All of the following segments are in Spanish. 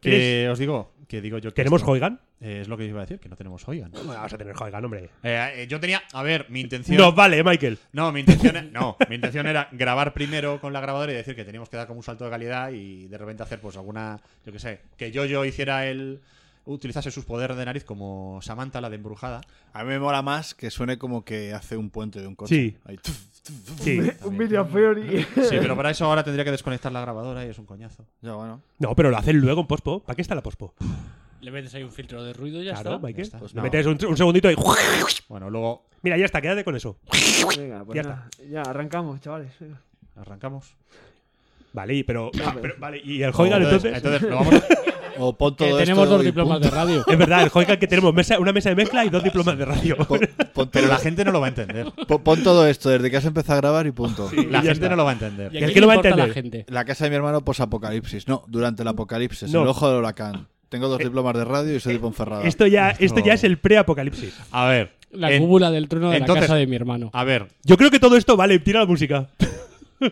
Que Eh, os digo, que digo yo que ¿Tenemos esto- Hoygan? eh, es lo que iba a decir, que no tenemos Hoygan. Bueno, vamos a tener Hoygan, hombre. Eh, eh, yo tenía, a ver, mi intención. Nos vale, Michael. No, mi intención, e- no, mi intención era grabar primero con la grabadora y decir que teníamos que dar como un salto de calidad y de repente hacer pues alguna, yo qué sé, que yo yo hiciera el utilizase sus poderes de nariz como Samantha la de embrujada. A mí me mola más que suene como que hace un puente de un coche. Sí. Ahí, tuf, tuf, tuf. Sí. Un Video Fury. Sí, pero para eso ahora tendría que desconectar la grabadora y es un coñazo. Ya, bueno. No, pero lo hacen luego en pospo. ¿Para qué está la pospo? Le metes ahí un filtro de ruido y ya Claro, está. Michael. está. Pues No. metes un, un segundito y. Bueno, luego Mira, ya está, quédate con eso. Venga, pues Ya nada. Ya, arrancamos, chavales. venga. arrancamos. Vale, y- pero. ah, pero- vale, y el pues. Joder, Hoygan entonces. lo vamos a- O pon Que todo tenemos esto dos y diplomas de punto. radio. Es verdad, el Hoygan que tenemos mesa, una mesa de mezcla y dos diplomas de radio. Pon, pon Pero todo- la gente no lo va a entender. pon- pon todo esto desde que has empezado a grabar y punto. La gente ya está. no lo va a entender. ¿Y ¿El a qué quién le lo va a importa la entender? gente? La casa de mi hermano posapocalipsis. No, durante el apocalipsis. No. El ojo del huracán. Tengo Eh, dos diplomas de radio y soy de Ponferrada. Esto ya, esto ya es el pre-apocalipsis. A ver. La en- cúpula del trono de entonces- la casa de mi hermano. a ver, Yo creo que todo esto vale, tira la música.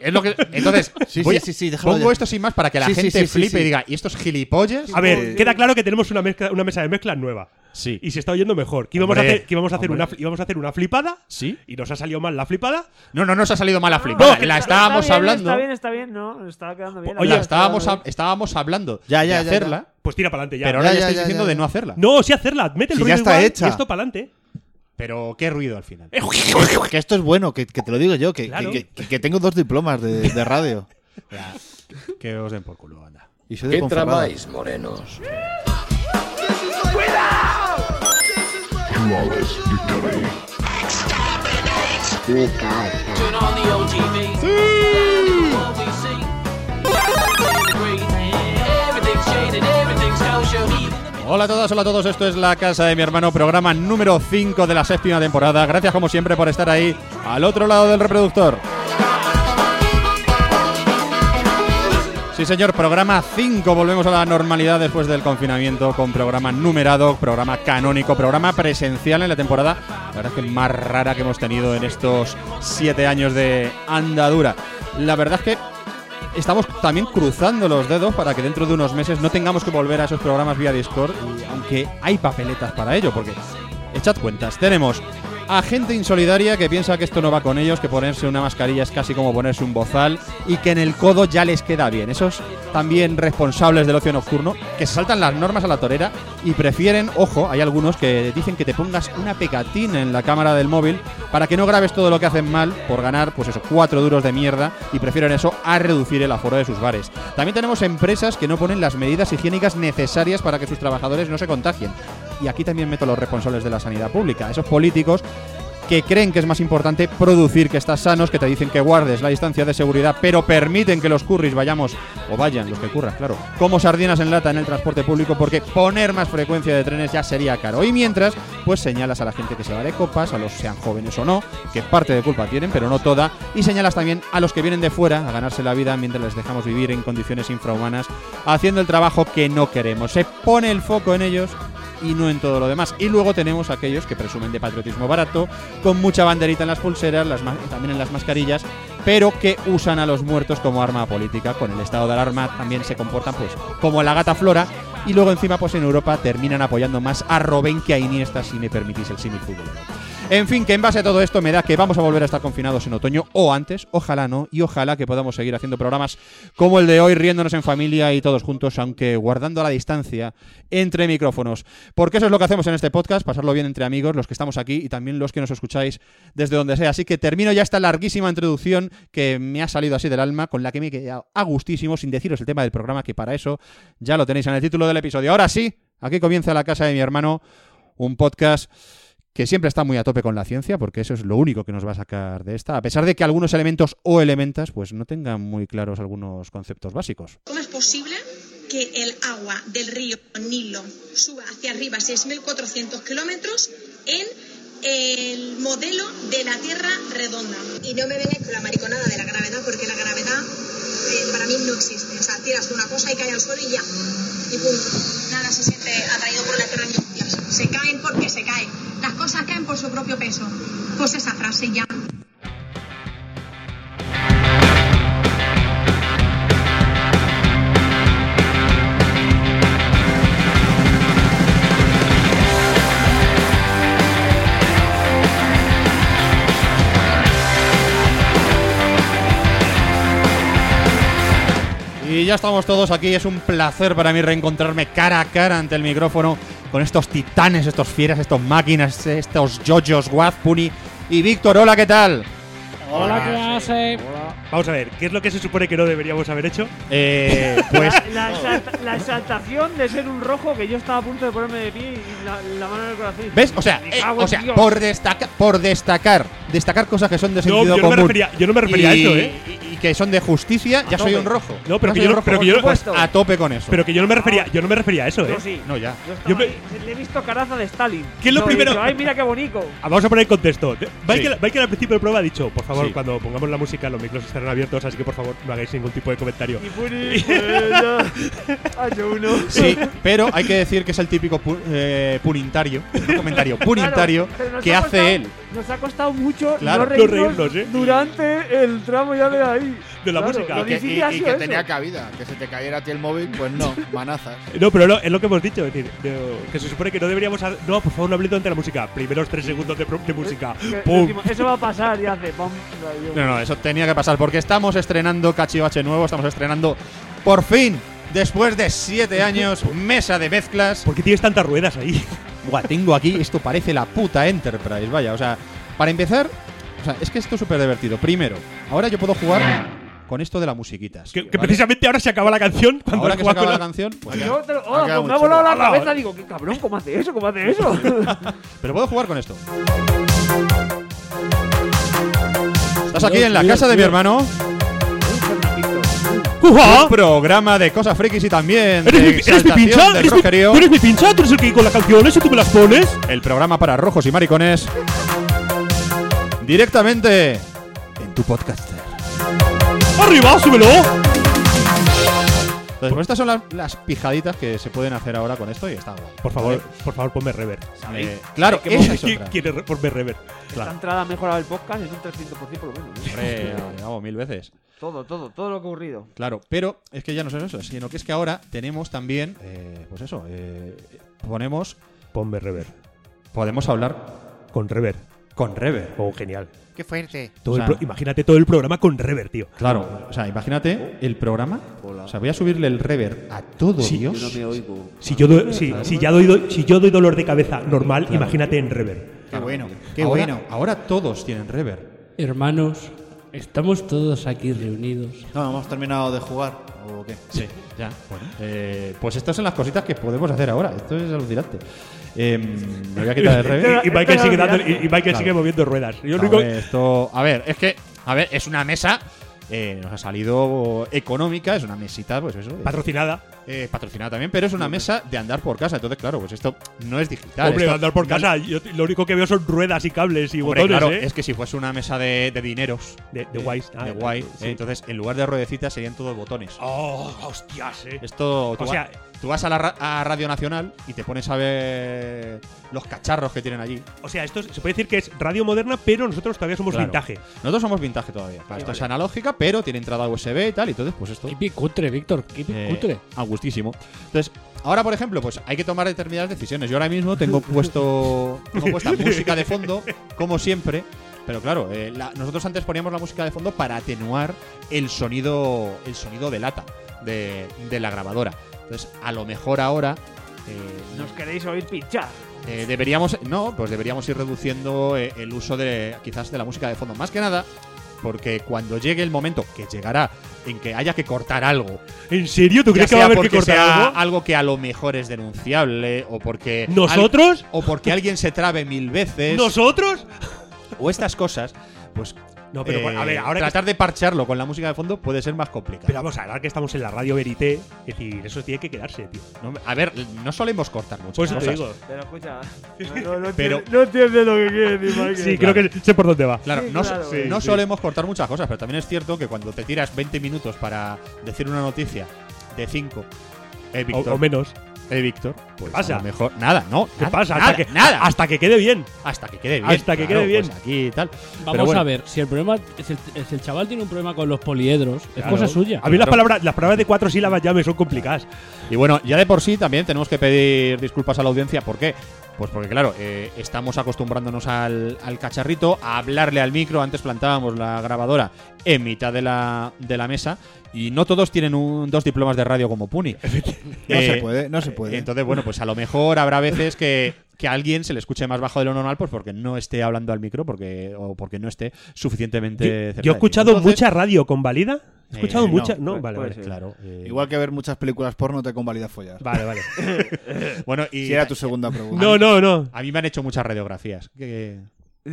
es lo que entonces Sí, voy sí, a- sí, sí, déjalo pongo ya. esto sin más para que la Sí, sí, gente sí, sí, flipe sí. y diga, "¿Y estos gilipollas?" A ver, Joder. queda claro que tenemos una, mezcla- una mesa de mezcla nueva. Sí. Y se está oyendo mejor. Que íbamos, a Hombre, hacer, que íbamos, a hacer hombre. una, fli- íbamos a hacer una flipada. Sí. Y nos ha salido mal la flipada. No, no nos ha salido mala flipa. la estábamos Está bien, hablando. Está bien, está bien, no. Estaba quedando bien. la Oye, verdad, estábamos, estaba hab- estábamos hablando Ya, de ya, ya, hacerla, Pues tira para adelante ya. pero ahora Ya, ya, ya, estáis ya, diciendo ya, de ya. no hacerla. No, sí hacerla. Mete el Si ruido ya está igual hecha. y esto para adelante. Pero qué ruido al final. Que esto es bueno, que, que te lo digo yo, que, Claro. que- que- que tengo dos diplomas de, de radio. Ya, que os den por culo, anda. Y soy de Ponferrada. morenos? Hola a todas, hola a todos. Esto es La Casa de mi hermano, programa número 5 de la séptima temporada. Gracias, como siempre, por estar ahí al otro lado del reproductor. Sí, señor, programa 5. Volvemos a la normalidad después del confinamiento con programa numerado, programa canónico, programa presencial en la temporada. La verdad es que más rara que hemos tenido en estos siete años de andadura. La verdad es que estamos también cruzando los dedos para que dentro de unos meses no tengamos que volver a esos programas vía Discord, y aunque hay papeletas para ello, porque echad cuentas, tenemos a gente insolidaria que piensa que esto no va con ellos, que ponerse una mascarilla es casi como ponerse un bozal y que en el codo ya les queda bien. Esos también responsables del ocio nocturno que se saltan las normas a la torera y prefieren, ojo, hay algunos que dicen que te pongas una pegatina en la cámara del móvil para que no grabes todo lo que hacen mal por ganar, pues eso, cuatro duros de mierda y prefieren eso a reducir el aforo de sus bares. También tenemos empresas que no ponen las medidas higiénicas necesarias para que sus trabajadores no se contagien. Y aquí también meto a los responsables de la sanidad pública, esos políticos que creen que es más importante producir que estás sanos, que te dicen que guardes la distancia de seguridad, pero permiten que los curris vayamos, o vayan los que curran, claro, como sardinas en lata en el transporte público, porque poner más frecuencia de trenes ya sería caro. Y mientras, pues señalas a la gente que se va de copas, a los sean jóvenes o no, que parte de culpa tienen, pero no toda, y señalas también a los que vienen de fuera a ganarse la vida mientras les dejamos vivir en condiciones infrahumanas, haciendo el trabajo que no queremos. Se pone el foco en ellos y no en todo lo demás. Y luego tenemos a aquellos que presumen de patriotismo barato, con mucha banderita en las pulseras, las ma- también en las mascarillas, pero que usan a los muertos como arma política. Con el estado de alarma también se comportan pues como la gata flora. Y luego encima pues en Europa terminan apoyando más a Robben que a Iniesta, si me permitís el símil futbolero. En fin, que en base a todo esto me da que vamos a volver a estar confinados en otoño o antes, ojalá no, y ojalá que podamos seguir haciendo programas como el de hoy, riéndonos en familia y todos juntos, aunque guardando la distancia entre micrófonos. Porque eso es lo que hacemos en este podcast, pasarlo bien entre amigos, los que estamos aquí y también los que nos escucháis desde donde sea. Así que termino ya esta larguísima introducción que me ha salido así del alma, con la que me he quedado a gustísimo, sin deciros el tema del programa, que para eso ya lo tenéis en el título del episodio. Ahora sí, aquí comienza La Casa de mi hermano, un podcast que siempre está muy a tope con la ciencia, porque eso es lo único que nos va a sacar de esta, a pesar de que algunos elementos o elementas pues no tengan muy claros algunos conceptos básicos. ¿Cómo es posible que el agua del río Nilo suba hacia arriba 6.400 kilómetros en el modelo de la Tierra redonda? Y no me vengáis con la mariconada de la gravedad, porque la gravedad eh, para mí no existe. O sea, tiras de una cosa y cae al suelo y ya. Y punto. Nada se siente atraído por la Tierra ni hostias. Se caen porque se caen. Las cosas caen por su propio peso. Pues esa frase ya. Y ya estamos todos aquí. Es un placer para mí reencontrarme cara a cara ante el micrófono con estos titanes, estos fieras, estos máquinas, estos yoyos, Wazpuni y Víctor. Hola, ¿qué tal? Hola, ¿qué hace? Vamos a ver, ¿qué es lo que se supone que no deberíamos haber hecho? Eh, pues La, exalta- la exaltación de ser un rojo que yo estaba a punto de ponerme de pie y la, la mano en el corazón. ¿Ves? O sea, Me eh, cago en o sea Dios. por, destaca- por destacar, destacar cosas que son de No, sentido yo no, me común. refería, yo no me refería a y, eso, ¿eh? y- y que son de justicia, ya soy tope. un rojo. No, Ya pero que soy yo un no- rojo, pero que yo no- pues, supuesto. a tope con eso. Pero que yo no me refería, yo no me refería a eso, ¿eh? Yo sí. no, ya. Yo estaba Yo me- ahí, le he visto carazas de Stalin. ¿Qué es lo Yo he primero? dicho, Ay, mira qué bonito. Ah, Vamos a poner en contexto. Michael, Michael al principio del programa ha dicho, por favor, Sí. cuando pongamos la música los micros estarán abiertos, así que por favor no hagáis ningún tipo de comentario. Y Puri. eh, ya. Ay, yo uno. Sí, pero hay que decir que es el típico pu- eh, punintario, no comentario, punintario Claro, pero nos que ha hace costado- él. Nos ha costado mucho Claro. no No reírnos, reírnos, ¿eh? durante el tramo ya de ahí. De la Claro, música. Lo Y que, difícil y- ha y sido que eso. tenía cabida, que se te cayera a ti el móvil, pues no, manazas. No, pero no, es lo que hemos dicho, es decir, no, que se supone que no deberíamos... ha- No, por favor, no habléis durante la música. Primeros tres segundos de, pro- de música. Que ¡Pum! decimos, Eso va a pasar y hace pam. yo- No, no, eso tenía que pasar porque estamos estrenando Cachivache nuevo, estamos estrenando por fin, después de siete años, mesa de mezclas. ¿Por qué tienes tantas ruedas ahí? Buah, tengo aquí, esto parece la puta Enterprise, vaya, o sea, para empezar, o sea, es que esto es súper divertido. Primero, ahora yo puedo jugar con esto de las musiquitas. Que, ¿vale? que precisamente ahora se acaba la canción. Cuando ahora has que se jugado acaba la con canción, pues Y ya. yo te lo- Ha ¡Hola! quedado pues muy me ha volado la chulo. cabeza. Digo, qué cabrón, ¿cómo hace eso? ¿Cómo hace eso? pero puedo jugar con esto. Estás aquí en la casa de mi hermano. ¡Uja! Un programa de cosas frikis y también de ¿Eres, mi, eres mi exaltación pincha? del ¿Eres mi, rojerío. ¿Tú eres mi pincha? ¿Tú eres el que con las canciones y tú me las pones? El programa para rojos y maricones. Directamente en tu podcaster. ¡Arriba, súbelo! Entonces, pues estas son las, las pijaditas que se pueden hacer ahora con esto y está guay. Por favor, por favor, ponme rever. Vale. Eh, claro, esa es otra. ¿Quieres re- ponme rever? Esta entrada ha mejorado el podcast en un 300% por lo menos. Hombre, ¿eh? lo hago mil veces. Todo, todo, todo lo que ha ocurrido. Claro, pero es que ya no es eso, sino que es que ahora tenemos también, eh, pues eso, eh, ponemos, Ponme rever. podemos hablar Con rever. con rever. Oh, genial. ¡Qué fuerte! Todo O sea- el pro- imagínate todo el programa con rever, tío. Claro, o sea, imagínate el programa. O sea, voy a subirle el rever a todo Sí. Dios. Si yo, do- si, si ya doy, do- si yo doy dolor de cabeza normal, imagínate en rever. ¡Qué bueno! ¡Qué ahora, bueno! Ahora todos tienen rever. Hermanos, estamos todos aquí reunidos. No, hemos terminado de jugar. ¿O qué? Sí, ya. Bueno, eh, pues estas son las cositas que podemos hacer ahora. Esto es alucinante. Em, me voy a quitar el rever. Y, y Michael, sigue, dando- y- y Michael sigue moviendo ruedas. Yo lo A único- ver, esto, a ver, es que, a ver, es una mesa. eh, nos ha salido económica, es una mesita, pues eso. de- patrocinada. eh, patrocinada también, pero es una mesa de andar por casa. Entonces, claro, pues esto no es digital. Hombre, esto- andar por no- casa. Yo t- lo único que veo son ruedas y cables y Hombre, botones, claro, ¿eh? es que si fuese una mesa de, de dineros, De- de eh, guays. Ah, de guays, sí. eh, entonces en lugar de ruedecitas serían todos botones. Oh, hostias, eh. Esto, tú, O vas- sea- tú vas a, la ra- a Radio Nacional y te pones a ver los cacharros que tienen allí. O sea, esto es- se puede decir que es radio moderna, pero nosotros todavía somos Claro. vintage. Nosotros somos vintage todavía. claro, esto es analógica, pero tiene entrada USB y tal, y entonces, pues esto. Qué picutre, Víctor, qué picutre. Eh, a gustísimo. Entonces, ahora, por ejemplo, pues hay que tomar determinadas decisiones. Yo ahora mismo tengo puesto tengo puesta música de fondo, como siempre. Pero claro, eh, la- nosotros antes poníamos la música de fondo para atenuar el sonido, el sonido de lata de, de la grabadora. Entonces, a lo mejor ahora eh, Nos queréis oír pinchar. eh, deberíamos, no, pues deberíamos ir reduciendo eh, el uso de quizás de la música de fondo. Más que nada, porque cuando llegue el momento, que llegará, en que haya que cortar algo ¿En serio? ¿Tú ya crees que va a sea haber que porque cortar sea algo? que a lo mejor es denunciable o porque al- ¿Nosotros? o porque alguien se trabe mil veces ¿Nosotros? o estas cosas pues No, pero eh, a ver, ahora que tratar de parcharlo con la música de fondo puede ser más complicado Pero vamos, ahora que estamos en la radio Verité, es decir, eso tiene que quedarse, tío. No, a ver no solemos cortar muchas Por eso te cosas. digo. Pero escucha. No, no, no Pero- entiende, no entiende lo que quiere decir Michael. Sí, claro. creo que sé por dónde va. Claro, Sí, no, claro, so- sí, no sí. solemos cortar muchas cosas, pero también es cierto que cuando te tiras 20 minutos para decir una noticia de 5, eh, O, Víctor, o menos. eh, Víctor, pues pasa? a lo mejor nada, no, ¿Qué nada, pasa? Nada, hasta, que, nada, hasta que quede bien. hasta que quede bien. hasta que claro, quede bien. pues aquí y tal. Vamos bueno. a ver, si el problema es el, es el chaval tiene un problema con los poliedros, es Claro. cosa suya. A mí las Claro. palabras, las palabras de cuatro sílabas ya me son complicadas. Y bueno, ya de por sí también tenemos que pedir disculpas a la audiencia porque Pues porque claro, eh, estamos acostumbrándonos al, al cacharrito, a hablarle al micro, antes plantábamos la grabadora en mitad de la, de la mesa y no todos tienen un, dos diplomas de radio como Puni. No Eh, se puede, no se puede. Entonces, bueno, pues a lo mejor habrá veces que, que a alguien se le escuche más bajo de lo normal pues porque no esté hablando al micro porque o porque no esté suficientemente cerca Yo he del escuchado micro. Entonces, mucha radio convalida. He escuchado Eh, no, mucha. No, pues- vale, pues vale. Claro. eh, Igual que ver muchas películas porno te convalida follar. Vale, vale. Bueno, y Si era tu segunda pregunta. No, no, no. a mí me han hecho muchas radiografías. que- que-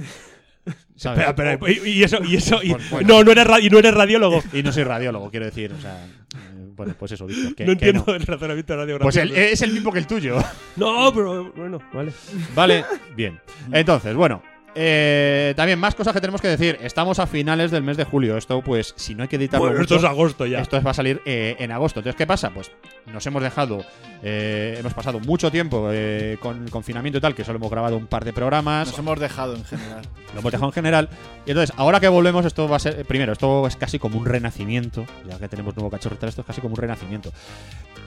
¿sabes? Espera, espera. Y, y eso, y eso. y- Pues, bueno. No, no eres, ra- y no eres radiólogo. Y no soy radiólogo, quiero decir. O sea, eh, bueno, pues eso, Víctor. que- no que entiendo el razonamiento de radio. Pues el- es el mismo que el tuyo. No, pero bueno, vale. Vale, bien. Entonces, bueno. eh, también más cosas que tenemos que decir. Estamos a finales del mes de julio. Esto, pues, si no hay que editarlo. Bueno, esto es mucho, agosto ya. Esto va a salir eh, en agosto. Entonces, ¿qué pasa? Pues nos hemos dejado, eh, hemos pasado mucho tiempo eh, con el confinamiento y tal, que solo hemos grabado un par de programas, Nos hemos dejado en general. lo hemos dejado en general. Y entonces, ahora que volvemos, esto va a ser, eh, primero, esto es casi como un renacimiento, ya que tenemos nuevo cachorro y tal, esto es casi como un renacimiento.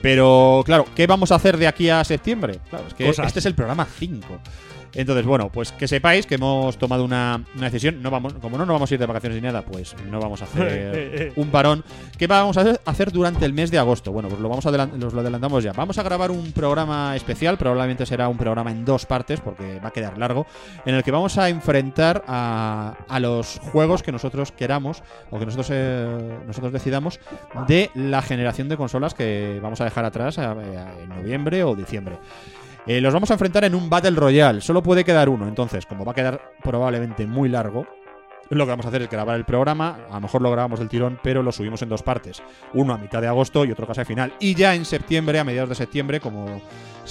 Pero, claro, ¿qué vamos a hacer de aquí a septiembre? Claro, es que Cosas. este es el programa 5. Entonces, bueno, pues que sepáis que hemos tomado una, una decisión. No vamos, como no nos vamos a ir de vacaciones ni nada, pues no vamos a hacer un varón. ¿Qué vamos a hacer- hacer durante el mes de agosto? Bueno, pues lo vamos a adelan- nos lo adelantamos ya. Vamos a grabar un programa especial, probablemente será un programa en dos partes, porque va a quedar largo, en el que vamos a enfrentar a, a los juegos que nosotros queramos o que nosotros, eh, nosotros decidamos de la generación de consolas que vamos a dejar atrás eh, en noviembre o diciembre. Eh, los vamos a enfrentar en un Battle Royale. Solo puede quedar uno. Entonces, como va a quedar probablemente muy largo, lo que vamos a hacer es grabar el programa. A lo mejor lo grabamos del tirón, pero lo subimos en dos partes. Uno a mitad de agosto y otro casi al final. Y ya en septiembre, a mediados de septiembre, como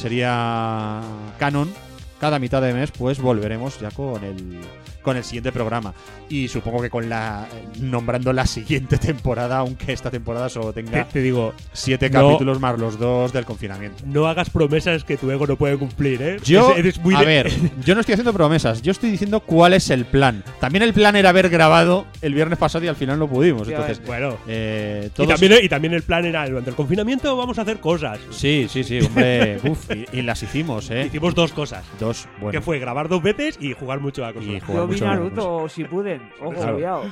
sería canon, cada mitad de mes, pues volveremos ya con el, con el siguiente programa. Y supongo que con la. nombrando la siguiente temporada, aunque esta temporada solo Te, tenga te digo, siete No. capítulos más los dos del confinamiento. no hagas promesas que tu ego no puede cumplir, ¿eh? Yo, Es- eres muy a de- ver, yo no estoy haciendo promesas, yo estoy diciendo cuál es el plan. También el plan era haber grabado el viernes pasado y al final no pudimos. Ya Entonces, Bueno. eh, Y todos- también, y también el plan era, durante el confinamiento vamos a hacer cosas. Sí, sí, sí, hombre, uf, y, y las hicimos, ¿eh? Hicimos dos cosas. Dos, bueno. Que fue grabar dos veces y jugar mucho a la consola. Y jugar Yo vi mucho a la consola. Naruto si pude. Ojo, Claro. cuidado.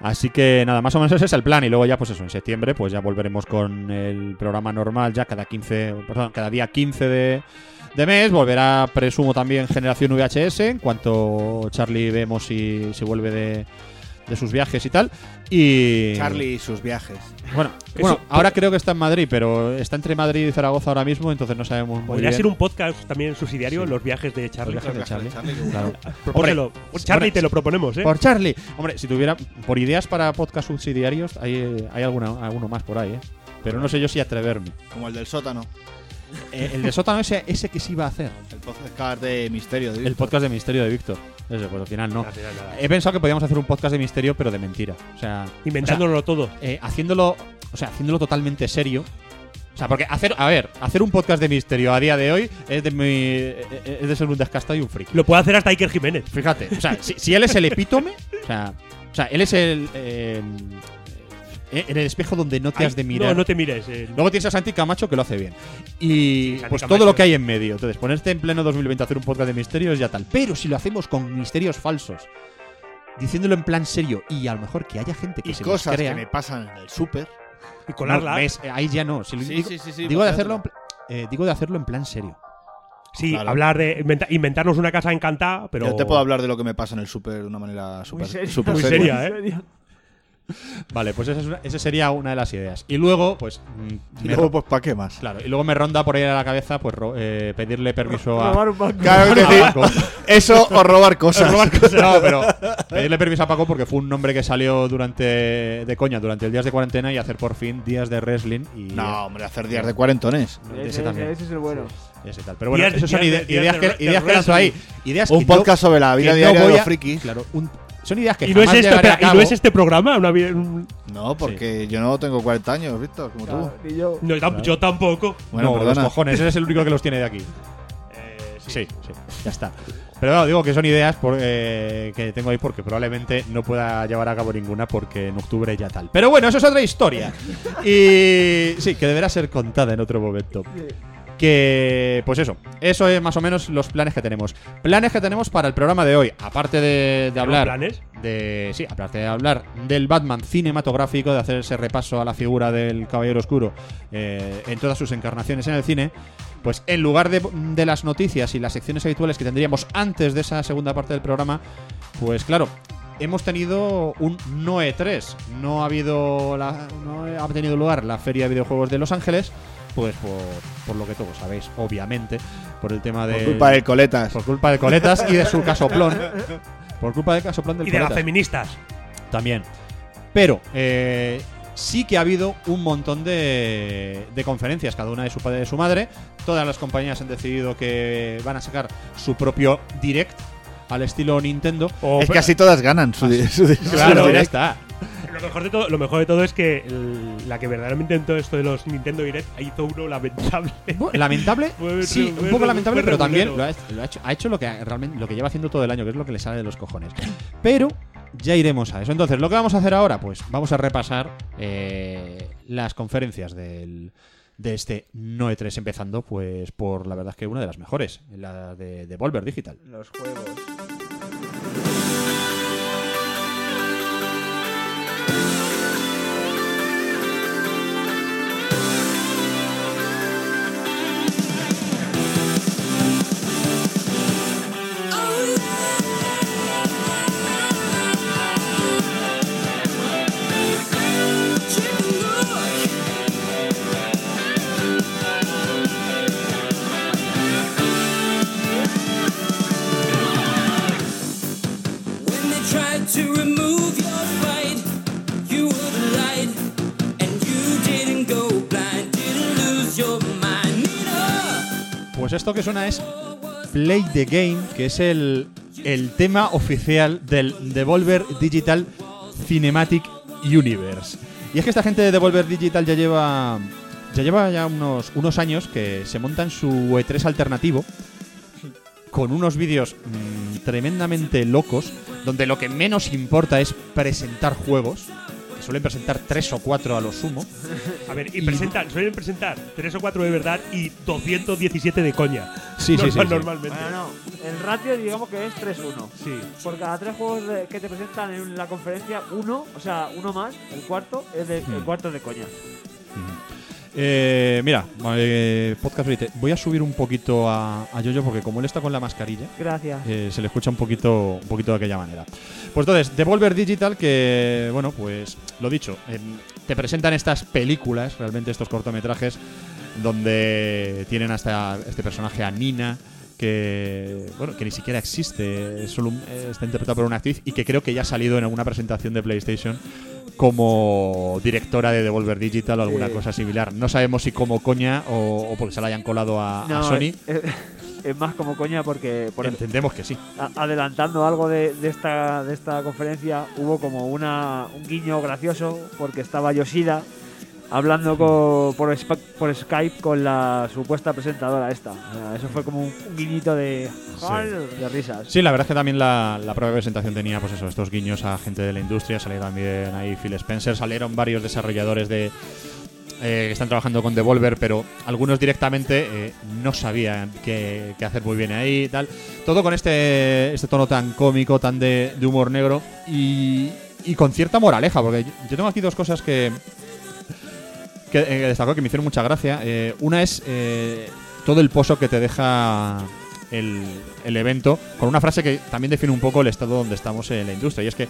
Así que nada, más o menos ese es el plan. Y luego ya, pues eso, en septiembre, pues ya volveremos con el programa normal, ya cada 15, perdón, cada día 15 de, de mes. Volverá, presumo, también Generación VHS, en cuanto Charlie vemos si, si vuelve de, de sus viajes y tal. Y. Charlie y sus viajes. Bueno, bueno, ahora creo que está en Madrid, pero está entre Madrid y Zaragoza ahora mismo, entonces no sabemos muy Podría bien. ser un podcast también subsidiario, los viajes de Charlie. Los viajes de Charlie. Charlie, qué bueno. Claro. Propóselo. Hombre, Charlie, hombre, te lo proponemos, ¿eh? Por Charlie. Hombre, si tuviera. Por ideas para podcast subsidiarios, hay, eh, hay alguna, alguno más por ahí, ¿eh? Pero no sé yo si atreverme. Como el del sótano. Eh, el de sótano ese, ese que sí iba a hacer. El podcast de misterio. de- El podcast de misterio de Víctor. Ese, pues al final no. Al final, nada. He pensado que podíamos hacer un podcast de misterio, pero de mentira. O sea. o Inventándolo todo. sea, eh, haciéndolo. O sea, haciéndolo totalmente serio. O sea, porque hacer. A ver, hacer un podcast de misterio a día de hoy es de mi. eh, eh, Es de ser un descastado y un friki. Lo puede hacer hasta Iker Jiménez. Fíjate, o sea, si, si él es el epítome, o sea, o sea él es el. eh, eh, en el espejo donde no te has de Ay, mirar. No, no te mires. eh. Luego tienes a Santi Camacho que lo hace bien. Y Sí, Santi pues todo Camacho. lo que hay en medio. Entonces, ponerte en pleno 2020 a hacer un podcast de misterios ya tal. Pero si lo hacemos con misterios falsos, diciéndolo en plan serio y a lo mejor que haya gente que y se los cosas crea. que me pasan en el súper. Y colarla. No, ves, eh, ahí ya no. Si lo- Sí, digo, sí, sí, sí, digo de vosotros. hacerlo en pl- eh, digo de hacerlo en plan serio. sí, Claro. hablar de. inventa- inventarnos una casa encantada, pero. Yo te puedo hablar de lo que me pasa en el súper de una manera Muy súper seria. súper Muy seria. seria, ¿eh? Vale, pues esa, es una- esa sería una de las ideas. Y luego, pues. mm, Y me- luego, pues, ¿para qué más? Claro, y luego me ronda por ahí a la cabeza pues ro- eh, pedirle permiso a, Robar un banco. Claro que a sí. Paco. Eso o robar cosas. No, pero pedirle permiso a Paco porque fue un nombre que salió durante de coña durante el días de cuarentena y hacer por fin días de wrestling y No, hombre, hacer días de cuarentones. de ese Ese, también. ese- ese es el bueno. Ese tal. Pero bueno, Días- esas son días ide- de- ideas días que de- ideas de que lanzo ahí, wrestling. ideas Un que podcast sobre la no- vida que no diaria de voy los a- frikis. Claro, un- son ideas que Y no, es jamás esto, llevaré a espera, y no cabo. es este programa. una vi- un- No, porque yo no tengo 40 años, Víctor, como Claro, tú. y yo. no, yo tam- Yo tampoco. Bueno, no, los perdona. cojones, eres el único que los tiene de aquí. Eh, Sí, sí, ya está. Pero claro, digo que son ideas por- eh, que tengo ahí porque probablemente no pueda llevar a cabo ninguna porque en octubre ya tal. Pero bueno, eso es otra historia. Y sí, que deberá ser contada en otro momento. Que, pues eso, eso es más o menos los planes que tenemos. Planes que tenemos para el programa de hoy, aparte de, de hablar. planes? De, sí, aparte de hablar del Batman cinematográfico, de hacer ese repaso a la figura del Caballero Oscuro eh, en todas sus encarnaciones en el cine, pues en lugar de, de las noticias y las secciones habituales que tendríamos antes de esa segunda parte del programa, pues claro, hemos tenido un no E3. No ha habido la- no ha tenido lugar la Feria de Videojuegos de Los Ángeles, pues por, por lo que todos sabéis, obviamente, por el tema de Por culpa del coletas. por culpa de Coletas y de su casoplón. Por culpa del casoplón del Y de las Coletas. feministas. También. Pero eh, sí que ha habido un montón de, de conferencias, cada una de su padre y de su madre. Todas las compañías han decidido que van a sacar su propio direct al estilo Nintendo. O- Es que así todas ganan su, su- su- Claro, su- ya está. ¿eh? Lo mejor, de todo, lo mejor de todo es que el- la que verdaderamente intentó esto de los Nintendo Direct hizo uno lamentable. Lamentable, Fue- sí, fue- un poco fue- lamentable, fue pero también lo ha, regulero. lo ha hecho, ha hecho lo que realmente lo que lleva haciendo todo el año, que es lo que le sale de los cojones. Pero ya iremos a eso. Entonces, lo que vamos a hacer ahora, pues vamos a repasar eh, las conferencias del, de este Noe 3, empezando pues por la verdad es que una de las mejores, la de Devolver Digital. Los juegos. When they tried to remove your fight, you were the light, and you didn't go blind, didn't lose your mind. Nina, Pues esto que suena es Play the Game, que es el, el tema oficial del Devolver Digital Cinematic Universe. Y es que esta gente de Devolver Digital ya lleva. Ya lleva ya unos, unos años que se montan su E3 alternativo con unos vídeos mm, tremendamente locos, donde lo que menos importa es presentar juegos, que suelen presentar tres o cuatro a lo sumo. A ver, y presentan, suelen presentar tres o cuatro de verdad y 217 de coña. Sí, sí, sí, sí. Normalmente. Bueno, no. El ratio digamos que es 3-1. Sí. Por cada tres juegos de- que te presentan en la conferencia, uno, o sea, uno más, el cuarto, es de, Hmm. el cuarto es de coña. Eh, mira, eh, podcast Brite, voy a subir un poquito a, a Yoyo porque como él está con la mascarilla, Gracias. eh, se le escucha un poquito, un poquito de aquella manera. Pues entonces, Devolver Digital, que bueno, pues lo dicho, em, te presentan estas películas, realmente estos cortometrajes, donde tienen hasta este personaje a Nina. Que, bueno, que ni siquiera existe, es solo un- eh, está interpretado por una actriz y que creo que ya ha salido en alguna presentación de PlayStation como directora de Devolver Digital o alguna Sí. cosa similar. No sabemos si como coña o, o porque se la hayan colado a, a No, Sony. Es, es- es más como coña porque por el- Entendemos que sí. a- adelantando algo de, de esta, de esta conferencia hubo como una, un guiño gracioso porque estaba Yoshida Hmm. hablando co- por, Sp- por Skype con la supuesta presentadora esta. O sea, Eso fue como un, un guiñito de, de risas. Sí, la verdad es que también la, la propia presentación tenía pues eso, estos guiños a gente de la industria, salió también ahí Phil Spencer, salieron varios desarrolladores de eh, que están trabajando con Devolver, pero algunos directamente eh, no sabían qué, qué hacer muy bien ahí y tal. Todo con este, este tono tan cómico, tan de, de humor negro y, y con cierta moraleja, porque yo- yo tengo aquí dos cosas que, que eh, destacó que me hicieron mucha gracia. Eh, una es eh, todo el pozo que te deja el, el evento, con una frase que también define un poco el estado donde estamos en la industria. Y es que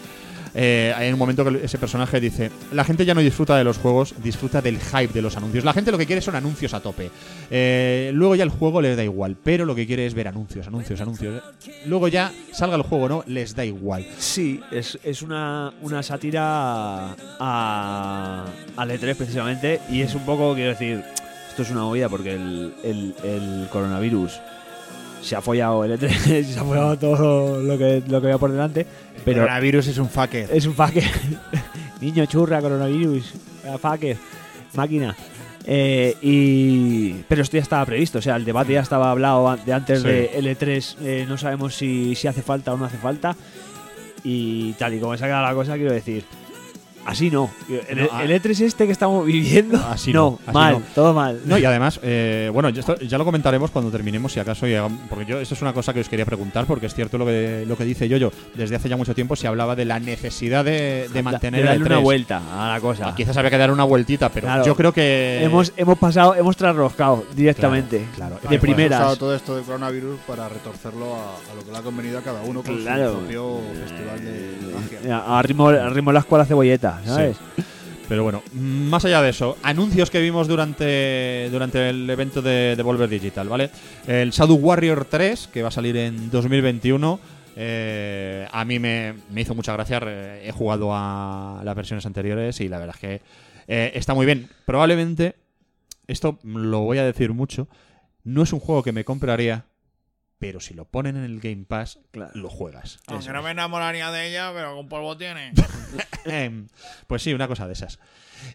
eh, hay un momento que ese personaje dice: La gente ya no disfruta de los juegos, disfruta del hype de los anuncios. La gente lo que quiere son anuncios a tope. Eh, luego ya el juego les da igual, pero lo que quiere es ver anuncios, anuncios, anuncios. Luego ya salga el juego, ¿no? Les da igual. Sí, es, es una, una sátira a, al E3 precisamente y es un poco, quiero decir, esto es una movida porque el, el- el coronavirus se ha follado el E3, se ha follado todo lo que, lo que había por delante, El pero coronavirus es un fucker. es un fucker. Niño churra, coronavirus, eh, fucker, máquina. Eh, y pero esto ya estaba previsto, o sea, el debate ya estaba hablado an- de antes Sí. de L3, eh, no sabemos si, si hace falta o no E hace falta. Y tal y como se ha quedado la cosa, quiero decir, Así no. El, No, ah. el E3 este que estamos viviendo. Así no, no. así mal, no. todo mal. No, y además, eh, bueno, ya, esto- ya lo comentaremos cuando terminemos, si acaso, y hagam- porque yo, esto es una cosa que os quería preguntar, porque es cierto lo que, lo que dice Yoyo. Desde hace ya mucho tiempo se hablaba de la necesidad de, de mantener De el darle una 3. vuelta a la cosa. Ah, quizás había que dar una vueltita, pero Claro. yo creo que. hemos, hemos pasado, hemos trasroscado directamente. Claro, claro. pues, de Hemos primeras. usado todo esto del coronavirus para retorcerlo a, a lo que le ha convenido a cada uno con Claro. su propio festival de magia. Mira, A ritmo, a ritmo las cual la cebolleta, ¿sabes? Pero bueno, más allá de eso, anuncios que vimos durante, durante el evento de Devolver Digital, ¿vale? El Shadow Warrior 3, que va a salir en 2021. eh, a mí me, me hizo mucha gracia. re- He jugado a las versiones anteriores y la verdad es que eh, está muy bien. Probablemente, esto lo voy a decir mucho, no es un juego que me compraría, pero si lo ponen en el Game Pass, lo juegas. Aunque no me enamoraría de ella, pero algún polvo tiene. Em, pues sí, una cosa de esas.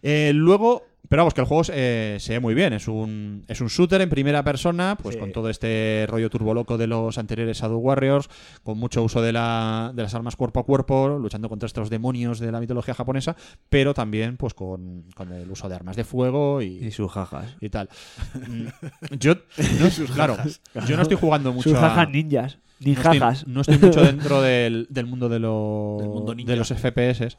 Eh, luego, pero vamos, que el juego eh, se ve muy bien. Es un, es un shooter en primera persona, pues con todo este rollo turboloco de los anteriores Shadow Warriors, con mucho uso de, la- de las armas cuerpo a cuerpo, luchando contra estos demonios de la mitología japonesa, pero también pues con, con el uso de armas de fuego y, Y sus jajas. y tal. Mm, yo, no- claro, yo no estoy jugando mucho Sus a- jajas ninjas. no estoy- Ninjajas. No estoy, mucho dentro del, del mundo de los, Del mundo ninja. de los FPS.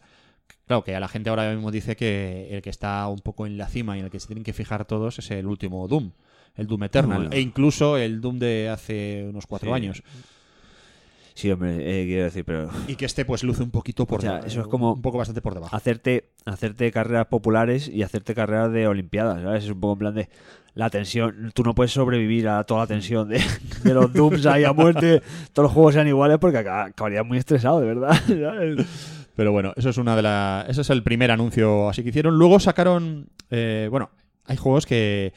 Claro que a la gente ahora mismo dice que el que está un poco en la cima y en el que se tienen que fijar todos es el último Doom, el Doom Eternal, Bueno. e incluso el Doom de hace unos cuatro Sí. años. Sí, hombre, eh, quiero decir, pero Y que este pues luce un poquito por O sea, debajo, eso es como- un poco bastante por debajo. hacerte, hacerte carreras populares y hacerte carreras de olimpiadas, ¿sabes? Es un poco en plan de la tensión. Tú no puedes sobrevivir a toda la tensión de, de los Dooms ahí a muerte, todos los juegos sean iguales porque acá- acabarías muy estresado, de verdad. ¿sabes? Pero bueno, eso es una de la, eso es el primer anuncio así que hicieron. Luego sacaron, eh, bueno, hay juegos que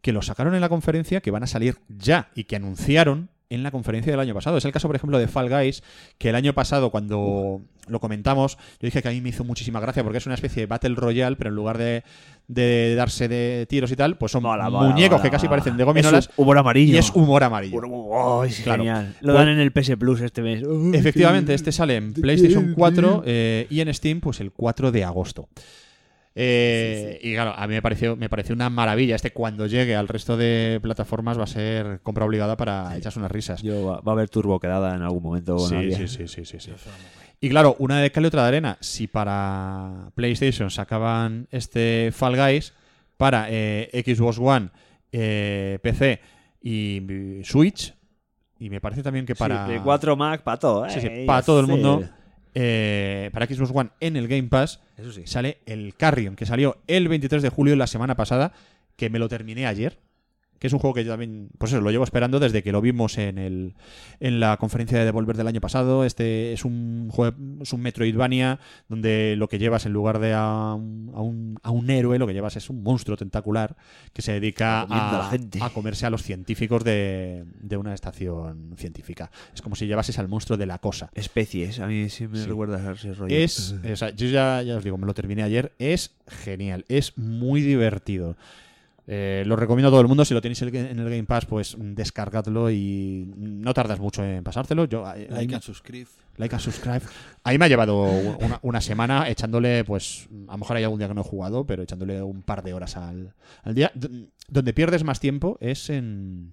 que los sacaron en la conferencia que van a salir ya y que anunciaron en la conferencia del año pasado. Es el caso, por ejemplo, de Fall Guys, que el año pasado, cuando lo comentamos, yo dije que a mí me hizo muchísima gracia porque es una especie de Battle Royale, pero en lugar de, de darse de tiros y tal, pues son Mola, mola, muñecos mola, que casi mola. parecen de Es gominolas un humor amarillo. y es humor amarillo. Oh, es Claro. genial. Lo Pues- dan en el PS Plus este mes. Oh, Efectivamente, sí. este sale en PlayStation 4 eh, y en Steam, pues el 4 de agosto. Eh, Y claro, a mí me pareció, me pareció una maravilla. Este cuando llegue al resto de plataformas va a ser compra obligada para echarse unas risas. Yo, va, va a haber turbo quedada en algún momento. con Sí, sí, alguien. sí, sí, sí, Este sí. Y claro, una de cal y otra de arena. Si para PlayStation sacaban este Fall Guys, para eh, Xbox One, eh, PC y Switch, y me parece también que para... Sí, de 4 Mac para todo. Sí, sí, eh, para ya todo el sé. mundo. eh, para Xbox One en el Game Pass Eso sí. sale el Carrion, que salió el 23 de julio la semana pasada, que me lo terminé ayer. Que es un juego que yo también, pues eso, lo llevo esperando desde que lo vimos en el en la conferencia de Devolver del año pasado. Este es un juego, es un Metroidvania, donde lo que llevas en lugar de a un, a un, a un héroe, lo que llevas es un monstruo tentacular que se dedica Comiendo a a, la gente. a comerse a los científicos de, de una estación científica. Es como si llevases al monstruo de la cosa. Especies, a mí sí me Sí. recuerda a ese rollo. Es, o sea, yo ya, ya os digo, me lo terminé ayer. Es genial, es muy divertido. Eh, lo recomiendo a todo el mundo. Si lo tenéis el- en el Game Pass, pues mm, descargadlo y no tardas mucho en pasártelo. Yo, eh, ahí Like me- and subscribe. like and subscribe. Ahí me ha llevado una, una semana echándole, pues, a lo mejor hay algún día que no he jugado, pero echándole un par de horas al, al día. D- donde pierdes más tiempo es en,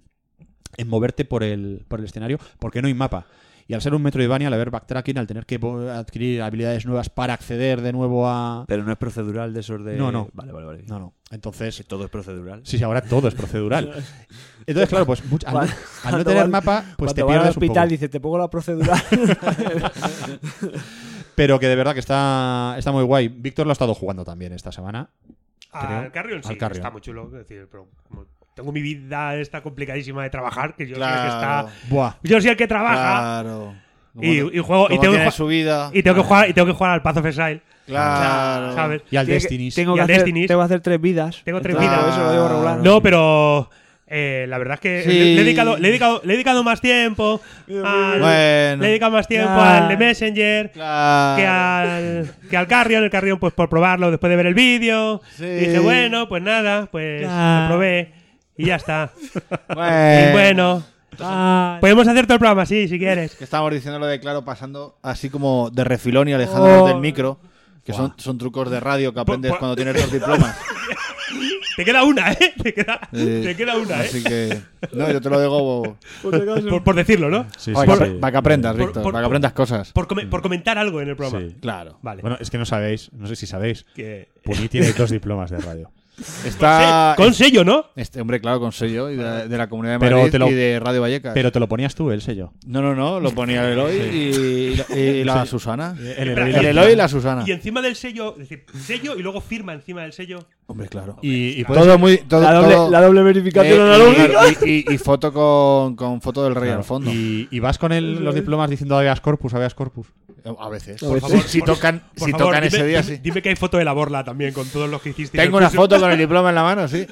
en moverte por el, por el escenario, porque no hay mapa. Y al ser un Metroidvania, al haber backtracking, al tener que po- adquirir habilidades nuevas para acceder de nuevo a... Pero no es procedural de esos de. No, no. Eh, Vale, vale, vale. No, no. Entonces, Si todo es procedural. sí, sí, ahora todo es procedural. Entonces, claro, pues much- al, no- al no Cuando tener van- mapa, pues te Cuando va al pierdes un hospital poco. dice, te pongo la procedural. Pero que de verdad que está, está muy guay. Víctor lo ha estado jugando también esta semana. Al creo. Carrion sí, Al Carrion. está muy chulo. Es decir, pero como tengo mi vida esta complicadísima de trabajar, que yo Claro, creo que está. Buah. Yo soy el que trabaja claro. y, Como- y juego. Y como tengo, que tiene jugar, su vida. y tengo que jugar. Y tengo que jugar al Path of Exile. Claro. ¿Sabes? Y al Tiene que- Destiny. Tengo Y que, al hacer, Destiny's. tengo que hacer tres vidas. Tengo tres Entonces, vidas. Eso lo llevo regular. No, pero. eh, la verdad es que Sí. le, le he dedicado, le, he dedicado, le he dedicado más tiempo al, Bueno. le he dedicado más tiempo Ya. al de Messenger Claro. que al, que al Carrion. El Carrion, pues por probarlo después de ver el vídeo. Sí. Y Dije, bueno, pues nada, pues Ya. lo probé y ya está. Bueno. Y bueno, Ah, podemos hacer todo el programa, sí, si quieres. Que estábamos diciendo lo de claro pasando así como de refilón y alejándonos Oh. del micro. Que son, son trucos de radio que aprendes po- cuando tienes dos diplomas. Te queda una, ¿eh? Te queda, Eh, te queda una, ¿eh? Pues Así que. No, yo te lo digo Por, por decirlo, ¿no? Sí, sí, para, que, sí. Mm. para que aprendas, Por- Víctor. por- Para que aprendas cosas. Por, come- por comentar algo en el programa. Sí. Claro. Vale. Bueno, es que no sabéis, no sé si sabéis. que, Puni tiene dos diplomas de radio. Está. con sello, ¿no? Este hombre, claro, con sello y de, de la Comunidad de Pero Madrid te lo- y de Radio Vallecas. Pero te lo ponías tú, el sello. No, no, no, lo ponía el Eloy y, y- y la Susana. El Espera, El Eloy y la Susana. Y encima del sello, es decir, sello y luego firma encima del sello. Hombre, claro. Y, y puedes- Todo muy. Todo, La todo- doble, la doble eh, verificación y- analógica. y, y- y foto con, con foto del rey claro, al fondo. y, y vas con el- los diplomas diciendo habeas corpus, habeas corpus. Eh, A veces. Por Si- favor, si por- tocan, Por si favor, tocan dime, ese día, dime, sí. dime que hay foto de la borla también con todos los que hiciste. Tengo una foto con el diploma en la mano, sí.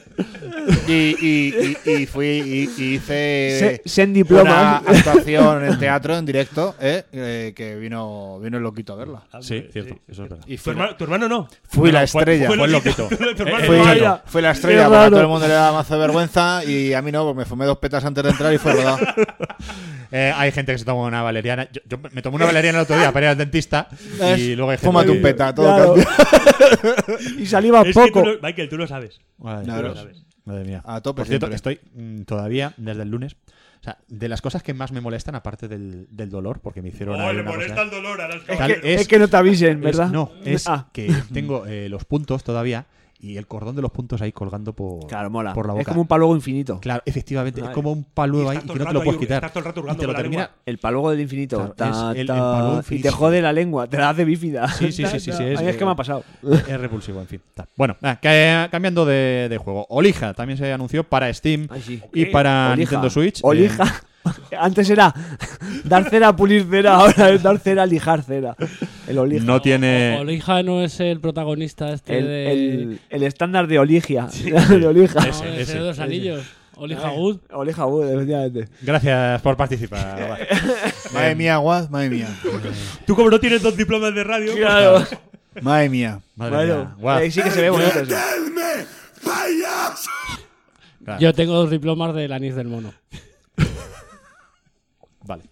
Y, y- y- y fui y, y hice Se- ¿eh? Sen una diplomas. actuación en teatro en directo, eh, eh, que vino, vino el loquito a verla. Ah, Sí, cierto. Eso es verdad. Y Tu fui, la, hermano, tu hermano no. fui la fue- estrella. Eh, fue Fue lo loquito. que- tu hermano fue no. el- Fui, fui la estrella Qué porque a raro. todo el mundo le daba mazo de vergüenza y a mí no, porque me fumé dos petas antes de entrar y fue rodado. Eh, hay gente que se toma una valeriana. Yo, yo me tomé una valeriana el otro día para ir al dentista. Y luego hay gente Fúmate que- un peta, todo Claro. cambia. y saliva Es que poco. tú lo- Michael, tú lo sabes. Madre, Claro. Dios. Madre mía. A tope Por cierto, siempre. estoy mm, todavía desde el lunes. O sea, de las cosas que más me molestan, aparte del, del dolor, porque me hicieron. Oh, ahí le una molesta cosa- el dolor a las Es Tal- que, caballeros. es- es que no te avisen, ¿verdad? Es- no, es Ah, que tengo eh, los puntos todavía y el cordón de los puntos ahí colgando por, claro, mola. por la boca. Es como un paluego infinito. Claro, efectivamente, es Vale. como un paludo Y ahí estás y todo que no el te lo rato puedes ahí- quitar. estás todo el rato y te hurgando lo con la termina. lengua. El paluego del infinito. Claro, Ta, es el- ta, el paluego y infinito. te jode la lengua, te la hace bífida. Sí, sí, sí, sí, sí, es- Ay, es que me ha pasado. Es repulsivo, en fin. Ta. Bueno, nada, que- eh, cambiando de, de juego. Olija también se anunció para Steam Ay, sí. y para Olija. Nintendo Switch. Olija. Eh, Antes era dar cera, pulir cera, ahora es dar cera, lijar cera. El olija. no tiene. Olija no es el protagonista este el, de. el- el estándar de oligia. de olija. No, ese, de ese. los anillos. Olija Good. Olija, uh, efectivamente. Gracias por participar. Madre mía, guad, madre mía. Tú, como no tienes dos diplomas de radio. pues Madre mía. Madre mía. Bueno, Guau. ahí sí que se ve bonito eso. Claro. Yo tengo dos diplomas del anís del mono. Vale.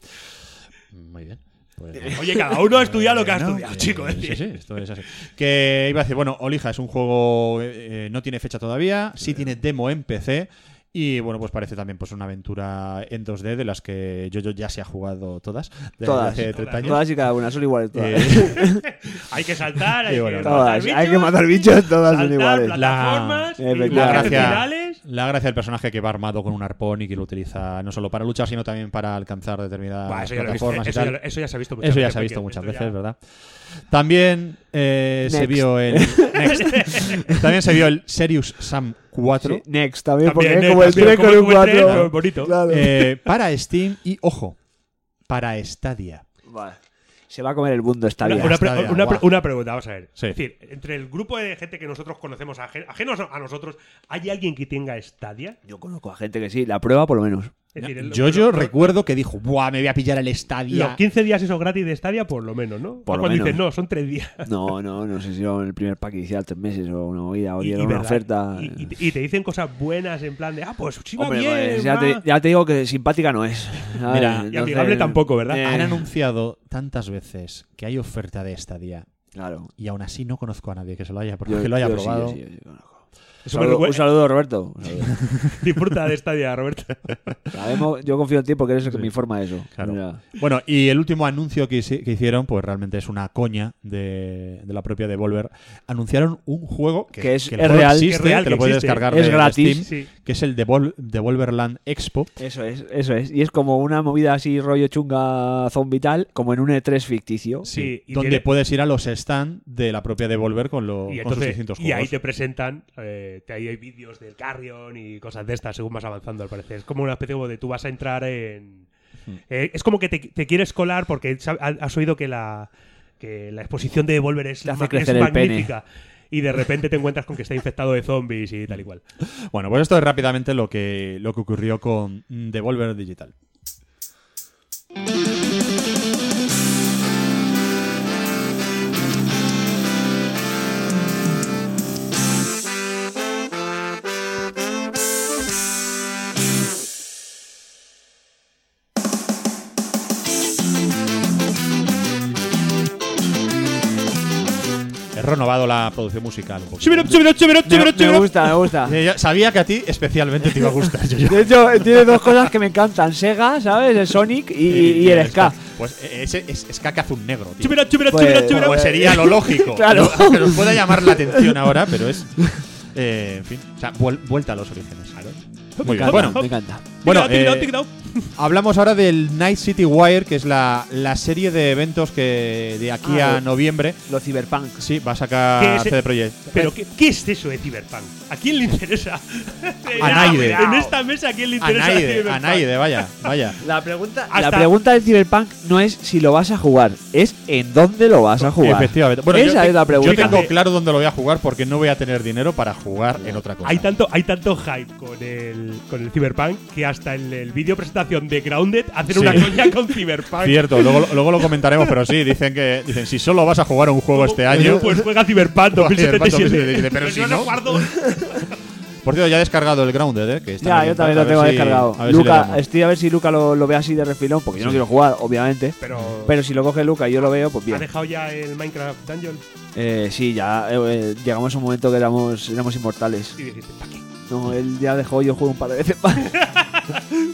Muy bien. Pues- Oye, cada uno ha estudiado lo que ha Bueno, estudiado, eh, chico. es Sí, decir. sí, esto es así. Que iba a decir, bueno, Olija es un juego, eh, eh, no tiene fecha todavía, sí tiene demo en PC. Y bueno, pues parece también pues una aventura en 2D de las que yo, yo ya se ha jugado todas. Desde Todas. hace 30 años. Todas y cada una, son iguales todas. Eh, Hay que saltar, hay Sí, que bueno, matar Todas, hay que bichos, matar bichos, todas son saltar, iguales. plataformas, La- y Efectivamente. la, lanzar gracia, espirales. la gracia del personaje que va armado con un arpón y que lo utiliza no solo para luchar, sino también para alcanzar determinadas Buah, eso, ya lo he visto, plataformas eso y ya tal. lo- eso ya se ha visto muchas Eso ya veces, se ha visto porque muchas esto veces, ya- ¿verdad? También eh, se Next. vio el Next. También se vio el Serious Sam 4 Sí, Next también, También, porque eh, es como el también, 3 como con un el tren, 4. pero bonito. eh, para Steam y ojo, para Stadia. Vale. Se va a comer el mundo esta Una, vida. una pre- Stadia, una pre- guau. una pregunta, vamos a ver. Sí. Es decir, entre el grupo de gente que nosotros conocemos, ajen- ajenos a nosotros, ¿hay alguien que tenga Stadia? Yo conozco a gente que sí, la prueba por lo menos. Es decir, el- Yo, lo- yo lo- recuerdo que dijo, ¡buah! Me voy a pillar el Los Stadia. 15 días esos gratis de Stadia, por lo menos, ¿no? Por O lo cuando menos. dices, no, son 3 días. No, no, no sé si era el primer pack inicial, tres meses o una movida, o Y- y dieron una oferta. verdad, eh. Y, y te- y te dicen cosas buenas en plan de, ah, pues sí va Hombre, bien. pues, ya, va". te, ya te digo que simpática no es. eh, ¿sabes? Mira, y amigable tampoco, ¿verdad? Han anunciado tantas veces que hay oferta de Stadia Claro. y aún así no conozco a nadie que se lo haya, Yo- que lo haya yo sí, probado. yo sí, yo sí conozco. Un Eso me saludo, recuerda- un saludo, Roberto. Un saludo. Disfruta de Stadia, Roberto. Sabemos- yo confío en ti porque eres el que me informa de eso. Claro. Mira. Bueno, y el último anuncio que, hici- que hicieron, pues realmente es una coña de, de la propia Devolver. Anunciaron un juego que, Que es- el es juego real, existe, que es real, te lo que puedes existe. descargar Es de- de Steam, gratis. Sí. que es el Devol- Devolverland Expo. Eso es, eso es. Y es como una movida así, rollo chunga zombie tal, como en un E3 ficticio. Sí, y donde tiene- puedes ir a los stands de la propia Devolver con, lo, con Y, sus entonces- distintos y juegos. ahí te presentan, eh, te- ahí hay vídeos del Carrion y cosas de estas según vas avanzando, al parecer. Es como una especie como de tú vas a entrar en... Eh, es como que te, te quieres colar porque sa- ha- has oído que la, que la exposición de Devolver es, Te hace ma- es crecer el pene. magnífica. Y de repente te encuentras con que está infectado de zombies y tal y cual. Bueno, pues esto es rápidamente lo que, lo que ocurrió con mm, Devolver Digital. Es He renovado la producción musical un poquito. Chubirop, chubirop, chubirop, Me, chubirop, me chubirop. gusta, me gusta. Eh, ya Sabía que a ti especialmente te iba a gustar. yo- yo- De hecho, eh, tiene dos cosas que me encantan: Sega, ¿sabes? El Sonic y, y el Ska. Pues eh, ese es Ska que hace un negro, tío. Chubirop, chubirop, Pues- chubirop, chubirop. Como sería lo lógico. Claro. Pero- Que nos pueda llamar la atención ahora, pero es. eh, en fin, o sea, vuel- vuelta a los orígenes. Muy bien. Bueno, me encanta. bueno Tic-tac, tic-tac, eh, tic-tac. hablamos ahora del Night City Wire, que es la, la serie de eventos que de aquí Ah, a lo- noviembre Los Cyberpunk. sí va a Que sacar ese- CD Projekt. Pero ¿qué, qué es eso de Cyberpunk? ¿A quién le interesa? A nadie. En esta mesa ¿a quién le interesa Anaide, Cyberpunk? Anaide, vaya, vaya. La pregunta, Hasta- la pregunta del Cyberpunk no es si lo vas a jugar, es en dónde lo vas a jugar. Efectivamente. Bueno, Esa yo te- es la pregunta. Yo tengo Fíjate. claro dónde lo voy a jugar porque no voy a tener dinero para jugar en otra cosa. Hay tanto, hay tanto hype con el, con el Cyberpunk que hasta en el vídeo presentación de Grounded hacen Sí. una coña con Cyberpunk. Cierto, luego, luego lo comentaremos, pero sí, dicen que dicen si solo vas a jugar un juego este año. Pues juega Cyberpunk Juega Cyberpunk 2077, 2077. pero si "Pues yo no. guardo. Por cierto, ya he descargado el Grounded, ¿eh? Que está pues- Ya, muy yo bien, también a lo ver tengo si- descargado. a ver si le Luca, damos. estoy a ver si Luca lo, lo ve así de refilón, porque yo no quiero jugar, obviamente. Pero, Pero si lo coge Luca y yo lo veo, pues ¿Ha bien. dejado ya el Minecraft Dungeon? Eh, sí, ya eh, eh, llegamos a un momento que éramos, éramos inmortales. Y dijiste, ¿para qué? No, él ya dejó, yo juego un par de veces más.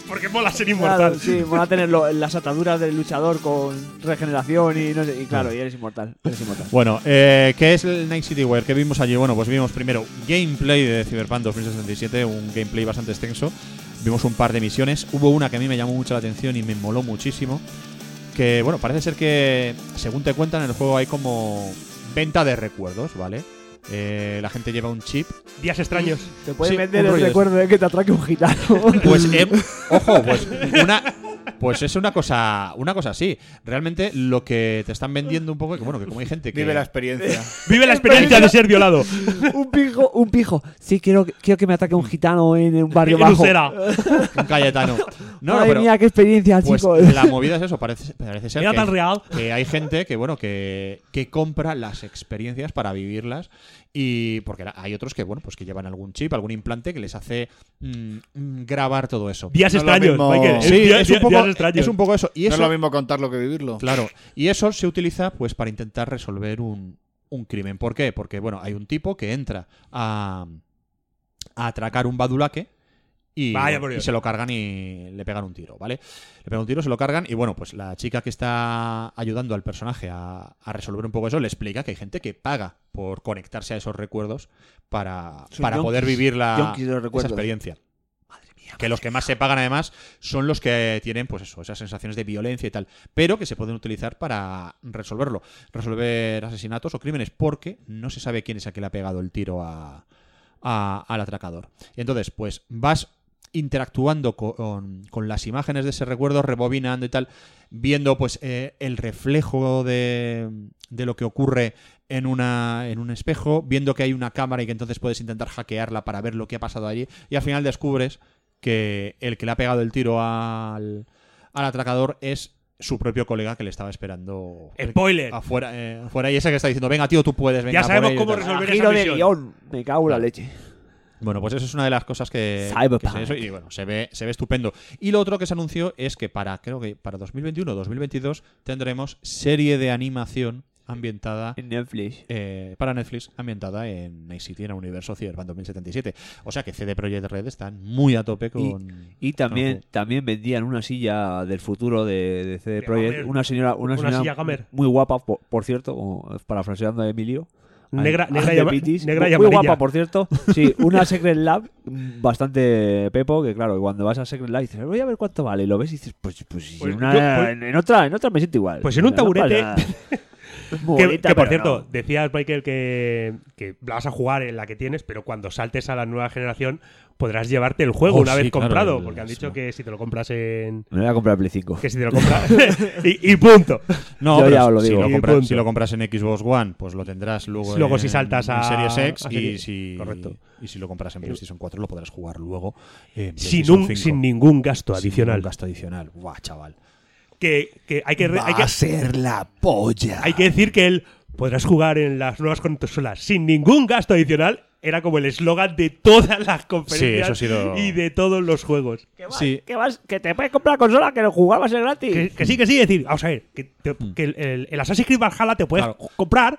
Porque mola ser Claro, inmortal. sí, van a tener lo- las ataduras del luchador con regeneración y no sé. Y claro, y eres inmortal. Eres inmortal. Bueno, eh, ¿qué es el Night City Wire? ¿Qué vimos allí? Bueno, pues vimos primero gameplay de Cyberpunk 2067, un gameplay bastante extenso. Vimos un par de misiones. Hubo una que a mí me llamó mucho la atención y me moló muchísimo. Que, bueno, parece ser que, según te cuentan, en el juego hay como venta de recuerdos, ¿vale? Eh, la gente lleva un chip. Días extraños. Te puede Sí, vender un el rollo es. recuerdo de que te atraque un gitano. Pues, eh, ojo, pues una. Pues es una cosa, una cosa así. Realmente lo que te están vendiendo un poco, que bueno, que como hay gente que Vive la experiencia. Vive la experiencia de ser violado. un pijo, un pijo. Sí, quiero, quiero que me ataque un gitano en un barrio En bajo. Usera. un Cayetano. No, no, Madre pero mía, qué experiencia, Pues chicos. la movida es eso, parece, parece ser Era que, tan real. que hay gente que bueno que, que compra las experiencias para vivirlas y porque la- hay otros que bueno pues que llevan algún chip, algún implante que les hace mm, mm, grabar todo eso. Días No es lo extraños, mismo. Michael. Es Sí, día- es, día- un poco, días extraños. es un poco eso. Y No es eso, lo mismo contarlo que vivirlo. claro, y eso se utiliza pues para intentar resolver un, un crimen. ¿Por qué? Porque bueno, hay un tipo que entra a, a atracar un badulaque y, Vaya bueno, por y Dios. se lo cargan y le pegan un tiro, ¿vale? Le pegan un tiro, se lo cargan y bueno, pues la chica que está ayudando al personaje a, a resolver un poco eso le explica que hay gente que paga por conectarse a esos recuerdos para, Son para yonkis, poder vivir la, yonkis de los esa recuerdos. experiencia. Que los que más se pagan además son los que tienen pues eso, esas sensaciones de violencia y tal, pero que se pueden utilizar para resolverlo, resolver asesinatos o crímenes, porque no se sabe quién es a que le ha pegado el tiro a, a- al atracador. Y entonces, pues vas interactuando con, con las imágenes de ese recuerdo, rebobinando y tal, viendo pues eh, el reflejo de, de lo que ocurre en, una, en un espejo, viendo que hay una cámara y que entonces puedes intentar hackearla para ver lo que ha pasado allí, y al final descubres que el que le ha pegado el tiro al, al atracador es su propio colega que le estaba esperando Spoiler. afuera, eh, afuera y ese que está diciendo, venga tío, tú puedes, venga. Ya por sabemos ello", y cómo tal. resolver esa Giro de misión. guión. Me cago en la leche. Bueno, pues eso es una de las cosas que, Cyberpunk. que se hizo y bueno, se ve, se ve estupendo. Y lo otro que se anunció es que para, creo que para 2021 o 2022 tendremos serie de animación ambientada En Netflix. eh, para Netflix, ambientada en Night City, en el universo Cyberpunk 2077. O sea que CD Projekt Red están muy a tope con... Y con también, el también vendían una silla del futuro de, de CD De Projekt. gamer. Una señora, una Una señora silla gamer. muy guapa, por, por cierto, como parafraseando a Emilio. Negra- Al- negra al y de ama- Pitis. negra y Muy amarilla. guapa, por cierto. Sí, una Secret Lab mm, bastante pepo, que claro, cuando vas a Secret Lab dices, voy a ver cuánto vale. Y lo ves y dices, pues, pues, si Pues una- yo- pues- en, en otra, en otra me siento igual. Pues en un No pasa taburete- nada. Que, Bonita, que, pero por cierto, no. decías, Michael, que, que la vas a jugar en la que tienes, pero cuando saltes a la nueva generación podrás llevarte el juego Oh, una sí, vez claro, comprado. el- porque han sí. dicho que si te lo compras en. Me voy a comprar el Play 5. Que si te lo compras. y, y punto. No, Yo pero ya os lo si, digo. lo Y compras, punto. si lo compras en Xbox One, pues lo tendrás luego, Luego en, si saltas en a- Series X a y Series- si, correcto. y si lo compras en PlayStation 4 lo podrás jugar luego en Sin, PlayStation un, 5. sin ningún gasto Sin adicional. ningún gasto adicional. Buah, chaval. Que, que hay que. re- hay que ser la polla. hay que decir que él podrás jugar en las nuevas consolas sin ningún gasto adicional era como el eslogan de todas las Sí, eso ha conferencias sido- y de todos los juegos. Que, Sí. que, vas, que te puedes comprar la consola, que lo jugabas es gratis. Que, que sí, que sí, es decir, vamos a ver, que, te- que el, el- el Assassin's Creed Valhalla te puedes Mm. Claro. Mm. comprar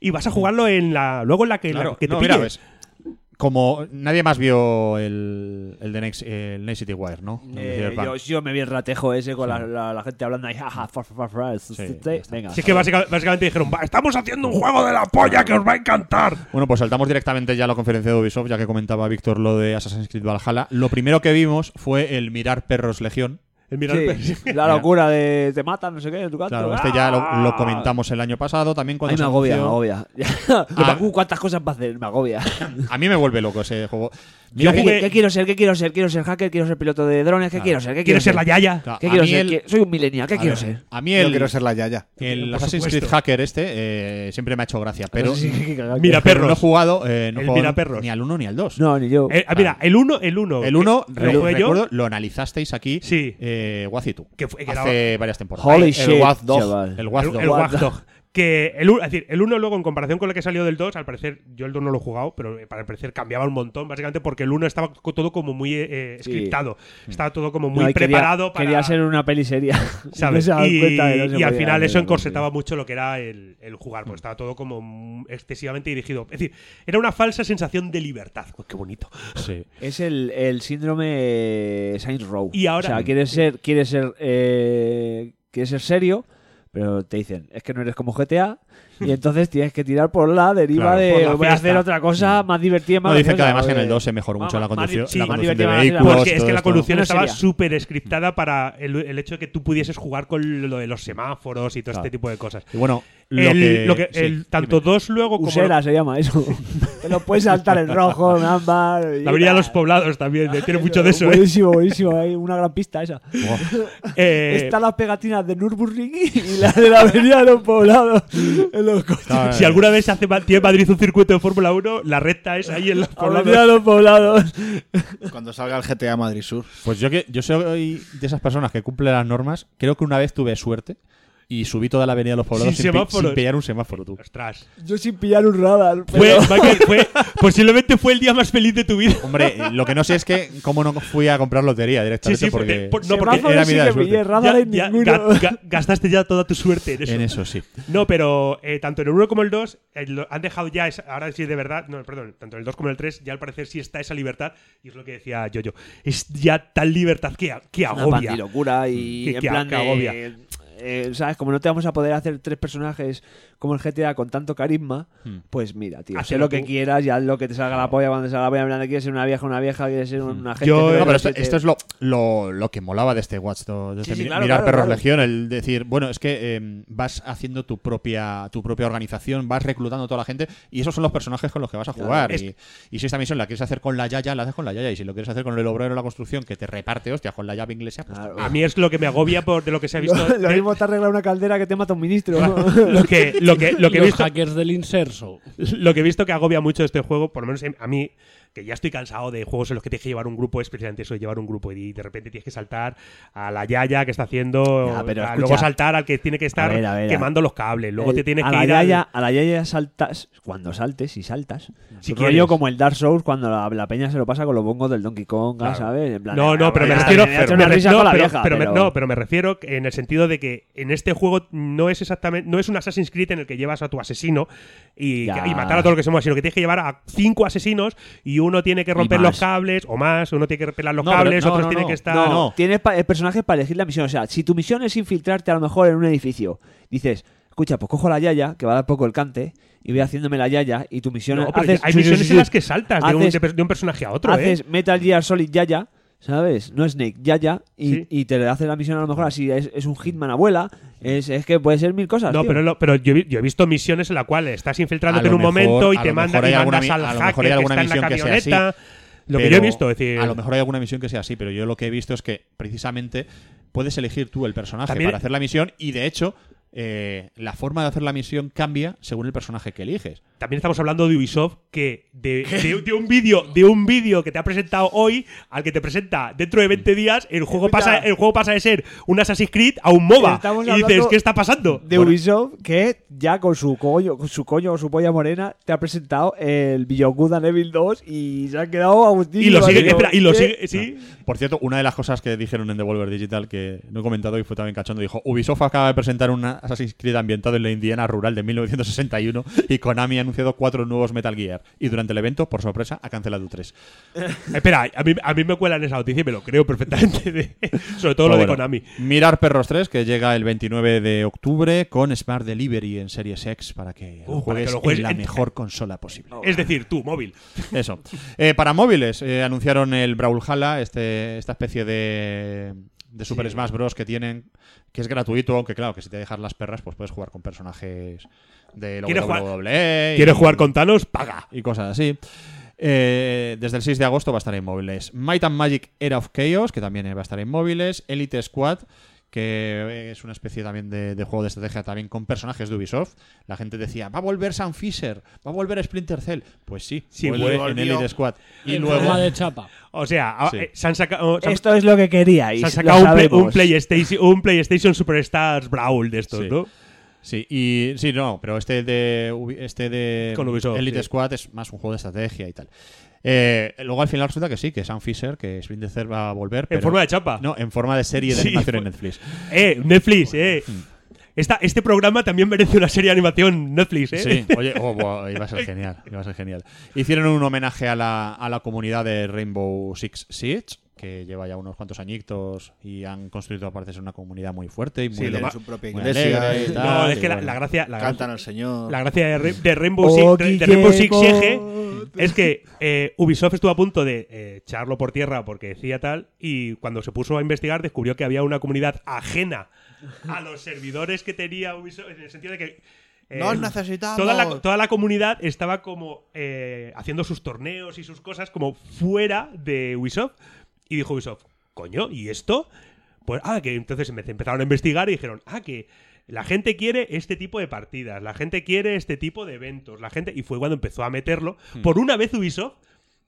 y vas a jugarlo en la luego en la que, la Claro, que te no, mira, pilles. ves, Como nadie más vio el, el de Next, el Next City Wire, ¿no? El de Eh, Cyberpunk. yo, yo me vi el ratejo ese con la, la- la gente hablando ahí, jaja, fa, fa, fa, fa, es- Sí, es- ya es- está. venga. Si es que básica- básicamente, dijeron, "Va, estamos haciendo un juego de la polla que os va a encantar. Bueno, pues saltamos directamente ya a la conferencia de Ubisoft, ya que comentaba Víctor lo de Assassin's Creed Valhalla. Lo primero que vimos fue el Mirar Perros Legión. El Sí, mirar el- la locura de te matan, no sé qué, en tu Claro, gato. este ya lo, lo ¡Ah! comentamos el año pasado también Ay, cuando me se agobia, me anunció. agobia. Uh, ¿Cuántas cosas va a hacer? Me agobia. A mí me vuelve loco ese juego. Yo ¿Qué, jugué- qué quiero ser? ¿Qué quiero ser? ¿Quiero ser hacker? ¿Quiero ser piloto de drones? ¿Qué quiero ser? ¿Qué quiero ¿Quieres ser la yaya? Claro, ¿Qué a quiero mí ser? el- ¿Qué- Soy un millennial. ¿Qué a quiero ver, ser? A mí Yo el, quiero ser la Yaya. el Por Assassin's supuesto. Creed Hacker este eh, siempre me ha hecho gracia, pero Mira, pero no he perros. jugado, eh, no he El jugado Miraperros. ni al 1 ni al 2. No, ni yo. Eh, ah, mira, el 1, el 1. El 1, lo jugué yo. recuerdo, lo analizasteis aquí, Sí. eh, Guaz y tú, Que fue- que era- hace varias temporadas. Holy el shit, Guaz 2, chaval. el Guaz el, 2. el Watch Watch Dog. Que el, u- es decir, el 1 luego en comparación con la que salió del 2, al parecer yo el 2 no lo he jugado, pero eh, para el parecer cambiaba un montón, básicamente porque el 1 estaba co- todo como muy eh, Sí. Mm. scriptado, estaba todo como No, muy y quería- preparado para... Quería ser una peli seria. ¿sabes? No se daban y, cuenta de no se y podía al final hacer eso una peli. encorsetaba mucho lo que era el, el jugar, porque estaba todo como mm, excesivamente dirigido. Es decir, era una falsa sensación de libertad. Uy, qué bonito. Es el, el síndrome Saints Row. Y ahora- o sea, quieres ser, quieres ser, eh, quieres ser serio, pero te dicen, es que no eres como GTA, y entonces tienes que tirar por la deriva Claro, de por la voy a hacer fiesta. otra cosa más divertida, más No, dicen que graciosa, además que en el porque- 2 se mejoró mucho la Vamos, más conducción, di- sí, la más conducción de divertida, más vehículos. graciosa. Porque es todo que la esto. conducción Una estaba serie. súper scriptada para el, el hecho de que tú pudieses jugar con lo de los semáforos y todo este tipo de cosas. Y bueno, lo El, que, lo que- sí, el- tanto dos luego como Usera se llama eso. te lo puedes saltar en rojo, en ámbar. y la avenida de tal. los poblados también, eh, tiene mucho de eso. ¿eh? Buenísimo, buenísimo. Hay una gran pista esa. Eh, Están las pegatinas de Nürburgring y la de la avenida de los poblados en los coches. Claro, si alguna vez se hace ma- tiene Madrid un circuito de Fórmula 1, la recta es ahí en los Avenida de poblados. los poblados. Cuando salga el GTA Madrid Sur. Pues yo que yo soy de esas personas que cumple las normas. Creo que una vez tuve suerte y subí toda la avenida de los poblados Sin sin, pi- semáforos. sin pillar un semáforo tú. Ostras. Yo sin pillar un radar. Fue, Michael, fue- posiblemente fue el día más feliz de tu vida. Hombre, lo que no sé es que cómo no fui a comprar lotería directamente Sí, sí, porque, porque- por- no, porque era mi idea de suerte. Ya- ya ga- ga- gastaste ya toda tu suerte en eso. en eso sí. No, pero eh, tanto en el 1 como el 2 eh, lo- han dejado ya, esa- ahora sí de verdad, no, perdón, tanto en el 2 como en el 3 ya al parecer sí está esa libertad y es lo que decía Jojo, es ya tal libertad que, a- que una agobia. pandilocura y Que- en que- plan que de, agobia. eh, ¿Sabes? Como no te vamos a poder hacer tres personajes como el GTA con tanto carisma, pues mira, tío, sé Hazlo lo que Hmm. tú. quieras y haz lo que te salga la polla cuando te salga la polla. En plan, de, quieres ser una vieja, una vieja, quieres ser una gente. Hmm. Yo- No, no, eh, Pero pero no, esto, te- esto es lo, lo, lo que molaba de este Watch Dogs, de Sí, este sí, mi- claro, mirar claro, Perros claro. Legión, el decir, bueno, es que eh, vas haciendo tu propia tu propia organización, vas reclutando a toda la gente y esos son los personajes con los que vas a jugar. es- y, y si esta misión la quieres hacer con la Yaya, la haces con la Yaya y si lo quieres hacer con el obrero de la construcción que te reparte hostias con la llave inglesa, pues Claro. A mí es lo que me agobia por de lo que se ha visto. Lo, lo de- mismo te arregla una caldera que te mata un ministro. lo que, lo que, lo que he los visto, hackers del inserso. lo que he visto que agobia mucho este juego, por lo menos en- a mí, que ya estoy cansado de juegos en los que tienes que llevar un grupo, es precisamente eso de llevar un grupo y de repente tienes que saltar a la yaya que está haciendo, Ya, pero a- escucha. luego saltar al que tiene que estar A ver, a ver, a- quemando los cables, luego El- te tienes a que la ir al- yaya, A la yaya saltas, cuando saltes y saltas, Si rollo quieres. como el Dark Souls cuando la, la peña se lo pasa con los bongos del Donkey Kong, Claro. ¿sabes? En plan, No, ah, no, pero me vale, refiero. me voy a echar pero una me- risa no, con la pero- vieja, pero me- pero- No, pero me refiero en el sentido de que en este juego no es exactamente. No es un Assassin's Creed en el que llevas a tu asesino y, Ya. y matar a todo lo que se mueva, sino que tienes que llevar a cinco asesinos y uno tiene que romper los más. cables o más, uno tiene que pelar los No, pero- cables, no, otros no, tienen no. que estar. No, no. Tienes pa- eh, personajes para elegir la misión. O sea, si tu misión es infiltrarte a lo mejor en un edificio, dices, escucha, pues cojo la yaya, que va a dar poco el cante, y voy haciéndome la yaya, y tu misión No, es. pero haces- sí, hay sí, misiones sí, sí. en las que saltas de, un, Haces- de per- de un personaje a otro, Haces ¿eh? Metal Gear Solid yaya, ¿sabes? No Snake, yaya, y, Sí. y te le haces la misión a lo mejor así. Es, es un Hitman abuela, es, es que puede ser mil cosas. No, tío. pero, lo- pero yo, he vi- yo he visto misiones en las cuales estás infiltrándote A en lo un mejor- momento y a te lo mandan, mejor hay y alguna mandas mi- al a lo hacker mejor hay que alguna está en la misión que sea así, camioneta. Lo que Pero yo he visto, es decir. A lo mejor hay alguna misión que sea así, pero yo lo que he visto es que precisamente puedes elegir tú el personaje También- para hacer la misión y de hecho eh, la forma de hacer la misión cambia según el personaje que eliges. También estamos hablando de Ubisoft, que de, de- de un vídeo, de un vídeo que te ha presentado hoy, al que te presenta dentro de 20 días, el juego Escucha. pasa, el juego pasa de ser un Assassin's Creed a un MOBA. Estamos Y dices, hablando ¿qué está pasando? De Bueno, Ubisoft, que ya con su coño, con su coño o su polla morena, te ha presentado el Beyond and Evil 2 y se han quedado agustísimos. y lo sigue, tío. espera, y lo ¿Qué? sigue, sí. Ah. Por cierto, una de las cosas que dijeron en Devolver Digital que no he comentado y fue también cachondo, dijo Ubisoft acaba de presentar un Assassin's Creed ambientado en la Indiana rural de 1961 y Konami ha anunciado cuatro nuevos Metal Gear y durante el evento, por sorpresa, ha cancelado tres. Espera, a mí, a mí me cuelan esa noticia y me lo creo perfectamente. de- sobre todo lo Pero de bueno, Konami. Mirar Perros 3, que llega el 29 de octubre con Smart Delivery en Series X para que, Uh, lo, para juegues que lo juegues en la en- mejor consola posible. Es decir, tú, móvil. Eso. Eh, para móviles, eh, anunciaron el Brawlhalla, este, esta especie de, de Super Smash Bros. que tienen, que es gratuito, aunque claro, que si te dejas las perras, pues puedes jugar con personajes de ¿Quieres jugar- WWE. E y- ¿Quieres jugar con Thanos? Paga. y cosas así. Eh, desde el 6 de agosto va a estar en móviles. Might and Magic Era of Chaos, que también eh, va a estar en móviles. Elite Squad, que eh, es una especie también de, de juego de estrategia también con personajes de Ubisoft. La gente decía, va a volver Sam Fisher, va a volver Splinter Cell. Pues sí, Sí, vuelve volvió. en Elite Squad. Y En luego, forma de chapa. O sea, a- Sí. eh, se han sacado. se han- Esto es lo que queríais. se lo han sacado un, play- sabemos. un PlayStation, un PlayStation Superstars Brawl de estos, Sí. ¿no? Sí, y sí, no, pero este de Ubi- este de Con Ubisoft, Elite sí. Squad es más un juego de estrategia y tal. Eh, luego al final resulta que sí, que Sam Fisher, que Splinter Cell va a volver. pero- forma de chapa. No, en forma de serie de Sí, animación en fue- Netflix. Eh, Netflix, eh. Esta, este programa también merece una serie de animación Netflix, eh. Sí, oye, oh, buah, iba a ser genial, iba a ser genial. Hicieron un homenaje a la, a la comunidad de Rainbow Six Siege, que lleva ya unos cuantos añitos y han construido, parece, una comunidad muy fuerte y muy, Sí, lo ale- ma- su propia muy iglesia. alegre y y- tal, No, es y que la, bueno. la gracia. La, Cantan al Señor. la gracia de, Ra- de Rainbow, Oh, Six, de- de Rainbow Six Guillermo. Siege es que eh, Ubisoft estuvo a punto de eh, echarlo por tierra porque decía tal y cuando se puso a investigar descubrió que había una comunidad ajena a los servidores que tenía Ubisoft en el sentido de que eh, Nos necesitamos. Toda la, toda la comunidad estaba como eh, haciendo sus torneos y sus cosas como fuera de Ubisoft. Y dijo Ubisoft, coño, ¿y esto? Pues, ah, que entonces empe- empezaron a investigar y dijeron, ah, que la gente quiere este tipo de partidas, la gente quiere este tipo de eventos, la gente... Y fue cuando empezó a meterlo. Por una vez Ubisoft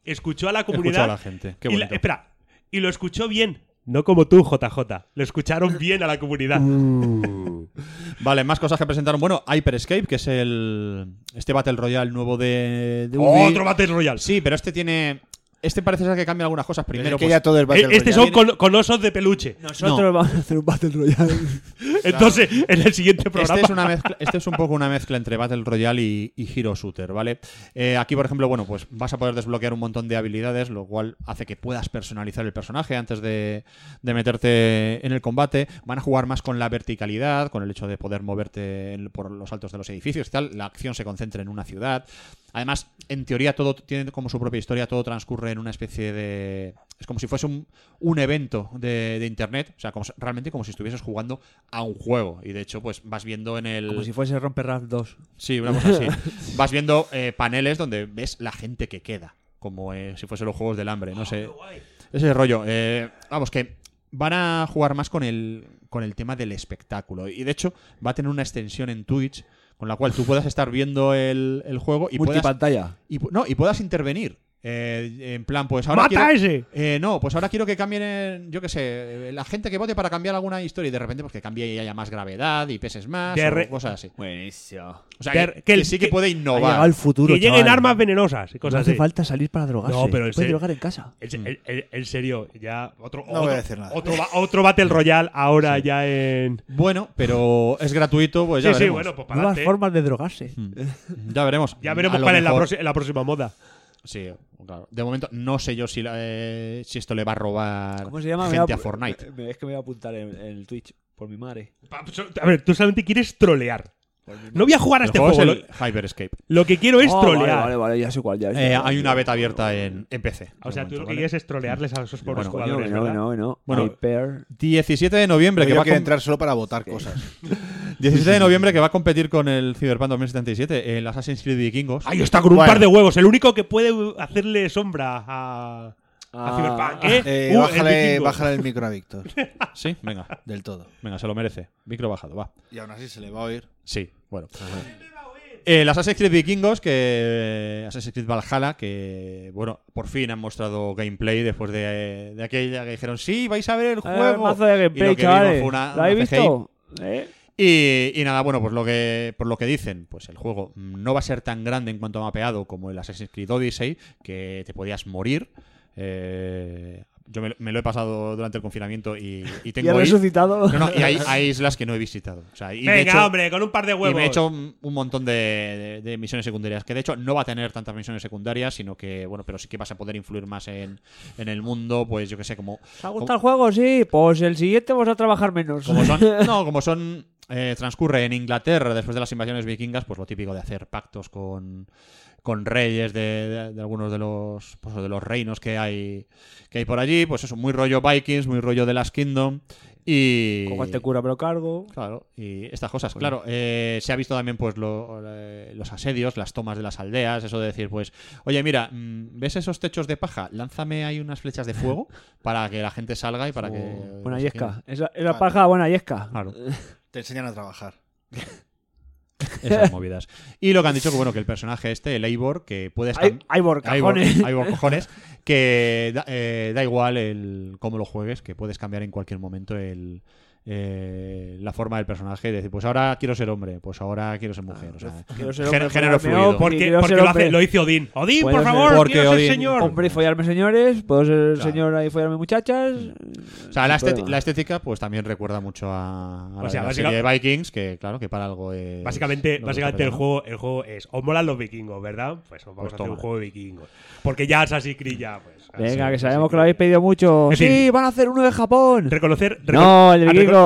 escuchó a la comunidad... Escuchó a la gente, qué y la- bonito. espera, y lo escuchó bien. No como tú, JJ. Lo escucharon bien a la comunidad. Uh. Vale, más cosas que presentaron. Bueno, Hyper Escape, que es el este Battle Royale nuevo de, de Ubi. Otro Battle Royale. Sí, pero este tiene. Este parece ser que cambia algunas cosas. Primero, es que pues, ya todo es Battle Eh, Este Royale. son con, con osos de peluche. Nosotros vamos a hacer un Battle Royale. Entonces, en el siguiente programa. Este es, una mezcla- este es un poco una mezcla entre Battle Royale y, y Hero Shooter, ¿vale? Eh, aquí, por ejemplo, bueno, pues vas a poder desbloquear un montón de habilidades, lo cual hace que puedas personalizar el personaje antes de, de meterte en el combate. Van a jugar más con la verticalidad, con el hecho de poder moverte en- por los altos de los edificios y tal. La acción se concentra en una ciudad. Además, en teoría todo tiene como su propia historia, todo transcurre en una especie de... Es como si fuese un, un evento de, de internet, o sea, como, si- realmente como si estuvieses jugando a un juego. Y de hecho, pues vas viendo en el... Como si fuese Romper Rap 2. Sí, una cosa así. Vas viendo eh, paneles donde ves la gente que queda, como eh, si fuesen los juegos del hambre, Ah, no sé. Ese rollo. eh, vamos, que van a jugar más con el, con el tema del espectáculo. Y de hecho, va a tener una extensión en Twitch con la cual tú puedas estar viendo el, el juego y puedas, Multipantalla. y, pu- no, y puedas intervenir. Eh, en plan, pues ahora ¡Mata quiero- a ese! eh, no, pues ahora quiero que cambien, el- yo qué sé, eh, la gente que vote para cambiar alguna historia y de repente pues que cambie y haya más gravedad y peses más De o re- cosas así. Buenísimo. O sea, Que- que, que que el- sí que, que- puede Ha llegado innovar. el futuro, que lleguen chaval. armas venenosas y no cosas hace así. falta salir para drogarse. No, pero en Puedes serio. drogar en casa. Mm. En, en- en- en serio, ya otro, No voy a otro, decir nada. otro ba- otro Battle Royale ahora ya en. Bueno, pero es gratuito, pues ya Sí, veremos. sí, Mm. bueno, pues para Nuevas adelante. formas de drogarse. Ya veremos. Ya veremos A lo cuál es la, mejor- prosi- la próxima moda. Sí, claro. De momento no sé yo si, la- eh, si esto le va a robar ¿Cómo se llama? pues, Me voy gente a apu- Fortnite. me- Es que me voy a apuntar en, en el Twitch. Por mi madre. Pa- A ver, tú solamente quieres trolear. No voy a jugar a El este juego juego. es el Lo, Hyper Escape. lo que quiero es Pues Oh, vale, trolear. vale, vale, ya sé cuál. Ya, Eh, hay una beta abierta en, en PC. O sea, tú lo que ¿vale? quieres es trolearles a esos pobres Bueno, Coño, jugadores, que no, que ¿verdad? no, que no. Bueno. Hyper. 17 de noviembre, que Yo va a quiero com- entrar solo para votar cosas. 17 de noviembre que va a competir con el Cyberpunk 2077, el Assassin's Creed Vikingos. Ahí está con un Bueno. par de huevos. El único que puede hacerle sombra a. a Ah. Cyberpunk, ¿eh? Eh, Uh, el bájale, vikingo. bájale el micro a Víctor. Sí, venga, Del todo. venga, se lo merece. Micro bajado, va. Y aún así se le va a oír. Sí, bueno. Eh, el Assassin's Creed Vikingos, que Assassin's Creed Valhalla, que bueno, por fin han mostrado gameplay después de, de aquella que dijeron, sí, vais a ver el Ah, juego. mazo de y gameplay, lo que vimos chavales. fue una, ¿Lo habéis una CGI. visto? ¿Eh? Y, y nada, bueno, pues lo que, por lo que dicen, pues el juego no va a ser tan grande en cuanto a mapeado como el Assassin's Creed Odyssey, que te podías morir. Eh, yo me, lo- me lo he pasado durante el confinamiento y, y ¿Y ha tengo ahí- resucitado? no, no, y hay, hay islas que no he visitado. O sea, y me he Venga, hecho- hombre, con un par de huevos. y me he hecho un un montón de, de- de misiones secundarias, que de hecho no va a tener tantas misiones secundarias, sino que, bueno, pero sí que vas a poder influir más en, en el mundo, pues yo que sé, como, ¿Te ha gustado el juego? Sí. Pues el siguiente vas a trabajar menos. como son... No, como son... eh, transcurre en Inglaterra después de las invasiones vikingas, pues lo típico de hacer pactos con, con reyes de, de- de algunos de los, pues, de los reinos que hay, que hay por allí, pues eso, muy rollo Vikings, muy rollo de las Kingdom y... Como este cura, pero cargo. Pues Claro, y estas cosas, claro. eh, se ha visto también pues lo- eh, los asedios, las tomas de las aldeas, eso de decir, pues, oye, mira, mm, ¿ves esos techos de paja? Lánzame ahí unas flechas de fuego para que la gente salga y para Pues que... no Buena sé yesca. Esa, esa Vale. paja, buena yesca. qué. Claro, Te enseñan a trabajar. esas movidas. Y lo que han dicho que, bueno, que el personaje este, el Eivor, que puede estar... Ay- Ivor, cajones. Ivor, Ivor, cojones, que da, eh, da igual el cómo lo juegues, que puedes cambiar en cualquier momento el, eh, la forma del personaje. Decir, pues ahora quiero ser hombre, pues ahora quiero ser mujer. o sea, Ah, quiero ser género- hombre, pues género follarme, fluido. hombre. Porque, Y quiero porque ser lo, hombre. hace- lo hizo Odín. Odín, Puedo por ser- favor, porque quiero ser Odín- señor. Hombre, y follarme señores. Puedo ser Claro. señora y follarme muchachas. O sea, la, Sin esteti- problema. la estética pues también recuerda mucho a, a la, sea, de la básica- serie de Vikings, que claro, que para algo es... Uh, Básicamente, no básicamente el, ¿no? juego, el juego es, os molan los vikingos, ¿verdad? Pues os vamos Pues a hacer un toma. juego de vikingos. Porque ya Assassin's Creed ya, pues... Venga, así- que sabemos así que lo habéis pedido mucho. Es Sí, decir- van a hacer uno de Japón. Reconocer... reco- No, el de a reco- Vikingo.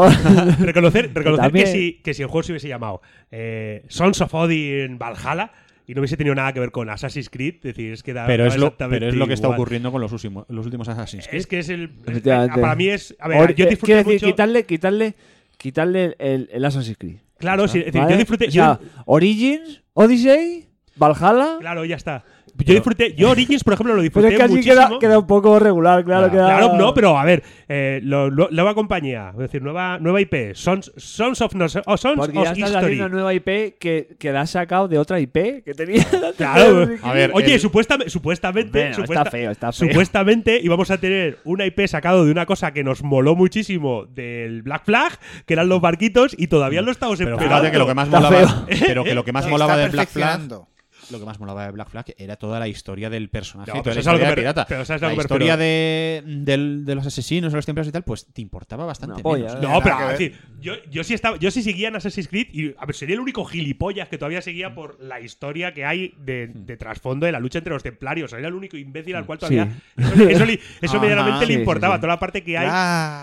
reconocer reconocer que, También. si, que si el juego se hubiese llamado eh, Sons of Odin Valhalla y no hubiese tenido nada que ver con Assassin's Creed, es decir, es que da Pero da es, lo, exactamente pero es lo que está igual. ocurriendo con los, últimos los últimos Assassin's Creed. Es que es el... Efectivamente. Para mí es... A ver, Ahora, yo eh, disfruté quiero decir, mucho... quitarle, quitarle, quitarle el, el Assassin's Creed. Claro, sí, es decir, ¿vale? yo disfruté... O sea, yo- Origins, Odyssey, Valhalla. Claro, ya está. Yo disfruté... Yo Origins, por ejemplo, lo Pues disfruté es que así muchísimo. queda, queda un poco regular, claro. Claro. queda- Claro, no, pero a ver, eh, lo- lo- nueva compañía, es decir, nueva, nueva IP, Sons, Sons of, no, oh, Sons Porque of ya estás History. haciendo una nueva IP que, que la has sacado de otra IP que tenía. antes Claro. de Assassin's A ver, Oye, el- supuestamente, supuestamente, Bueno, está supuesta- feo, está feo. supuestamente íbamos a tener una IP sacado de una cosa que nos moló muchísimo del Black Flag, que eran los barquitos, y todavía lo estamos Pero esperando. fíjate que lo que más Está molaba, pero que lo que más Se molaba está de Black Flag perfeccionando. lo que más molaba de Black Flag era toda la historia del personaje No, y toda pero la eso es a lo historia que de me- pirata. pero eso es a lo la que me historia de, del- de los asesinos, de los templarios y tal, pues te importaba bastante Una polla, menos. ¿eh? No, Nada pero que es ver. decir, yo, yo sí estaba, yo sí seguía en Assassin's Creed y a ver, sería el único gilipollas que todavía seguía por la historia que hay de, de trasfondo de la lucha entre los templarios. Era el único imbécil al cual todavía. Eso, eso li- eso Ajá, medianamente sí, le sí, importaba, sí. toda la parte que hay.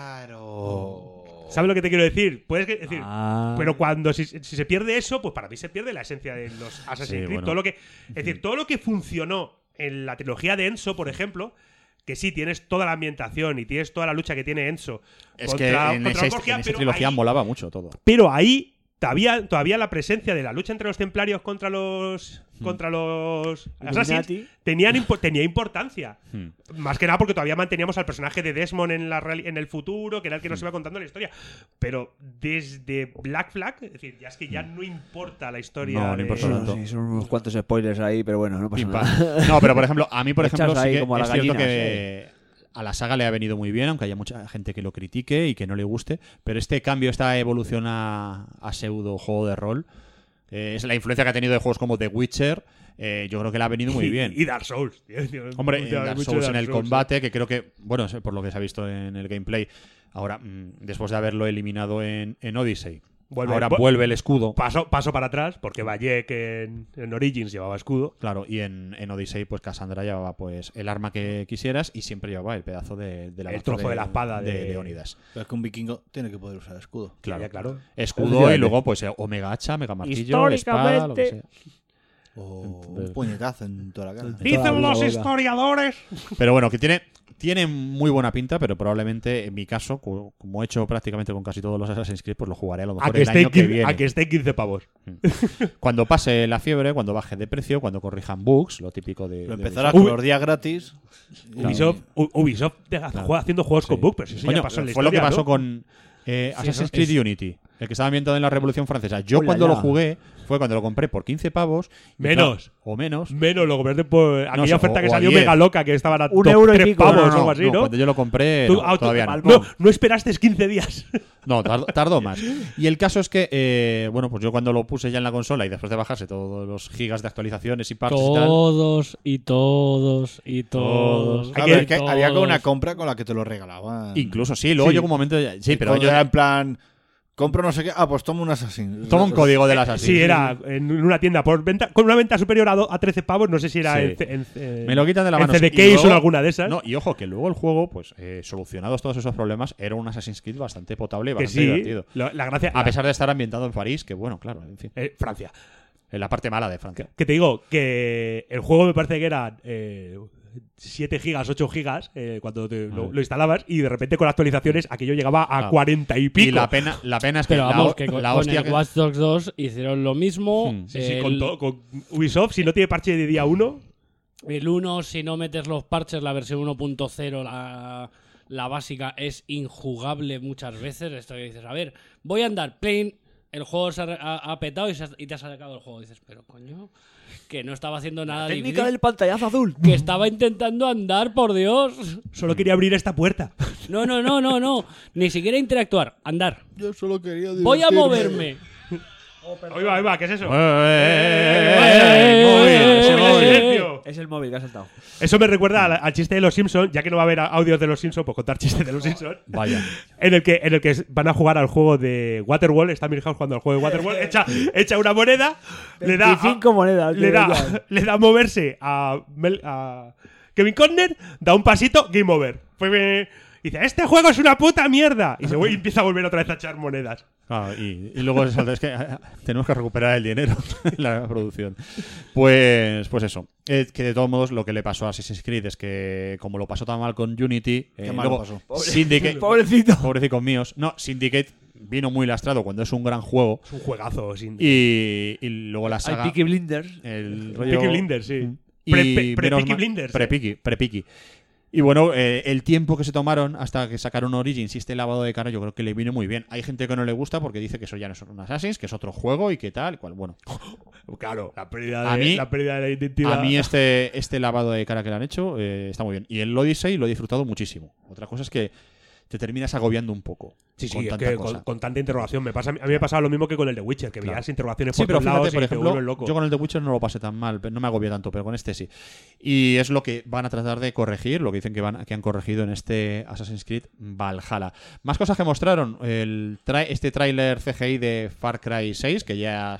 Oh. Claro. ¿Sabes lo que te quiero decir? Puedes que- es decir, Ah. pero cuando si, si se pierde eso, pues para mí se pierde la esencia de los Assassin's Sí, Creed. bueno. Todo lo que, es decir, todo lo que funcionó en la trilogía de Enzo, por ejemplo, que sí, tienes toda la ambientación y tienes toda la lucha que tiene Enzo. Es que contra- en contra esa, Borgia, en esa pero trilogía ahí- molaba mucho todo. pero ahí todavía, todavía la presencia de la lucha entre los templarios contra los Hmm. contra los assassins Illuminati. tenían impo- tenía importancia. Hmm. Más que nada porque todavía manteníamos al personaje de Desmond en, la reali- en el futuro, que era el Hmm. que nos iba contando la historia. Pero desde Black Flag, es decir, ya es que ya no importa la historia. Hmm. No, no de- importa Sí, tanto. sí, son unos cuantos spoilers ahí, pero bueno, no pasa Pim, nada. pam. No, pero por ejemplo, a mí, por Echas ejemplo, sí ahí que como a eh. la es cierto gallina, que a la saga le ha venido muy bien, aunque haya mucha gente que lo critique y que no le guste. Pero este cambio, esta evolución a, a pseudo juego de rol, eh, es la influencia que ha tenido de juegos como The Witcher. eh, yo creo que le ha venido muy y- bien. Y Dark Souls. tío, tío, Hombre, en mucho- Dark mucho Souls, en Dark el Souls, combate, que creo que, bueno, sé por lo que se ha visto en el gameplay, ahora, mm, después de haberlo eliminado en, en Odyssey, Vuelve- ahora vu- vuelve el escudo. Paso, paso para atrás, porque Valle que en, en Origins llevaba escudo. Claro, y en, en Odyssey, pues Cassandra llevaba pues el arma que quisieras y siempre llevaba el pedazo de, de la El lanza trozo de la espada de- Leónidas. Pero es que un vikingo tiene que poder usar escudo. Claro, claro. Escudo y luego, pues, eh, Omega Hacha, Mega Martillo, espada, lo que sea. O un puñetazo en toda la cara. Dicen los historiadores. Pero bueno, que tiene, tiene muy buena pinta, pero probablemente en mi caso, cu- como he hecho prácticamente con casi todos los Assassin's Creed, pues lo jugaré a lo A mejor que, el esté año que 15, viene. Mm. a que esté 15 pavos. Cuando pase la fiebre, cuando baje de precio, cuando corrijan bugs, lo típico de. Lo de- empezará Ubi- con los días gratis. Ubisoft, U- Ubisoft deja- juega haciendo juegos con bug, pero si eso Coño, ya pasó en la fue lo que historia, pasó ¿no? con eh, Assassin's Creed Unity, el que estaba ambientado en la Revolución Francesa. Yo Ulala. cuando lo jugué fue cuando lo compré por 15 pavos. y Menos. claro, o menos. Menos, lo convierte por aquella sé, oferta o- que o a salió 10. mega loca, que estaban a Un dos, euro y tres pico. pavos no, o algo así, ¿no? Cuando yo lo compré, Tú- no, ah, tú- todavía no. no, no esperaste 15 días. No, tar- tardó más. Y el caso es que, eh, bueno, pues yo cuando lo puse ya en la consola y después de bajarse todos los gigas de actualizaciones y parches y tal. Todos y todos y todos. Hay A que- ver, que había como una todos. compra con la que te lo regalaban. Incluso sí, luego Sí. llegó un momento. ya- Sí, pero Cuando yo era en plan, compro no sé qué, ah, pues tomo un Assassin. tomo un código de las así. Eh, Sí, era en una tienda por venta, con una venta superior a, do- a 13 pavos, no sé si era Sí. en, C- en C- Me lo quitan de la Eh, en mano. CDK Y o luego- en alguna de esas. No, y ojo, que luego el juego, pues eh, solucionados todos esos problemas, era un Assassin's Creed bastante potable y que bastante sí, divertido. la, la gracia. A pesar de estar ambientado en París, que bueno, claro, en fin. eh, Francia. En la parte mala de Francia. Que te digo que el juego me parece que eran eh, 7 gigas, 8 gigas eh, cuando te- lo, lo instalabas y de repente con actualizaciones aquello llegaba a Ah. 40 y pico. Y la pena, la pena es que Pero la, vamos, ho- que con, la con hostia el que- Watch Dogs 2 hicieron lo mismo. Hmm. Sí, sí, el, con, todo- con Ubisoft, si no tiene parche de día 1, el 1, si no metes los parches, la versión 1.0, la, la básica, es injugable muchas veces. Esto que dices, a ver, voy a andar, plane, el juego se ha, ha- ha petado y, se ha- y te has sacado el juego. Dices, pero coño, que no estaba haciendo nada Técnica difícil. del pantallazo azul. Que estaba intentando andar, por Dios. solo quería abrir esta puerta. No, no, no, no, no. Ni siquiera interactuar, andar. Yo solo quería Voy a moverme. Oh, Ahí va, ahí va, ¿qué es eso? Eh, eh, eh, eh, eh, Móvil, eh, móvil, eh, silencio. Es el móvil que ha saltado. Eso me recuerda al, al chiste de los Simpsons, ya que no va a haber a- audios de los Simpsons, pues contar chistes de los Simpsons. Vaya. En el, que, en el que van a jugar al juego de Waterwall. Está Milhouse jugando al juego de Waterwall. Echa, echa una moneda. Le da, a- 25 monedas, Le tío, da, ya. le da a moverse a, Mel- a Kevin Conner. Da un pasito. Game over. Fue- fue- Dice, este juego es una puta mierda. Y se vuelve- y empieza a volver otra vez a echar monedas. Ah, y, y luego se salta, es que ah, ah, tenemos que recuperar el dinero en la producción. Pues, pues eso. Eh, que de todos modos, lo que le pasó a Assassin's Creed es que, como lo pasó tan mal con Unity, eh, mal lo luego pasó. Syndicate, Pobrecito. pobrecicos míos. No, Syndicate vino muy lastrado cuando es un gran juego. Es un juegazo. Sin... Y, y luego la saga. Hay Peaky Blinders. el rollo- Peaky Blinders, sí. y Pre- pe- pre- menos Peaky ma- Blinders. ¿eh? pre- Peaky, pre- Peaky. Y bueno, eh, el tiempo que se tomaron hasta que sacaron Origins y este lavado de cara, yo creo que le vino muy bien. Hay gente que no le gusta porque dice que eso ya no son un Assassin's, que es otro juego y que tal, y cual. Bueno, Claro, la pérdida, de, A mí- la pérdida de la identidad. a mí este, este lavado de cara que le han hecho eh, está muy bien. Y el Odyssey lo he disfrutado muchísimo. Otra cosa es que te terminas agobiando un poco. Sí, sí, con es tanta que cosa. con, con tanta interrogación. Me pasa, a mí me pasaba lo mismo que con el de Witcher, que Claro. veías interrogaciones Sí, por pero todos lados fíjate, por y te ejemplo, vuelves loco. yo con el de Witcher no lo pasé tan mal, no me agobié tanto, pero con este sí. Y es lo que van a tratar de corregir, lo que dicen que, van, que han corregido en este Assassin's Creed Valhalla. Más cosas que mostraron, el tra- este tráiler CGI de Far Cry 6, que ya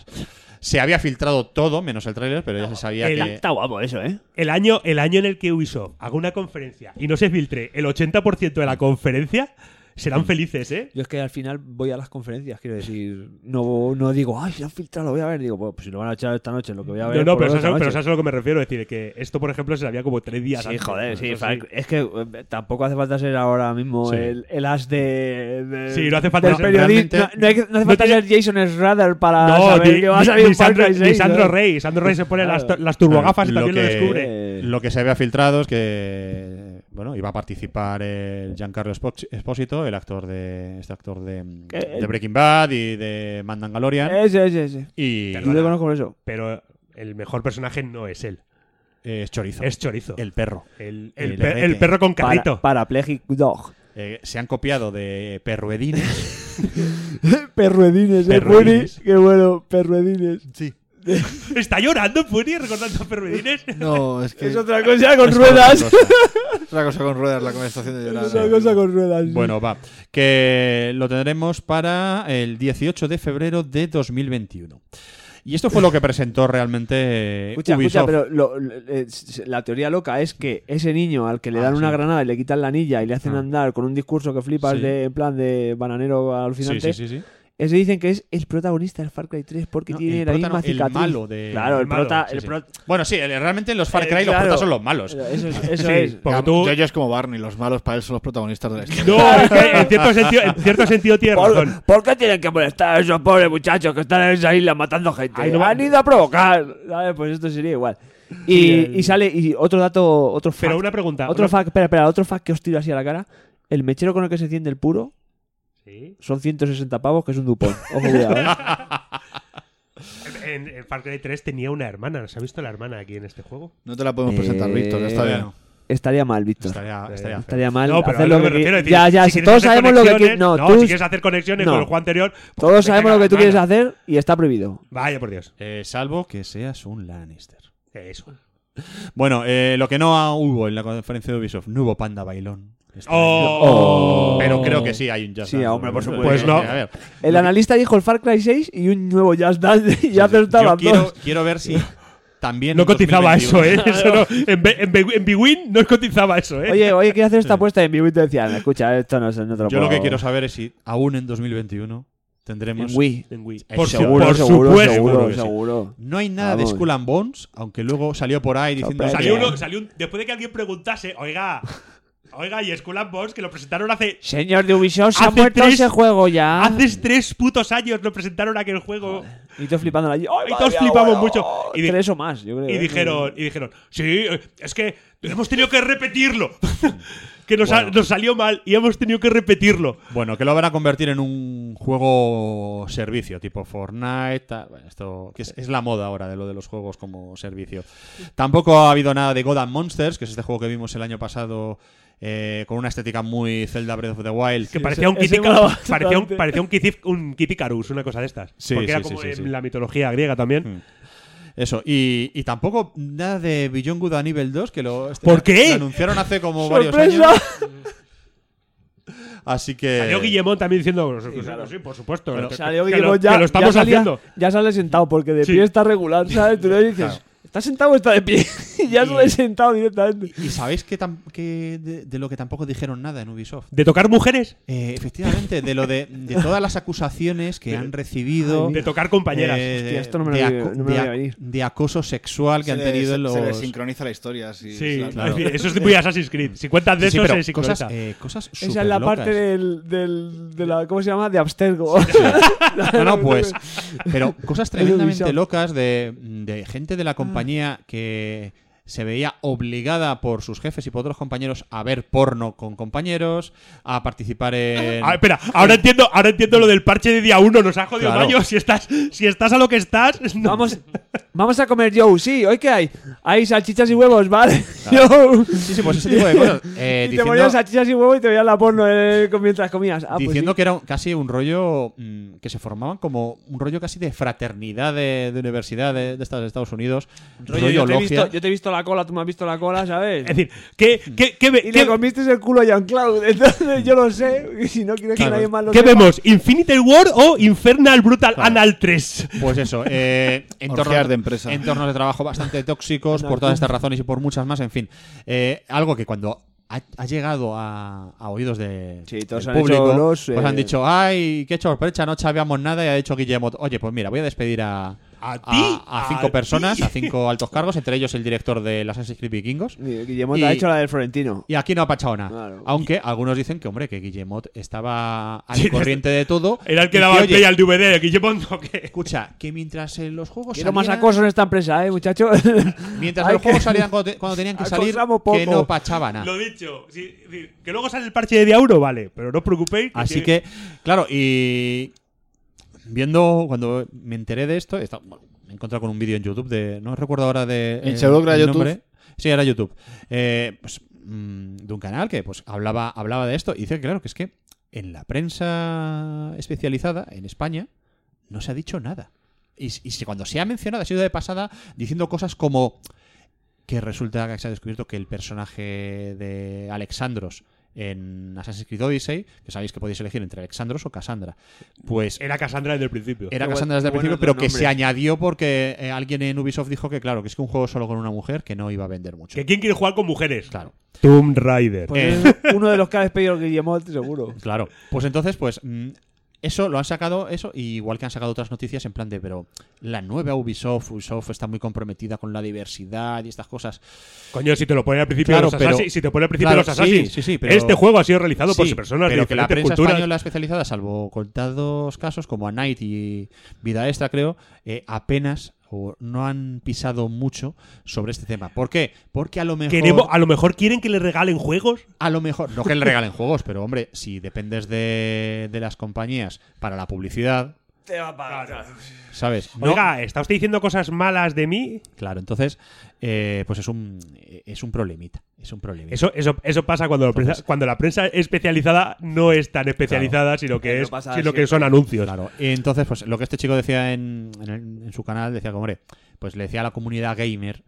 se había filtrado todo, menos el tráiler, pero ya se sabía el- que... Está guapo eso, ¿eh? El año, el año en el que Ubisoft haga una conferencia y no se filtre el 80% de la conferencia, serán felices, ¿eh? Yo es que al final voy a las conferencias, quiero decir, no, no digo, ay, si lo han filtrado, lo voy a ver. Digo, "Bueno, pues si lo van a echar esta noche, lo que voy a ver. No, no, por pero lo eso, menos pero esta eso es a lo que me refiero. Es decir, que esto, por ejemplo, se había como tres días noche". Sí, antes. joder, sí, pues Eso Frank, Es que eh, tampoco hace falta ser ahora mismo Sí. el, el as de. de- Sí, no hace falta del ser- periodista. realmente- No, no hay que- no hace falta tiene- ser Jason Schrader para No, saber ni, que va a ni- salir ni un Far Sandro, Cry 6, ni Sandro ¿no? Rey. Sandro Rey Pues se pone Claro. las, to- las turbogafas y Lo también lo, que- descubre. Eh, Lo que se había filtrado es que bueno iba a participar el Giancarlo Espo- Espósito, el actor de este actor de, de Breaking Bad y de Mandangalorean. Ese, ese, ese. y Yo le conozco por eso. Pero el mejor personaje no es él. eh, es chorizo. Es Chorizo. El, El perro. el el per- el perrete. perro con carrito. Para, parapléjic Dog. Eh, se han copiado de Perruedines. Perruedines, eh, Perruedines. Puri. Qué bueno, perruedines. Sí. Está llorando, Puri, recordando a Pervedines. No, es que Es es otra cosa con Es otra ruedas. cosa. otra cosa con ruedas la conversación de llorar. eh. Es otra cosa con ruedas. sí. bueno, va. Que lo tendremos para el 18 de febrero de 2021. Y esto fue lo que presentó realmente eh, Escucha, escucha, Ubisoft. pero lo- lo- eh, s- la teoría loca es que ese niño al que le Ah, dan una sí. granada y le quitan la anilla y le hacen Ah. andar con un discurso que flipas Sí. de, en plan de bananero Sí, alucinante, sí, sí, sí. ese dicen que es el protagonista del Far Cry 3 porque No, tiene el la prota misma no, el cicatriz. malo de- Claro, el, el malo, prota... sí, el sí. pro- Bueno, sí, el- realmente en los Far Eh, Cry los claro. protas son los malos. Eso es... Eso Sí, es. porque tú. Yo, yo es como Barney, los malos para él son los protagonistas de la historia. No, es que en cierto sentido, en cierto sentido tiene razón. ¿Por, por qué tienen que molestar a esos pobres muchachos que están en esa isla matando gente? Ay, no va- Han ido a provocar. ¿Sabes? Pues esto sería igual. Sí, Y, el- y sale, y otro dato, otro fact. Pero una pregunta. otro una- fact, espera, espera, otro fact que os tiro así a la cara. El mechero con el que se enciende el puro Sí. son 160 pavos, que es un dupón. Ojo, cuidado, ¿eh? El, en, en Far Cry 3 tenía una hermana. ¿Se ha visto la hermana aquí en este juego? No te la Eh, podemos presentar, Víctor, ya está bien. Bueno, Eh, Estaría mal, Víctor. estaría, estaría feo. Estaría mal no, pero hacer a lo lo que me que refiero es qui- decir, Ya, ya, si si quieres todos hacer sabemos lo que qui- conexiones- No, no, tú- si quieres hacer conexiones no. con el juego anterior. pues todos venga, sabemos lo que tú hermana. quieres hacer y está prohibido. Vaya, por Dios. Eh, salvo que seas un Lannister. Eso. Bueno, eh, lo que no ha- hubo en la conferencia de Ubisoft, no hubo Panda Bailón. Este Oh. año. Pero creo que sí hay un Just Sí, Dance. hombre, por supuesto. Pues no. A ver, El analista dijo el Far Cry 6 y un nuevo Just Dance y ya yo acertaban quiero, dos. quiero ver si también. No en cotizaba 2021. eso, ¿eh? Eso no- en, B- en, B- en Bwin no cotizaba eso, ¿eh? Oye, oye, quiero hacer esta apuesta y en vivo y te decían, escucha, esto no, es- no te lo Yo lo puedo- que quiero saber es si aún en 2021 tendremos. En Wii. En Wii. Eh, Por, su- Seguro, por seguro, supuesto. Seguro seguro, que sí. seguro. No hay nada Vamos. de Skull and Bones, aunque luego salió por ahí diciendo. Sorpresa. Salió que- uno, salió un- después de que alguien preguntase, oiga, oiga, y Skull and Bones, que lo presentaron hace. Señor de Ubisoft, se ha Hace muerto tres- ese juego ya. Hace tres putos años lo presentaron aquel juego. Y todos flipando allí. Y todos flipamos mucho. Y di- tres o más, yo creo. Y ¿eh? dijeron, y dijeron, sí, eh, es que hemos tenido que repetirlo. que nos, ha- nos salió mal y hemos tenido que repetirlo. Bueno, que lo van a convertir en un juego servicio, tipo Fortnite. tal. Bueno, esto que es, es la moda ahora de lo de los juegos como servicio. Tampoco ha habido nada de God and Monsters, que es este juego que vimos el año pasado eh, con una estética muy Zelda Breath of the Wild. Que parecía un ese Kit mola Icarus, parecía un, bastante. parecía un Kit Ic- un Kit Icarus, una cosa de estas. Sí, Porque era sí, sí, como sí, en sí. la mitología griega también. Eso. Y, y tampoco nada de Beyond Good a nivel 2, que lo, este- ¿Por qué? lo anunciaron hace como varios ¡Sorpresa! años. Así que. Salió Guillemón también diciendo, sí, sí, por supuesto. Bueno, que- Salió que Guillermo lo, ya. que lo estamos ya salía- haciendo. Ya sale sentado porque de Sí. pie está regular, ¿sabes? Tú le dices, ¿está sentado o está de pie? y ya sale sentado directamente. ¿Y sabéis que, tam- que de- de lo que tampoco dijeron nada en Ubisoft? ¿De tocar mujeres? Eh, efectivamente, de lo de, de todas las acusaciones que han recibido De tocar compañeras. eh, Hostia, esto no me lo de, había- aco- no me lo de había ac- venir. de acoso sexual que Se han le- tenido se- en los Se le sincroniza la historia. Sí, Sí, claro. claro. en fin, eso es muy Assassin's Creed. Si cuentas de Sí, sí, eso, pero se sincroniza. cosas, eh, cosas Esa es la superlocas. parte del, del, de la, ¿cómo se llama? De abstergo. No, no, pues. Pero cosas tremendamente Ubisoft. locas de, de gente Ah. de la compañía que se veía obligada por sus jefes y por otros compañeros a ver porno con compañeros, a participar en. Ah, espera, ahora entiendo, ahora entiendo lo del parche de día 1, nos ha jodido Claro. mayo. Si estás, si estás a lo que estás, no. vamos, vamos a comer Joe, sí, ¿hoy qué hay? Hay salchichas y huevos, vale. Joe. Sí, sí, pues ese tipo de cosas. Eh, y te diciendo- ponían salchichas y huevos y te veían la porno eh, con- mientras comías. Ah, pues diciendo sí. que era un- casi un rollo mm, que se formaban como un rollo casi de fraternidad de, de universidad de, de estas de Estados Unidos. Rollo, yo, te he logia. visto, yo te he visto la cola, tú me has visto la cola, ¿sabes? Es decir, ¿qué, qué, qué, ve- y qué- le comiste el culo a Jean-Claude. Entonces yo lo sé. Y si no quieres que nadie más lo qué sepa- vemos? ¿Infinite War o Infernal Brutal Claro. Anal 3? Pues eso, eh, entornos, Orgías de empresa. entornos de trabajo bastante tóxicos por todas estas razones y por muchas más, en fin. Eh, algo que cuando ha, ha llegado a, a oídos de, Sí, todos del han hecho público, los, pues han eh, dicho, ay, qué sorpresa, no sabíamos nada y ha dicho Guillermo, oye, pues mira, voy a despedir a... ¿A a- ti? a ¿A cinco ti?" personas, a cinco altos cargos, entre ellos el director de las Assassin's Creed Vikingos. Guillermo Y- te ha hecho la del Florentino. Y aquí no ha pachado nada. Claro. Aunque algunos dicen que, hombre, que Guillemot estaba al Sí, corriente de todo. Era el que y daba el oye, play al DVD, Guillermo, ¿no? ¿Qué? Escucha, que mientras eh, los juegos Quiero más salieran- acoso en esta empresa, ¿eh, muchacho? mientras Hay los que- juegos salían cuando, te- cuando tenían que salir, Acosamos poco. que no pachaban nada. Lo dicho, sí, es decir, que luego sale el parche de día 1, vale, pero no os preocupéis. Así que, claro, y viendo cuando me enteré de esto, esta- bueno, me he encontrado con un vídeo en YouTube de, no recuerdo ahora de eh, ¿En seguro que era el YouTube? Sí, era YouTube. Eh, pues, mm, de un canal que pues hablaba, hablaba de esto y dice que claro que es que en la prensa especializada en España no se ha dicho nada. Y, s- y si cuando se ha mencionado ha sido de pasada diciendo cosas como que resulta que se ha descubierto que el personaje de Alexandros en Assassin's Creed Odyssey, que sabéis que podéis elegir entre Alexandros o Cassandra, pues Era Cassandra desde el principio. era Qué Cassandra buen- desde el qué principio, buenos pero dos que se nombres. añadió porque eh, alguien en Ubisoft dijo que claro, que es que un juego solo con una mujer que no iba a vender mucho. ¿Que ¿Quién quiere jugar con mujeres? Claro. Tomb Raider. Eh, Pues es uno de los que ha despedido el Guillemot, seguro. Claro. Pues entonces, pues mm, eso lo han sacado, eso, y igual que han sacado otras noticias en plan de, pero la nueva Ubisoft, Ubisoft está muy comprometida con la diversidad y estas cosas. Coño, si te lo ponen al principio Claro, de los Assassin- pero- si te ponen al principio claro, de los Assassin, sí, sí, sí, pero- este juego ha sido realizado por Sí, personas de pero que la diferentes prensa culturas. española especializada, salvo contados casos como A Night y Vida Extra, creo, eh, apenas o no han pisado mucho sobre este tema. ¿Por qué? Porque a lo mejor Queremos, a lo mejor quieren que le regalen juegos. A lo mejor, no que le regalen juegos, pero hombre, si dependes de, de las compañías para la publicidad, te va a pagar. ¿Sabes? Oiga, ¿está usted diciendo cosas malas de mí? Claro, entonces, eh, pues es un, es un problemita. Es un problemita. Eso, eso, eso pasa cuando la, prensa, cuando la prensa especializada no es tan especializada, sino que Eso es, Eh, pasa sino que siempre. son anuncios. Claro. Y entonces, pues lo que este chico decía en, en el- en su canal, decía como, hombre, pues le decía a la comunidad gamer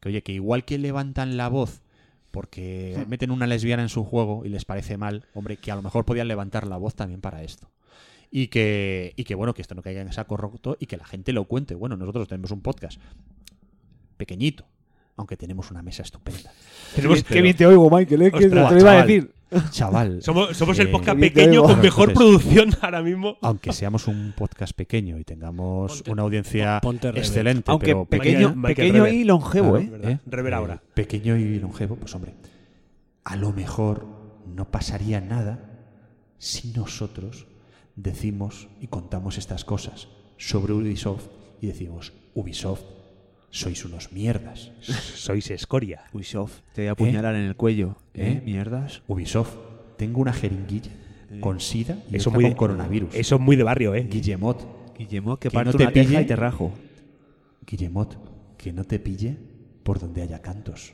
que, oye, que igual que levantan la voz porque meten una lesbiana en su juego y les parece mal, hombre, que a lo mejor podían levantar la voz también para esto. Y que, y que bueno, que esto no caiga en saco roto y que la gente lo cuente. Bueno, nosotros tenemos un podcast pequeñito, aunque tenemos una mesa estupenda. Tenemos- Pero- te oigo, Michael, ¿eh? Ostras, Buah, te chaval, Chaval. Somos, somos el Eh, podcast bien, pequeño Diego. con mejor Entonces- producción ahora mismo. aunque seamos un podcast pequeño y tengamos Ponte- una audiencia ponte rebelde. excelente, Aunque pero pequeño, Michael pequeño Rever. y longevo, Claro, ¿eh? ¿verdad? Rever ahora. Eh, pequeño y longevo, pues hombre, a lo mejor no pasaría nada si nosotros decimos y contamos estas cosas sobre Ubisoft y decimos, Ubisoft, sois unos mierdas. Sois escoria. Ubisoft, te voy a apuñalar en el cuello. ¿Eh? ¿Eh? Mierdas. Ubisoft, tengo una jeringuilla con sida y ¿Eh? Eso otra muy con de, coronavirus. Eso es muy de barrio, ¿eh? Guillemot, Guillemot, que, Que parto no te una teja pille. y te rajo. Guillemot, que no te pille por donde haya cantos.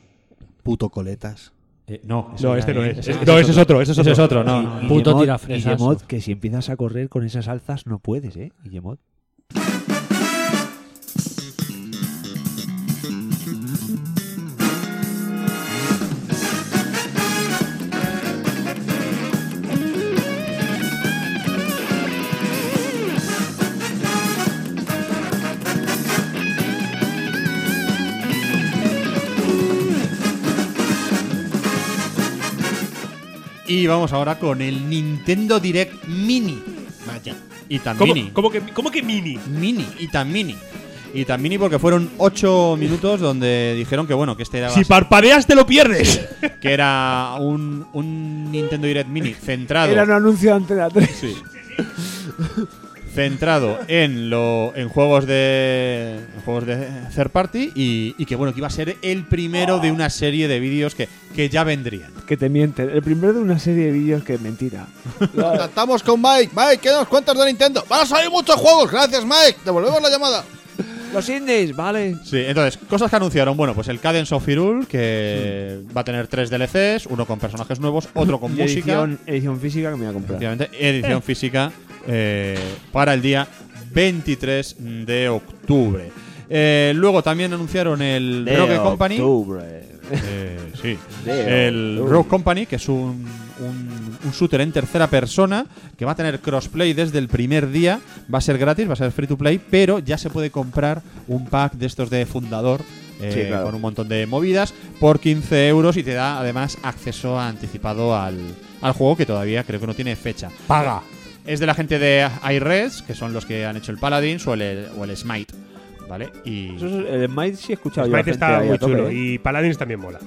Puto coletas. Eh, no, ese No, era este no él, es. ese Es- no, ese es otro, ese es otro. no, Sí. no, no. Puto Guillemot- tirafresas. Guillemot, que si empiezas a correr con esas alzas no puedes, ¿eh? Guillemot. Y vamos ahora con el Nintendo Direct Mini. Vaya. Y tan ¿Cómo, mini. cómo que, cómo que mini? Mini. Y tan mini. Y tan mini porque fueron 8 minutos donde dijeron que bueno, que este era, Si parpadeas, te lo pierdes. que era un, un Nintendo Direct Mini centrado. Era un anuncio de Antena 3. Sí. centrado en lo en juegos de en juegos de third party y, y que bueno que iba a ser el primero de una serie de vídeos que, que ya vendrían Que te mienten. El primero de una serie de vídeos que es mentira. Contactamos con Mike. Mike, ¿qué nos cuentas de Nintendo? Van a salir muchos juegos. Gracias, Mike. Devolvemos la llamada. Los indies, vale. Sí, entonces, cosas que anunciaron. Bueno, pues el Cadence of Hyrule, que Mm. va a tener tres DLCs, uno con personajes nuevos, otro con Y música. Edición, edición física que me voy a comprar. Efectivamente, edición física eh, para el día 23 de octubre. Eh, luego también anunciaron el Rogue Company. Eh, sí. De el octubre. Rogue Company, que es un, un, un shooter en tercera persona, que va a tener crossplay desde el primer día, va a ser gratis, va a ser free to play, pero ya se puede comprar un pack de estos de fundador. eh, Sí, claro. Con un montón de movidas por 15 euros y te da además acceso anticipado al, al juego que todavía creo que no tiene fecha. Paga. Es de la gente de iRes, que son los que han hecho el Paladins o el, o el Smite. ¿Vale? Y. Eso es- el Smite sí he escuchado yo. a gente Smite está ahí a muy tope, chulo. ¿eh? Y Paladins también mola.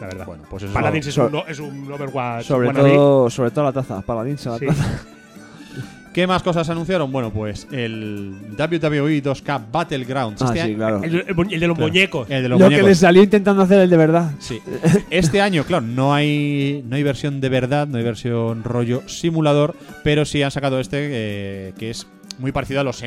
La verdad. Bueno, pues eso Paladins es, sobre- un, es un Overwatch. Sobre wannabe. todo, sobre todo la taza. Paladins a la Sí. taza. ¿Qué más cosas anunciaron? Bueno, pues el WWE 2K Battlegrounds. Ah, este sí, año, claro. El, el mu- el de los Claro. muñecos. El de Lo los que muñecos. le salió intentando hacer el de verdad. Sí. Este año, claro, no hay, no hay versión de verdad, no hay versión rollo simulador, pero sí han sacado este eh, que es muy parecido a los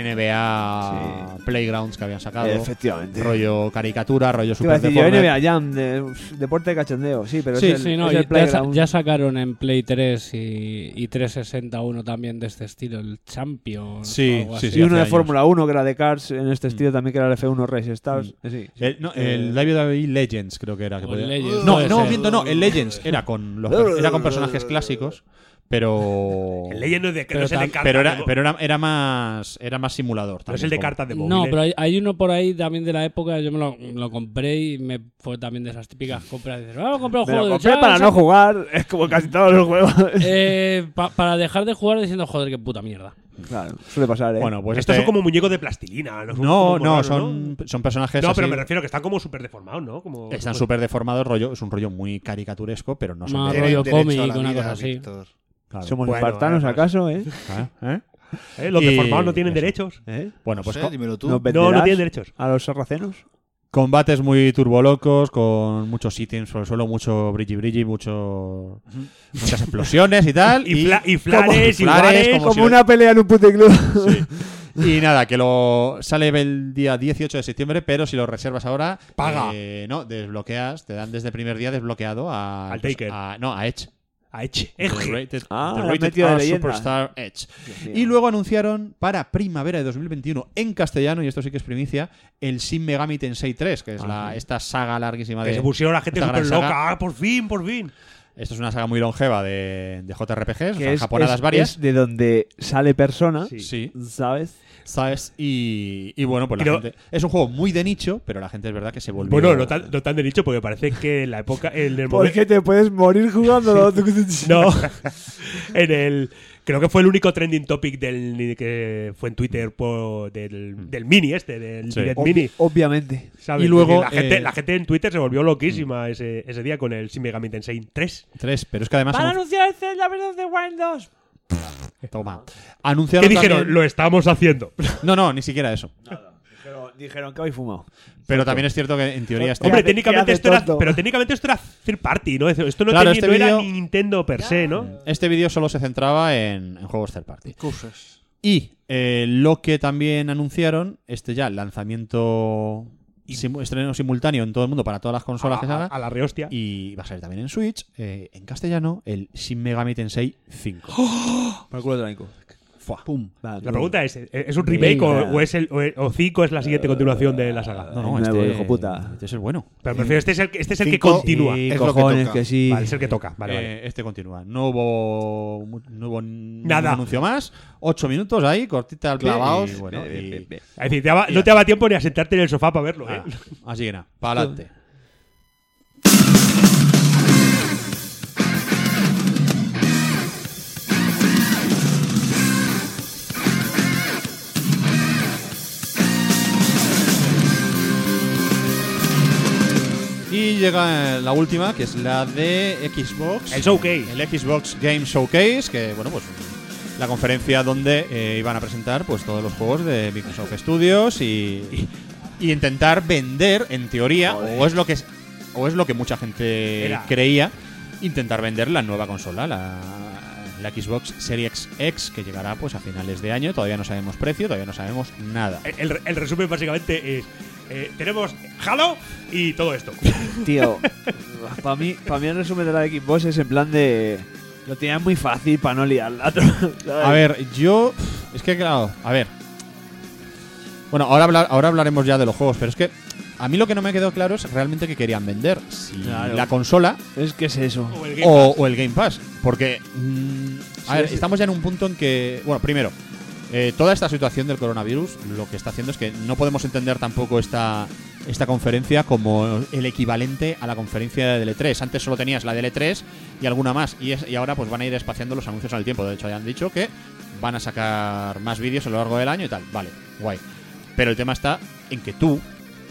NBA Playgrounds que habían sacado. Efectivamente. Rollo caricatura, rollo Te iba a super decir yo, deforme. NBA Jam, de- uf, deporte de cachondeo. Sí, pero Sí, es el, Sí, no, es ya- el ya, sa- playground. ya sacaron en Play 3 y, y 360 uno también de este estilo, el Champion. Sí, o algo sí, así. y uno de años. Mm. Fórmula 1 que era de Cars en este estilo también que era el F1 Race Stars. Sí. Eh, El, no, el WWE Legends creo que era. que O podía- Legends, no, puede no, ser. miento, no. El Legends era con, los, era con personajes clásicos, pero... El Legend no es de, no Pero es el de tam- cartas. Pero de era, bo- pero era, era más era más simulador. no es también, el de como- cartas de móvil. No, ¿eh? pero hay, hay uno por ahí también de la época, yo me lo, lo compré y me fue también de esas típicas compras. Dices, vamos a comprar un Me lo juego de compré lucha, para o no sea, jugar, es como casi todos los juegos. eh, pa- Para dejar de jugar diciendo, joder, qué puta mierda. claro, suele pasar, ¿eh? Bueno, pues Estos este- son como muñecos de plastilina. No, Son No, como no, raros, son, son personajes No, pero así- me refiero que están como súper deformados, ¿no? Como, Están como- súper deformados, rollo, es un rollo muy caricaturesco, pero no son Más de- rollo Tienen derecho cómic, a la una vida, Ah, cosa así. Víctor. Claro. ¿Somos bueno, espartanos eh, acaso, eh? Ah, ¿eh? ¿eh? Los Y- deformados no tienen eso. derechos. Bueno, No pues sé, co- dímelo tú. ¿Nos No, no venderás tienen derechos. ¿A los sarracenos? combates muy turbolocos, con muchos ítems sobre el suelo, mucho brilli brilli, mucho, muchas explosiones y tal. Y, fla- y flares, flares, y guares, como como si- Como una pelea en un puticlub. Sí. Y nada, que lo sale el día 18 de septiembre, pero si lo reservas ahora. Paga. eh, no, desbloqueas, te dan desde el primer día desbloqueado a. Al pues, Taker. a- no, a Edge. A Eche. The Rated- Ah, The lo han Rated metido de R leyenda. Superstar Edge. mío. Y luego anunciaron para primavera de 2021 en castellano, y esto sí que es primicia, el Shin Megami Tensei 3, que es Ah. la, esta saga larguísima de. Que se pusieron la gente esta gran súper saga. loca. Ah, por fin, por fin. Esto es una saga muy longeva de, de JRPGs, o sea, Que es, japonadas es- varias. es de donde sale persona, Sí. Sí, ¿sabes? ¿sabes? Y, y bueno, pues la Pero- gente. Es un juego muy de nicho, pero la gente es verdad que se volvió. Bueno, no tan, no tan de nicho, porque parece que en la época. En el momento- Porque te puedes morir jugándolo. No. en el. Creo que fue el único trending topic del que fue en Twitter por, del, del mini este, del Sí. Direct Obvi- Mini. Obviamente. ¿sabes? y luego, la, gente, eh, la gente en Twitter se volvió loquísima ese, ese día con el Shin Megami Tensei 3. Tres, pero es que además. anun- anunciar el Zelda Breath de Wild 2. Toma. ¿Qué Anunciaron. dijeron? también- Lo estamos haciendo. No, no, ni siquiera eso. Pero dijeron que habéis fumado. Pero también es cierto que en teoría está. Hombre, hace- técnicamente qué hace esto era, tonto? pero técnicamente esto era third party, ¿no? Esto no, Claro, tenía- este no era vídeo- ni Nintendo per se, ¿no? Este vídeo solo se centraba en, en juegos third party. Y eh, lo que también anunciaron, este ya lanzamiento, simu- estreno simultáneo en todo el mundo para todas las consolas que A, a- salgan. a la rehostia. Y va a salir también en Switch, eh, en castellano, el Shin Megami Tensei 5. Por el culo tranco. Pum. Va, La pum. pregunta es, ¿es un remake o, o es el, o, 5 es la siguiente continuación de la saga? Eh, No, no, El este, nuevo, hijo puta. este es el bueno. Pero prefiero, este es el, que- este es el que Cinco- continúa. Sí, Es lo que cojones toca. que, sí. Vale, es el que toca. Vale, vale. Eh, este continúa. No hubo, mu- no hubo ningún Nada. anuncio más. Ocho minutos ahí, cortita al pie eh, Clavaos. y bueno, Bien, y- bien, bien, bien. Es decir, te daba- no te daba tiempo ni a sentarte en el sofá para verlo, ¿eh? nada. Ah, Así que nada, para adelante. Y llega eh, la última, que es la de Xbox. El showcase. El Xbox Game Showcase, que bueno, pues la conferencia donde eh, iban a presentar pues todos los juegos de Microsoft Studios y, y intentar vender, en teoría, o es lo que es, o es lo que mucha gente Era. creía, intentar vender la nueva consola, la, la Xbox Series X, que llegará pues a finales de año. Todavía no sabemos precio, todavía no sabemos nada. El, el resumen básicamente es: eh, tenemos Halo y todo esto. Tío, para mí, pa' mí el resumen de la de Xbox es en plan de. Lo tenían muy fácil para no liarla. ¿sabes? A ver, yo. Es que, claro, a ver. Bueno, ahora, habla- ahora hablaremos ya de los juegos, pero es que a mí lo que no me quedó claro es realmente que querían vender. Si Claro. la consola Es que es eso. O el Game o, Pass. o el Game Pass. Porque, mm, a Sí, ver, sí. estamos ya en un punto en que. Bueno, primero, eh, toda esta situación del coronavirus lo que está haciendo es que no podemos entender tampoco esta. Esta conferencia como el equivalente a la conferencia de L3. Antes solo tenías la de L3 y alguna más. Y, es- y ahora pues van a ir espaciando los anuncios en el tiempo. De hecho, ya han dicho que van a sacar más vídeos a lo largo del año y tal. Vale, guay. Pero el tema está en que tú,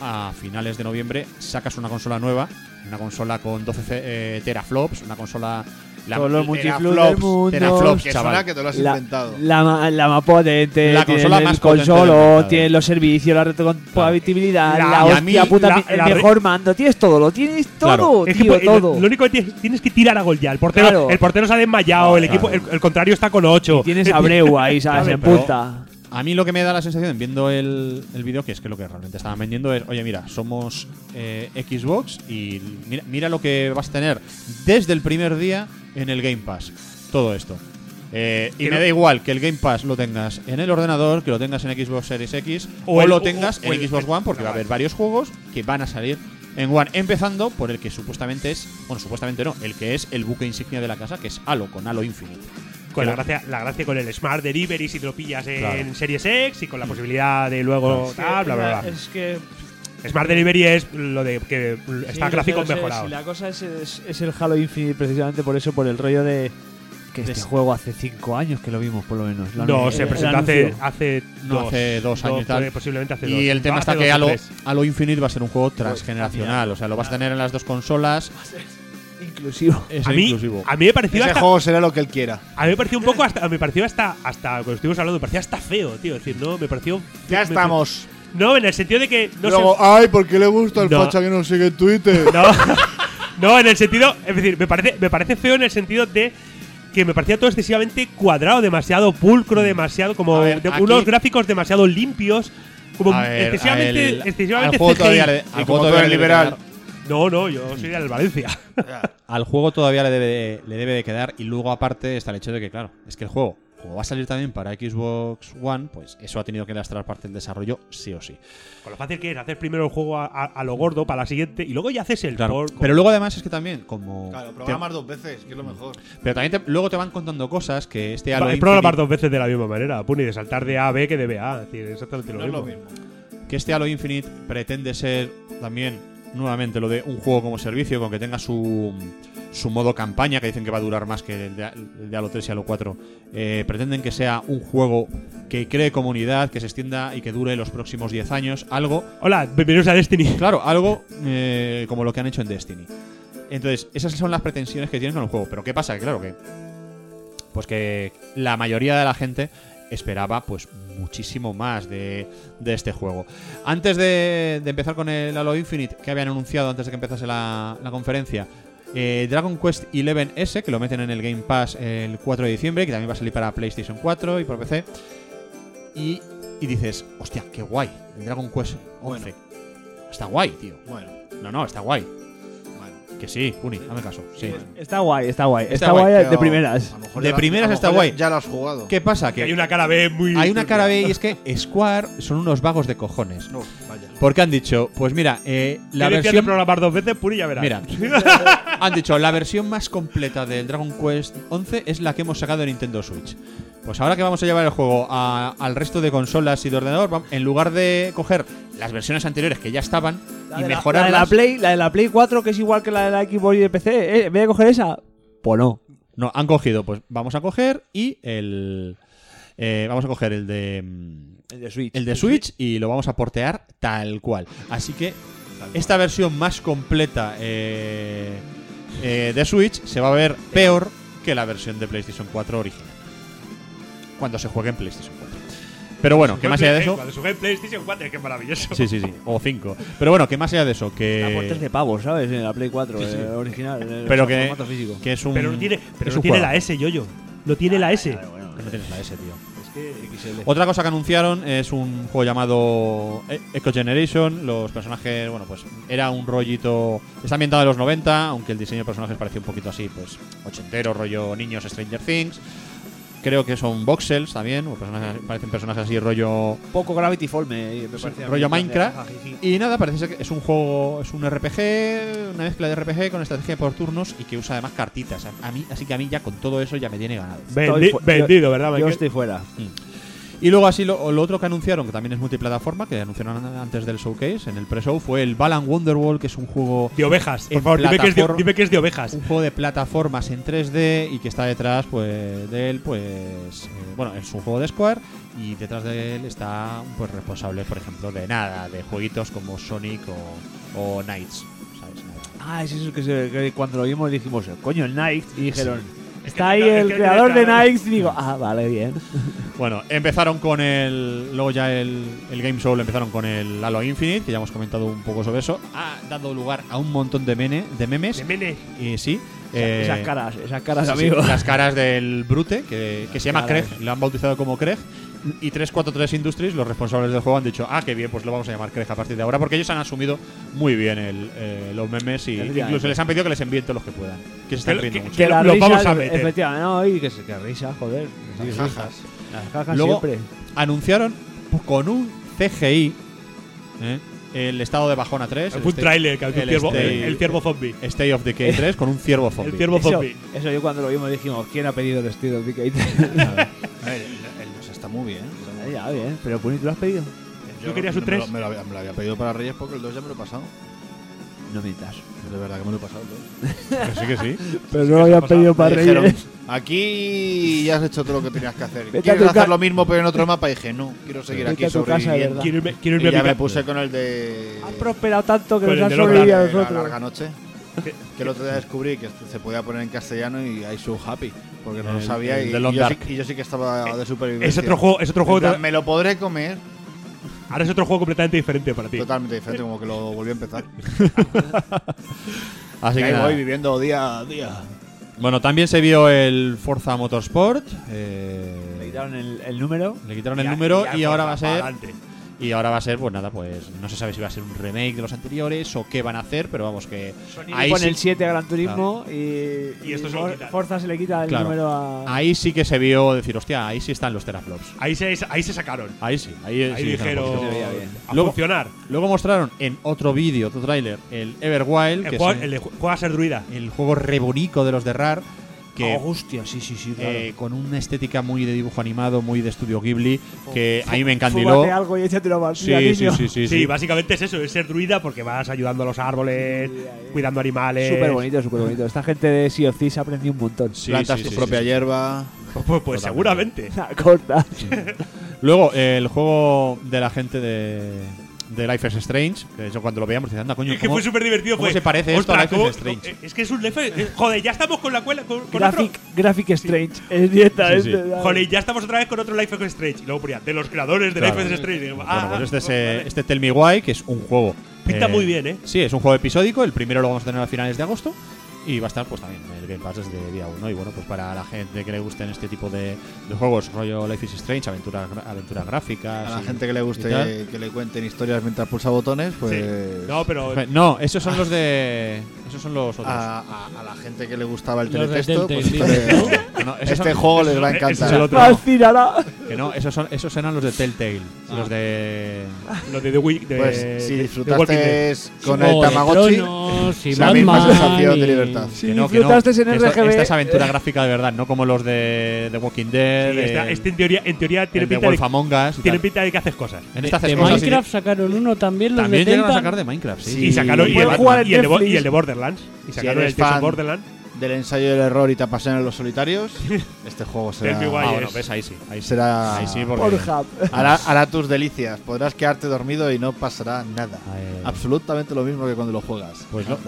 a finales de noviembre, sacas una consola nueva, una consola con 12 ce- eh, teraflops, una consola. La, Con los multiflops del mundo. teraflops, Que chaval. suena que te lo has La, inventado. la, ma- la más potente, La tiene consola el más potente del consolo, mercado. tiene los servicios, la retrocompatibilidad, Claro. la Y a hostia mí, puta, la- mi- el la re- mejor mando, tienes todo, lo tienes Claro. todo, Es que, tío, pues, lo- todo. Lo único que tienes, tienes que tirar a gol ya. El portero, Claro. el portero se ha desmayado, el, equipo, el, el contrario está con 8. Tienes a Breu ahí, ¿sabes? Vale, en pero- punta. A mí lo que me da la sensación viendo el, el vídeo, que es que lo que realmente estaban vendiendo es, oye, mira, somos eh, Xbox y mira, mira lo que vas a tener desde el primer día en el Game Pass. Todo esto. Eh, y Que me no- da igual que el Game Pass lo tengas en el ordenador, que lo tengas en Xbox Series X O o, el- o- lo tengas o el- en Xbox One, porque va a haber varios juegos que van a salir en One. Empezando por el que supuestamente es, bueno, supuestamente no, el que es el buque insignia de la casa, que es Halo, con Halo Infinite. Con la Pero- gracia, la gracia con el Smart Delivery si te lo pillas en Claro. Series X y con la posibilidad de luego tal, bla, bla, bla. Es que Smart Delivery es lo de que está gráfico mejorado. la cosa es, es- es el Halo Infinite precisamente por eso, por el rollo de que este Des- juego hace 5 años que lo vimos por lo menos. lo No, anun- se el- el presentó hace, anuncio. hace No, dos. hace dos años y tal. puede- Posiblemente hace dos. Y el tema Hace está dos que o Halo, tres. Halo Infinite va a ser un juego transgeneracional. O sea, lo vas a tener en las dos consolas. inclusivo. Es A mí, inclusivo. a mí me pareció Ese hasta, juego será lo que él quiera. a mí me pareció un poco hasta me pareció hasta hasta cuando estuvimos hablando me pareció hasta feo, tío, es decir, no, me pareció Ya me- estamos. No, en el sentido de que no Luego, sé- ay, ¿por qué le gusta el No. facha que nos sigue en Twitter? no, no, en el sentido, es decir, me parece me parece feo en el sentido de que me parecía todo excesivamente cuadrado, demasiado pulcro, demasiado como Mm. A ver, de- aquí- unos gráficos demasiado limpios, como A ver, excesivamente, a él- excesivamente al juego CGI. todavía le- Y al como juego tú todavía eres le debe liberal. quedar- No, no, yo soy del Valencia. al juego todavía le debe de, le debe de quedar y luego aparte está el hecho de que claro es que el juego como va a salir también para Xbox One pues eso ha tenido que lastrar parte del desarrollo sí o sí Con lo fácil que es hacer primero el juego a, a- a lo gordo para la siguiente y luego ya haces el Claro. port. pero luego además es que también como Claro, te- programas dos veces, que es lo mejor. pero también te- luego te van contando cosas que este Halo Va- es Infinite- programar dos veces de la misma manera, Puni, de saltar de A a B que de B a A. es decir, exactamente lo No es lo mismo. mismo. que este Halo Infinite pretende ser también nuevamente lo de un juego como servicio, con que tenga su, su modo campaña, que dicen que va a durar más que el de, el de Halo 3 y Halo 4. Eh, pretenden que sea un juego que cree comunidad, que se extienda y que dure los próximos 10 años, algo Hola, bienvenidos a Destiny. Claro, algo eh, como lo que han hecho en Destiny. Entonces, esas son las pretensiones que tienen con el juego. Pero ¿qué pasa? Que claro que. Pues que la mayoría de la gente esperaba pues muchísimo más de, de este juego. Antes de, de empezar con el Halo Infinite, que habían anunciado antes de que empezase la, la conferencia, eh, Dragon Quest 11S, que lo meten en el Game Pass el 4 de diciembre, que también va a salir para PlayStation 4 y por PC. Y, y dices, hostia, qué guay, el Dragon Quest 11. Está guay, tío. Bueno, No, no, está guay. bueno. Que sí, Puni, hazme caso. Sí. Está guy, está guay. Está guay, Pero de primeras. a lo mejor De ya la- primeras a lo está mejor guay. Ya ya lo has jugado. ¿Qué pasa? Que Que hay una cara B muy. hay una cara B y es que Square son unos vagos de cojones. No, vaya. Porque han dicho, pues mira, eh, la ¿Qué decías de versión. programar dos veces, Puni, ya verás. Mira, han dicho, la versión más completa del Dragon Quest 11 es la que hemos sacado de Nintendo Switch. Pues ahora que vamos a llevar el juego a- al resto de consolas y de ordenador, vam- en lugar de coger las versiones anteriores que ya estaban y La de la mejorarlas. Play, la de la Play 4, que es igual que la de la Xbox y de PC. ¿eh? ¿Voy a coger esa? Pues no. No, han cogido, pues vamos a coger y el. eh, vamos a coger el de. mm, El de Switch. el de Switch y lo vamos a portear tal cual. Así que esta versión más completa eh, eh, de Switch se va a ver peor que la versión de PlayStation 4 original. Cuando se juegue en PlayStation 4. Pero bueno, que más allá de eso... Cuando jugué en PlayStation 4, que maravilloso. Sí, sí, sí. O 5. Pero bueno, que más allá de eso, La por 13 que... pavos, ¿sabes? En la Play 4 eh, original. en el Pero que, formato físico. que es un... Pero no tiene, pero es no un tiene juego. Ah, la S, Yoyo. No tiene la S. Que no tienes la S, tío. XL. Otra cosa que anunciaron es un juego llamado E- Echo Generation. Los personajes, bueno, pues era un rollito. Está ambientado en los 90, aunque el diseño de personajes parecía un poquito así, pues ochentero, rollo niños Stranger Things. Creo que son voxels también, o personajes- parecen personajes así, rollo. Poco Gravity Fall me, me parecía. rollo Minecraft. Y nada, parece ser que es un juego, es un RPG, una mezcla de RPG con estrategia por turnos y que usa además cartitas. A- a mí, así que a mí ya con todo eso ya me tiene ganado. Vendi- Estoy fu- vendido, ¿verdad, Yo Michael? estoy fuera. Mm. Y luego así lo, lo otro que anunciaron, que también es multiplataforma, que anunciaron antes del showcase, en el pre-show, fue el Balan Wonderworld, que es un juego, De ovejas. Por En favor, dime que, es de, plataforma- dime que es de ovejas. un juego de plataformas en 3D y que está detrás pues, de él, pues eh, bueno, es un juego de Square y detrás de él está pues responsable, por ejemplo, de nada, de jueguitos como Sonic o, o Knights. ¿sabes? Ah, es eso que, se- que cuando lo vimos dijimos, coño, el Nike. Y dijeron, está ahí Es que el tiene creador de cara. Nike. Y digo, ah, vale, bien. Bueno, empezaron con el. Luego ya el, el Game Show lo empezaron con el Halo Infinite, que ya hemos comentado un poco sobre eso. Ha dado lugar a un montón de, mene, de memes. De Mene. Y sí. eh, Esas caras, esas caras, sí, sí, amigo. las caras del Brute, que, que se llama caras. Craig, lo han bautizado como Craig. Y 343 Industries, los responsables del juego, han dicho: Ah, qué bien, pues lo vamos a llamar Craig a partir de ahora, porque ellos han asumido muy bien el, eh, los memes y Efectivamente. incluso les han pedido que les envíen todos los que puedan. Que se están Que- riendo que- mucho. que- la lo risa, vamos a meter. Efectivamente, no, y que se que risa, joder. que sí, risa. Jajas. Las cajas Ah. Luego- siempre. anunciaron con un CGI ¿eh? el estado de Bajona 3. el Fue un State- tráiler que había el un ciervo- Stay- el ciervo zombie. State of Decay 3 con un ciervo zombie. El ciervo Eso, zombie. eso yo cuando lo vimos dijimos, ¿quién ha pedido el estilo de DK? A ver, el- el- o sea, está muy bien. está muy bien. ya, bien, pero Puni, ¿tú lo has pedido? ¿Tú querías un me lo- tres? Me lo, había- me lo había pedido para Reyes porque el 2 ya me lo he pasado. No mientas. De verdad que me lo he pasado el 2. Que sí, que sí. Pero no lo había pedido para Me dijeron, reír. Aquí ya has hecho todo lo que tenías que hacer. Vete a ¿Quieres tu ca- hacer lo mismo pero en otro mapa? Y dije, no, quiero seguir Vete aquí a tu casa, sobreviviendo. ¿verdad? Quiero irme, quiero Y irme a ya mi me ca- puse con el de... Han prosperado tanto que Con nos el han de los sobrevivido a de la nosotros. larga noche. ¿Qué- Que el otro día descubrí que se podía poner en castellano y I so happy. Porque no lo El- sabía el y, de Long y yo sí, Dark. y yo sí que estaba de supervivencia. Eh, Es otro juego, es otro En juego. plan, me lo podré comer. Ahora es otro juego completamente diferente para ti. Totalmente diferente, como que lo volví a empezar. Así que Ahí nada. voy viviendo día a día. Bueno, también se vio el Forza Motorsport. eh, Le quitaron el, el número. le quitaron Y el a- número y a y, ahora Forza va a para ser. adelante. Y ahora va a ser, pues nada, pues no se sabe si va a ser un remake de los anteriores o qué van a hacer, pero vamos que. Ahí con sí- el 7 a Gran Turismo y, Y esto se lo For- quitan. Forza se le quita el Claro. número a. Ahí sí que se vio decir, hostia, ahí sí están los teraflops. Ahí se, ahí se sacaron. Ahí sí, ahí, Ahí sí dijeron, "Pues dijeron "Hostia". veía bien. a Luego- funcionar. Luego mostraron en otro vídeo, otro tráiler, el Everwild, que El juego, es el de ju- juega a ser druida. el juego rebonico de los de RAR, que Oh, hostia, sí, sí, sí. claro. eh, con una estética muy de dibujo animado, muy de estudio Ghibli, que ahí me encandiló. Fúmate algo y échatelo al Sí, sí, sí, sí, Sí, sí. básicamente es eso, es ser druida porque vas ayudando a los árboles, cuidando Eh, animales. Súper bonito, súper bonito. Esta gente de Sea of Thieves aprendió un montón. Sí, Plantas sí, tu sí, propia sí, sí. hierba. Pues, pues, pues seguramente. Corta. Luego, eh, el juego de la gente de, de Life is Strange, que yo cuando lo veíamos decía, anda, coño, Es que ¿cómo- fue súper divertido. ¿Cómo fue, se parece esto a "Ostras, Life is ¿cómo- Strange? Es que es un Life is- Joder, ya estamos con la cuela. Con, con otro- Graphic, graphic Strange. Es dieta. Sí, es sí. de- Joder, ya estamos otra vez con otro Life is Strange. Y luego ponía, de los creadores de Claro. Life is Strange. Y digo, Bueno, ah, pues este, es, vale. eh, este Tell Me Why, que es un juego. Pinta muy bien, ¿eh? Sí, es un juego episódico. El primero lo vamos a tener a finales de agosto. Y va a estar, pues también, el Game Pass desde día 1. Y bueno, pues para la gente que le gusten este tipo de, de juegos, rollo Life is Strange, aventuras, gra- aventuras gráficas. A la y- gente que le Ah, y tal. guste que le cuenten historias mientras pulsa botones, pues. Sí. No, pero Pues, No, esos son los de. Esos son los otros. a, a- a la gente que le gustaba el Los de teletexto, pues esto Telltale, le- Que no, esos este son- juego les va a ese es encantar. el otro. Fascinará. que no, esos, son, esos eran los de Telltale. Los de. lo Ah. de The Wi- de- Pues si de- de Walking Dead. disfrutaste con Juego el de Tamagotchi, Tronos y es la misma Batman sensación y- de libertad. que no, que no. disfrutaste en Esto- RGB. Esta es aventura gráfica de verdad, no como los de The Walking Dead. Sí, está- el- este en teoría, en teoría tiene, el de pinta de, Wolf Among Us. y tiene tal. pinta de que haces cosas. En este De, esta de haces cosas y- Minecraft sacaron uno también, los También de llegaron a Telltale. sacar de Minecraft, sí. Sí. Y sacaron y Puedes el, de jugar Batman, en y, el de, Bo- Netflix. y el de Borderlands. Y sacaron eres el Jason fan Borderlands. del ensayo y el error y te apasionan los solitarios, este juego Tell me why. será, Ah, Ahí bueno, es. ves, ahí sí. Ahí sí. será Ahí sí, porque. Pornhub. hará, hará tus delicias. Podrás quedarte dormido y no pasará nada. Ay. Absolutamente lo mismo que cuando lo juegas. Pues no.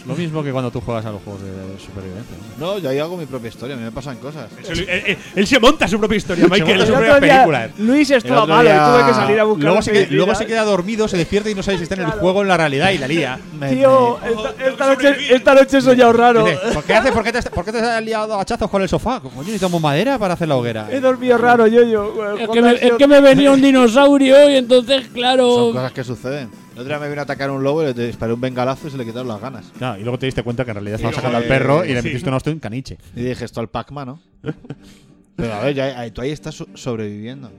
Es lo mismo que cuando tú juegas a los juegos de, de supervivencia. ¿no? No, yo ahí hago mi propia historia, a mí me pasan cosas. Él, se- él- él- eh, él se monta su propia historia, Michael. monta El su Su propia otro día, película. Luis El estaba otro malo día- y tuve que salir a buscar. Luego se, una queda, luego se película. queda dormido, se despierta y no sabe si está en el Claro. juego o en la realidad y la lía. Me- Tío, me- esta, tengo esta que noche, sobrevivir. esta noche he soñado raro. Dice, ¿Por qué, haces, por, qué te, ¿Por qué te has liado a hachazos con el sofá? Coño, necesitamos madera para hacer la hoguera. He dormido raro, yo, yo. Es que, me, es que me venía un dinosaurio y entonces, Son claro. cosas que suceden. El otro día me vino a atacar un lobo y le disparé un bengalazo y se le quitaron las ganas. Claro, y luego te diste cuenta que en realidad Sí, estabas luego, sacando al eh, perro y le sí. metiste un hostia en caniche. Y dije, esto al Pac-Man, ¿no? Pero a ver, ya, ahí- tú ahí estás so- sobreviviendo.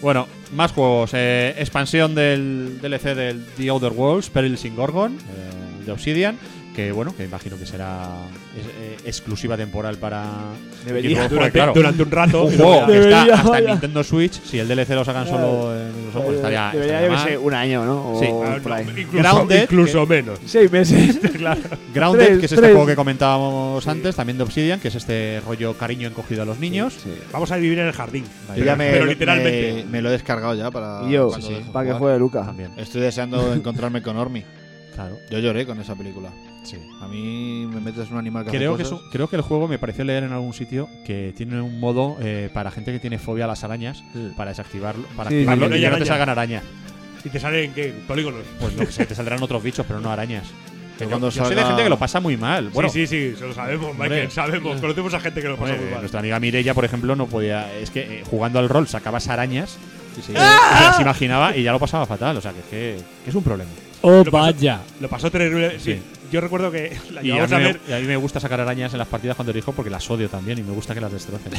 Bueno, más juegos. Eh, expansión del DLC del The Outer Worlds, Peril sin Gorgon, eh, de Obsidian, que bueno, que imagino que será es- eh, exclusiva temporal para Debería. Xbox, durante, claro. durante un rato. Un juego que Debería, está hasta en vaya. Nintendo Switch, si el DLC lo sacan solo en los ojos, estaría, Debería, estaría yo qué mal. sé, un año, ¿no? O Sí. Ah, por no, ahí. incluso Grounded, incluso menos. Seis meses. Claro. Grounded, Tres, que es este tres. juego que comentábamos antes, también de Obsidian, que es este rollo cariño encogido a los niños. Vamos a vivir en el jardín. Yo ya me, pero literalmente. me, me lo he descargado ya para. Y yo, cuando deje para que jugar. juegue Luca. También, Estoy deseando encontrarme con Ormi. claro. Yo lloré con esa película. Sí. A mí me metes un animal que hace Creo que, es cosas. un- creo que el juego me pareció leer en algún sitio que tiene un modo eh, para gente que tiene fobia a las arañas para desactivarlo, para Sí, activarlo sí, y sí. que no te Araña. salgan arañas. Y te salen ¿qué? polígonos. Pues no, que se te saldrán otros bichos, pero no arañas. Que Yo- cuando yo sé de salga- gente que lo pasa muy mal. Bueno, sí, sí, sí, se lo sabemos, Hombre. Michael. Sabemos, conocemos a gente que lo pasa hombre, muy mal. nuestra amiga Mirella, por ejemplo, no podía. Es que eh, jugando al rol sacabas arañas, Sí, sí. se las imaginaba y ya lo pasaba fatal. O sea, que, es que- que es un problema. Oh, pasó- vaya. Lo pasó terrible. Sí. Sí. Yo recuerdo que la Y a, llevamos mí a me, ver. y a mí me gusta sacar arañas en las partidas cuando elijo porque las odio también y me gusta que las destrocen.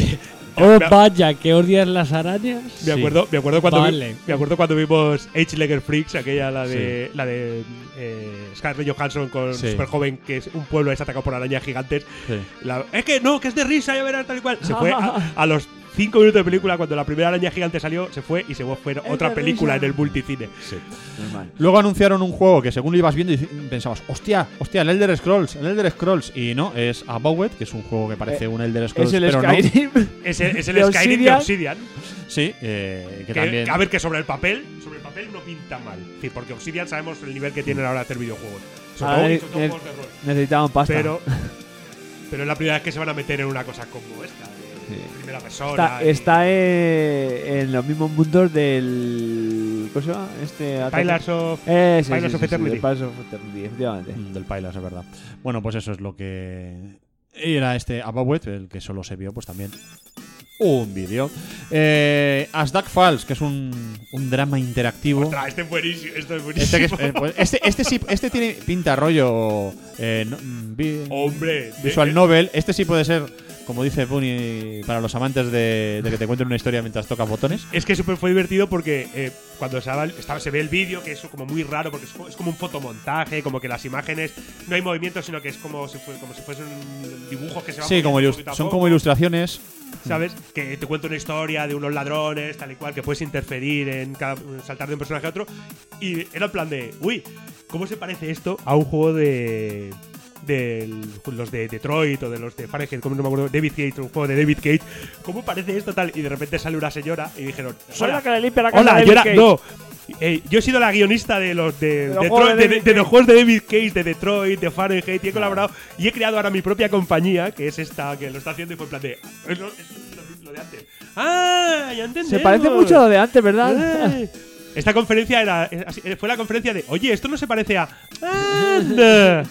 Oh, me- vaya, que odias las arañas. Sí. Me acuerdo, me acuerdo cuando Vale. vi- me acuerdo cuando vimos H. Legger Freaks, aquella la de la de eh, Scarlett Johansson con Sí. super joven que es un pueblo es atacado por arañas gigantes. Sí. La- es que no, que es de risa, ya verás tal y cual. Se fue a, a los cinco minutos de película cuando la primera araña gigante salió, se fue y se fue a otra película en el multicine. Luego anunciaron un juego que según lo ibas viendo y pensabas, hostia, hostia, el Elder Scrolls, el Elder Scrolls. Y no, es Abowet, que es un juego que parece Eh, un Elder Scrolls, Eh, Es el pero Skyrim. Es el, es el ¿De Skyrim de Obsidian? Obsidian. no. Sí, eh, que, que- también. a ver, que sobre el papel, sobre el papel no pinta mal. Es decir, porque Obsidian sabemos el nivel que tienen ahora de hacer videojuegos. Sobre Ah, todo- el- sobre todo el- juegos de rol. Necesitaban pasta. Pero, pero es la primera vez que se van a meter en una cosa como esta, de primera persona. está y- está eh, en los mismos mundos del. ¿Cómo se llama? Este. ataque. Pillars of- Eh, sí, sí, Pillars sí, of sí, Eternity. de Pillars of Eternity, efectivamente. Mm, Del Pilas, es verdad. Bueno, pues eso es lo que. Y era este Above It, el que solo se vio, pues también un vídeo. Eh, As Duck Falls, que es un, un drama interactivo. Ostras, este es buenísimo. Esto Este, que es buenísimo. es- eh, pues, este, este sí, este tiene pinta rollo eh, no- mm, vi- Hombre. visual de- novel. Este sí puede ser, como dice Bunny, para los amantes de, de que te cuenten una historia mientras tocas botones. Es que súper fue divertido porque eh, cuando se, daba el- estaba- se ve el vídeo, que es como muy raro, porque es, co- es como un fotomontaje, como que las imágenes no hay movimiento, sino que es como si, fue, como si fuesen dibujos que se van Sí, como moviendo ilus- poquito a son poco, como ilustraciones. ¿Sabes? Que te cuento una historia de unos ladrones, tal y cual, que puedes interferir en cada, saltar de un personaje a otro. Y era el plan de, uy, ¿cómo se parece esto a un juego de. de los de Detroit o de los de Fahrenheit, ¿cómo no me acuerdo? David Cage, un juego de David Cage. ¿Cómo parece esto tal? Y de repente sale una señora y dijeron, Soy "Hola, la que le limpia la casa Hola, de yo era, Bill Gates. no. Eh, yo he sido la guionista de los De de, los de juegos de Tro- de- David de Cage. los juegos de David Cage, de Detroit, de Fahrenheit, y he colaborado y he creado ahora mi propia compañía, que es esta que lo está haciendo y fue en plan de. "Ah, Es lo, es lo- lo de antes. ¡Ah! Ya entendemos. Se parece mucho a lo de antes, ¿verdad? Ah. Eh, Esta conferencia era eh, así- eh, fue la conferencia de, oye, esto no se parece a. Anda".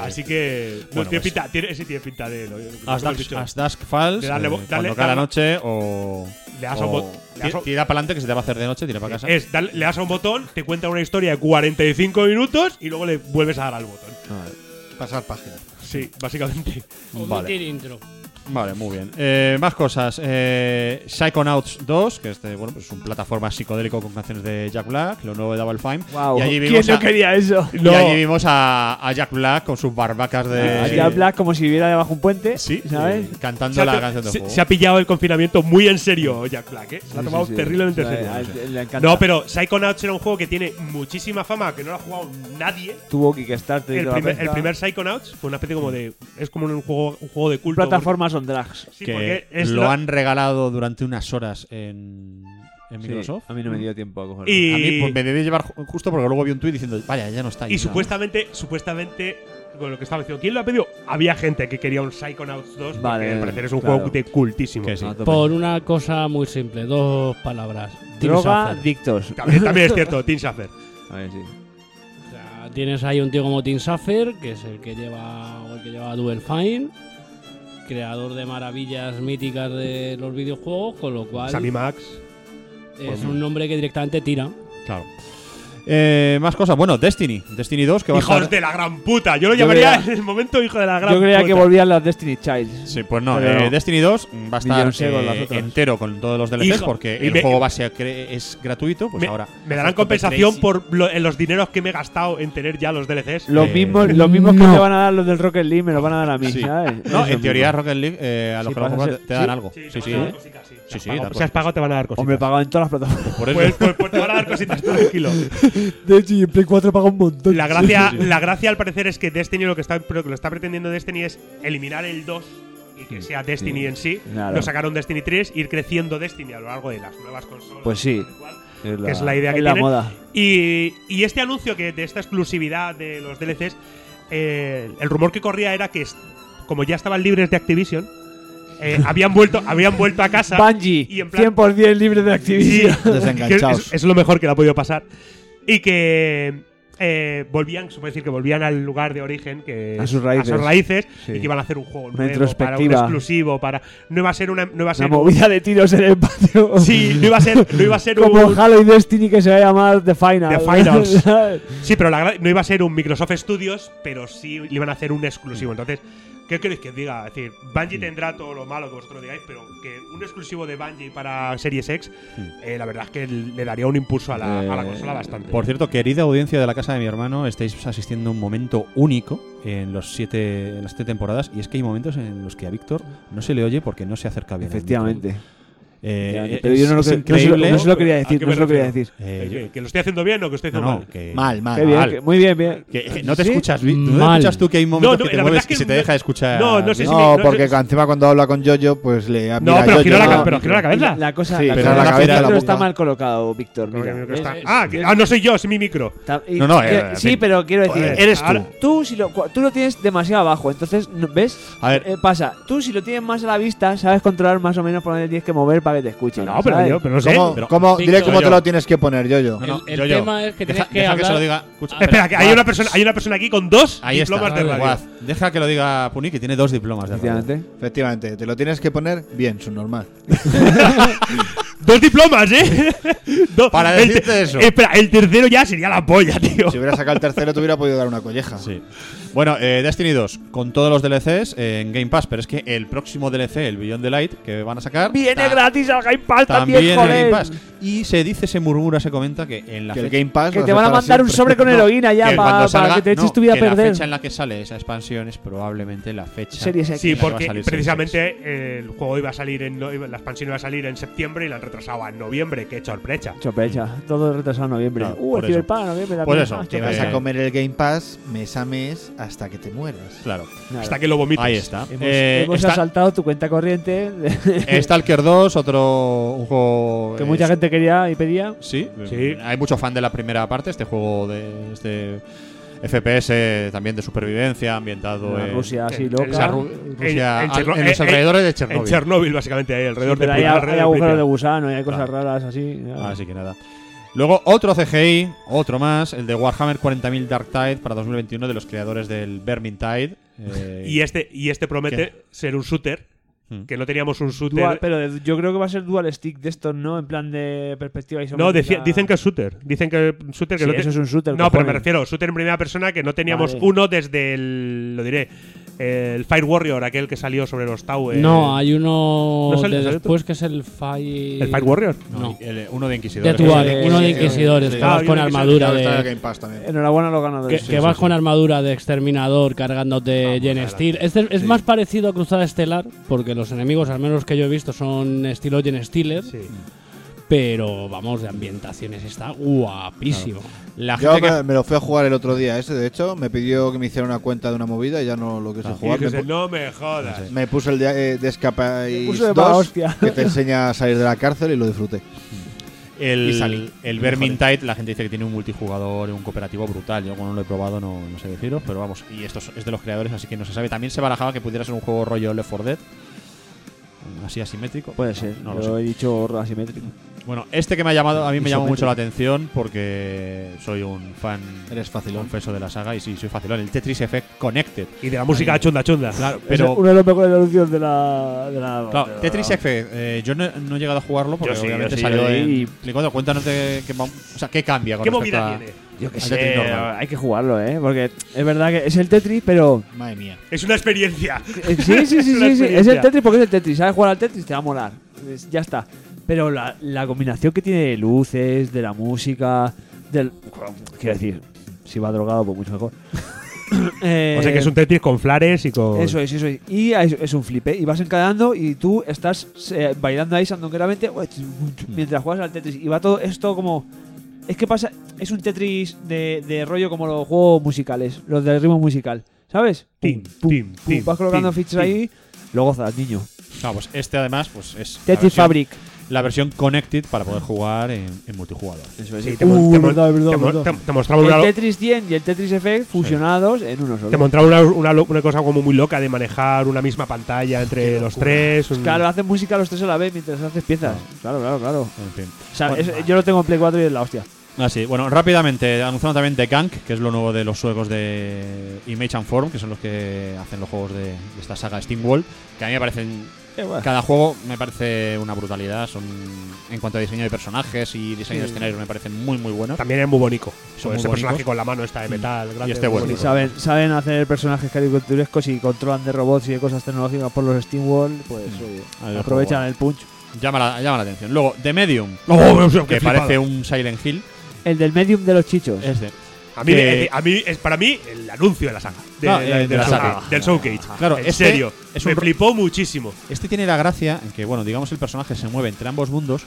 así que. no, Eh, bueno, tiene pues. pinta, tiene, ese tiene pinta de. lo- lo que As hemos Dusk, dicho. As Dusk Falls. De darle eh, bo- cuando darle- cae la darle- noche o. Le das o a un bot- le das ti- a un- Tira para adelante que se te va a hacer de noche, tira para casa. Es, dale- le das a un botón, te cuenta una historia de 45 minutos y luego le vuelves a dar al botón. Ah, Pasar página. Sí, básicamente. Omitir Vale. intro. Vale, muy bien. Eh, más cosas. Eh, Psychonauts 2, que este, bueno, pues es un plataforma psicodélico con canciones de Jack Black, lo nuevo de Double Fine. Wow. Y allí ¿Quién vimos, no a, quería eso? y allí vimos a, a Jack Black con sus barbacas de. Aquí hablas como si viviera debajo un puente, Sí, ¿sabes? eh, cantando la canción del se- juego. se ha pillado el confinamiento muy en serio Jack Black, ¿eh? Se lo ha tomado terriblemente en serio. A él- él le encanta. No, pero Psychonauts era un juego que tiene muchísima fama, que no lo ha jugado nadie. Tuvo Kickstarter y El toda la primer, el pesca. primer Psychonauts fue una especie como de. Es como un juego, un juego de culto. Plataformas on drugs. Sí, que porque es lo la- han regalado durante unas horas en, en Microsoft. a mí no me dio tiempo a cogerlo. Y- A mí pues, me debí llevar ju- justo porque luego vi un tuit diciendo, vaya, ya no está ahí. Y nada". supuestamente, supuestamente, con lo que estaba diciendo, ¿quién lo ha pedido? Había gente que quería un Psychonauts 2, Vale, porque al parecer es un claro. juego de cultísimo. Que sí. A tope. Por una cosa muy simple, dos palabras. Tim Droga, Schafer. dictos. También, también es cierto, Tim Schafer. A ver, sí. O sea, tienes ahí un tío como Tim Safer, que es el que lleva o el que lleva Duel Fine, creador de maravillas míticas de los videojuegos, con lo cual Sammy Max. Pues es un nombre que directamente tira. Claro. Eh, más cosas. Bueno, Destiny. Destiny 2 que va a Hijos estar... de la gran puta. Yo lo Yo llamaría creía- en el momento hijo de la gran Yo creía puta. que volvían las Destiny Childs. Sí, pues no. Pero eh, no. Destiny 2 mm, va a estar Villanciego, eh, las otras. entero con todos los DLCs Hijo. porque Y el me- juego base cre- es gratuito. Pues me, ahora. me darán compensación por lo- en los dineros que me he gastado en tener ya los DLCs. Los Eh, mismos, los mismos que no. me van a dar los del Rocket League me los van a dar a mí, Sí. ¿sabes? No, Eso en teoría mismo. Rocket League eh, a los Sí, que lo pasa juegan a ser- te dan sí. algo. Sí, sí. te van a dar cositas, Sí, sí, Si has da pagado- si has pagado, te van a dar cositas. Hombre, he pagado en todas las plataformas. Por pues, eso. pues- pues te van a dar cositas, tranquilo. De hecho, y en Play 4 he pagado un montón. La gracia, la gracia al parecer es que Destiny lo que está, lo que lo está pretendiendo Destiny es eliminar el 2 y que sea Destiny en sí. Claro. Lo sacaron Destiny 3, ir creciendo Destiny a lo largo de las nuevas consolas. Pues sí. tal y cual. Es que es la idea que Es la tienen. moda. Y, y este anuncio que de esta exclusividad de los DLCs, eh, el rumor que corría era que es- como ya estaban libres de Activision, eh, habían vuelto, habían vuelto a casa. y Bungie, en plan- 100% libre de Sí, Activision. Desenganchaos. que Es, es lo mejor que le ha podido pasar. Y que eh, volvían, se puede decir que volvían al lugar de origen, que A es- sus raíces. raíces, Sí. y que iban a hacer un juego Una nuevo, para un introspectiva. exclusivo, para no iba a ser una, no iba a Una ser, un- movida de tiros en el patio. sí, no iba a ser, no iba a ser Como un, Halo y Destiny que se va a llamar The Final. The Finals. ¿Sabes? Sí, pero la gra- no iba a ser un Microsoft Studios, pero sí le iban a hacer un exclusivo. Entonces, ¿qué queréis que os diga? Es decir, Bungie tendrá todo lo malo que vosotros digáis, pero que un exclusivo de Bungie para Series X, Hmm. eh, la verdad es que le daría un impulso a la, a la Eh, consola bastante. Por cierto, querida audiencia de la casa de mi hermano, estáis asistiendo a un momento único en, los siete, en las siete temporadas y es que hay momentos en los que a Víctor no se le oye porque no se acerca bien. al micro. Efectivamente. Eh, Pero yo no lo, es- es cre- no se lo- increíble. no se lo quería ¿A decir. qué No me se lo quería refiero? decir. Eh, Eh, yo- ¿Que, que lo estoy haciendo bien o que lo estoy no, haciendo no, mal? que- Mal, mal. Qué bien, Mal. que- eh, muy bien, bien. Que, que no te ¿Sí? escuchas, Vi- ¿tú no ¿eh? Mal. escuchas tú que hay momentos No, no, que te la verdad mueves es que y se te no- deja escuchar. no, no sé si- No, no, porque no- encima cuando habla con Jojo, pues le No, mira, pero Jojo, gira la no, ca- pero gira la cabeza. La cosa, Sí, la, pero cosa- la el cabeza, la micro boca. está mal colocado, Víctor. Porque Mira. mi micro está- ¿ves? Ah, que- ah, no soy yo, es mi micro. Ta- y- No, no, que- eh, sí, sí. pero quiero decir, Joder, eres ahora- tú. Tú, si lo, cua- tú lo tienes demasiado abajo, entonces, no- ¿ves? A ver. Eh, pasa, tú si lo tienes más a la vista, sabes controlar más o menos por dónde tienes que mover para que te escuchen. No, pero ¿sabes? yo, pero no sé. ¿Cómo, pero- cómo- dile Víctor, cómo te yo. lo tienes que poner, yo, yo. No, no, El- el yo, yo. tema es que deja, tienes que deja que se lo hablar- diga. Escucha, Ah, Espera, que hay Guaz, una persona, hay una persona aquí con dos Ahí está. diplomas de radio. Guaz, deja que lo diga Puniki, tiene dos diplomas de radio. Efectivamente. Efectivamente, te lo tienes que poner bien, su normal. Dos diplomas, ¿eh? Dos- Para el decirte te- eso. Espera, el tercero ya sería la polla, tío. Si hubiera sacado el tercero, te hubiera podido dar una colleja. Sí. Bueno, eh, Destiny 2, con todos los DLCs eh, en Game Pass, pero es que el próximo DLC, el Beyond the Light, que van a sacar. Viene ta- gratis al Game Pass también, También en Game joder. Pass. Y se dice, se murmura, se comenta que en la Que el fecha- Game Pass Que va te ser van a para mandar un siempre. sobre con No. heroína ya que para, cuando salga- que te eches no, tu vida a que La perder. fecha en la que sale esa expansión es probablemente la fecha. Series X. Sí, en la que va a porque salir Series precisamente eh, el juego iba a salir en no- iba- la expansión iba a salir en septiembre y la han retrasado a noviembre, qué sorpresa. Chopecha, todo retrasado en noviembre. Claro, uh, por el eso. Cyberpunk, noviembre también. Por eso, Ah, te Te chopecha. vas a Eh. comer el Game Pass mes a mes hasta que te mueras. X. Claro, Nada. Hasta que lo vomites. ahí está. Hemos, Eh, hemos está- asaltado tu cuenta corriente Stalker 2, otro un juego. que eh, mucha gente quería y pedía. Sí, Sí. hay mucho fan de la primera parte, este juego de este FPS eh, también de supervivencia, ambientado Una en Rusia así en- en esa loca. Ru- En- Rusia- en al- en, Cherno- los eh, alrededores de En Chernóbil. Chernobyl, básicamente, ahí, alrededor Pero de hay, alrededor hay de agujeros de Pripyat. gusano y hay cosas Claro. raras así. Ah. Así que nada. Luego otro CGI, otro más, el de Warhammer 40.000 Dark Tide para 2021 de los creadores del Vermintide. eh, Y este, y este promete ser un shooter, Hmm. que no teníamos un shooter. Dual- pero de- yo creo que va a ser dual stick de estos, ¿no? En plan de perspectiva isométrica. no, deci- dicen que es shooter. Dicen que es un shooter que Sí, no te- eso es un shooter, No, pero me cojones. refiero, shooter en primera persona que no teníamos Vale. uno desde el. Lo diré. El Fire Warrior, aquel que salió sobre los eh. Towers. No, hay uno Pues ¿No sale- de sale después que es el Fire. ¿El Fire Warrior? no, No. el- eh, uno de Inquisidores. De tu Eh, uno de eh, inquisidores, eh, Ah, que vas eh, con eh, armadura Está en el de. Game Pass también. Enhorabuena a los Que, ganadores. que vas con armadura de exterminador cargándote Gen Steel. Este es más parecido a Cruzada Estelar, porque los enemigos, al menos que yo he visto, son estilo Gen Stealer. Sí. Pero vamos, de ambientaciones está guapísimo. La gente Yo que- me, me lo fui a jugar el otro día ese, de hecho. Me pidió que me hiciera una cuenta de una movida y ya no lo quise Y jugar. Me, dices, no me jodas. pu- me puso el de, eh, de Escapáis puso de 2, mala hostia. que te enseña a salir de la cárcel y lo disfruté. Y El, salí. Mm, el Vermintide, la gente dice que tiene un multijugador y un cooperativo brutal. Yo como no lo he probado no, no sé deciros, pero vamos. Y esto es es de los creadores, así que no se sabe. También se barajaba que pudiera ser un juego rollo Left 4 Dead. Así asimétrico. Puede No, ser, No, yo lo sé. he dicho asimétrico. Bueno, este que me ha llamado, a mí me llamó Isométrico. mucho la atención porque soy un fan Eres facilón. confeso de la saga y sí, soy facilón. El Tetris Effect Connected. Y de la música chunda chunda. Claro, Pero, pero... es una de las mejores evoluciones de la. De la Claro, de la- Tetris Effect, eh, yo no, no he llegado a jugarlo porque Yo sí, yo obviamente sí, salió yo en sí. Play 4. Cuéntanos de qué, va- o sea, qué cambia con ¿Qué respecto movida a- tiene? Yo qué al sé, Tetris normal. hay que jugarlo, ¿eh? Porque es verdad que es el Tetris, pero. Madre mía. Es una experiencia. eh, Sí, sí, sí, sí, Es una sí, Es el experiencia. Tetris porque es el Tetris. ¿Sabes jugar al Tetris? Te va a molar. Es- ya está. Pero la, la combinación que tiene de luces, de la música, del. Quiero decir, si va drogado, pues mucho mejor. Eh, O sea que es un Tetris con flares y con. Eso es, eso es. Y es, es un flip, ¿eh? Y vas encadenando y tú estás eh, bailando ahí sandonqueramente ue, chu, chu, mientras juegas al Tetris. Y va todo esto como... Es que pasa... Es un Tetris de, de rollo como los juegos musicales, los del ritmo musical. ¿Sabes? Tim, tim, tim, vas colocando tim, fichas ahí, lo gozas, niño. Claro, pues este además pues es la Tetris versión- Fabric. la versión Connected para poder jugar en, en multijugador. Eso es. Sí, te, mon- Uh, te mon- verdad, verdad, te mon- verdad. te- te mostraba una, El Tetris 100 y el Tetris Effect fusionados en uno te solo. mostraba una, una lo- una cosa como muy loca de manejar una misma pantalla entre los tres. un- Claro, haces música los tres a la vez mientras haces piezas. Claro, claro, claro. En fin. O sea, es- yo lo tengo en Play 4 y es la hostia. Así, Ah, bueno, rápidamente, anunciando también The Gank, que es lo nuevo de los suecos de Image and Form, que son los que hacen los juegos de, de esta saga Steamworld, que a mí me parecen. Cada juego me parece una brutalidad. Son en cuanto a diseño de personajes y diseño de escenarios me parecen muy muy buenos. También es muy bonito. Pues Son muy ese personaje bonitos. con la mano esta de metal. grande, este muy bueno. Sí, bonito. saben, saben hacer personajes caricaturescos y controlan de robots y de cosas tecnológicas por los Steamworld, pues Mm. oye, Ahí lo aprovechan el punch. Llama la, llama la atención. Luego, The Medium, Oh, o sea, qué que flipada. parece un Silent Hill. El del medium de los chichos. Es de- A mí, que- eh, a mí es para mí el anuncio de la saga. De- No, eh, de del la show- saga. Del showcase. Claro, en este serio. es me un ro- flipó muchísimo. Este tiene la gracia en que, bueno, digamos el personaje se mueve entre ambos mundos,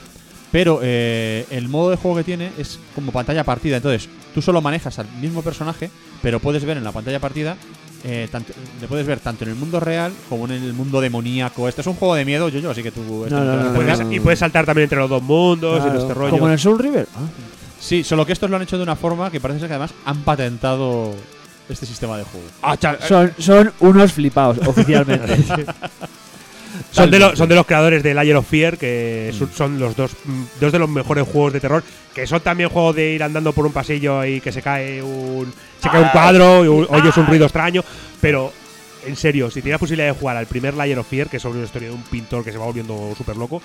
pero eh, el modo de juego que tiene es como pantalla partida. Entonces, tú solo manejas al mismo personaje, pero puedes ver en la pantalla partida, eh, tanto- le puedes ver tanto en el mundo real como en el mundo demoníaco. Este es un juego de miedo, yo, yo, así que tú... este No, te no, vas a no, poner- Puedes- y puedes saltar también entre los dos mundos y Claro, todo este rollo. Como en el Soul River. Sí, solo que estos lo han hecho de una forma que parece ser que además han patentado este sistema de juego. eh. Ah, cha- Son, son unos flipados, oficialmente. Son de, los, son de los creadores del Layer of Fear, que son, son los dos, mm, dos de los mejores juegos de terror, que son también juegos de ir andando por un pasillo y que se cae un, se cae un cuadro y un- oyes un ruido extraño, pero en serio, si tienes posibilidad de jugar al primer Layer of Fear, que es sobre una historia de un pintor que se va volviendo súper loco,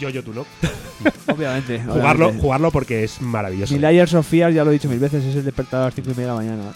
yo, yo, tú no, Mm. Obviamente. jugarlo, obviamente. jugarlo porque es maravilloso. Mi Layers of Fear, ya lo he dicho mil veces, es el despertador a las 5 y media de la mañana.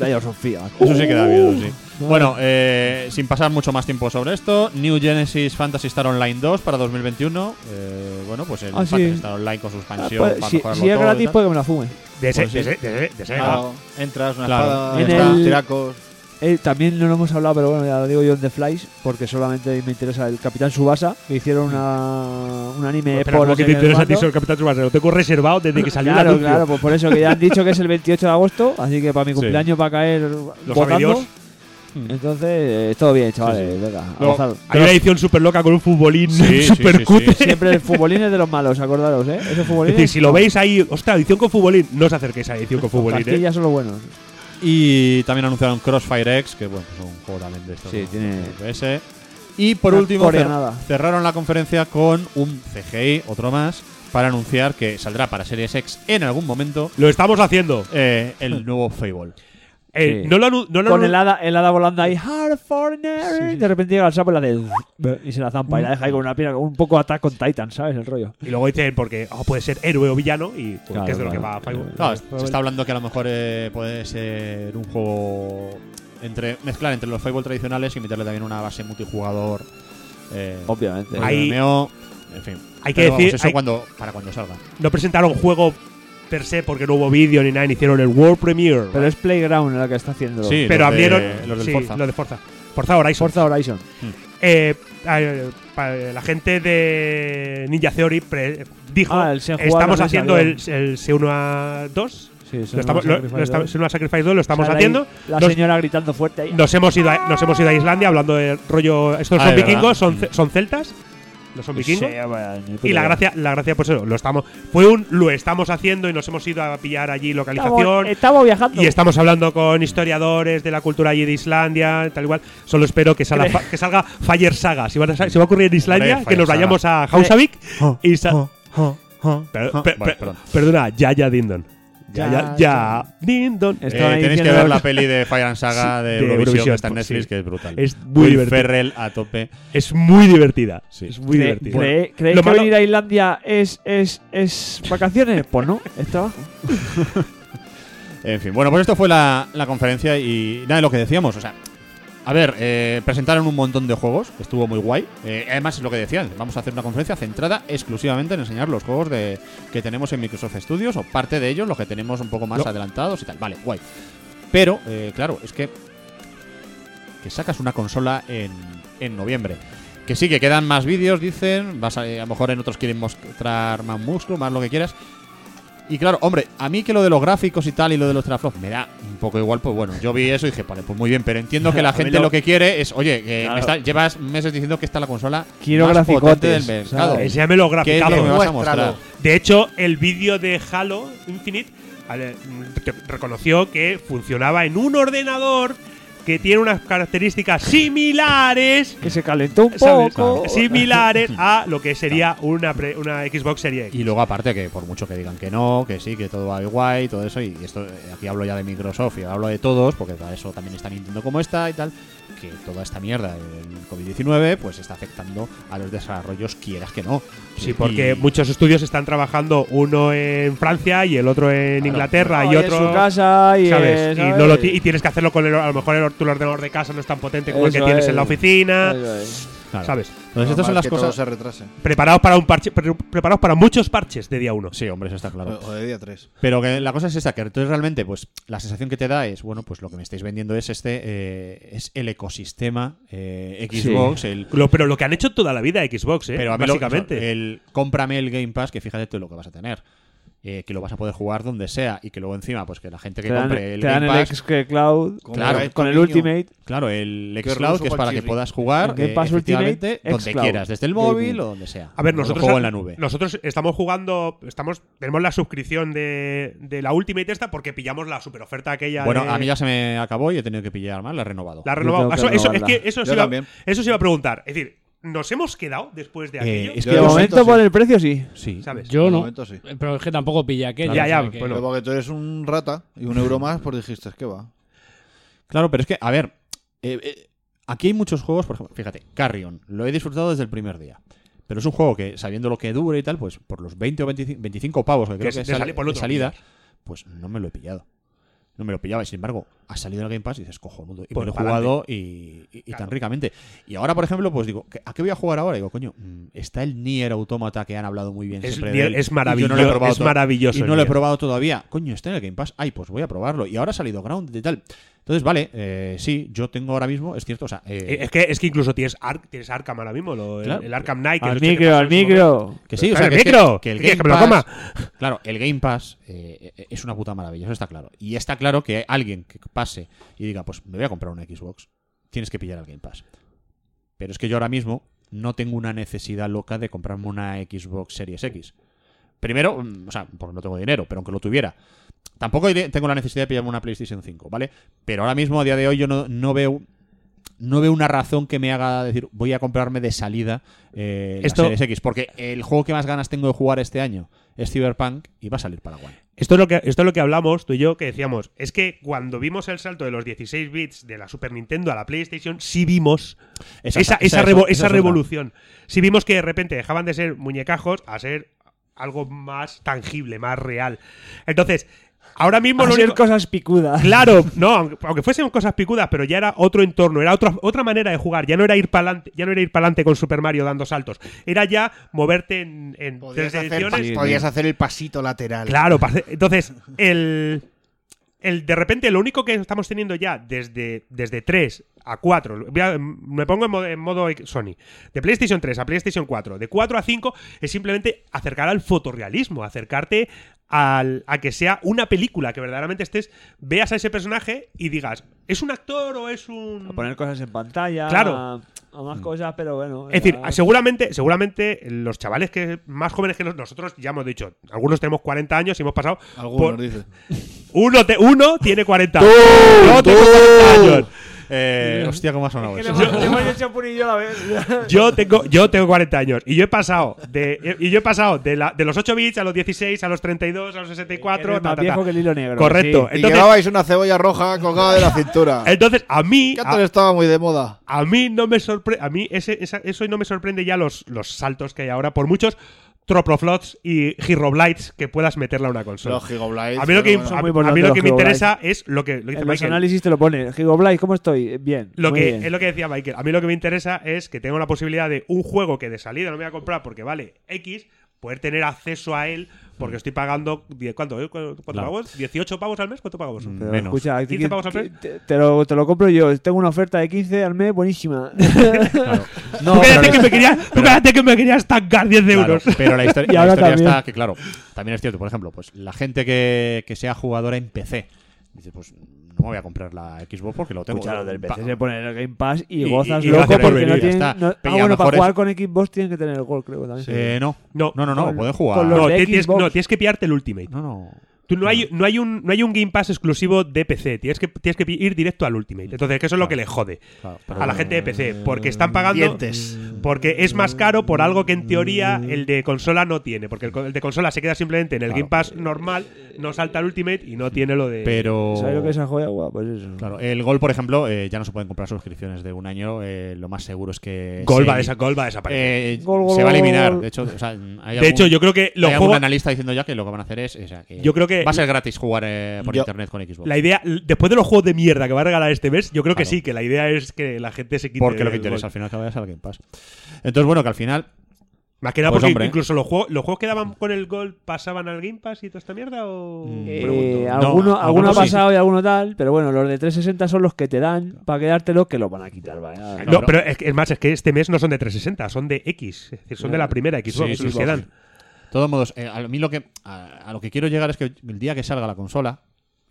Layers of Fear. Eso sí que da Uh, miedo, sí. Bueno, eh, sin pasar mucho más tiempo sobre esto, New Genesis Fantasy Star Online 2 para 2021. Eh, bueno, pues el Ah, sí. Fantasy Star Online con su expansión Pues, para si, mejorarlo si es todo y gratis, tal. pues que me la fume. De ese, Pues sí. de ese- de ese- de ese- Ah, entras, una Claro. espada, En está, el- tiracos. Eh, también no lo hemos hablado, pero bueno, ya lo digo yo en The Flies, porque solamente me interesa el Capitán Subasa, que hicieron una, un anime Pero por como Pues que te interesa a ti sobre Capitán Tsubasa, lo tengo reservado desde que salió el Claro, anuncio. claro, pues por eso que ya han dicho que es el 28 de agosto, así que para mi cumpleaños va a caer votando. abelios. Hmm. Entonces, eh, todo bien, chavales, venga, a Luego, gozar. Hay una edición súper loca con un futbolín Sí, sí, súper sí, cutre. sí. Siempre el futbolín es de los malos, acordaros, ¿eh? Esos Es futbolines decir, si lo veis ahí, ostras, edición con futbolín, no os acerquéis a edición con futbolín. ¿eh? Castilla son los buenos. Y también anunciaron Crossfire X, que bueno, es un juego también de estos. Sí, ¿no? tiene- FPS. Y por Una último, cer- coreanada. cerraron la conferencia con un CGI, otro más, para anunciar que saldrá para Series X en algún momento Lo estamos haciendo. eh, el nuevo Fable. Eh, Sí. No lo anu- no lo Con anu- el hada, el hada volando ahí, hard foreigner, y de repente llega el sapo y la hace y se la zampa y la deja ahí con una pierna, un poco attack con Titan, ¿sabes? El rollo. Mm. Y luego dicen, porque oh, puede ser héroe o villano, y pues, Claro, que es de lo que va claro. Firewall. Claro, se está hablando que a lo mejor eh, puede ser un juego entre mezclar entre los Fable tradicionales y meterle también una base multijugador. Eh, Obviamente. Ahí- MMO, en fin. Hay que Pero vamos, decir, eso hay- cuando, para cuando salga. no presentaron juego per se porque no hubo vídeo ni nada, ni hicieron el World Premiere. Pero es Playground la que está haciendo. Sí, Pero los de- abrieron los del eh, sí, Forza. los de Forza. Forza Horizon. Forza Horizon. Mm. Eh, eh, pa- la gente de Ninja Theory pre- dijo, Ah, el Senua estamos también haciendo salió. el, el Senua 2. Sí, eso Lo estamos, no lo, lo lo sacrifica esta- yo. Senua Sacrifice 2 lo estamos Sale ahí haciendo. La Nos- señora gritando fuerte ahí. Nos hemos, ido a, nos hemos ido a Islandia hablando de rollo. Estos Ah, son de verdad. vikingos, son, Mm. Pues ce- son celtas. No son Sí, vikingos. vaya, ni puta Y la idea. gracia, la gracia, pues eso, lo estamos. Fue un lo estamos haciendo y nos hemos ido a pillar allí Estamos, localización. estamos viajando. Y estamos hablando con historiadores de la cultura allí de Islandia, tal y cual. Solo espero que salga, fa- que salga Fire Saga. Si va, a, sa- si va a ocurrir en Islandia, Hombre, que nos Fire vayamos a Hausavik y sa- Per- Ah, per- vale, per- perdón. Perdona, Yaya Dindon. Yaya, ya, Dindon. Eh, Estaban ahí tenéis que diciendo- ver la peli de Fire and Saga Sí, de, de Eurovisión, que Eurovisión, está en pues, Netflix, sí. que es brutal. Es muy Will divertido. Ferrell a tope. Es muy divertida. Sí. Es muy Cre- divertida. cre- ¿Creéis Lo que malo- venir a Islandia es, es, es vacaciones? Pues no, es trabajo. En fin, bueno, pues esto fue la, la conferencia y nada de lo que decíamos. O sea, a ver, eh, presentaron un montón de juegos, que estuvo muy guay. Eh, además, es lo que decían, vamos a hacer una conferencia centrada exclusivamente en enseñar los juegos de, que tenemos en Microsoft Studios o parte de ellos, los que tenemos un poco más No. adelantados y tal. Vale, guay. Pero, eh, claro, es que. Que sacas una consola en, en noviembre. Que sí, que quedan más vídeos, dicen. Vas a, a lo mejor en otros quieren mostrar más músculo, más lo que quieras. Y claro, hombre, a mí que lo de los gráficos y tal y lo de los traflops me da un poco igual, pues bueno, yo vi eso y dije, vale, pues muy bien, pero entiendo que la gente lo- lo que quiere es, oye, que Claro. me está- llevas meses diciendo que está la consola Quiero más potente del graficotes, mercado. ¿sabes? Enséñamelo ¿Qué es lo que me graficado. vas a mostrar? Muéstralo. De hecho, el vídeo de Halo Infinite ale- re- reconoció que funcionaba en un ordenador que tiene unas características similares Que se calentó un ¿sabes? poco. similares a lo que sería una, pre- una Xbox Series X. Y luego aparte que por mucho que digan que no, que sí, que todo va guay, todo eso, y esto eh, aquí hablo ya de Microsoft y hablo de todos, porque para eso también está Nintendo como está y tal, que toda esta mierda del COVID-19 pues está afectando a los desarrollos quieras que no. Sí, Y- porque muchos estudios están trabajando uno en Francia y el otro en Inglaterra No, y en otro su casa y, ¿sabes? eh, Y, no lo ti- ¿sabes? y tienes que hacerlo con el, a lo mejor el, or- tu ordenador de casa no es tan potente como el Eso que tienes es. en la oficina, Eso es. Claro. ¿sabes? Entonces estas Normal son las que todo cosas... se retrase. Preparados para un parche, pre- preparados para muchos parches de día uno. Sí, hombre, eso está claro. O o de día 3. Pero que la cosa es esa, que entonces realmente, pues, la sensación que te da es, bueno, pues lo que me estáis vendiendo es este, eh, es el ecosistema eh, Xbox, el Lo- pero lo que han hecho toda la vida Xbox, ¿eh? pero a mí lo- básicamente. el cómprame el Game Pass, que fíjate tú lo que vas a tener. eh, que lo vas a poder jugar donde sea y que luego encima, pues que la gente que Te dan, compre el te dan Game el Pass, Xcloud Claro. con el Ultimate. claro, el Qué Xcloud, ruso que es pa'l para que chirri. puedas jugar El Game eh, Pass Ultimate, efectivamente, donde Xcloud. quieras, desde el Gaming. móvil o donde sea. A O ver, el nosotros, juego en la nube. nosotros estamos jugando, estamos tenemos la suscripción de, de la Ultimate esta porque pillamos la super oferta aquella. Bueno, de- a mí ya se me acabó y he tenido que pillar más, la he renovado. La ha renovado. Yo Eso, tengo que renovarla. eso- es que eso Yo se, iba, también. eso se iba a preguntar. Es decir, nos hemos quedado después de Eh, aquello. es Yo de que de momento- momento- Esto por el precio, sí. sí. ¿Sabes? Yo De no. momento sí. Eh, Pero es que tampoco pillé aquello. Ya, o ya, sea que- bueno. Pero porque tú eres un rata y un euro más, pues dijiste, es que va. Claro, pero es que, a ver, eh, eh, aquí hay muchos juegos, por ejemplo, fíjate, Carrion, lo he disfrutado desde el primer día. Pero es un juego que, sabiendo lo que dure y tal, pues por los 20 o 25, 25 pavos que creo se que te sale, sale por el de otro salida, pues no me lo he pillado. No me lo pillaba, y sin embargo, ha salido en el Game Pass y dices, cojonudo. Y Pues me lo he pa'lante. jugado y, y- y tan ricamente. Y ahora, por ejemplo, pues digo, ¿qué- ¿a qué voy a jugar ahora? digo, coño, mm, está el Nier Automata que han hablado muy bien Es siempre. Nier- de él, y es yo no lo he maravillo- probado es todavía. maravilloso Y el no lo he Nier. probado todavía. Coño, está en el Game Pass. Ay, pues voy a probarlo. Y ahora ha salido Ground y tal. Entonces, vale, eh, sí, yo tengo ahora mismo, es cierto, o sea, eh, Eh, Es que, es que incluso tienes, Ar- tienes Arkham ahora mismo, lo- el- Claro. el, Arkham Knight. que Al lo eché de micro, paso al en su momento. micro. que sí, o Pero sea, el que, es que- micro, que el que Game me lo Pass, coma. claro, el Game Pass eh, eh, es una puta maravilla, eso está claro. Y está claro que alguien que pase y diga, pues me voy a comprar una Xbox, tienes que pillar el Game Pass. Pero es que yo ahora mismo no tengo una necesidad loca de comprarme una Xbox Series X. Primero, mm, o sea, porque no tengo dinero, pero aunque lo tuviera. Tampoco iré- tengo la necesidad de pillarme una PlayStation 5, ¿vale? Pero ahora mismo, a día de hoy, yo no, no veo no veo una razón que me haga decir voy a comprarme de salida eh, Esto- la Series X, porque el juego que más ganas tengo de jugar este año es Cyberpunk y va a salir para One. Esto es, lo que, esto es lo que hablamos tú y yo, que decíamos, Pues es que cuando vimos el salto de los 16 bits de la Super Nintendo a la PlayStation, sí vimos esa, esa, revo- esa revolución. Sí vimos que de repente dejaban de ser muñecajos a ser algo más tangible, más real. Entonces, ahora mismo Hacer lo único- cosas picudas. Claro, no, aunque, aunque fuesen cosas picudas, pero ya era otro entorno, era otra, otra manera de jugar, ya no era ir para ya no era ir pa'lante con Super Mario dando saltos, era ya moverte en, en tres Podías hacer, direcciones. podías hacer el pasito lateral. Claro, parce- entonces, el, el de repente lo único que estamos teniendo ya desde, desde 3 a 4, voy a- me pongo en modo, en modo Sony, de PlayStation 3 a PlayStation 4, de 4 a 5 es simplemente acercar al fotorrealismo, acercarte al- a que sea una película, que verdaderamente estés, veas a ese personaje y digas, ¿es un actor o es un... A poner cosas en pantalla. Claro. A, a más cosas, pero bueno. Es decir, ya- seguramente, seguramente los chavales que más jóvenes que nos- nosotros, ya hemos dicho, algunos tenemos 40 años y hemos pasado Algunos por, dice. Uno, te- uno tiene 40. yo ¡Tú! tengo 40 años. Eh, hostia, cómo ha sonado Que eso. le hemos- le hemos hecho Puri y yo a la vez. Yo tengo, yo tengo 40 años. Y yo he pasado de, y yo he pasado de, la- de los 8 bits a los 16, a los 32, a los 64. Eres ta, más ta, ta. viejo que el hilo negro. Correcto. sí. Y Entonces- llevabais una cebolla roja colgada de la cintura. Entonces, a mí. Que a- antes estaba muy de moda. A mí no me sorprende. A mí ese, esa- eso no me sorprende ya los, los saltos que hay ahora por muchos troproflots y giroblights que puedas meterle a una consola. Los Gigoblights. a mí lo que, bueno, a- son muy a mí importantes lo los que me giroblights. interesa es lo que, lo que dice En los Michael. análisis te lo pone. Digo, Blay, ¿cómo estoy? Bien. Lo muy que, bien. es lo que decía Michael. A mí lo que me interesa es que tengo la posibilidad de un juego que de salida no me voy a comprar porque vale X, poder tener acceso a él porque estoy pagando. die- ¿Cuánto? eh? ¿Cuánto Claro. pagamos? ¿18 pavos al mes? ¿Cuánto pagamos? Pero menos. Escucha, aquí- 15 pavos al te, mes. te- te lo, te lo compro yo. Tengo una oferta de 15 al mes buenísima. tú No, cállate pero- que me querías, tú cállate que me querías tancar 10 Claro, euros. pero la historia, Y la ahora historia también. está que, claro, también es cierto. Por ejemplo, pues la gente que, que sea jugadora en PC, dice, pues no me voy a comprar la Xbox porque lo tengo. Escucha, lo Pues del Pa- PC se pone en el Game Pass y, Y- gozas y- y loco gracias por porque no venir, ya tienen. está. no- Pero ah, ya bueno, para mejor es- jugar con Xbox tienen que tener el Gold, creo también. Eh, no. No. no, no, no, Con- pueden jugar. con No, los de te- tienes, Xbox. no, tienes que pillarte el Ultimate. No, no. Tú no, hay, no, hay un, no hay un Game Pass exclusivo de PC. Tienes que, tienes que pi- ir directo al Ultimate. Entonces, que eso es lo que le jode Claro, pero- a la gente de PC. Porque están pagando. Dientes. Porque es más caro por algo que en teoría el de consola no tiene. Porque el, co- el de consola se queda simplemente Ah, en el Game Pass normal, no salta al Ultimate y no tiene lo de. eh, Pero. ¿Sabes lo que es esa joya? Guau, pues eso. Claro, el Gol, por ejemplo, eh, ya no se pueden comprar suscripciones de un año. eh, lo más seguro es que. Gol va, se- a desa- Gol va a desaparecer. eh, Gol, gol, se va a gol, eliminar. gol. De hecho, o sea, hay algún, de hecho, yo creo que los hay algún juegos. analista diciendo ya que lo que van a hacer es. o sea, que Yo creo que- Va a ser gratis jugar eh, por Yo- internet con Xbox. La idea, después de los juegos de mierda que va a regalar este mes, yo creo que Claro. sí, que la idea es que la gente se quite. porque lo que el Gold. interesa al final acaba de ser Game Pass. Entonces, bueno, que al final. Más que nada Pues porque hombre. incluso los juegos, los juegos que daban con el Gold pasaban al Game Pass y toda esta mierda o. Mm. Eh, Pregunto. No, alguno, algunos alguno ha sí. pasado y alguno tal, pero bueno, los de 360 son los que te dan para quedártelo, que lo van a quitar. vaya. No, pero es, que- es más, es que este mes no son de 360, son de X. Es decir, son de la primera Xbox. Sí, los sí, que sí. dan. De todos modos, eh, a mí lo que. A, a lo que quiero llegar es que el día que salga la consola.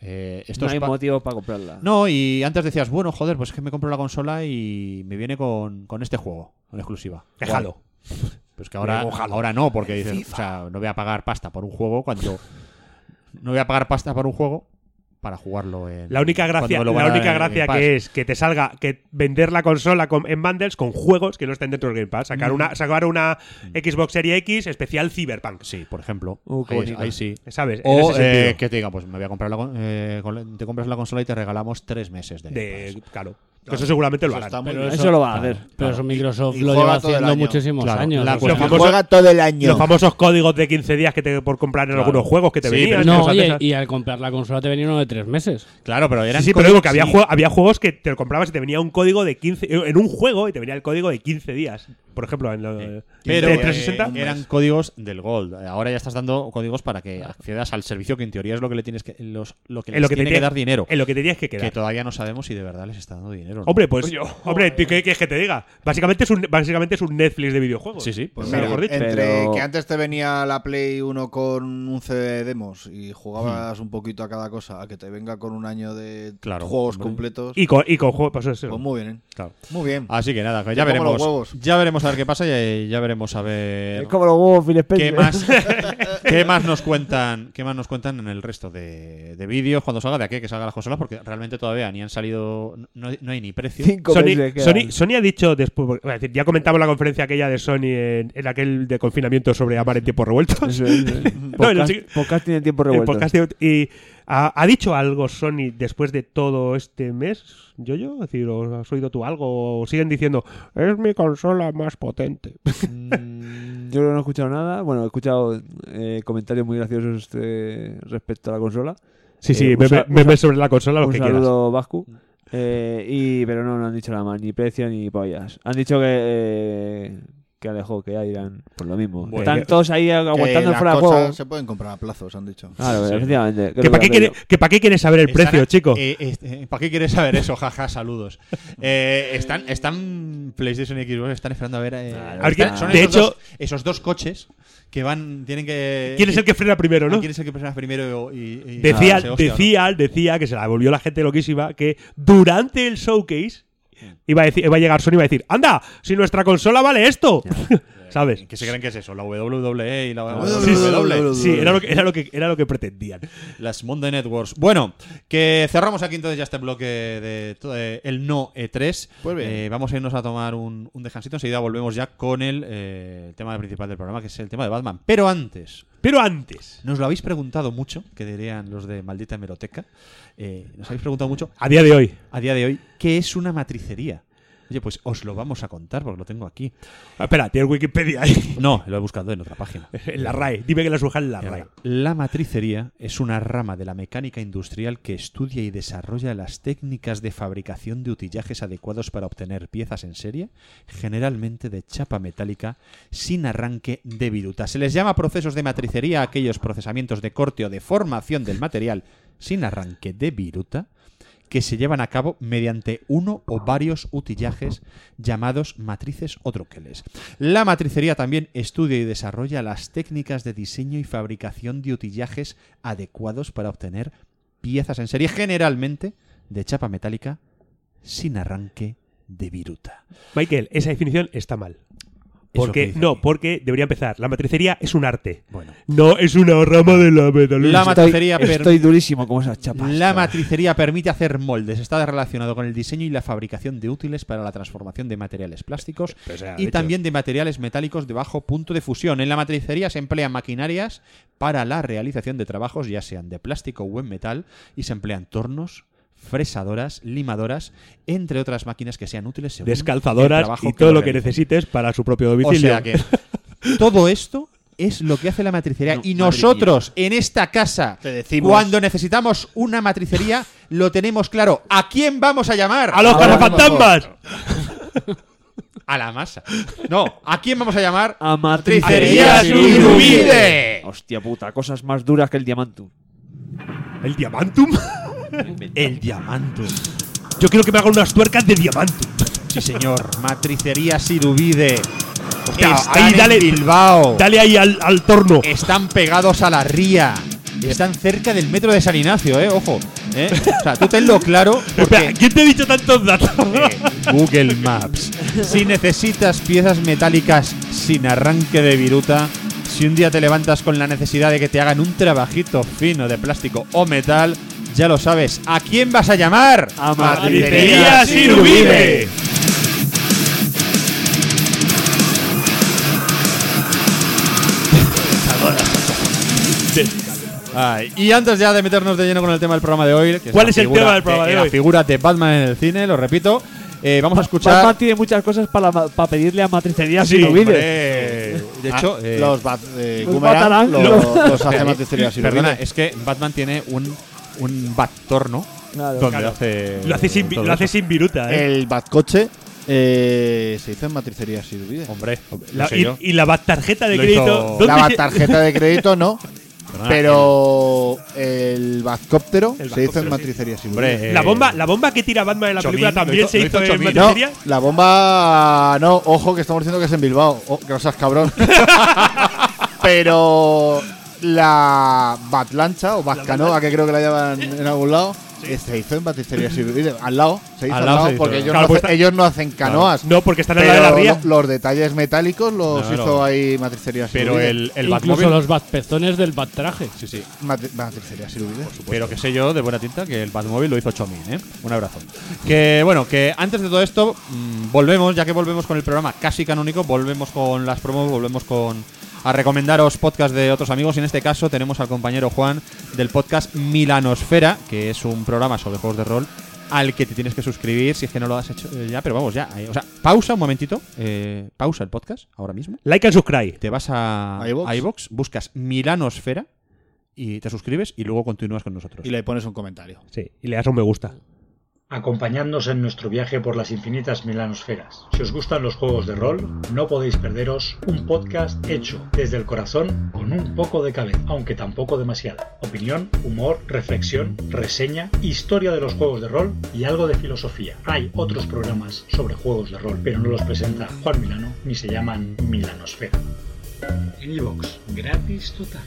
eh, No estos hay pa- motivo para comprarla. No, y antes decías, bueno, joder, pues es que me compro la consola y me viene con, con este juego, en exclusiva. Déjalo. Pues que ahora, Luego, ojalá. ahora no, porque dices, o sea, no voy a pagar pasta por un juego cuando. No voy a pagar pasta por un juego para jugarlo en. La única gracia, cuando lo la van a- única en gracia Game Pass. que es que te salga que vender la consola con- en bundles con juegos que no estén dentro del Game Pass. Mm. Sacar una, sacar una Xbox Series X especial Cyberpunk. Mm. Sí, por ejemplo. Uh, qué ahí, bonito. ahí sí. ¿Sabes? En O ese eh, sentido. que te diga, pues me voy a comprar la, con- eh, con- te compras la consola y te regalamos tres meses de. Game De, Pass. claro. Que Pues Eso seguramente lo Eso harán. está muy Pero bien. eso- Eso lo va a hacer. Pero eso Microsoft Y lo juega lleva todo el haciendo año. muchísimos Claro, años. o la sea, cuestión- famoso- Juega todo el año. Los famosos códigos de 15 días que te por comprar en algunos juegos que te Sí, venían. pero no, cosas de oye, esas. y al comprar la consola te venía uno de tres meses. Claro, pero Sí, eran sí, pero digo que códigos- había, sí. jue- había juegos que te lo comprabas y te venía un código de 15. En un juego y te venía el código de 15 días. Por ejemplo, en, lo- Pero en eh, 360. eran códigos del Gold. Ahora ya estás dando códigos para que accedas al servicio que en teoría es lo que le tienes que los, lo que en les lo que tiene tenías- que dar dinero. En lo que tenías que Que quedar. todavía no sabemos si de verdad les está dando dinero. ¿no? Hombre, pues. hombre, ¿qué qué quieres que te diga? Básicamente es un, básicamente es un Netflix de videojuegos. Sí, sí, pues Mira, Mejor dicho. entre Pero- que antes te venía la Play 1 con un CD de demos y jugabas un poquito a cada cosa, a que te venga con un año de Hmm. Claro, juegos hombre. completos, Y con, y con juegos. Pues eso. pues muy bien, ¿eh? Claro. Muy bien. Así que nada, pues ya como los veremos. huevos. Ya veremos a ver qué pasa y eh, ya veremos a ver Es como los huevos Phil qué Spencer. más, qué más nos cuentan, qué más nos cuentan en el resto de, de vídeos cuando salga de aquí que salga las consolas, porque realmente todavía ni han salido, no, no hay ni precio. Cinco Sony, meses quedan. Sony- Sony ha dicho después, bueno, es decir, ya comentamos la conferencia aquella de Sony en, en aquel de confinamiento sobre amar en tiempos revueltos. Eso es, eh. No, el podcast, sig- podcast tiene tiempo El revuelto. podcast de- y ha, ha dicho algo Sony después de todo este mes, yo yo, es decir, ¿o has oído tú algo o siguen diciendo es mi consola más potente. Mm, Yo no he escuchado nada. Bueno, he escuchado eh, comentarios muy graciosos eh, respecto a la consola. Sí, sí, Eh, un meme- sa- un memes sobre la consola los Un que quieras. saludo, Vasco. Eh, y, pero no, no han dicho nada más, ni precio ni pollas. Han dicho que, eh, que Alejo, que ya irán por lo mismo. Bueno, Están que- todos ahí aguantando Que las fuera de juego. cosas se pueden comprar a plazos, han dicho. Claro, Sí. efectivamente. creo Que para que qué quiere- aquello- que pa' qué quieres saber el precio, chico. eh, ¿Para qué quieres saber eso? Jaja, saludos. Eh, están, están PlayStation y Xbox están esperando a ver. eh, A ver están- quién- son de esos hecho- dos- esos dos coches que van, tienen que. ah, ¿Quién es el que frena primero, no? ¿Quién es el que presiona primero? Y, y- Decía, Ah, se hostia, ¿no? decía, decía que se la volvió la gente loquísima que durante el showcase iba a, decir, iba a llegar Sony y iba a decir, anda, si nuestra consola vale esto, ¿sabes? ¿Qué se creen Eh, que es eso? La WWE y la E. Sí, sí, WWE. sí, era lo que, era lo que, era lo que pretendían. Las Monday Networks. Bueno, que cerramos aquí entonces ya este bloque de to- eh, el no E3. Pues bien. Eh, vamos a irnos a tomar un, un descansito. Enseguida volvemos ya con el eh, tema principal del programa, que es el tema de Batman. Pero antes, Pero antes, nos lo habéis preguntado mucho, que dirían los de Maldita Hemeroteca. Eh, nos habéis preguntado mucho a día de hoy, a día de hoy qué es una matricería. Oye, pues os lo vamos a contar porque lo tengo aquí. Ah, espera, tiene Wikipedia ahí, No, lo he buscado en otra página. en la RAE, dime que la surja en la RAE. La matricería es una rama de la mecánica industrial que estudia y desarrolla las técnicas de fabricación de utillajes adecuados para obtener piezas en serie, generalmente de chapa metálica, sin arranque de viruta. Se les llama procesos de matricería a aquellos procesamientos de corte o de formación del material sin arranque de viruta que se llevan a cabo mediante uno o varios utillajes llamados matrices o troqueles. La matricería también estudia y desarrolla las técnicas de diseño y fabricación de utillajes adecuados para obtener piezas en serie, generalmente de chapa metálica sin arranque de viruta. Michael, esa definición está lo mal. que Porque, dice no, aquí. porque debería empezar. La matricería es un arte. Bueno. No, es una rama de la metalurgia. La Estoy- matricería estoy, per- durísimo como esas chapas. La matricería permite hacer moldes, está relacionado con el diseño y la fabricación de útiles para la transformación de materiales plásticos Pero, o y sea, pues, eh, de hecho- también de materiales metálicos de bajo punto de fusión. En la matricería se emplean maquinarias para la realización de trabajos, ya sean de plástico o en metal, y se emplean tornos, fresadoras, limadoras, entre otras máquinas que sean útiles según el Descalzadoras trabajo y todo lo que realicen. necesites para su propio O domicilio. sea que todo esto es lo que hace la matricería. y nosotros, en esta casa, Te decimos- cuando necesitamos una matricería, lo tenemos claro. ¿A quién vamos a llamar? ¡A los Ahora mismo. cazafantasmas! A la masa. No, ¿a quién vamos a llamar? A Matricerías matricerías Irubide. Hostia puta, cosas más duras que el diamantum. ¿El diamantum? El diamante. Yo quiero que me hagan unas tuercas de diamantum. Sí, señor. Matricería Sirubide. Hostia, Están ahí en dale- Bilbao. Dale ahí al, al torno. Están pegados a la ría. Están cerca del metro de San Ignacio, eh. Ojo. ¿eh? O sea, tú tenlo claro. Espera, Porque Eh, ¿quién te ha dicho tantos datos? Google Maps. Si necesitas piezas metálicas sin arranque de viruta, si un día te levantas con la necesidad de que te hagan un trabajito fino de plástico o metal, Ya lo sabes. ¿A quién vas a llamar? A Carnicería Sirubide. Ay, y antes ya de meternos de lleno con el tema del programa de hoy, que ¿Cuál la es el figura tema del programa de la hoy? figura de Batman en el cine, lo repito. eh, vamos a escuchar. Batman tiene muchas cosas para, la- para pedirle a matricería Sí, si lo Hombre, vides. de Ah, hecho, eh, los bat- eh, los Boomerang Batarang, lo- los- los hace Perdi- matricería Sirubide. Perdona, es que Batman tiene un, un Bat-torno Claro. donde Claro. hace. Lo hace sin, todo lo hace eso. sin viruta, ¿eh? El Batcoche eh, se hizo en matricería Sirubide. Hombre, lo La- sé y, yo. y la bat- tarjeta de Lo crédito. hizo- ¿dónde La se- tarjeta de crédito no, Perdona, pero el Batcóptero El se hizo en Batcóptero, matricería Sirubide. Hombre, eh, La bomba, la bomba que tira Batman en la Chomín, película lo también hizo- se lo hizo hizo, en Chomín. No, matricería. la bomba no, ojo que estamos diciendo que es en Bilbao, Oh, que no seas cabrón. Pero la Batlancha o Batcanoa, que creo que la llaman en algún lado, eh, se hizo en Batistería Al lado, se hizo Al al, lado lado, se hizo, porque ¿no? ellos, Claro, no pues hacen, está- ellos no hacen canoas. No, porque están en la de la Pero ría. lo- los detalles metálicos los Claro. hizo ahí Matricería Pero Sirubide. el, el Incluso Batmóvil. los batpezones del battraje. Sí, sí. Matri- Matricería Sirubide. Pero que sé yo, de buena tinta, que el Batmóvil lo hizo Chomin, ¿eh? Un abrazo. Que bueno, que antes de todo esto, mm, volvemos, ya que volvemos con el programa casi canónico, volvemos con las promos, volvemos con a recomendaros podcast de otros amigos. Y en este caso tenemos al compañero Juan del podcast Milanosfera, que es un programa sobre juegos de rol al que te tienes que suscribir si es que no lo has hecho eh, ya, pero vamos, ya. eh, o sea, pausa un momentito, eh, pausa el podcast ahora mismo Like and subscribe. te vas a iVoox. iBox, buscas Milanosfera y te suscribes y luego continúas con nosotros. Y le pones un comentario. Sí, y le das un me gusta. acompañadnos en nuestro viaje por las infinitas milanosferas. Si os gustan los juegos de rol, no podéis perderos un podcast hecho desde el corazón con un poco de cabeza, aunque tampoco demasiada. Opinión, humor, reflexión, reseña, historia de los juegos de rol y algo de filosofía. Hay otros programas sobre juegos de rol, pero no los presenta Juan Milano ni se llaman Milanosfera. En iVoox, gratis total.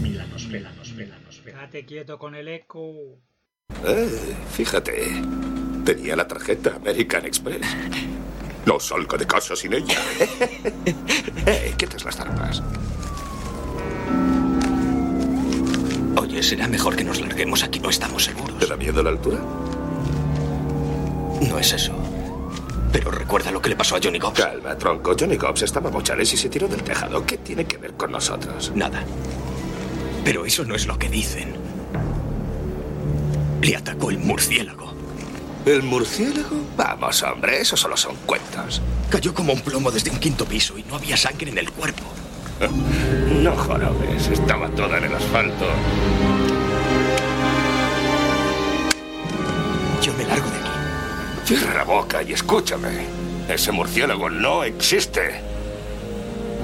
Milanosfera, Milanosfera, Milanosfera. Date quieto con el eco. Eh, Fíjate, tenía la tarjeta American Express. No salgo de casa sin ella. Eh, quitas las trampas. Oye, será mejor que nos larguemos aquí, no estamos seguros. ¿Te da miedo la altura? No es eso. Pero recuerda lo que le pasó a Johnny Goff. Calma, tronco. Johnny Cobbs estaba bochales y se tiró del tejado. ¿Qué tiene que ver con nosotros? Nada. Pero eso no es lo que dicen. Le atacó el murciélago. ¿El murciélago? Vamos, hombre, eso solo son cuentos. Cayó como un plomo desde un quinto piso y no había sangre en el cuerpo. No jorobes, estaba toda en el asfalto. Yo me largo de aquí. Cierra la boca y escúchame. Ese murciélago no existe.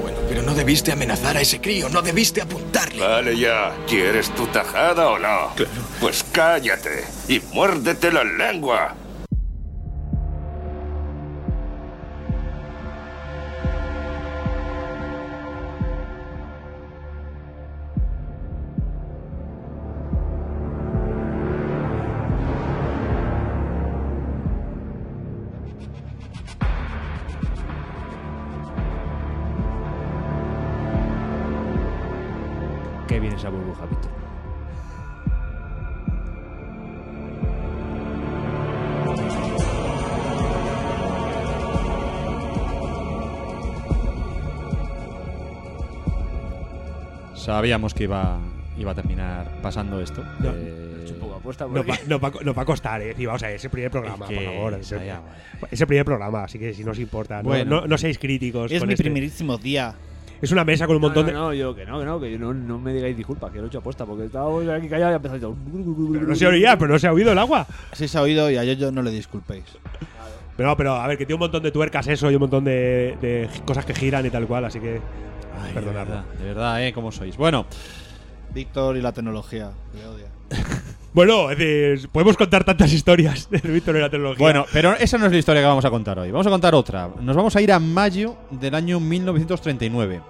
Bueno, pero no debiste amenazar a ese crío, no debiste apuntarle. Vale ya, ¿quieres tu tajada o no? Pues cállate y muérdete la lengua. Qué bien esa burbuja, Víctor. Sabíamos que iba, iba a terminar pasando esto. No, Eh, Nos va, nos va- nos va a costar, eh. Y vamos a ver, ese primer programa, Es que por favor. esa Ese, ya, vaya. ese primer programa, así que si no os importa, no- Bueno. no, no seáis críticos. Es con mi este. primerísimo día. Es una mesa con un No, montón no, de. no, yo que no, que no, que yo no, no me digáis disculpas, que lo he hecho apuesta, porque estaba aquí callado y ha empezado todo. Pero no se oía, pero no se ha oído el agua. Así se ha oído y a yo no le disculpéis. Pero, no, pero a ver, que tiene un montón de tuercas eso y un montón de, de cosas que giran y tal cual, así que. ay, de perdonadlo. verdad, de verdad, ¿eh? ¿Cómo sois? Bueno, Víctor y la tecnología. Me odia. Bueno, es decir, podemos contar tantas historias del Víctor y la tecnología. bueno, pero esa no es la historia que vamos a contar hoy. Vamos a contar otra. Nos vamos a ir a mayo del año 1939.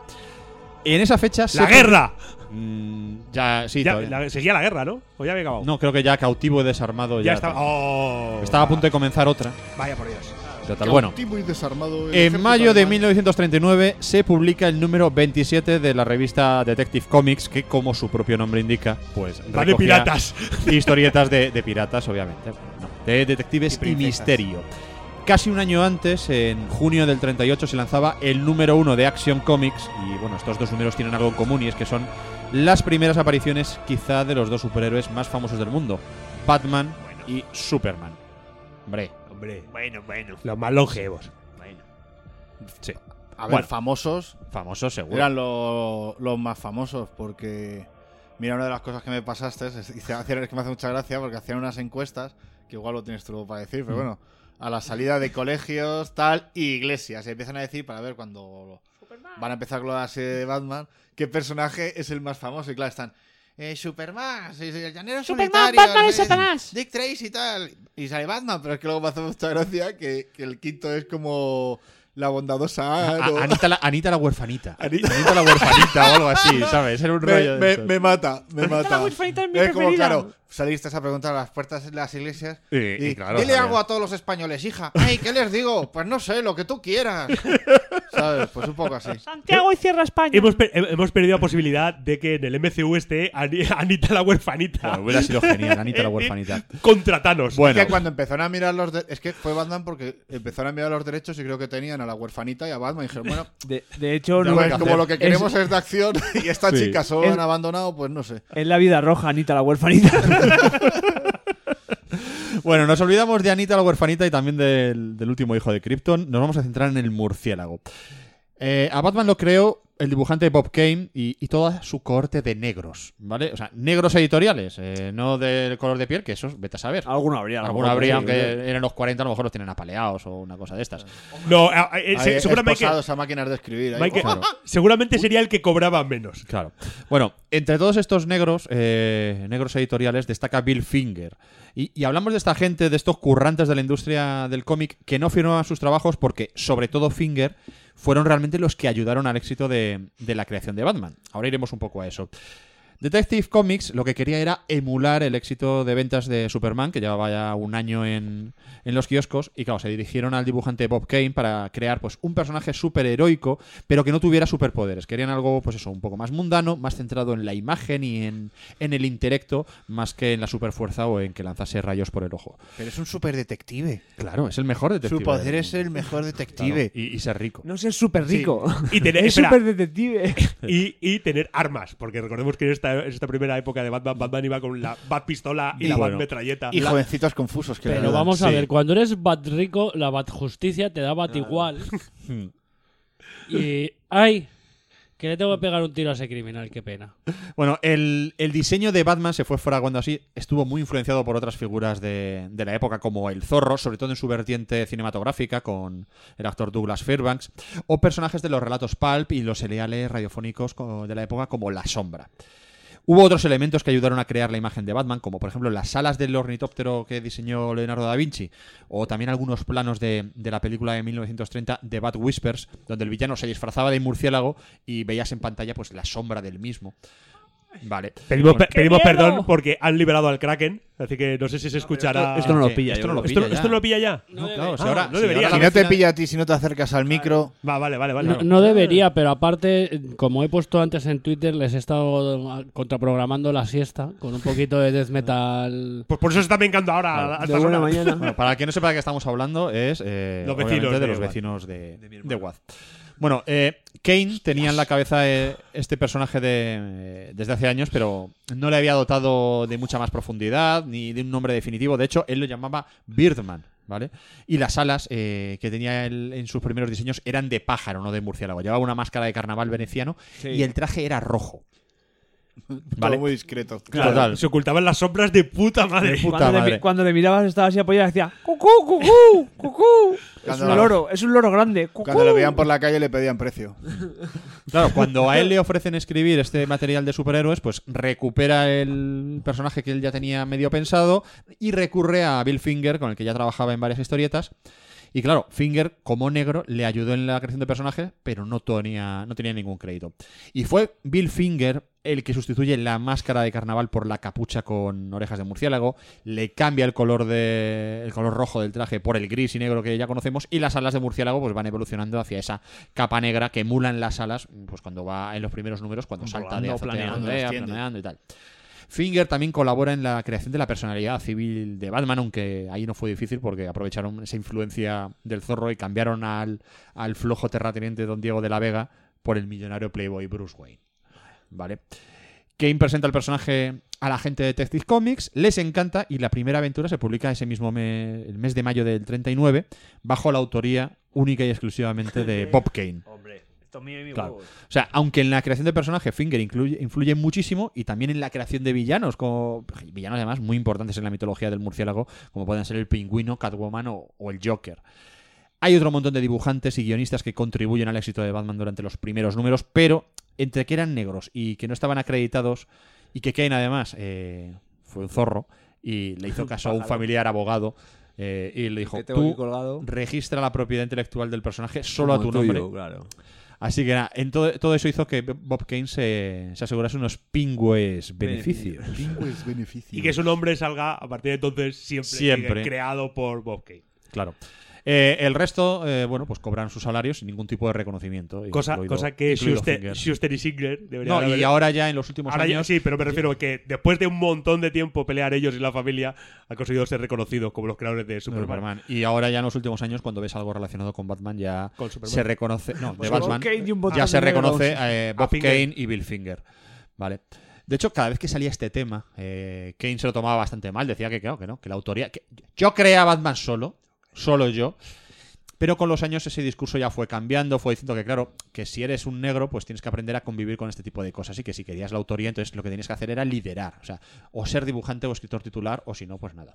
En esa fecha. se- la guerra. Mm, ya, sí, Ya, todavía. la- seguía la guerra, ¿no? O ya había acabado. No, creo que ya cautivo y desarmado. ya, Ya, estaba. Oh, Estaba a punto de comenzar otra. Vaya por Dios. total. Bueno, Cautivo y desarmado el en ejército mayo de alemán. 1939 se publica el número 27 de la revista Detective Comics, que como su propio nombre indica, pues Van de recogía piratas. Historietas de, de piratas, obviamente. No, de detectives y, misterio. Casi un año antes, en junio del 38, se lanzaba el número uno de Action Comics. Y bueno, estos dos números tienen algo en común y es que son las primeras apariciones quizá de los dos superhéroes más famosos del mundo, Batman y Superman. Hombre, Hombre, Bueno, bueno. los más longevos. sí. A ver, Bueno. famosos. Famosos seguro. Eran lo- los más famosos porque. Mira, una de las cosas que me pasaste es, y se hacía- es que me hace mucha gracia porque hacían unas encuestas, que igual lo tienes tú luego para decir, pero Mm. bueno, a la salida de colegios, tal, y iglesias. Y empiezan a decir para ver cuando van a empezar con la serie de Batman, qué personaje es el más famoso. Y claro, están. eh, Superman, sí, sí, el llanero Superman, Batman es Satanás. Dick Tracy y tal. Y sale Batman, pero es que luego me hace mucha gracia que, que el quinto es como la bondadosa. A- Anne o- Anita, la, Anita la huerfanita. Ani- Anita la huerfanita o algo así, ¿sabes? Era un me, rollo de me- estos. me mata, me mata. es mi Es como, preferida. claro, saliste a preguntar a las puertas de las iglesias. Y- y claro, dile sabía. algo a todos los españoles, hija. Ay, ¿qué les digo? Pues no sé, lo que tú quieras. ¿Sabes? Pues un poco así. Santiago y cierra España. Hemos, per- he- hemos perdido la posibilidad de que en el MCU esté Ani- Anita la huerfanita. Bueno, hubiera sido genial, Anita la huerfanita. Contratanos. Bueno, Es que cuando empezaron a mirar los. de- Es que fue Batman porque empezaron a mirar los derechos y creo que tenían a la huerfanita y a Batman. Y dijeron, bueno, De, de hecho, Ya no lo pues que es, como hacer. lo que queremos es, de acción y esta Sí. chica solo Es- han abandonado, pues no sé. es la vida roja, Anita la huerfanita. bueno, nos olvidamos de Anita la huerfanita y también del, del último hijo de Krypton. Nos vamos a centrar en el murciélago. Eh, a Batman lo creó el dibujante Bob Kane y, y toda su cohorte de negros, ¿vale? O sea, negros editoriales, eh, no del color de piel, que eso, vete a saber. Alguno habría. a lo Alguno mejor, sí, habría, aunque eran los 40, a lo mejor los tienen apaleados o una cosa de estas. No, a- a- eh, se- Ahí, seguramente, esposados a máquinas de escribir. ahí. Michael- Claro. seguramente sería el que cobraba menos. Claro. Bueno, entre todos estos negros, eh, negros editoriales, destaca Bill Finger. Y, y hablamos de esta gente, de estos currantes de la industria del cómic, que no firmaban sus trabajos porque, sobre todo Finger, fueron realmente los que ayudaron al éxito de, de la creación de Batman. Ahora iremos un poco a eso. Detective Comics lo que quería era emular el éxito de ventas de Superman, que llevaba ya un año en, en los kioscos, y claro, se dirigieron al dibujante Bob Kane para crear pues un personaje superheroico, pero que no tuviera superpoderes. Querían algo, pues eso, un poco más mundano, más centrado en la imagen y en, en el intelecto, más que en la superfuerza o en que lanzase rayos por el ojo. Pero es un super detective. Claro, es el mejor detective. Su poder del es el mejor mundo. detective. Claro, y, y ser rico. No sé, es súper rico. Y tener, Es espera, súper detective. y, y tener armas, porque recordemos que en esta, en esta primera época de Batman, Batman iba con la Bat pistola y, Y la bueno, Bat metralleta. Y jovencitos confusos que la Pero verdad. vamos a Sí. ver, cuando eres bat rico, la bat justicia te da bat igual. y. ¡Ay! Que le tengo que pegar un tiro a ese criminal, qué pena. Bueno, el, el diseño de Batman se fue fraguando así. Estuvo muy influenciado por otras figuras de, de la época, como el Zorro, sobre todo en su vertiente cinematográfica, con el actor Douglas Fairbanks, o personajes de los relatos pulp y los seriales radiofónicos co- de la época, como La Sombra. Hubo otros elementos que ayudaron a crear la imagen de Batman, como por ejemplo las alas del ornitóptero que diseñó Leonardo da Vinci, o también algunos planos de, de la película de 1930 de Bat Whispers, donde el villano se disfrazaba de murciélago y veías en pantalla pues la sombra del mismo. Vale. Pedimos, pe- pedimos miedo! perdón porque han liberado al Kraken, así que no sé si se escuchará. esto no lo pilla, Esto yo no lo creo. pilla. ¿Esto- ya. esto no lo pilla ya. No, claro, si Ah, ahora- no si ahora debería. la Si no te vecina- pilla a ti, si no te acercas al micro. Va, vale, Ah, vale, vale. No, no debería, pero aparte, como he puesto antes en Twitter, les he estado contraprogramando la siesta con un poquito de death metal. Pues por eso se está vengando ahora. a- a De estas buena horas. mañana. Bueno, para quien no sepa de qué estamos hablando, es eh, Los vecinos obviamente de, de los Watt. vecinos de, de Watt. Bueno, eh, Kane tenía en la cabeza eh, este personaje de, eh, desde hace años, pero no le había dotado de mucha más profundidad ni de un nombre definitivo. De hecho, él lo llamaba Birdman. ¿Vale? Y las alas eh, que tenía él en sus primeros diseños eran de pájaro, no de murciélago. Llevaba una máscara de carnaval veneciano y el traje era rojo. Vale. Vale. muy discreto. Claro, Total. se ocultaban las sombras de puta madre. De puta Cuando le, madre. mi- cuando le mirabas estaba así apoyada decía cucú, cucú, cucú. es Cuando un la- loro, es un loro grande. cucú. Cuando lo veían por la calle le pedían precio. Claro, cuando a él le ofrecen escribir este material de superhéroes, pues recupera el personaje que él ya tenía medio pensado y recurre a Bill Finger, con el que ya trabajaba en varias historietas. Y claro, Finger, como negro, le ayudó en la creación de personaje, pero no tenía, no tenía ningún crédito. Y fue Bill Finger el que sustituye la máscara de carnaval por la capucha con orejas de murciélago, le cambia el color de el color rojo del traje por el gris y negro que ya conocemos y las alas de murciélago pues van evolucionando hacia esa capa negra que emulan las alas pues cuando va en los primeros números cuando salta de Volando, azotea a planeando, azotea, extiende. planeando y tal. Finger también colabora en la creación de la personalidad civil de Batman, aunque ahí no fue difícil porque aprovecharon esa influencia del zorro y cambiaron al, al flojo terrateniente Don Diego de la Vega por el millonario playboy Bruce Wayne. ¿Vale? Kane presenta el personaje a la gente de Detective Comics, les encanta y la primera aventura se publica ese mismo mes, el mes de mayo del 39, bajo la autoría única y exclusivamente de Bob Kane. Hombre, esto es mío y mi Claro. O sea, aunque en la creación de personajes Finger incluye- influye muchísimo y también en la creación de villanos, como villanos además muy importantes en la mitología del murciélago, como pueden ser el pingüino, Catwoman o, o el Joker. Hay otro montón de dibujantes y guionistas que contribuyen al éxito de Batman durante los primeros números, pero entre que eran negros y que no estaban acreditados y que Kane además eh, fue un zorro y le hizo caso a un pájaro. familiar abogado eh, y le dijo, Que tengo aquí tú colgado. registra la propiedad intelectual del personaje solo a Como tu el tuyo, nombre. Claro. Así que nada, en todo, todo eso hizo que Bob Kane se, se asegurase unos pingües beneficios. Y que su nombre salga a partir de entonces siempre, Siempre. sigue creado por Bob Kane. Claro. Eh, el resto, eh, bueno, pues cobran sus salarios sin ningún tipo de reconocimiento. Cosa, incluido- cosa que incluido Schuster, Finger. Schuster y Singer deberían No, haber- y ahora ya en los últimos Ahora ya- años. sí, pero me refiero a que después de un montón de tiempo pelear ellos y la familia, han conseguido ser reconocidos como los creadores de Superman. Superman. Y ahora ya en los últimos años, cuando ves algo relacionado con Batman, ya Con Superman. se reconoce. No, de Pues Bob Batman. Kane y un botón ya de se negros. reconoce eh, Bob Finger. Kane y Bill Finger. Vale. De hecho, cada vez que salía este tema, eh, Kane se lo tomaba bastante mal. Decía que, claro, que no, que la autoría. que yo creé a Batman solo, solo yo. Pero con los años ese discurso ya fue cambiando, fue diciendo que, claro, que si eres un negro, pues tienes que aprender a convivir con este tipo de cosas y que si querías la autoría, entonces lo que tenías que hacer era liderar. O sea, o ser dibujante o escritor titular, o si no, pues nada.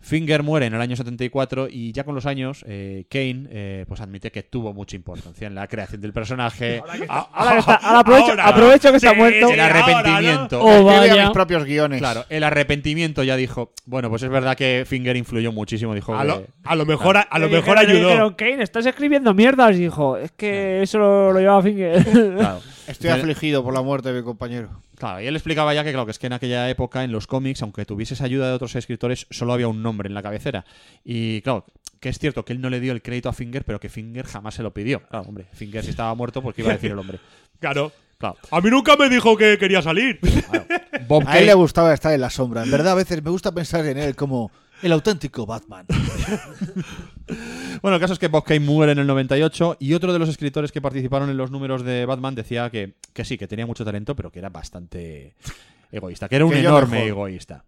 Finger muere en el año 74 y ya con los años, eh, Kane eh, pues admite que tuvo mucha importancia en la creación del personaje. Ah, Ahora que está- ahora aprovecho- Ahora. aprovecho que está Sí, muerto. sí, el arrepentimiento. Oh, Escribe a vaya. mis propios guiones. Claro, el arrepentimiento ya dijo. Bueno, pues es verdad que Finger influyó muchísimo. Dijo ahora, ¿no? a, lo, que- a lo mejor, a, a lo Le mejor dijeron- le ayudó. dijeron, Kane, estás escribiendo mierdas, hijo. Es que eso lo, lo llevaba Finger. claro. Estoy afligido por la muerte de mi compañero. Claro, y él explicaba ya que, claro, que es que en aquella época, en los cómics, aunque tuvieses ayuda de otros escritores, solo había un nombre en la cabecera. Y claro, que es cierto que él no le dio el crédito a Finger, pero que Finger jamás se lo pidió. Claro, hombre, Finger si estaba muerto, porque iba a decir el hombre. Claro. Claro. A mí nunca me dijo que quería salir. Bob A él Kane, le gustaba estar en la sombra. En verdad, a veces me gusta pensar en él como el auténtico Batman. Bueno, el caso es que Bob Kane muere en el 98 y otro de los escritores que participaron en los números de Batman decía que, que sí, que tenía mucho talento, pero que era bastante egoísta, que era un Que yo enorme mejor. egoísta.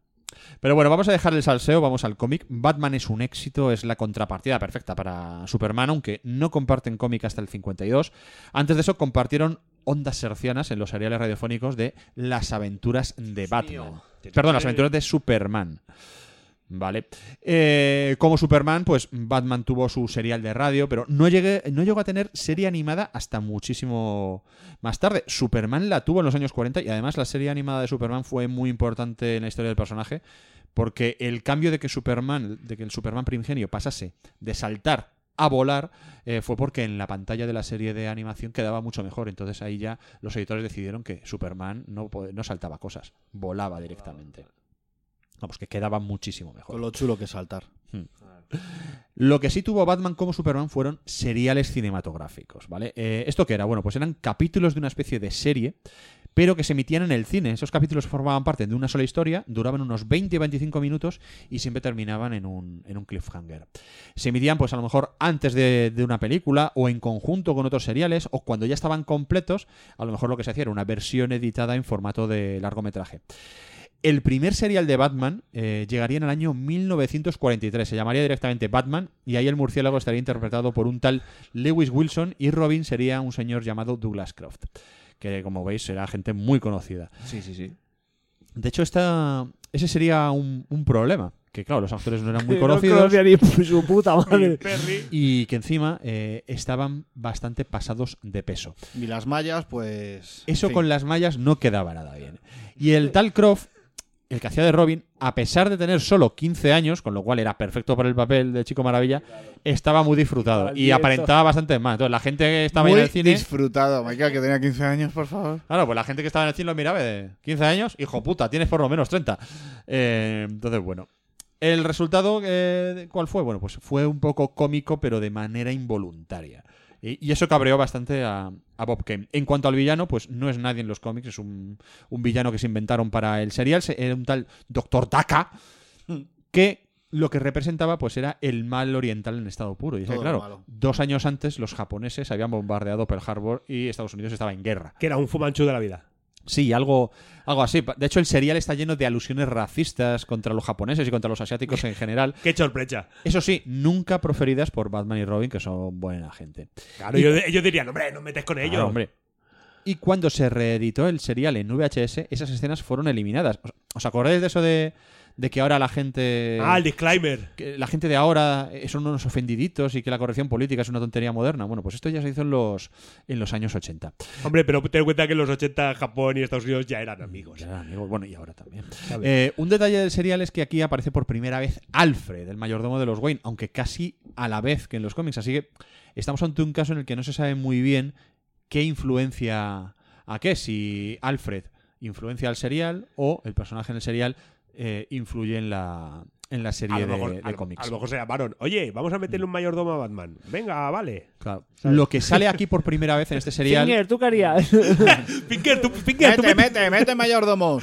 Pero bueno, vamos a dejar el salseo, vamos al cómic. Batman es un éxito, es la contrapartida perfecta para Superman, aunque no comparten cómic hasta el 52. Antes de eso compartieron ondas sercianas en los seriales radiofónicos de Las aventuras de Batman. Perdón, Las aventuras de Superman. Vale. Eh, como Superman, pues Batman tuvo su serial de radio, pero no, llegué, no llegó a tener serie animada hasta muchísimo más tarde. Superman la tuvo en los años 40 y además la serie animada de Superman fue muy importante en la historia del personaje porque el cambio de que Superman, de que el Superman primigenio pasase de saltar a volar eh, fue porque en la pantalla de la serie de animación quedaba mucho mejor. Entonces ahí ya los editores decidieron que Superman no, po- no saltaba cosas, volaba directamente. Vamos, que quedaba muchísimo mejor. Hmm. Con lo chulo que es saltar. Lo que sí tuvo Batman como Superman fueron seriales cinematográficos, ¿vale? Eh, ¿Esto qué era? Bueno, pues eran capítulos de una especie de serie, pero que se emitían en el cine. Esos capítulos formaban parte de una sola historia, duraban unos 20-25 minutos y siempre terminaban en un, en un cliffhanger. Se emitían, pues a lo mejor antes de, de una película o en conjunto con otros seriales o cuando ya estaban completos, a lo mejor lo que se hacía era una versión editada en formato de largometraje. El primer serial de Batman eh, llegaría en el año 1943. Se llamaría directamente Batman y ahí el murciélago estaría interpretado por un tal Lewis Wilson y Robin sería un señor llamado Douglas Croft, que como veis será gente muy conocida. Sí, sí, sí. De hecho, esta, ese sería un, un problema, que claro, los actores no eran muy No conocidos conocía ni su puta madre. Perry. y que encima eh, estaban bastante pasados de peso. Y las mallas, pues. Eso en fin. con las mallas no quedaba nada bien. Y el tal Croft el que hacía de Robin, a pesar de tener solo 15 años, con lo cual era perfecto para el papel de Chico Maravilla, estaba muy disfrutado y aparentaba bastante más. Entonces, la gente que estaba en Muy el cine. disfrutado. Michael, que tenía 15 años, por favor. Claro, pues la gente que estaba en el cine lo miraba y de 15 años, hijo puta, tienes por lo menos 30. Eh, entonces, bueno. ¿El resultado eh, cuál fue? Bueno, pues fue un poco cómico, pero de manera involuntaria. Y, y eso cabreó bastante a, a Bob Kane. En cuanto al villano, pues no es nadie en los cómics, es un, un villano que se inventaron para el serial, se- era un tal Doctor Daka, que lo que representaba pues era el mal oriental en estado puro. Y es que, Todo lo claro, malo. dos años antes los japoneses habían bombardeado Pearl Harbor y Estados Unidos estaba en guerra. Que era un Fumanchu de la vida. Sí, algo, algo así. De hecho, el serial está lleno de alusiones racistas contra los japoneses y contra los asiáticos en general. Qué sorpresa. Eso sí, nunca proferidas por Batman y Robin, que son buena gente. Claro, yo- ellos dirían, Ah, hombre, no metes con ellos. Claro, hombre. Y cuando se reeditó el serial en VHS, esas escenas fueron eliminadas. ¿Os- ¿Os acordáis de eso de, de que ahora la gente... Ah, el disclaimer. que la gente de ahora eh, son unos ofendiditos y que la corrección política es una tontería moderna. Bueno, pues esto ya se hizo en los, en los años 80. Hombre, pero ten en cuenta que en los 80 Japón y Estados Unidos ya eran amigos. Ya, amigo. Bueno, y ahora también. Eh, un detalle del serial es que aquí aparece por primera vez Alfred, el mayordomo de los Wayne, aunque casi a la vez que en los cómics. Así que estamos ante un caso en el que no se sabe muy bien qué influencia a qué, si Alfred influencia al serial o el personaje en el serial eh, influye en la, en la A serie lo, mejor, de, a de lo- cómics. Mm. a lo mejor se llamaron, oye, vamos a meterle un mayordomo a Batman. Venga, vale. Claro. Lo que sale aquí por primera vez en este serial Finger, ¿tú qué harías? Finger, tú, Finger, tú Mete, metes- mete, mete, mayordomo.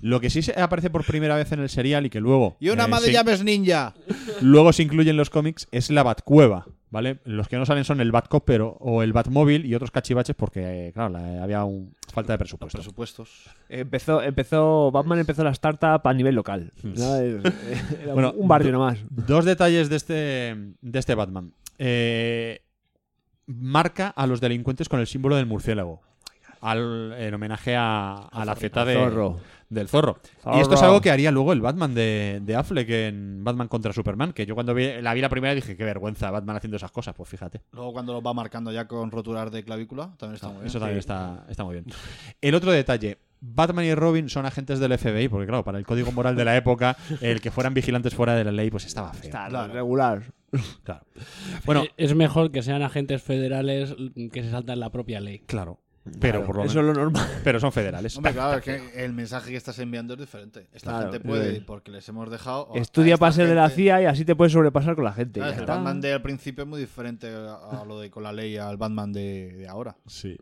Lo que sí se- aparece por primera vez en el serial y que luego. Y una eh, más de se- llaves ninja. luego se incluye en los cómics es la Batcueva, ¿vale? Los que no salen son el Batcopero o el Batmóvil y otros cachivaches porque, eh, claro, la- había un, falta de presupuesto. Presupuestos. empezó, empezó, Batman empezó la startup a nivel local. ¿no? eh, Era Mm. Bueno, un barrio nomás. Dos detalles de este, de este Batman. Eh, marca a los delincuentes con el símbolo del murciélago. Al, en homenaje a, a la feta de, zorro. del zorro. Y esto es algo que haría luego el Batman de, de Affleck en Batman contra Superman, que yo cuando vi- la vi la primera dije, qué vergüenza Batman haciendo esas cosas, pues fíjate. Luego cuando los va marcando ya con rotular de clavícula, también está muy bien. Ah, Eso también está, está muy bien. El otro detalle. Batman y Robin son agentes del FBI, porque claro, para el código moral de la época, el que fueran vigilantes fuera de la ley, pues estaba feo. Claro. regular. Claro. Bueno, Eh, Es mejor que sean agentes federales mm, que se saltan la propia ley. claro. Pero por lo Eso es menos- lo normal. pero son federales. Hombre, claro, es que el mensaje que estás enviando es diferente. Esta Claro, gente puede eh. ir porque les hemos dejado. a- Oh, a Estudia esta para ser de la gente. CIA y así te puedes sobrepasar con la gente. Claro, Ya es que el está. Batman de al principio es muy diferente a a lo de con la ley al Batman de, de ahora. Sí.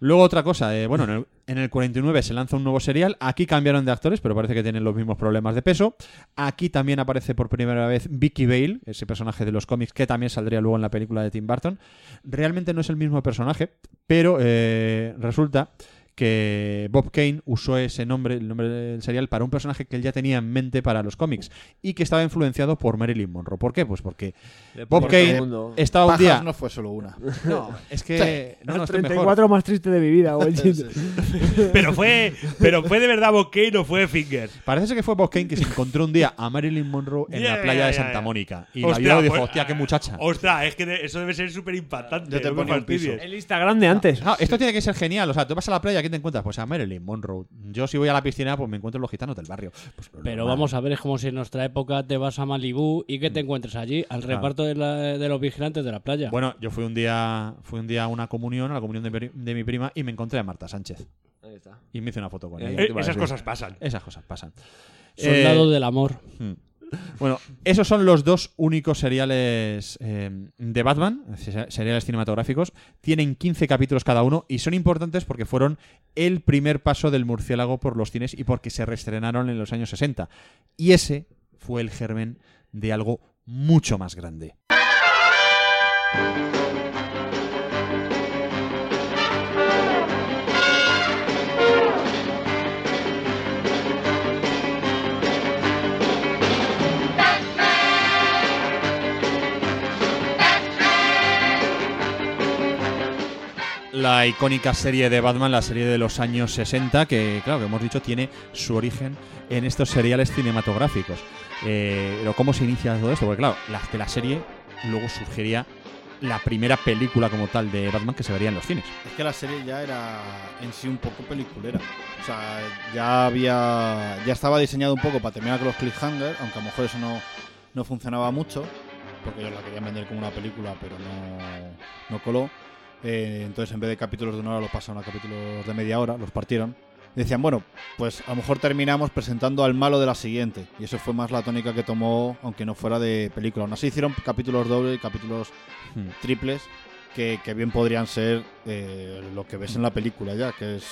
Luego otra cosa, eh, bueno, en el, en el 49 se lanza un nuevo serial, aquí cambiaron de actores, pero parece que tienen los mismos problemas de peso. Aquí también aparece por primera vez Vicky Bale, ese personaje de los cómics que también saldría luego en la película de Tim Burton. Realmente no es el mismo personaje, pero eh, resulta que Bob Kane usó ese nombre, el nombre del serial, para un personaje que él ya tenía en mente para los cómics y que estaba influenciado por Marilyn Monroe. ¿Por qué? Pues porque Bob porque Kane estaba un Pajas día... no fue solo una. No, es que... No, no, estoy mejor. 34 más triste de mi vida, güey. Pero fue, pero fue de verdad Bokeh, no fue Finger. Parece ser que fue Bob Kane que se encontró un día a Marilyn Monroe en Yeah, la playa yeah, de yeah, Santa yeah. Mónica. Y la Hostia, vio y dijo, pues, hostia, qué ah, muchacha. Ostras, es que de- eso debe ser súper impactante. Yo te no me ponía un piso. fastidies. El Instagram de antes. Ah, esto tiene que ser genial. O sea, tú vas a la playa, ¿a ¿quién te encuentras? Pues a Marilyn Monroe. Yo si voy a la piscina, pues me encuentro los gitanos del barrio. Pues lo Pero normal. Mm. vamos a ver, es como si en nuestra época te vas a Malibú y que te encuentres allí, al reparto de, la- de los vigilantes de la playa. Bueno, yo fui un día fui un día a una comunión, a la comunión de, mi- de mi prima, y me encontré a Marta Sánchez. Y me hice una foto con ella. Eh, esas cosas pasan. Esas cosas pasan. Soldado Eh, del amor. Bueno, esos son los dos únicos seriales eh, de Batman, se- seriales cinematográficos. Tienen 15 capítulos cada uno y son importantes porque fueron el primer paso del murciélago por los cines y porque se reestrenaron en los años 60. Y ese fue el germen de algo mucho más grande. la icónica serie de Batman, la serie de los años 60, que, claro, que hemos dicho, tiene su origen en estos seriales cinematográficos. Eh, pero ¿cómo se inicia todo esto? Porque, claro, la, de la serie luego surgiría la primera película como tal de Batman que se vería en los cines. Es que la serie ya era en sí un poco peliculera. O sea, ya había. Ya estaba diseñado un poco para terminar con los cliffhangers, aunque a lo mejor eso no, no funcionaba mucho, porque ellos la querían vender como una película, pero no, no coló. Eh, entonces, en vez de capítulos de una hora, los pasaron a capítulos de media hora, los partieron. Y decían, bueno, pues a lo mejor terminamos presentando al malo de la siguiente. Y eso fue más la tónica que tomó, aunque no fuera de película. Aún así hicieron capítulos dobles y capítulos Hmm. triples que, que bien podrían ser eh, lo que ves en la película ya, que es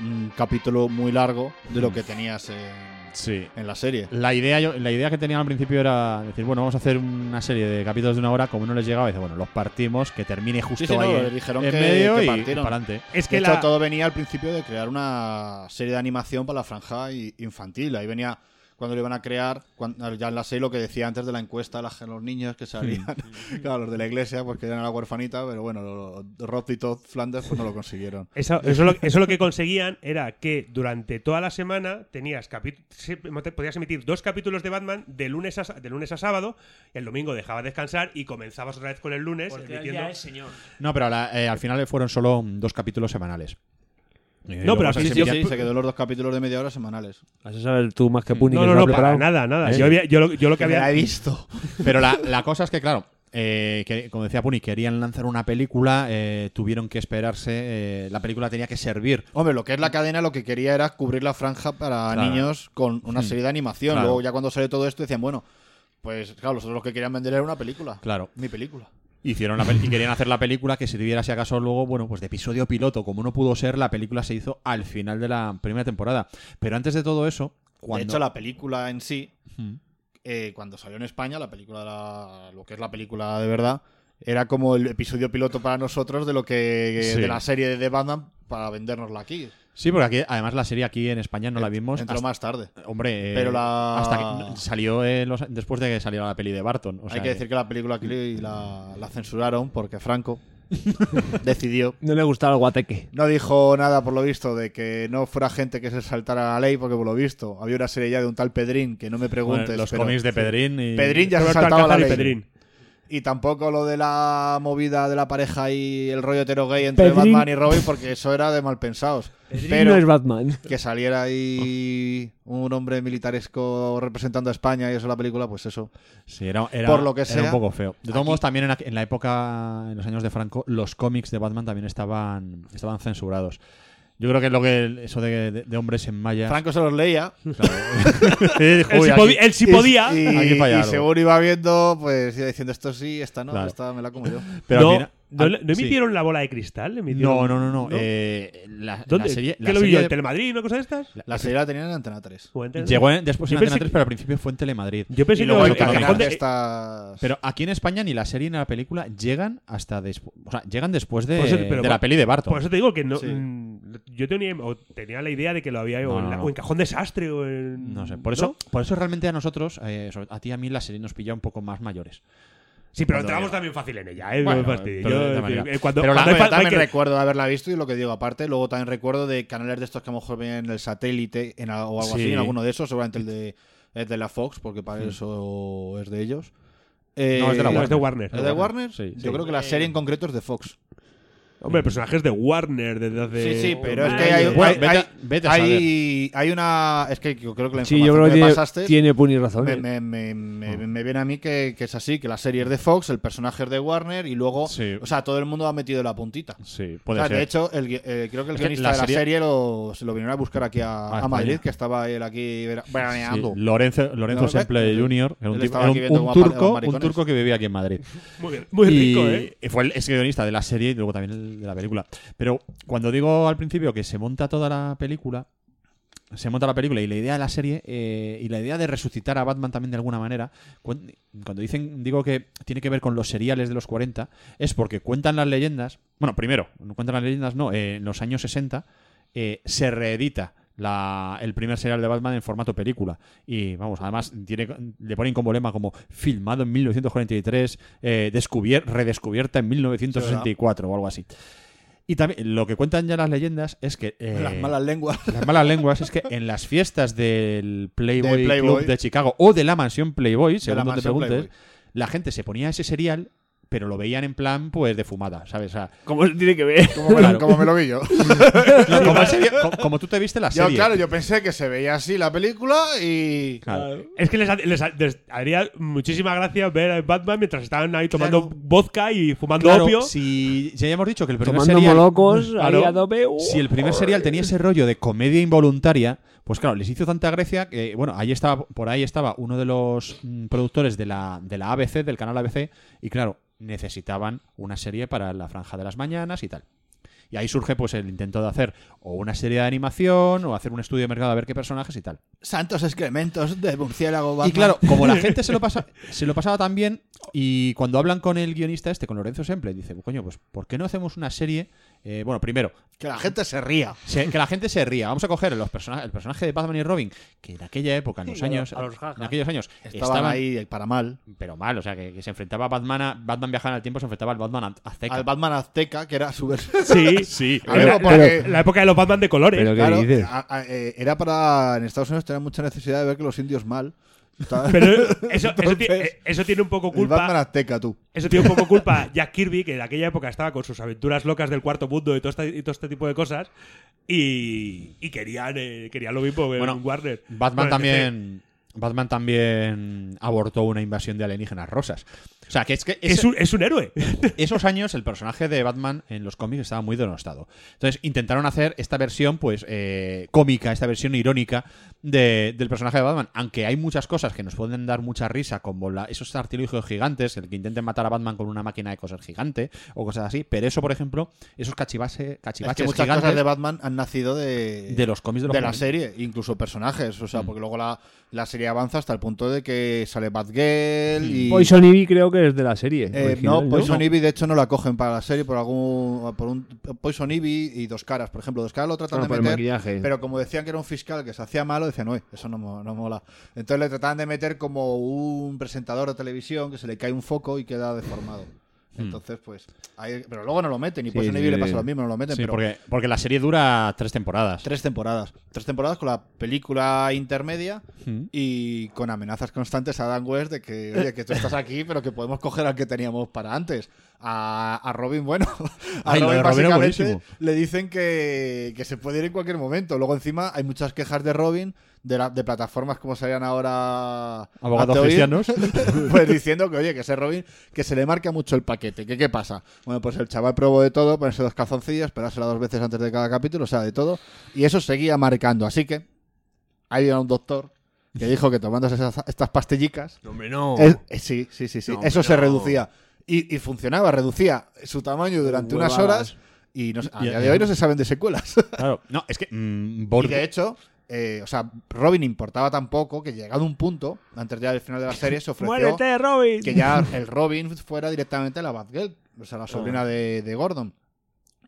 un capítulo muy largo de lo que tenías en, Hmm. Sí. en la serie. La idea, yo- la idea que tenían al principio era decir, bueno, vamos a hacer una serie de capítulos de una hora, como no les llegaba, dice, bueno, los partimos, que termine Sí, justo sí, no, ahí le en, dijeron en que- medio que y, y partieron. para adelante. Es De que hecho, la, todo venía al principio de crear una serie de animación para la franja i- infantil. Ahí venía cuando lo iban a crear, cuando, ya en la serie lo que decía antes de la encuesta, la- los niños que salían, Hmm. claro, los de la iglesia, pues que eran la huerfanita, pero bueno, lo- Roth y Todd Flanders pues no lo consiguieron. Eso, eso, lo, eso lo que conseguían era que durante toda la semana tenías capi- se- te podías emitir dos capítulos de Batman de lunes a, sa- de lunes a sábado, el domingo dejabas descansar y comenzabas otra vez con el lunes emitiendo- señor. No, pero la- eh, al final fueron solo mm, dos capítulos semanales. Y No, lo pero que pasa al es que principio- se Sí, se quedó los dos capítulos de media hora semanales. Hmm. Vas a saber tú Mm. más que Puni No, que no, se lo ha no, para preparado. nada, nada. ¿Eh? Yo, había- yo lo, yo lo que Que me había. la he visto. Pero la, la cosa es que, claro, eh, que- como decía Puni, querían lanzar una película, eh, tuvieron que esperarse, eh, la película tenía que servir. Hombre, lo que es la cadena lo que quería era cubrir la franja para Claro. Mm. niños con Hmm. una serie de animación. Claro. Luego ya cuando salió todo esto decían, bueno, pues claro, nosotros lo que querían vender era una película. Claro. Mi película. Hicieron la pel- y querían hacer la película que sirviera, si acaso, luego, bueno, pues de episodio piloto. Como no pudo ser, la película se hizo al final de la primera temporada. Pero antes de todo eso, cuando. De hecho, la película en sí, Hmm. eh, cuando salió en España, la película, de la- lo que es la película de verdad, era como el episodio piloto para nosotros de lo que Sí. de la serie de Batman para vendérnosla aquí. Sí, porque aquí, además la serie aquí en España no la vimos. Entró hasta- más tarde. Hombre, eh, Pero la- hasta que salió en los- después de que saliera la peli de Barton. O sea Hay que decir que la película aquí la, la censuraron porque Franco decidió No le gustaba el guateque. No dijo nada, por lo visto, de que no fuera gente que se saltara la ley, porque por lo visto había una serie ya de un tal Pedrín, que no me bueno, preguntes. los pero- cómics de Pedrín y. Pedrín ya se Roberto saltaba la Alcázar y ley. Pedrín. Y tampoco lo de la movida de la pareja y el rollo hetero gay entre Pedrín- Batman y Robin, porque eso era de mal pensados. Pedrín Pero no es Batman. que saliera ahí un hombre militaresco representando a España y eso en la película, pues eso. Sí, era, era- Por lo que era sea, un poco feo. De todos aquí- modos, también en, aqu- en la época, en los años de Franco, los cómics de Batman también estaban, estaban censurados. Yo creo que lo que el- eso de, de- de hombres en malla. Franco se los leía. Él sí podía- él sí podía. Y, Aquí falla y algo. según iba viendo, pues iba diciendo esto sí, esta no, Claro. esta me la como yo. pero al no, final- no, al- le- no sí. emitieron la bola de cristal? ¿Emitieron? No, no, no, no. Eh, la, la ¿Dónde? serie, ¿Qué la lo vi serie yo? ¿En de- Telemadrid? ¿Una cosa de estas? La serie la tenían en Antena 3. ¿O en Tele- llegó en- después en Yo Antena pensé 3, que- pero al principio fue en Telemadrid. Yo pensé Y luego que el el canal canal de de estas. Pero aquí en España ni la serie ni la película llegan hasta después, o sea, llegan después de, Por eso- pero de por- la peli de Barton. Por eso te digo que no. Sí. mm, Yo tenía, o tenía la idea de que lo había o, No, en la- no, no. o en Cajón Desastre o en. no sé, por eso, por eso realmente a nosotros, eh, sobre- a ti y a mí la serie nos pilla un poco más mayores. Sí, pero Cuando entramos era. también fácil en ella, ¿eh? Bueno, No me fastidies. pero de Yo, otra eh, manera. eh, cuando- Pero la- Hombre, cuando hay yo fa- también hay que- recuerdo haberla visto y lo que digo aparte. Luego también recuerdo de canales de estos que a lo mejor ven en el satélite en, al- o algo Sí. así, en alguno de esos, seguramente el de, el de la Fox, porque para eso es de ellos. Eh, No, es de la No, es de Warner. ¿Es de Warner? Sí, Yo creo que la serie en concreto es de Fox. Hombre, personajes de Warner desde hace. Sí, sí, pero es que Ay, hay, Bueno, hay, vete a- hay- vete a hay- hay una... Es que yo creo que la Sí, yo información creo que que me tiene, pasaste tiene Puni razón. me, ¿eh? me- me- me- Ah. me viene a mí que, que es así, que la serie es de Fox, el personaje es de Warner y luego... Sí. O sea, todo el mundo ha metido la puntita. Sí, puede O sea, ser. De hecho, el gui- eh, creo que el Es que guionista la de la serie- serie, lo, se lo vinieron a buscar aquí a, a España. Madrid, que estaba él aquí vera- Sí, veraneando. Lorenzo, Lorenzo No, no, Semple no, no. Jr., era un, Él tipo- estaba era aquí un- viendo un guapa- turco, guapa un maricones. turco que vivía aquí en Madrid. Muy, bien, muy rico, y ¿eh? y fue el ex guionista de la serie y luego también el de la película. Pero cuando digo al principio que se monta toda la película, se monta la película y la idea de la serie eh, y la idea de resucitar a Batman también de alguna manera, cuen- cuando dicen, digo que tiene que ver con los seriales de los 40, es porque cuentan las leyendas, bueno, primero, no cuentan las leyendas, no, eh, en los años 60 eh, se reedita. la- el primer serial de Batman en formato película y vamos además tiene, le ponen como lema como filmado en 1943 eh, descubier- redescubierta en 1964 o algo así y también lo que cuentan ya las leyendas es que eh, Las malas lenguas. las malas lenguas es que en las fiestas del Playboy, Del Playboy. Club de Chicago o de la mansión Playboy, la según donde mansión preguntes, Playboy. la gente se ponía ese serial pero lo veían en plan, pues, de fumada, ¿sabes? O sea, ¿Cómo se tiene que ver? Como me, Claro. como me lo vi yo. no, como, él se vio- co- como tú te viste la yo, serie. claro, yo pensé que se veía así la película y. Claro. Es que les, ha- les ha- les haría muchísima gracia ver a Batman mientras estaban ahí tomando vodka y fumando Claro, opio. si ya hemos dicho que el primer Tomando serial- molocos, Claro. ahí a tope. uh. Si el primer serial tenía ese rollo de comedia involuntaria, pues claro, les hizo tanta gracia que, bueno, ahí estaba, por ahí estaba uno de los mm, productores de la, de la ABC, del canal ABC, y claro, necesitaban una serie para la franja de las mañanas y tal. Y ahí surge pues el intento de hacer o una serie de animación o hacer un estudio de mercado a ver qué personajes y tal. Santos excrementos de murciélago Batman. Y claro, como la gente se lo pasa, se lo pasaba tan bien, y cuando hablan con el guionista este, con Lorenzo Semple, dice, coño, pues ¿por qué no hacemos una serie? Eh, bueno, primero, Que la gente se ría. se- que la gente se ría. Vamos a coger los persona- el personaje de Batman y Robin, que en aquella época, en los años, en aquellos años, Estaban, ahí para mal. pero mal, o sea, que, que se enfrentaba a Batman, a, Batman viajaba en el tiempo, se enfrentaba al Batman az- azteca. Al Batman azteca, que era su versión. Sí, sí. Amigo, porque- la época de los Batman de colores. Pero Pero, qué Claro, dices. a- a- eh, era para. En Estados Unidos tenía mucha necesidad de ver que los indios mal. Estaba- eso, eso, ti- Entonces, eh, eso tiene un poco el Batman culpa. azteca, tú. Eso tiene un poco culpa Jack Kirby, que en aquella época estaba con sus aventuras locas del cuarto mundo y todo este, y todo este tipo de cosas. Y, y querían, eh, querían lo mismo Bueno, en Warner. Batman Con el DC. también... Batman también abortó una invasión de alienígenas rosas. O sea, que es que Es ese- un, es un héroe. esos años el personaje de Batman en los cómics estaba muy denostado. Entonces intentaron hacer esta versión, pues, eh, cómica, esta versión irónica de- del personaje de Batman. Aunque hay muchas cosas que nos pueden dar mucha risa, como la- esos artilugios gigantes, el que intenten matar a Batman con una máquina de coser gigante o cosas así. Pero eso, por ejemplo, esos cachivase, Es cachivaches que muchas gigantes cosas de Batman han nacido de. de los cómics de, los de la cómics. Mm. serie, incluso personajes, o sea, porque luego la, la serie avanza hasta el punto de que sale Mm. Batgirl y Poison Ivy creo que es de la serie. Eh, original, no, Poison Ivy de hecho no la cogen para la serie por algún por un Poison Ivy y dos caras, por ejemplo, dos caras lo tratan Claro, por de el meter, maquillaje. pero como decían que era un fiscal que se hacía malo, decían, "Uy, eso no, mo- no mola." Entonces le trataban de meter como un presentador de televisión que se le cae un foco y queda deformado. Hmm. Entonces, pues, ahí- pero luego no lo meten y Sí, Poison sí, Ivy le sí. pasa lo mismo, no lo meten, Sí, pero porque, porque la serie dura tres temporadas. Tres temporadas. Tres temporadas con la película intermedia Hmm. y con amenazas constantes a Dan West de que, oye, que tú estás aquí, pero que podemos coger al que teníamos para antes. A, a Robin, bueno, a Ay, lo Robin de Robin era básicamente buenísimo. le dicen que, que se puede ir en cualquier momento. Luego encima hay muchas quejas de Robin de, la- de plataformas como serían ahora Abogados Hazte Oír, cristianos. pues diciendo que, oye, que ese Robin, que se le marca mucho el paquete. ¿Qué, ¿Qué pasa? Bueno, pues el chaval probó de todo, ponerse dos calzoncillos, esperársela dos veces antes de cada capítulo, o sea, de todo. Y eso seguía marcando. Así que hay un doctor que dijo que tomándose esas- estas pastillicas. Hombre, no. es- eh, sí, sí, sí, sí. No, eso hombre, se no. reducía. Y, y funcionaba, reducía su tamaño durante unas Huevadas. horas. Y no, se- a Y- día de hoy no se saben de secuelas. Claro. No, es que. mm, Y Borg- de hecho, eh, o sea, Robin importaba tan poco que llegado un punto, antes ya del final de la serie, se ofreció ¡Muérete, Robin! que ya el Robin fuera directamente la Batgirl, o Ah. sea, la sobrina de, de Gordon.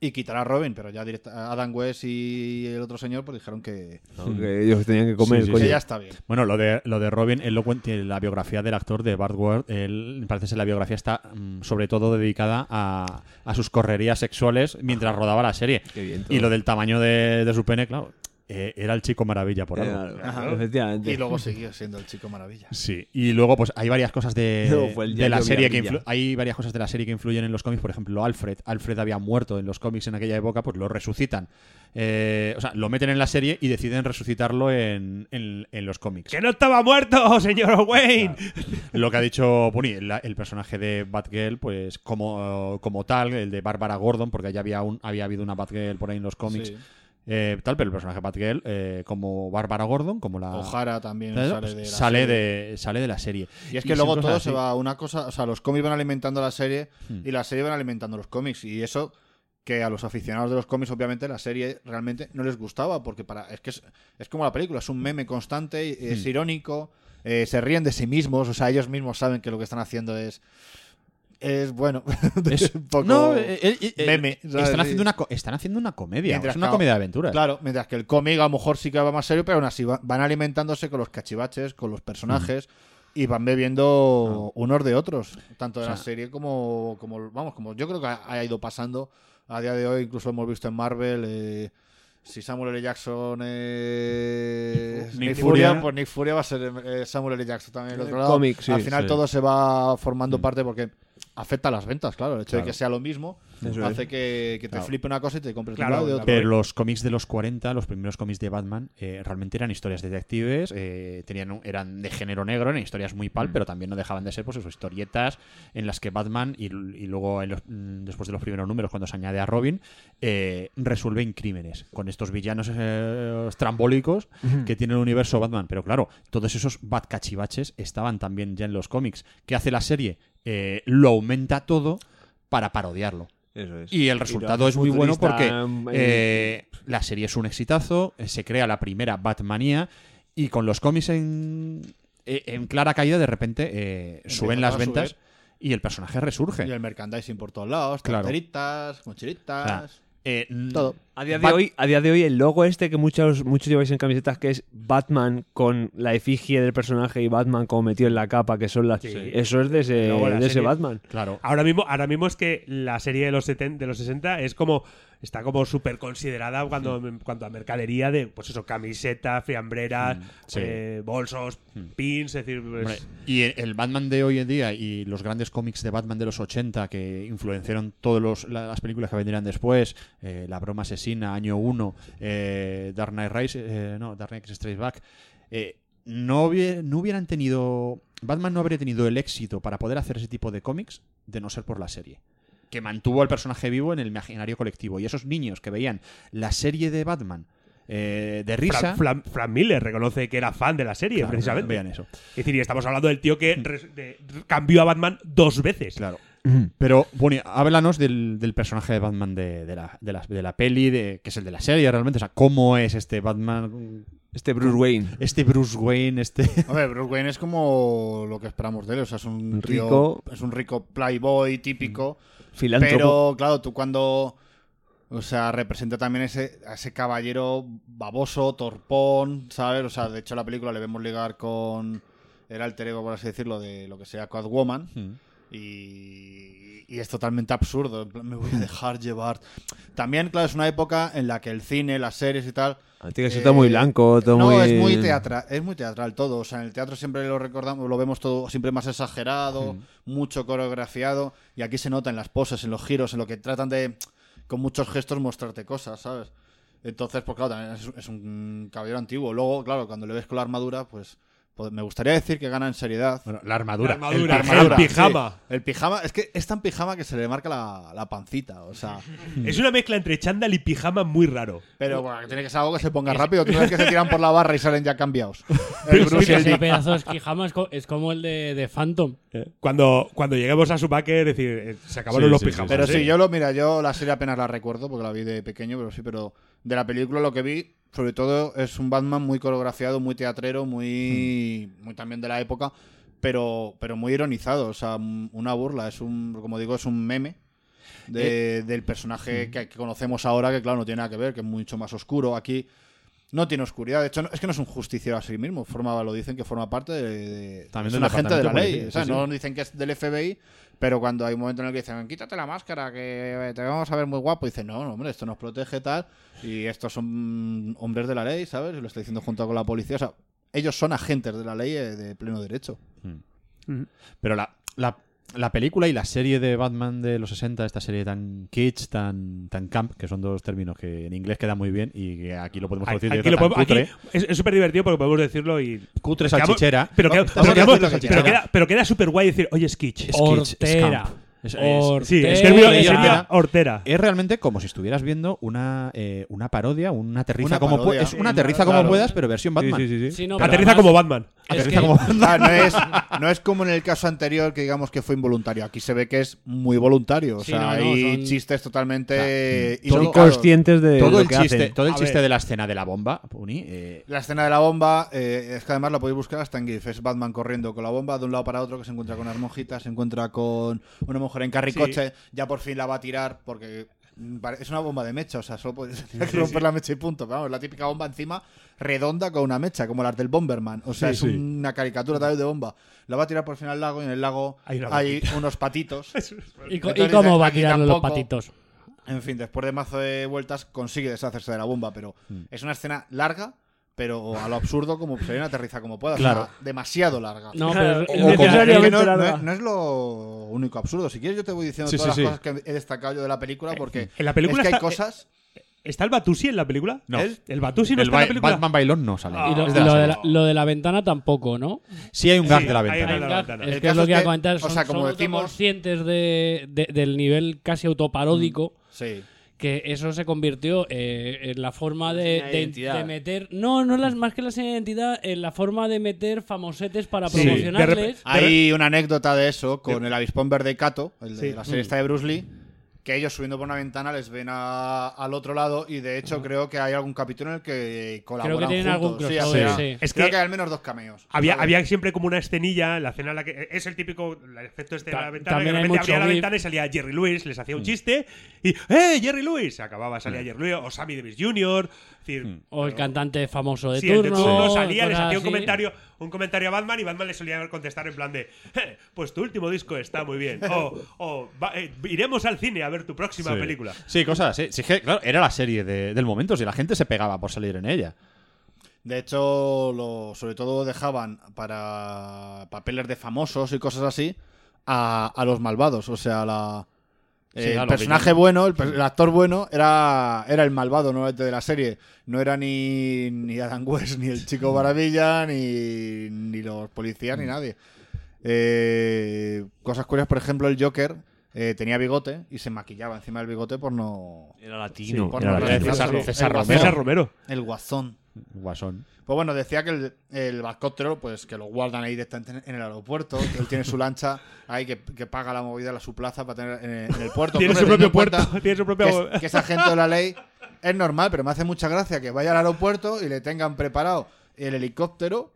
Y quitar a Robin, pero ya directa, Adam West y el otro señor pues dijeron que, Hmm. Que ellos tenían que comer, Sí, sí, coño. que ya está bien. Bueno, lo de, lo de Robin, él lo cuenta en la biografía del actor de Bart Ward. Él, parece ser la biografía está mm, sobre todo dedicada a, a sus correrías sexuales mientras rodaba la serie. Qué bien todo. Y lo del tamaño de, de su pene, claro, eh, era el chico maravilla por algo. Claro, Efectivamente. Y luego siguió siendo el chico maravilla. Sí, y luego pues hay varias cosas Luego de, fue el de la Yayo serie que Villamilla. influ- hay varias cosas de la serie que influyen en los cómics, por ejemplo, Alfred, Alfred había muerto en los cómics en aquella época, pues lo resucitan. Eh, o sea, lo meten en la serie y deciden resucitarlo en, en- en los cómics. ¡Que no estaba muerto, señor Wayne! Lo que ha dicho Puni, el, el personaje de Batgirl, pues como, como tal, el de Bárbara Gordon, porque ya había, un, había habido una Batgirl por ahí en los cómics, Sí. eh, tal, pero el personaje de Batgirl, eh, como Bárbara Gordon, como la. O'Hara también tal, sale de la pues, sale, serie. de, sale de la serie. Y es que luego son todo cosas se así. Hmm. va a una cosa, o sea, los cómics van alimentando la serie y la serie van alimentando los cómics y eso que a los aficionados de los cómics obviamente la serie realmente no les gustaba porque para es que es, es como la película, es un meme constante, y Hmm. es irónico, eh, se ríen de sí mismos, o sea, ellos mismos saben que lo que están haciendo es es bueno, Es- un poco no, eh, eh, eh, eh, meme, ¿sabes? Están haciendo, Sí. una, co- están haciendo una comedia. Mientras es una que- comedia de aventuras. Claro, mientras que el cómic a lo mejor sí que va más serio, pero aún así va- van alimentándose con los cachivaches, con los personajes y van bebiendo unos de otros, tanto de O sea- la serie como, como, vamos, como yo creo que ha, ha ido pasando a día de hoy, incluso hemos visto en Marvel. eh, si Samuel L. Jackson es Nick Nick Furia, Furia. pues Nick Furia va a ser eh, Samuel L. Jackson también. el otro Eh, lado. cómic, sí, Al final sí. Mm. todo se va formando parte porque afecta a las ventas, claro. El hecho de que sea lo mismo Eso hace que, que te flipe una cosa y te compres Claro, una de claro. otra. Pero los cómics de los 40, los primeros cómics de Batman, eh, realmente eran historias detectives, eh, tenían un- eran de género negro, eran historias muy Mm. pal, pero también no dejaban de ser pues, eso, historietas en las que Batman, y, l- y luego en los- mm, después de los primeros números, cuando se añade a Robin, eh, resuelven crímenes con estos villanos eh, estrambólicos que tiene el universo Batman. Pero claro, todos esos Batcachivaches estaban también ya en los cómics. ¿Qué hace la serie? Eh, lo aumenta todo para parodiarlo. Eso es. Y el resultado es muy bueno porque futurista, mm, eh, la serie es un exitazo, eh, se crea la primera Batmanía y con los cómics en, eh, en clara caída de repente eh, suben las a ventas subir. y el personaje Y resurge. el merchandising por todos lados, Claro. carteritas, mochilitas. O sea, eh, n- todo. A día, de Bat- hoy, a día de hoy, el logo este que muchos, muchos lleváis en camisetas, que es Batman con la efigie del personaje y Batman como metido en la capa, que son las. Sí. Eso es de ese, Luego la de ese serie- Batman. Claro. Ahora mismo, ahora mismo es que la serie de los, 70, de los 60 es como. Está como súper considerada cuando, Hmm. cuanto a mercadería de, pues eso, camisetas, fiambreras, Hmm, sí. Hmm. eh, bolsos, pins, es decir, pues, Hombre, y el- el Batman de hoy en día y los grandes cómics de Batman de los 80 que influenciaron todas las películas que vendrían después, eh, La broma asesina, Año 1, eh, Dark Knight Rise, eh, no, Dark Knight Strikes Back, eh, no, hubie- no hubieran tenido, Batman no habría tenido el éxito para poder hacer ese tipo de cómics de no ser por la serie que mantuvo al personaje vivo en el imaginario colectivo y esos niños que veían la serie de Batman eh, de risa Fran, Fran- Fran Miller reconoce que era fan de la serie, Claro, precisamente. vean eso Hmm. Es decir, y estamos hablando del tío que res- de- cambió a Batman dos veces. Claro. Pero, bueno, háblanos del, del personaje de Batman de, de la, de, la, de la peli, de, que es el de la serie realmente. O sea, ¿cómo es este Batman? Este Bruce Wayne. Este Bruce Wayne, este. Hombre, Bruce Wayne es como lo que esperamos de él. O sea, es un tío- Rico. Mm. es un rico playboy típico. Filántropo. Pero claro, tú cuando. O sea, representa también ese, a ese caballero baboso, torpón, ¿sabes? O sea, de hecho, la película le vemos ligar con el alter ego, por así decirlo, de lo que sea Catwoman. Mm. Y, y es totalmente absurdo. en plan, Me voy a dejar llevar. También, claro, es una época en la que el cine, las series y tal. Tiene que ser todo muy blanco, todo Eh, no, muy- es muy, teatra- es muy teatral todo. O sea, en el teatro siempre lo recordamos, lo vemos todo siempre más exagerado, mucho coreografiado. Y aquí se nota en las poses, en los giros, en lo que tratan de, con muchos gestos, mostrarte cosas, ¿sabes? Entonces, pues claro, también es, es un caballero antiguo. Luego, claro, cuando le ves con la armadura, pues, pues me gustaría decir que gana en seriedad. Bueno, la armadura. La armadura. El- El Armadura, pijama. sí. El pijama, es que es tan pijama que se le marca la, la pancita, o sea. Es una mezcla entre chándal y pijama muy raro. Pero bueno, que tiene que ser algo que se ponga rápido. Tú sabes que se tiran por la barra y salen ya cambiados. El Bruce y el Ese Dick. pedazo de esquijama es, co- es como el de, de Phantom. Eh, Cuando, cuando lleguemos a Schumacher, es decir, eh, se acabaron Sí, los sí, pijamas. Pero ¿eh? sí, yo lo, mira, yo la serie apenas la recuerdo porque la vi de pequeño, pero sí, pero de la película lo que vi, sobre todo, es un Batman muy coreografiado, muy teatrero, muy, Hmm. muy también de la época, pero, pero muy ironizado, o sea, m- una burla, es un, como digo, es un meme. Eh, de- del hmm. personaje que, que conocemos ahora, que claro, no tiene nada que ver, que es mucho más oscuro. Aquí no tiene oscuridad, de hecho, no- es que no es un justiciero a sí mismo, forma, lo dicen que forma parte de. de- También es del un agente de la departamento de ley, policía, o sea, sí, sí. no dicen que es del FBI, pero cuando hay un momento en el que dicen, quítate la máscara, que te vamos a ver muy guapo, dicen, no, no, hombre, esto nos protege tal, y estos son hombres de la ley, ¿sabes? Y Lo está diciendo junto con la policía, o sea, ellos son agentes de la ley eh, de pleno derecho. Hmm. Mm. Pero la, la, la película y la serie de Batman de los 60, esta serie tan kitsch, tan, tan camp, que son dos términos que en inglés quedan muy bien y que aquí lo podemos traducir Aquí directo, lo tan podemos- aquí cutre. es es súper divertido porque podemos decirlo y. Cutre quedamos- salchichera. Pero, queda- Estamos pero quedamos- haciendo salchichera. pero queda, pero queda súper guay decir, oye, es kitsch. Es kitsch, es Hortera. camp. Es- es- Hortera. Sí, es que el mío sería Hortera. hortera. Es realmente como si estuvieras viendo una, eh, una parodia, una aterriza Una como parodia. pue- es una Eh, aterriza como claro. puedas, pero versión Batman. Sí, sí, sí, sí. Sí, no, pero Aterriza además como Batman. es Aterriza que- como Ah, no, es, no es como en el caso anterior que digamos que fue involuntario. Aquí se ve que es muy voluntario. O Sí, sea, no, no, hay son- chistes totalmente Son involucrados. conscientes de todo lo el que chiste, hacen. todo el A chiste ver. de la escena de la bomba, Puni, eh, La escena de la bomba, eh, es que además la podéis buscar hasta en GIF. Es Batman corriendo con la bomba de un lado para otro, que se encuentra con unas monjitas, se encuentra con una mujer en carricoche. Ya por fin la va a tirar porque mm, pare- es una bomba de mecha. O sea, solo puedes romper la mecha y punto. Pero vamos, la típica bomba encima redonda con una mecha, como las del Bomberman. O sea, es una caricatura tal vez de bomba. La va a tirar por fin al lago y en el lago Hay una hay unos patitos. ¿Y, co- y Entonces, cómo va aquí tirando los tampoco. patitos? Mm. En fin, después de mazo de vueltas consigue deshacerse de la bomba, pero es una escena larga, pero a lo absurdo como Serena aterriza como pueda. Claro. O sea, demasiado larga. No, Claro, pero o es como- decir, Es que Necesariamente no, no larga. es- no es lo único absurdo. Si quieres, yo te voy diciendo Sí, todas sí, las cosas que he destacado yo de la Eh, película, porque en la película es que hay está- cosas. ¿Está el Batusi en la película? No. ¿El, el Batusi no el está en la Ba- película? Batman Bailón no sale. Ah, y lo, Es de la lo de serie. la, lo de la ventana tampoco, ¿no? Sí hay un gag Sí, de la hay un ventana. gag. Venga, ventana. Es El que es caso lo que es iba a que, comentar. o Son, sea, como son decimos- autoconscientes de- de- del nivel casi autoparódico. Mm. Sí. que eso se convirtió eh, en la forma de, seña de de- identidad. de meter no no las más que la seña de identidad en la forma de meter famosetes para Sí. De promocionarles repente- Hay una anécdota de eso con el avispón verde Cato, el de Sí. Mm. la serie esta de Bruce Lee, que ellos subiendo por una ventana les ven a- al otro lado y de hecho creo que hay algún capítulo en el que colaboran creo que tienen algún juntos. Sí, crossover había- sí. Es creo que- que, hay al menos dos cameos. Había, ¿sabes? había siempre como una escenilla, la escena en la que. Es el típico el efecto este de Ta- la ventana. Que también de hay repente mucho abría la gif. Mm. ventana y salía Jerry Lewis, les hacía un chiste y. ¡Eh, Jerry Lewis! Se acababa, salía Jerry Lewis, o Sammy Davis Jr. Es decir, o el cantante famoso de sí, el turno, de turno salía, les cosas hacía así. un comentario, un comentario a Batman y Batman le solía contestar en plan de. "Eh, Pues tu último disco está muy bien. O, o, "Va- eh, iremos al cine a ver tu próxima Sí. película. Sí, cosas así. Sí, es que, claro, era la serie de- del momento. Si la gente se pegaba por salir en ella. De hecho, lo, sobre todo dejaban para papeles de famosos y cosas así a, a los malvados. O sea, la, Sí, el a los personaje villanos. bueno, el, per- el actor bueno, era, era el malvado normalmente de la serie. No era ni, ni Adam West, ni el chico maravilla, ni, ni los policías, ni nadie. Eh, cosas curiosas, por ejemplo, el Joker eh, tenía bigote y se maquillaba encima del bigote por no. Era latino. por era no latino. revelarse. César- El guasón. César Romero. César Romero. El guasón. Guasón. Pues bueno, decía que el, el barcóptero, pues que lo guardan ahí directamente en- en el aeropuerto, que él tiene su lancha ahí que, que paga la movida a su plaza para tener en el, en el puerto. Tiene Hombre, su teniendo propio en cuenta puerto. Tiene su propio. Que es, que es agente de la ley. Es normal, pero me hace mucha gracia que vaya al aeropuerto y le tengan preparado el helicóptero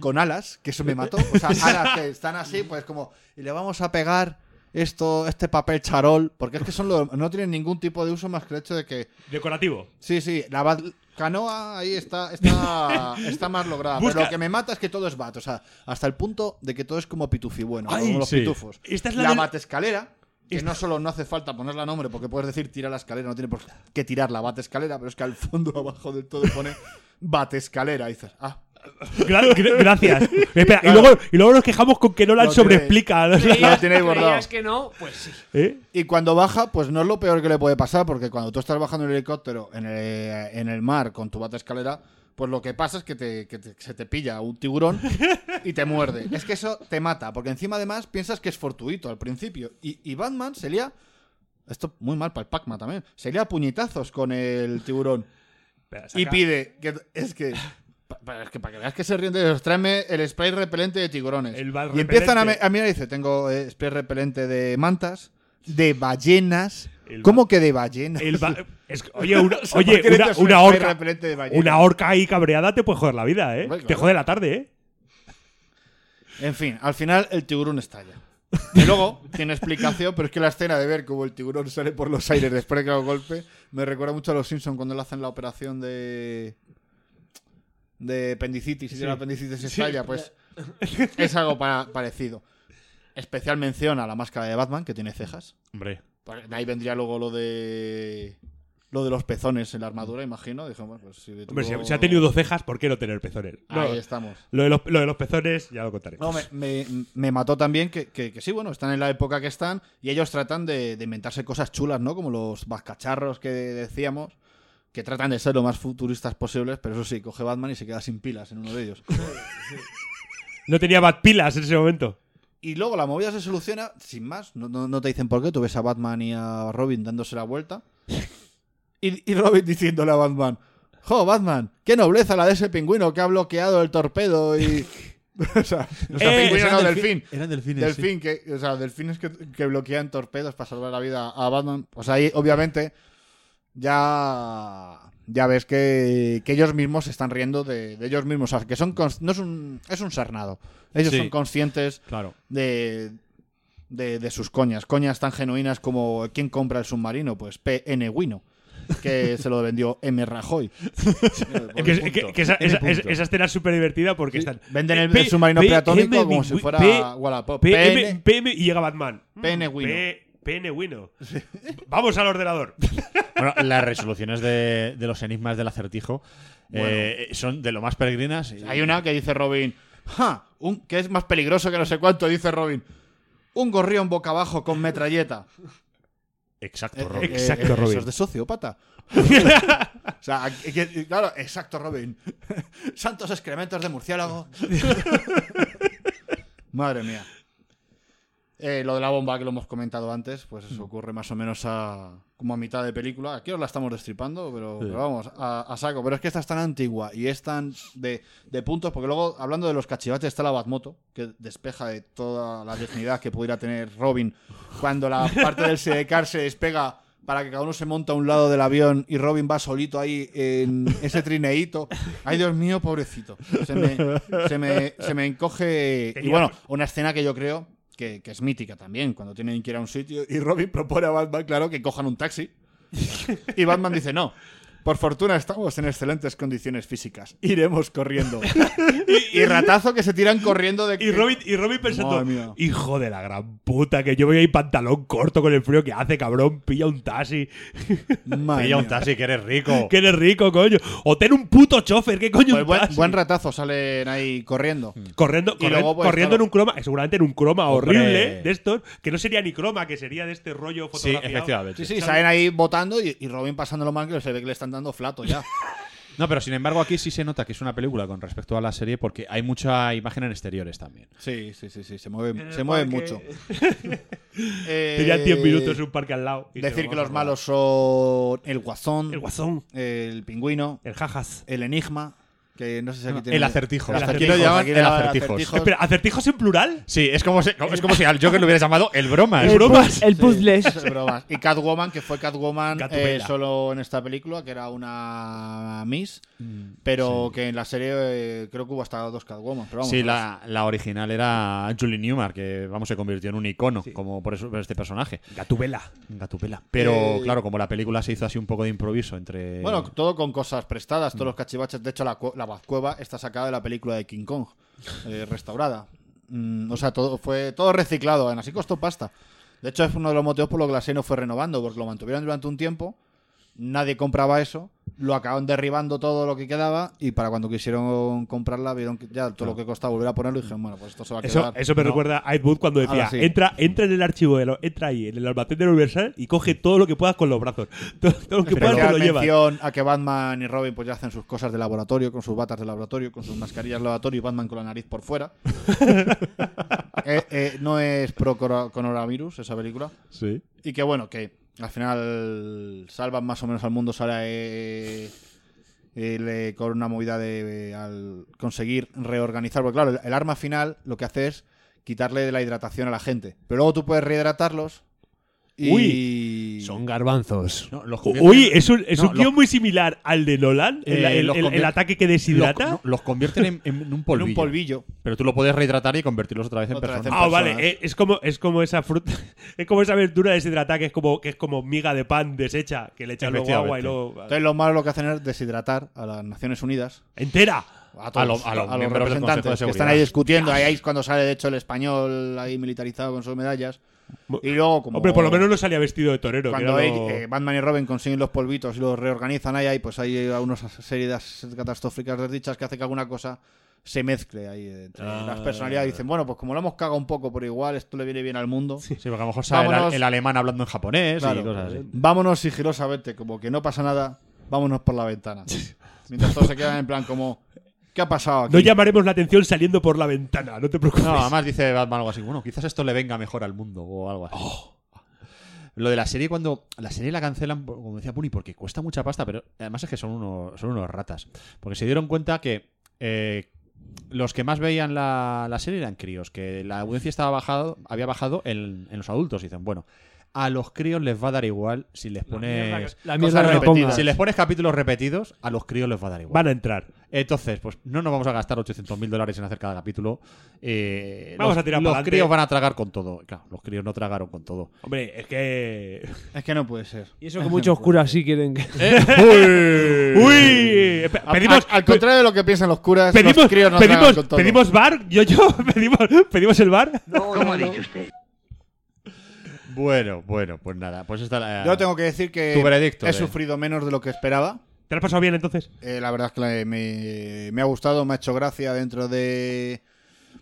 con alas, que eso me mató. O sea, alas que están así, pues como, y le vamos a pegar esto, este papel charol, porque es que son lo- no tienen ningún tipo de uso más que el hecho de que Decorativo. Sí, sí, la bat- canoa ahí está, está, está más lograda. Busca- Ah, Pero lo que me mata es que todo es bat, o sea, hasta el punto de que todo es como pitufi bueno, Ay, como los sí. pitufos. Esta es la la del- batescalera, que no solo no hace falta ponerla nombre, porque puedes decir tira la escalera, no tiene por qué tirar la batescalera, pero es que al fondo abajo del todo pone batescalera. Y dices, ah, Gra- gra- gracias. Espera, y, luego, y luego nos quejamos con que no la Lo tiene- sobreexplica. lo tenéis bordado. que no? Pues sí. ¿Eh? Y cuando baja, pues no es lo peor que le puede pasar, porque cuando tú estás bajando en el helicóptero en el, eh, en el mar con tu bata escalera, pues lo que pasa es que, te- que te- se te pilla un tiburón y te muerde. Es que eso te mata, porque encima además piensas que es fortuito al principio. Y, y Batman se lía, esto muy mal para el Pac-Man también, se lía a puñetazos con el tiburón Espera, y saca- pide, que, es que... pa- pa- es que para que veas que se ríen de ellos, tráeme el spray repelente de tiburones. El bar y empiezan a, me- repelente. a mirar y dice, tengo eh, spray repelente de mantas, de ballenas. El ¿Cómo que de ballenas? El ba- es que, oye, una, oye, ¿por qué le una, echas una un spray orca. repelente de ballenas? Una orca ahí cabreada te puede joder la vida, ¿eh? Hombre, Te claro. jode la tarde, ¿eh? En fin, al final el tiburón estalla. Y luego tiene explicación, pero es que la escena de ver cómo el tiburón sale por los aires después de que hago golpe me recuerda mucho a los Simpsons cuando le hacen la operación de. de apendicitis y si la apendicitis estalla, pues es algo pa- parecido. Especial mención a la máscara de Batman que tiene cejas. Hombre. Porque Pues de ahí vendría luego lo de. lo de los pezones en la armadura, imagino. Dije, bueno, pues si Hombre, si, tuvo- si ha tenido dos cejas, ¿por qué no tener pezones? No, Ahí estamos. lo, de los, lo de los pezones ya lo contaré. No, me, me- me mató también que, que- que sí, bueno, están en la época que están y ellos tratan de, de inventarse cosas chulas, ¿no? Como los vascacharros que decíamos, que tratan de ser lo más futuristas posibles, pero eso sí, coge Batman y se queda sin pilas en uno de ellos. No tenía bat pilas en ese momento. Y luego la movida se soluciona, sin más, no, no- no te dicen por qué, tú ves a Batman y a Robin dándose la vuelta y, y Robin diciéndole a Batman, ¡Jo, Batman! ¡Qué nobleza la de ese pingüino que ha bloqueado el torpedo y... o sea, no sea Eh, pingüino, no, delfín. Eran delfines. Delfín, que, o sea, delfines que, que bloquean torpedos para salvar la vida a Batman. Pues ahí, obviamente, ya, ya ves que, que ellos mismos se están riendo de, de ellos mismos. O sea, que son cons- no es un, es un sarnado. Ellos Sí. son conscientes Claro. de, de, de sus coñas. Coñas tan genuinas como ¿quién compra el submarino? Pues PN Wino, que se lo vendió M. Rajoy. Es que- es que- que esa, Ese esa- es- punto. esa escena es súper divertida Sí, porque están. venden el- P- el submarino P- peatónico PM, como si fuera P- Wallapop. P- PN PM, y llega Batman. PN Wino. P- Pene Wino. Vamos al ordenador. Bueno, las resoluciones de, de los enigmas del acertijo eh, son de lo más peregrinas. y- Hay una que dice Robin, "Ja, un, que es más peligroso que no sé cuánto, dice Robin. Un gorrión boca abajo con metralleta. Exacto, Eh, Robin. eh, Exacto, eh, Eso Robin. es de sociópata. o sea, aquí- que- claro, exacto, Robin. Santos excrementos de murciélago. Madre mía. Eh, lo de la bomba que lo hemos comentado antes, pues eso ocurre más o menos a como a mitad de película. Aquí os la estamos destripando, pero, pero vamos, a, a saco. Pero es que esta es tan antigua y es tan de, de puntos, porque luego, hablando de los cachivaches, está la Batmoto, que despeja de toda la dignidad que pudiera tener Robin cuando la parte del sidecar se despega para que cada uno se monta a un lado del avión y Robin va solito ahí en ese trineíto. Ay, Dios mío, pobrecito. Se me, se me, se me encoge. Y Tenía- bueno, una escena que yo creo que, que es mítica también, cuando tienen que ir a un sitio y Robin propone a Batman, claro, que cojan un taxi. Y Batman dice, no. Por fortuna estamos en excelentes condiciones físicas. Iremos corriendo. Y, y ratazo que se tiran corriendo de Y Robin, y Robin pensando, Madre mía. hijo de la gran puta, que yo voy ahí pantalón corto con el frío que hace, cabrón, pilla un taxi. Madre Pilla un mía. taxi que eres rico. que eres rico, coño. O ten un puto chofer, que coño Pues un buen, taxi? buen ratazo salen ahí corriendo. Corriendo, Y corren- luego, pues, corriendo claro. en un croma, seguramente en un croma Hombre. horrible ¿eh? de estos, que no sería ni croma, que sería de este rollo Sí, fotografiado. efectivamente. Sí, sí, salen ahí votando y, y Robin pasándolo mal que se ve que le están dando flato ya. No, pero sin embargo aquí sí se nota que es una película con respecto a la serie porque hay mucha imagen en exteriores también. Sí, sí, sí, sí, se mueve, se mueve mucho. Eh, Tenían 10 minutos en un parque al lado. y se Decir lo que vamos los a robar. malos son el guasón, El el, guazón, pingüino, el jajas. el enigma, que no sé si aquí No, tiene- el acertijo. El Aquí lo llaman aquí el le llaman acertijos. Espera, ¿acertijos en plural? Sí, es como si, es como si al Joker lo hubieras llamado el broma. El broma. bromas. El puzzle. Sí, es bromas. Y Catwoman, que fue Catwoman Gatubela. eh, solo en esta película, que era una Miss, Mm, pero que en la serie eh, creo que hubo hasta dos Catwoman. Pero vamos, Sí, la, la original era Julie Newmar, que vamos, se convirtió en un icono como por, eso, por este personaje. Gatubela. Gatupela. Pero Eh, claro, como la película se hizo así un poco de improviso Eh, entre. Bueno, todo con cosas prestadas, Mm. todos los cachivaches. De hecho, la, cu- la Bazcueva está sacada de la película de King Kong, eh, restaurada. Mm, o sea, todo fue todo reciclado, aún así costó pasta. De hecho, es uno de los motivos por los que la serie no fue renovando, porque lo mantuvieron durante un tiempo, nadie compraba eso, lo acabaron derribando todo lo que quedaba y para cuando quisieron comprarla vieron que ya todo lo que costaba volver a ponerlo y dijeron, bueno, pues esto se va a Eso, quedar. eso me No. recuerda a Ed Wood cuando decía: Ahora sí. entra, entra en el archivo, de lo- entra ahí, en el almacén del Universal y coge todo lo que puedas con los brazos. Todo, todo lo que puedas te Especial lo llevas. mención a que Batman y Robin pues ya hacen sus cosas de laboratorio, con sus batas de laboratorio, con sus mascarillas de laboratorio y Batman con la nariz por fuera. Eh, eh, no es pro coro- coronavirus esa película. Sí. Y que bueno, que al final salvan más o menos al mundo, Sara eh, eh, le- con una movida de eh, al conseguir reorganizar. Porque claro, el, el arma final lo que hace es quitarle de la hidratación a la gente. Pero luego tú puedes rehidratarlos y... garbanzos. No, los convierte- Uy, es un, es No, un lo- guión muy similar al de Nolan, el, Eh, el- los el- el convier- ataque que Los, deshidrata. no, los convierten en, en un en polvillo. un polvillo. Pero tú lo puedes rehidratar y convertirlos otra vez en Otra vez en personas. Ah, personas. vale, eh, es como, es como esa fruta, es como esa verdura deshidratada que es como, que es como miga de pan deshecha, que le echan luego agua y luego. Entonces los malos lo que hacen es deshidratar a las Naciones Unidas, ¡Entera! a, A lo- a los miembros del Consejo de representantes que Seguridad. están ahí discutiendo, ahí es cuando sale de hecho el español ahí militarizado con sus medallas. Y luego como Hombre, por lo menos no salía vestido de torero. que cuando era ahí, lo- eh, Batman y Robin consiguen los polvitos y los reorganizan ahí, ahí, pues hay unas series catastróficas desdichas que hace que alguna cosa se mezcle ahí entre las personalidades. Dicen, bueno, pues como lo hemos cagado un poco por igual, esto le viene bien al mundo. Sí, porque a lo mejor sale el, Vámonos. el alemán hablando en japonés Claro. y cosas así. Vámonos sigilosamente, como que no pasa nada, vámonos por la ventana. Mientras todos se quedan en plan como, ¿qué ha pasado aquí? No llamaremos la atención saliendo por la ventana, no te preocupes. No, además dice Batman algo así. Bueno, quizás esto le venga mejor al mundo o algo así. Lo de la serie, cuando la serie la cancelan, por- como decía Puni, porque cuesta mucha pasta, pero además es que son unos, son unos ratas. Porque se dieron cuenta que eh, los que más veían la, la serie eran críos, que la audiencia estaba bajado, había bajado en, en los adultos. Y dicen, bueno, a los críos les va a dar igual si les pones. La mierda que pongas. Si les pones capítulos repetidos, a los críos les va a dar igual. Van a entrar. Entonces, pues no nos vamos a gastar 800 mil dólares en hacer cada capítulo. Eh, Vamos los, a tirar Los pa'lante. críos van a tragar con todo. Claro, los críos no tragaron con todo. Hombre, es que. Es que no puede ser. Y eso que muchos curas sí quieren que. ¡Uy! Pe- Eh. A- Pedimos. al, al contrario de lo que piensan los curas, los Pedimos, críos no tragan pedimos, con todo. pedimos bar, yo, yo, pedimos, pedimos el bar. ¿Cómo ha dicho usted? Bueno, bueno, pues nada. Pues esta la- Yo tengo que decir que Tu veredicto eh. he de- sufrido menos de lo que esperaba. ¿Te lo has pasado bien entonces? Eh, la verdad es que la- me, me ha gustado, me ha hecho gracia dentro de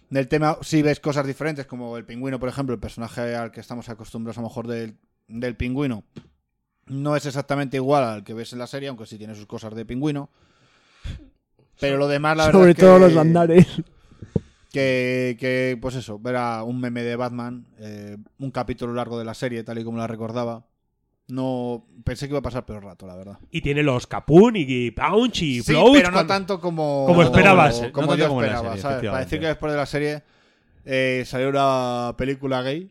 del tema. Si ves cosas diferentes, como el pingüino, por ejemplo, el personaje al que estamos acostumbrados a lo mejor del, del pingüino, no es exactamente igual al que ves en la serie, aunque sí tiene sus cosas de pingüino. Pero lo demás, la verdad Sobre es que- todo los andares. que, que, pues eso, ver a un meme de Batman, eh, un capítulo largo de la serie, tal y como la recordaba. No pensé que iba a pasar peor rato, la verdad. Y tiene los Capun y Pounch y Sí, Flouch, pero no cuando- tanto como, como esperabas. Como, No tanto yo como en la esperaba, ¿sabes? serie, Para decir efectivamente. que después de la serie eh, salió una película gay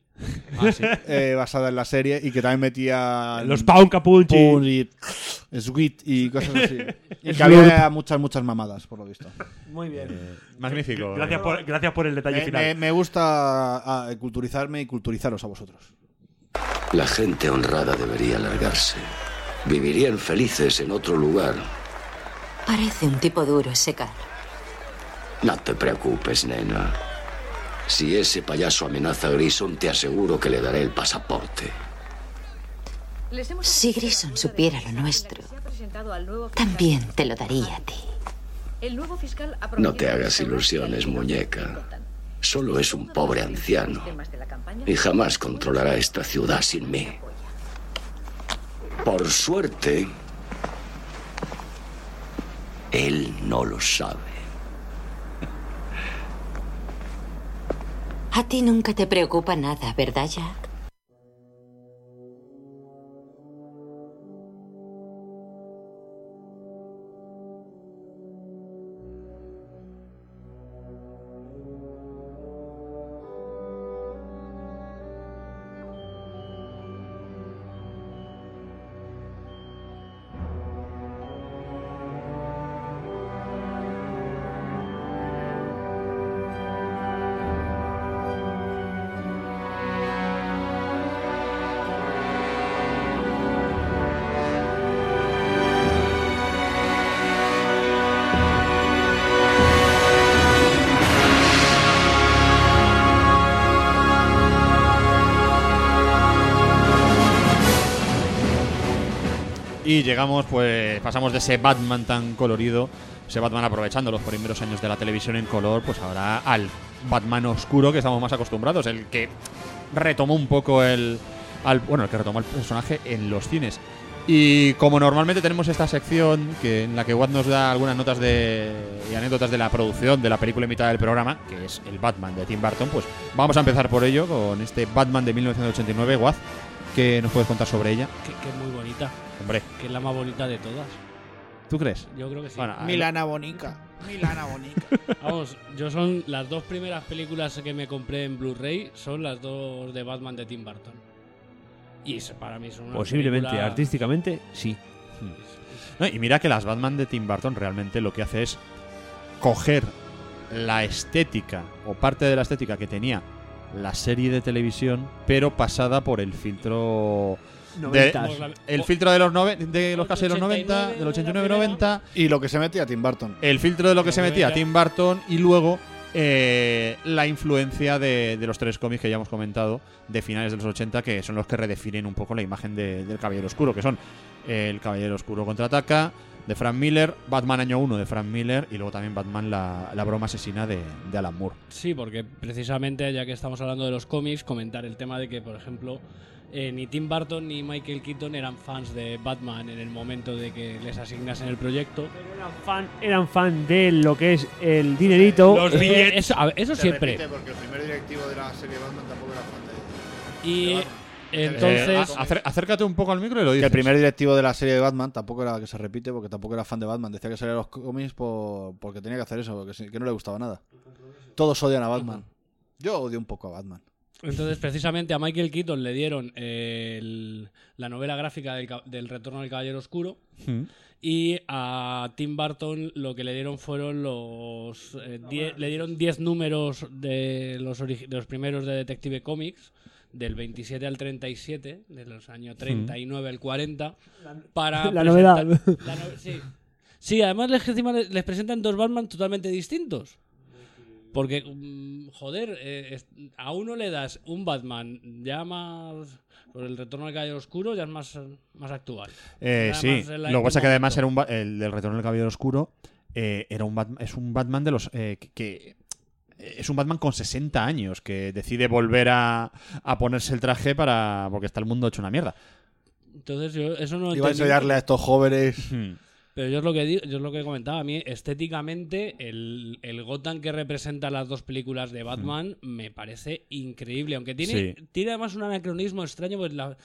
Ah, eh, basada en la serie y que también metía Los Pound Capun Pun y Sweet y cosas así. y que Slurp. había muchas, muchas mamadas, por lo visto. Muy bien. Eh, Magnífico. eh. Gracias por, gracias por el detalle Me, final. me- me gusta ah, culturizarme y culturizaros a vosotros. La gente honrada debería largarse. Vivirían felices en otro lugar. Parece un tipo duro ese cara. No te preocupes, nena. Si ese payaso amenaza a Grison, te aseguro que le daré el pasaporte. Si Grison supiera lo nuestro, también te lo daría a ti. No te hagas ilusiones, muñeca. Solo es un pobre anciano. Y jamás controlará esta ciudad sin mí. Por suerte, él no lo sabe. A ti nunca te preocupa nada, ¿verdad, Jack? Y llegamos, pues pasamos de ese Batman tan colorido, ese Batman aprovechando los primeros años de la televisión en color, pues ahora al Batman oscuro que estamos más acostumbrados, el que retomó un poco el. al- bueno, el que retomó el personaje en los cines. Y como normalmente tenemos esta sección que, en la que Watt nos da algunas notas de, y anécdotas de la producción de la película mitad del programa, que es el Batman de Tim Burton, pues vamos a empezar por ello con este Batman de 1989, Watt, que nos puedes contar sobre ella. Que, que es muy bonita. Hombre, Que es la más bonita de todas. ¿tú crees? Yo creo que sí. Bueno, Bonica. Milana Bonica. Vamos, yo son las dos primeras películas que me compré en Blu-ray, son las dos de Batman de Tim Burton. Y eso para mí son una Posiblemente, película- artísticamente, sí. No, y mira que las Batman de Tim Burton realmente lo que hace es coger la estética o parte de la estética que tenía la serie de televisión, pero pasada por el filtro de, Por la- el por- filtro de los noven- de los casi de los 90, 89, del de la 89-90, Y lo que se metía Tim Burton. el filtro de lo que se metía Noventa. Tim Burton y luego eh, la influencia de, de los tres cómics que ya hemos comentado de finales de los 80 que son los que redefinen un poco la imagen de- del Caballero Oscuro que son eh, el Caballero Oscuro contraataca de Frank Miller, Batman año 1 de Frank Miller y luego también Batman la, la broma asesina de, de Alan Moore. Sí, porque precisamente ya que estamos hablando de los cómics, comentar el tema de que, por ejemplo, eh, ni Tim Burton ni Michael Keaton eran fans de Batman en el momento de que les asignasen el proyecto. Pero eran fan, eran fan de lo que es el dinerito. Los billetes. Eh, eso a ver, eso siempre. porque el primer directivo de la serie Batman tampoco era fan Y Batman. Eh, entonces... a- acer- acércate un poco al micro y lo Que dices. el primer directivo de la serie de Batman tampoco era que se repite, porque tampoco era fan de Batman. Decía que salía a los cómics por- porque tenía que hacer eso, porque sí- que no le gustaba nada. Todos odian a Batman. Yo odio un poco a Batman. Entonces, precisamente a Michael Keaton le dieron eh, el- la novela gráfica del, ca- del Retorno del Caballero Oscuro. Hmm. Y a Tim Burton lo que le dieron fueron los. eh, die- le dieron 10 números de los, ori- de los primeros de Detective Comics, del 27 al 37, de los años 39 al 40, para. Hmm. La presentar- novedad. la no- sí. Sí, además les, encima les les presentan dos Batman totalmente distintos. Porque, mm, joder, eh, es- a uno le das un Batman ya más. Por el retorno al caballero oscuro ya es más, más actual. Eh, Además, sí, en la- lo que pasa en que un además momento. era un ba- el del Retorno del Caballero Oscuro eh, era un Batman, es un Batman de los eh, que- que eh, es un Batman con 60 años que decide volver a, a ponerse el traje para porque está el mundo hecho una mierda. Entonces, yo eso no lo Iba a entendí. enseñarle a estos jóvenes. Hmm, Pero yo es lo que digo, yo es lo que comentaba, a mí estéticamente el, el Gotham que representa las dos películas de Batman me parece increíble, aunque tiene, Mm. Sí. tiene además un anacronismo extraño, pues la,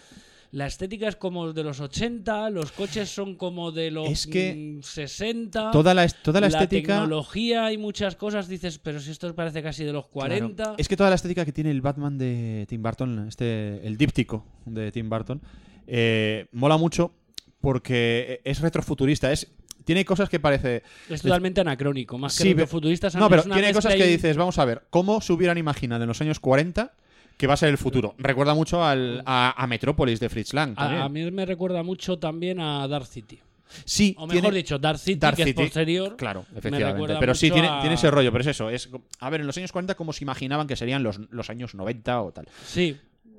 la estética es como de los 80, los coches son como de los Es que mm, 60. toda la est- toda la estética- tecnología y muchas cosas dices, pero si esto parece casi de los 40. Claro. Es que toda la estética que tiene el Batman de Tim Burton, este, el díptico de Tim Burton, eh, mola mucho porque es retrofuturista. Es, tiene cosas que parece. Es totalmente anacrónico, más que Sí, pe- futuristas. No, pero tiene cosas que dices, vamos a ver, ¿cómo se hubieran imaginado en los años 40 que va a ser el futuro? Recuerda mucho al, a, a Metrópolis de Fritz Lang. A, a también. mí me recuerda mucho también a Dark City. Sí, O mejor tiene- dicho, Dark City, Dark que es City, posterior. Claro, me efectivamente. recuerda Pero sí, mucho tiene, a- tiene ese rollo, pero es eso. Es, a ver, en los años 40, ¿cómo se imaginaban que serían los, los años 90 o tal? Sí.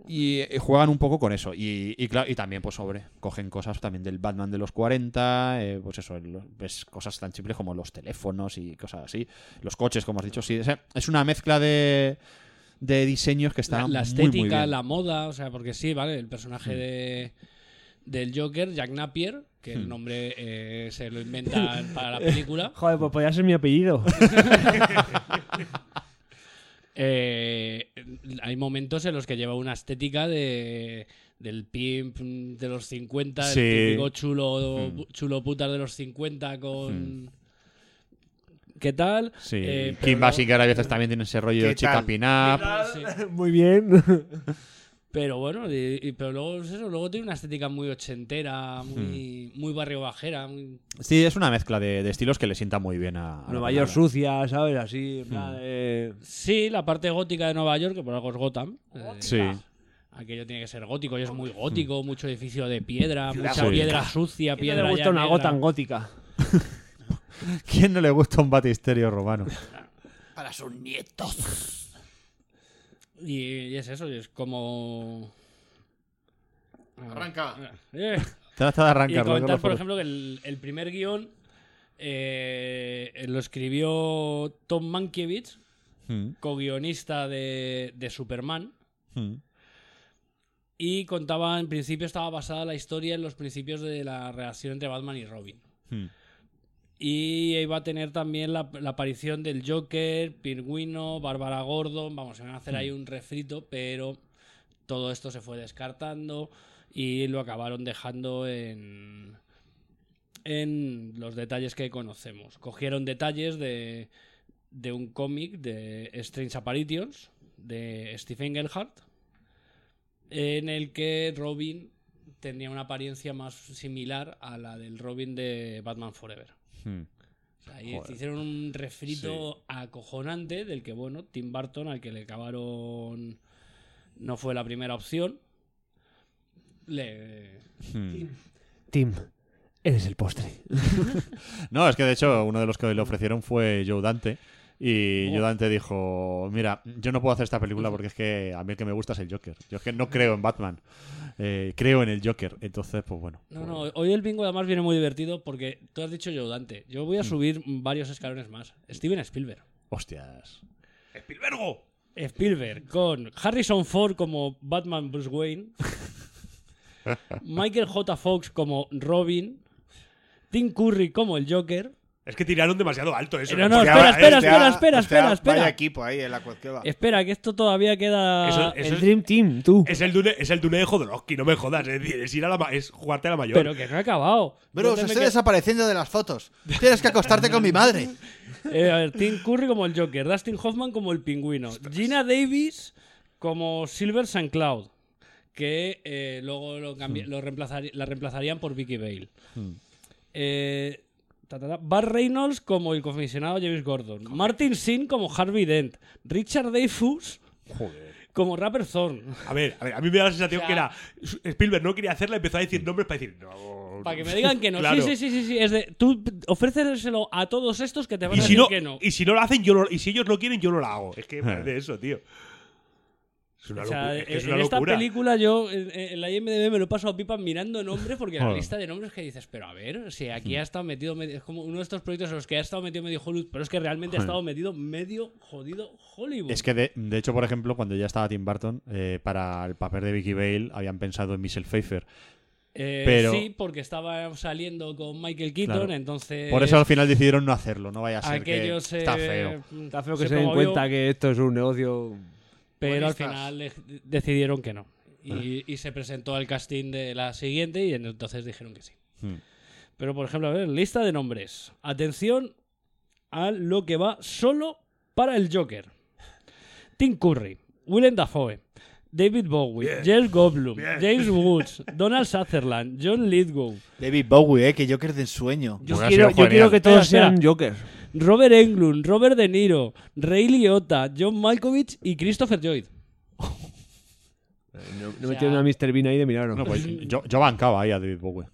Y eh, juegan un poco con eso. Y, y, claro, y también, pues, sobre, cogen cosas también del Batman de los 40, eh, pues eso, el- ves cosas tan simples como los teléfonos y cosas así. Los coches, como has dicho, sí. O sea, es una mezcla de, de diseños que está la, la Ah, muy, estética, muy bien. Hmm. la moda, o sea, porque sí, ¿vale? El personaje de, del Joker, Jack Napier, que Hmm. el nombre eh, se lo inventan para la película. Joder, pues podría ser mi apellido. Eh, hay momentos en los que lleva una estética de del pimp de los 50, Sí. Hmm. el típico chulo, chulo puta de los 50 con... ¿Qué tal? Sí, Eh, pero Kim luego- Basinger a veces también tiene ese rollo de ¿Qué chica tal? pin up. Sí. Muy bien. Pero bueno, y- y- pero luego es eso, luego tiene una estética muy Hmm. ochentera, muy, muy barrio bajera, muy- Sí, es una mezcla de, de estilos que le sienta muy bien a, a la Nueva York película. sucia, ¿sabes? Hmm. Así, en Hmm. plan, eh, Sí, la parte gótica de Nueva York, que por algo es Gotham. eh, Sí. Aquello tiene que ser gótico, y es muy gótico, mucho edificio de piedra, mucha gótica. piedra sucia, ¿quién no piedra le gusta ya una negra. gota gótica? ¿Quién no le gusta un batisterio romano? Para sus nietos. Y, y es eso, y es como... ah, Arranca. Eh. Trata de Y arrancarlo. comentar, Carlos, por por- ejemplo, que el, el primer guión eh, lo escribió Tom Mankiewicz, Mm, co-guionista de, de Superman. mm. Y contaba, en principio estaba basada la historia en los principios de la relación entre Batman y Robin. Hmm. Y iba a tener también la, la aparición del Joker, Pingüino, Bárbara Gordon. Vamos, se van a hacer ahí un refrito, pero todo esto se fue descartando y lo acabaron dejando en. en los detalles que conocemos. Cogieron detalles de, de un cómic de Strange Apparitions de Stephen Gelhardt en el que Robin tenía una apariencia más similar a la del Robin de Batman Forever. Hmm. O sea, ahí hicieron un refrito acojonante del que, bueno, Tim Burton, al que le acabaron. No fue la primera opción. Le. Tim, eres el postre. No, es que de hecho uno de los que le ofrecieron fue Joe Dante. Y Oh. Joe Dante dijo, mira, yo no puedo hacer esta película porque es que a mí el que me gusta es el Joker. Yo es que no creo en Batman. Eh, creo en el Joker. Entonces, pues bueno. No, pues- no, hoy el bingo además viene muy divertido porque tú has dicho yo, Dante. Yo voy a subir varios escalones más. Steven Spielberg. Hostias. ¡Espilbergo! Spielberg con Harrison Ford como Batman Bruce Wayne, Michael J. Fox como Robin, Tim Curry como el Joker. Es que tiraron demasiado alto eso. No, no, porque espera, ahora, este espera, eh, espera. espera, espera. Este Vaya equipo ahí en la cuestión. Espera, que esto todavía queda. Eso- eso el es- Dream Team, tú. Es el Dune, es el Dune de Jodorowsky, no me jodas. Es decir, es, ir a la, ma- es jugarte a la mayor. Pero que no he acabado. Bro, Déjame estoy que- desapareciendo de las fotos. Tienes que acostarte con mi madre. Eh, a ver, Tim Curry como el Joker, Dustin Hoffman como el pingüino, Gina Davis como Silver St. Cloud, que eh, luego lo cambi- Hmm. lo reemplazari- la reemplazarían por Vicky Bale. Eh, ta, ta, ta, Bart Reynolds como el comisionado James Gordon, Martin Sin como Harvey Dent, Richard Dreyfus como Rapper Thorn. A ver, a ver, a mí me da la sensación O sea- que era. Spielberg no quería hacerla, empezó a decir nombres para decir. No, uno. Para que me digan que no. Claro. Sí, sí, sí, sí, sí. Es de, tú ofréceselo a todos estos que te van Y a si, decir no, que no. y si no lo hacen, yo no- y si ellos no quieren, yo no lo hago. Es que parece eso, tío. Es una O sea, locura. es que es en una esta locura. película yo en, en la IMDB me lo paso a pipa mirando nombres porque la Joder. lista de nombres que dices, pero a ver, si aquí Hmm. ha estado metido medio- es como uno de estos proyectos en los que ha estado metido medio Hollywood, pero es que realmente ha Joder. estado metido medio jodido Hollywood. Es que, de, de hecho, por ejemplo, cuando ya estaba Tim Burton, eh, para el papel de Vicky Bale habían pensado en Michelle Pfeiffer. Eh, pero- sí, porque estaba saliendo con Michael Keaton, Claro. entonces Por eso al final decidieron no hacerlo, no vaya a ser que aquello eh, se- mm, está feo. Está Creo que se den cuenta que esto es un negocio. Pero al final de- decidieron que no. Y, y se presentó al casting de la siguiente y en- entonces dijeron que sí. Hmm. Pero por ejemplo, a ver, lista de nombres. Atención a lo que va solo para el Joker. Tim Curry, Willem Dafoe, David Bowie, Jeff Goldblum, James Woods, Donald Sutherland, John Lithgow, David Bowie, eh, que Joker de ensueño. Yo Hubiera quiero- sido yo genial. quiero que todos sean Joker. Robert Englund, Robert De Niro, Ray Liotta, John Malkovich y Christopher Lloyd. No, no metieron a Mr. Bean ahí de mirarlo. No, pues yo, yo bancaba ahí a David Bowie,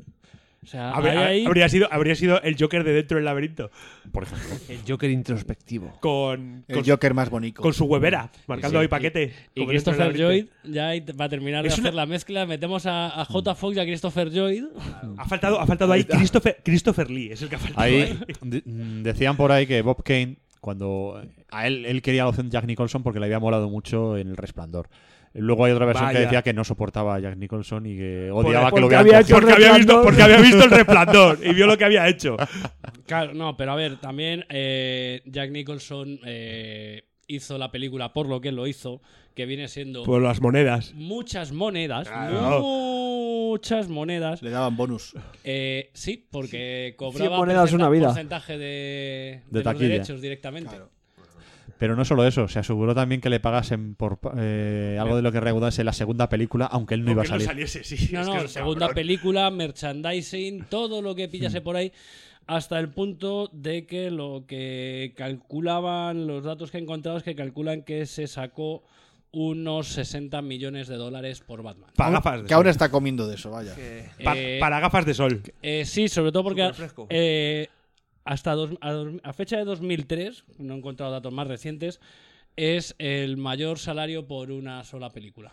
O sea, Habría, hay ahí- habría sido, habría sido el Joker de dentro del laberinto. por ejemplo. El Joker introspectivo. Con, El con, Joker más bonito. con su huevera, marcando Sí. ahí paquete. Y como dentro Christopher del Lloyd laberinto. ya ahí va a terminar de Es una- hacer la mezcla. Metemos a, a J. Fox y a Christopher Lloyd. Ha faltado, ha faltado ahí Christopher, Christopher Lee, es el que ha faltado. Ahí de- mm, decían por ahí que Bob Kane, cuando a él, él quería la opción Jack Nicholson porque le había molado mucho en El Resplandor. Luego hay otra versión Vaya. que decía que no soportaba a Jack Nicholson y que Por- odiaba que porque lo hubieran había cogido. hecho- porque había visto Porque había visto el resplandor y vio lo que había hecho. Claro, no, pero a ver, también eh, Jack Nicholson eh, hizo la película por lo que lo hizo, que viene siendo Por las monedas. muchas monedas. Claro. Muchas monedas. Le daban bonus. Eh, sí, porque cobraba monedas, una porcenta- vida. porcentaje de, de los taquilla. derechos directamente. Pero no solo eso, se aseguró también que le pagasen por eh, algo de lo que recaudase la segunda película, aunque él no iba a Aunque salir. saliese, sí. No, es no, que es un segunda cabrón. película, merchandising, todo lo que pillase por ahí, hasta el punto de que lo que calculaban, los datos que he encontrado es que calculan que se sacó unos 60 millones de dólares por Batman. Para gafas. de Que ahora sol. está comiendo de eso, vaya. Pa- Eh, para gafas de sol. eh, sí, sobre todo porque Superfresco. eh, hasta dos- a, dos- a fecha de 2003, no he encontrado datos más recientes, es el mayor salario por una sola película.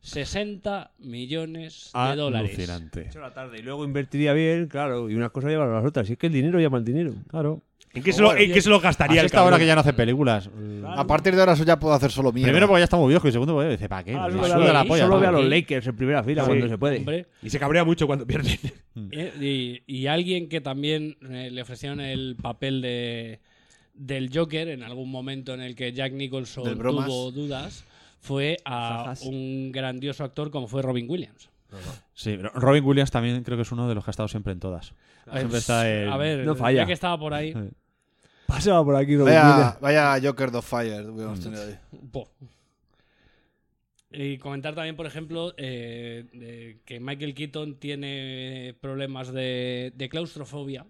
60 millones de dólares. Alucinante. la tarde y luego invertiría bien, claro, y unas cosas llevan a las otras. Y es que el dinero llama al dinero. Claro. ¿En qué se lo, en qué se lo Así gastaría el está ahora cabrón? que ya no hace películas. A partir de ahora eso ya puedo hacer solo mierda. Primero porque ya está muy viejo y segundo porque dice, ¿para qué? Ah, Me solo sí, ve suda a- la sí, polla. solo ve a ¿no? los Sí. Lakers en primera fila Sí. cuando se puede. Hombre, Y se cabrea mucho cuando pierden. Eh, y, y alguien que también eh, le ofrecieron el papel de del Joker en algún momento en el que Jack Nicholson Del bromas. tuvo dudas fue a Jajas. un grandioso actor como fue Robin Williams. Sí, pero Robin Williams también creo que es uno de los que ha estado siempre en todas. Siempre está el- a ver, No falla. ya que estaba por ahí, Pasaba por aquí Robin Vaya, Williams. vaya Joker do Fire hubiéramos Mm. tenido ahí. po. Y comentar también, por ejemplo, eh, de que Michael Keaton tiene problemas de, de claustrofobia.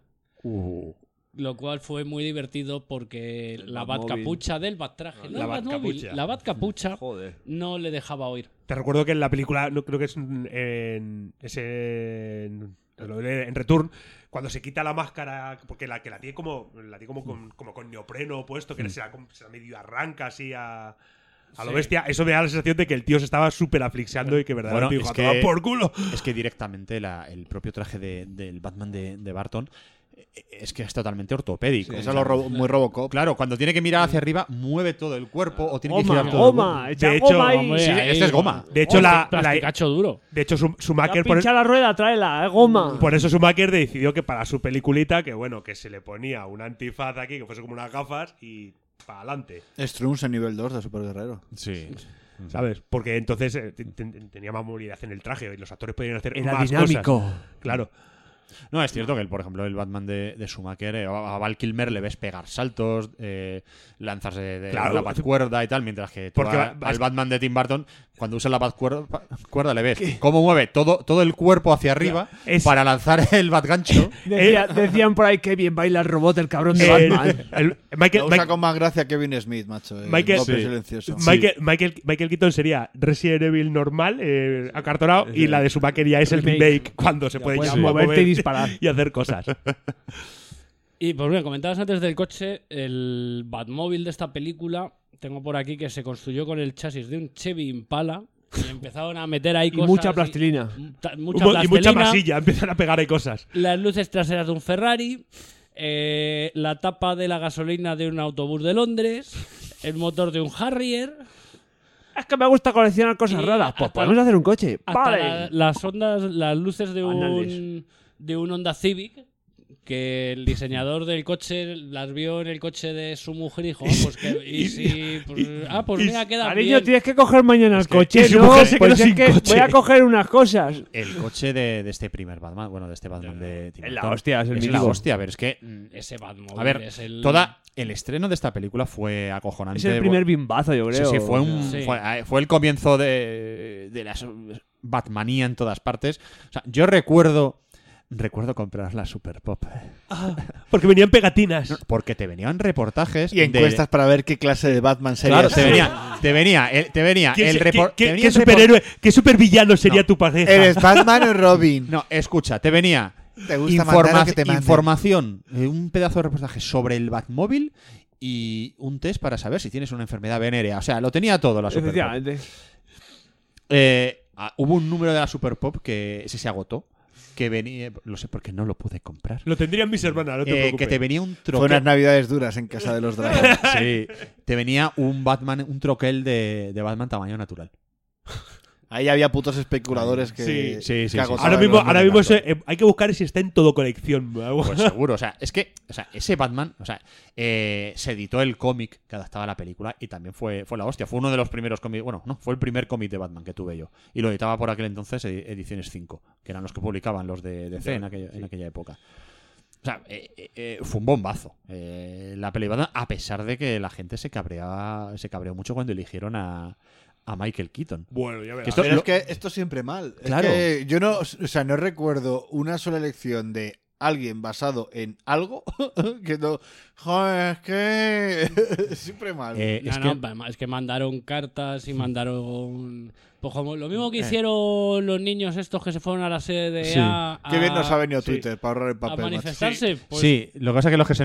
Lo cual fue muy divertido porque la bat Batmóvil. capucha del bat traje, no, La el Batmóvil, Batcapucha. la bat capucha Joder. no le dejaba oír. Te recuerdo que en la película, no creo que es en, en- es en, lo diré, en Return, cuando se quita la máscara, porque la que la tiene como, la tiene como, con, como con neopreno puesto, Mm. que se, la, com- se la medio arranca así a, a lo Sí. bestia, eso me da la sensación de que el tío se estaba súper asfixiando y que verdaderamente Bueno, dijo, es "A tomar que- por culo. Es que directamente la- el propio traje de- del Batman de, de Barton eh, es que es totalmente ortopédico. Eso lo robo- muy Robocop. Claro, cuando tiene que mirar hacia arriba, mueve todo el cuerpo o tiene que Goma, girar todo. el goma, cuerpo. echa De hecho, goma ahí. este Hombre, Sí, ahí, este es goma. De hecho, la, la- Plasticacho duro. de hecho Schum- Ya Schumacher, por, e- pincha la rueda, tráela, eh, Mm. goma. por eso Schumacher decidió que para su peliculita, que bueno, que se le ponía un antifaz aquí, que fuese como unas gafas y para adelante. Strunks en nivel 2 de Super Guerrero. Sí. Mm. ¿Sabes? Porque entonces eh, ten- ten- tenía más movilidad en el traje y los actores podían hacer Era más dinámico. cosas. Claro. No, es cierto que, el, por ejemplo, el Batman de, de Schumacher, eh, a a Val Kilmer le ves pegar saltos, eh, lanzarse de, de Claro. la cuerda y tal, mientras que tú Porque a- va- va- al Batman de Tim Burton, cuando usa la cuerda, cuerda le ves cómo mueve todo, todo el cuerpo hacia arriba Es- para lanzar el batgancho. Decía- decían por ahí que bien baila el robot, el cabrón de El- Batman. el- Lo Michael, usa Mike- con más gracia Kevin Smith, macho. Eh, el Michael- golpe Sí. silencioso. Michael, Michael, Michael Keaton sería Resident Evil normal, eh, acartonado, y la de su vaquería es el Remake. remake, cuando se puede puedes ya mover moverte y disparar. y hacer cosas. Y pues mira, comentabas antes del coche, el Batmóvil de esta película, tengo por aquí que se construyó con el chasis de un Chevy Impala y empezaron a meter ahí Y cosas. mucha y- plastilina. ta- mucha Un mo- y plastilina, mucha masilla, empiezan a pegar ahí cosas. Las luces traseras de un Ferrari, eh, la tapa de la gasolina de un autobús de Londres, el motor de un Harrier, Es que me gusta coleccionar cosas Y raras. Pues hasta- podemos hacer un coche. hasta Vale. la- las ondas, las luces de Anales. un, de un Honda Civic. Que el diseñador del coche las vio en el coche de su mujer y dijo, ah, pues que- y si, pues, ah, pues y- mira, queda Cariño, bien. tienes que coger mañana el y coche, su ¿no? mujer se Pues quedó es sin que coche. voy a coger unas cosas. El coche de, de este primer Batman, bueno, de este Batman de Tim Es la Burton. hostia, es el la mítico. hostia, pero es que mm, Ese Batmóvil A ver, es el... toda el estreno de esta película fue acojonante. Es el primer Bo- bimbazo, yo Sí, creo. sí, fue, un, Sí. Fue, ah, fue el comienzo de, de la su- Batmanía en todas partes. O sea, yo recuerdo recuerdo comprar la Super Pop Ah, Porque venían pegatinas. porque te venían reportajes Y encuestas para ver qué clase de Batman de, sería. claro, te venía te venía el, te venía ¿Quién el se- repor- te qué- qué- venía qué el repor- superhéroe, qué supervillano sería tu pareja? ¿Eres Batman o Robin? No, escucha, te venía ¿Te gusta informa- mandar o que te manden? información, eh, un pedazo de reportaje sobre el Batmóvil y un test para saber si tienes una enfermedad venérea. O sea, lo tenía todo la Super Pop. Efectivamente. Eh, ah, hubo un número de la Super Pop que ese se agotó. Que venía. Lo sé porque no lo pude comprar. Lo tendrían mis hermanas, no te Eh, que preocupes. te venía un Fue unas troquel. navidades duras en casa de los dragones. Sí, te venía un Batman, un troquel de, de Batman tamaño natural. Ahí había putos especuladores que. Sí, sí, sí, que sí. agotaban Ahora mismo, los ahora mismo números. eso, eh, hay que buscar si está en todo colección. ¿no? Pues seguro, o sea, es que o sea, ese Batman, o sea, eh, se editó el cómic que adaptaba a la película y también fue, fue la hostia. Fue uno de los primeros cómics, bueno, no, fue el primer cómic de Batman que tuve yo. Y lo editaba por aquel entonces Edi- Ediciones 5, que eran los que publicaban los de DC en aquella, en aquella época. O sea, eh, eh, eh, fue un bombazo eh, la peli Batman, a pesar de que la gente se cabreaba, se cabreó mucho cuando eligieron a, a Michael Keaton. Bueno, ya verás. Que esto- Pero lo- es que esto es siempre mal. Es Claro. que yo no, o sea, no recuerdo una sola elección de alguien basado en algo que no. Joder, es que. siempre mal. eh, No, es no, que- además es que mandaron cartas y mandaron... Pues como lo mismo que hicieron los niños estos que se fueron a la sede de... Eh. Sí. A, Qué bien nos a- ha venido sí. Twitter para ahorrar el a papel. macho. manifestarse. pues sí, lo que pasa es que los que se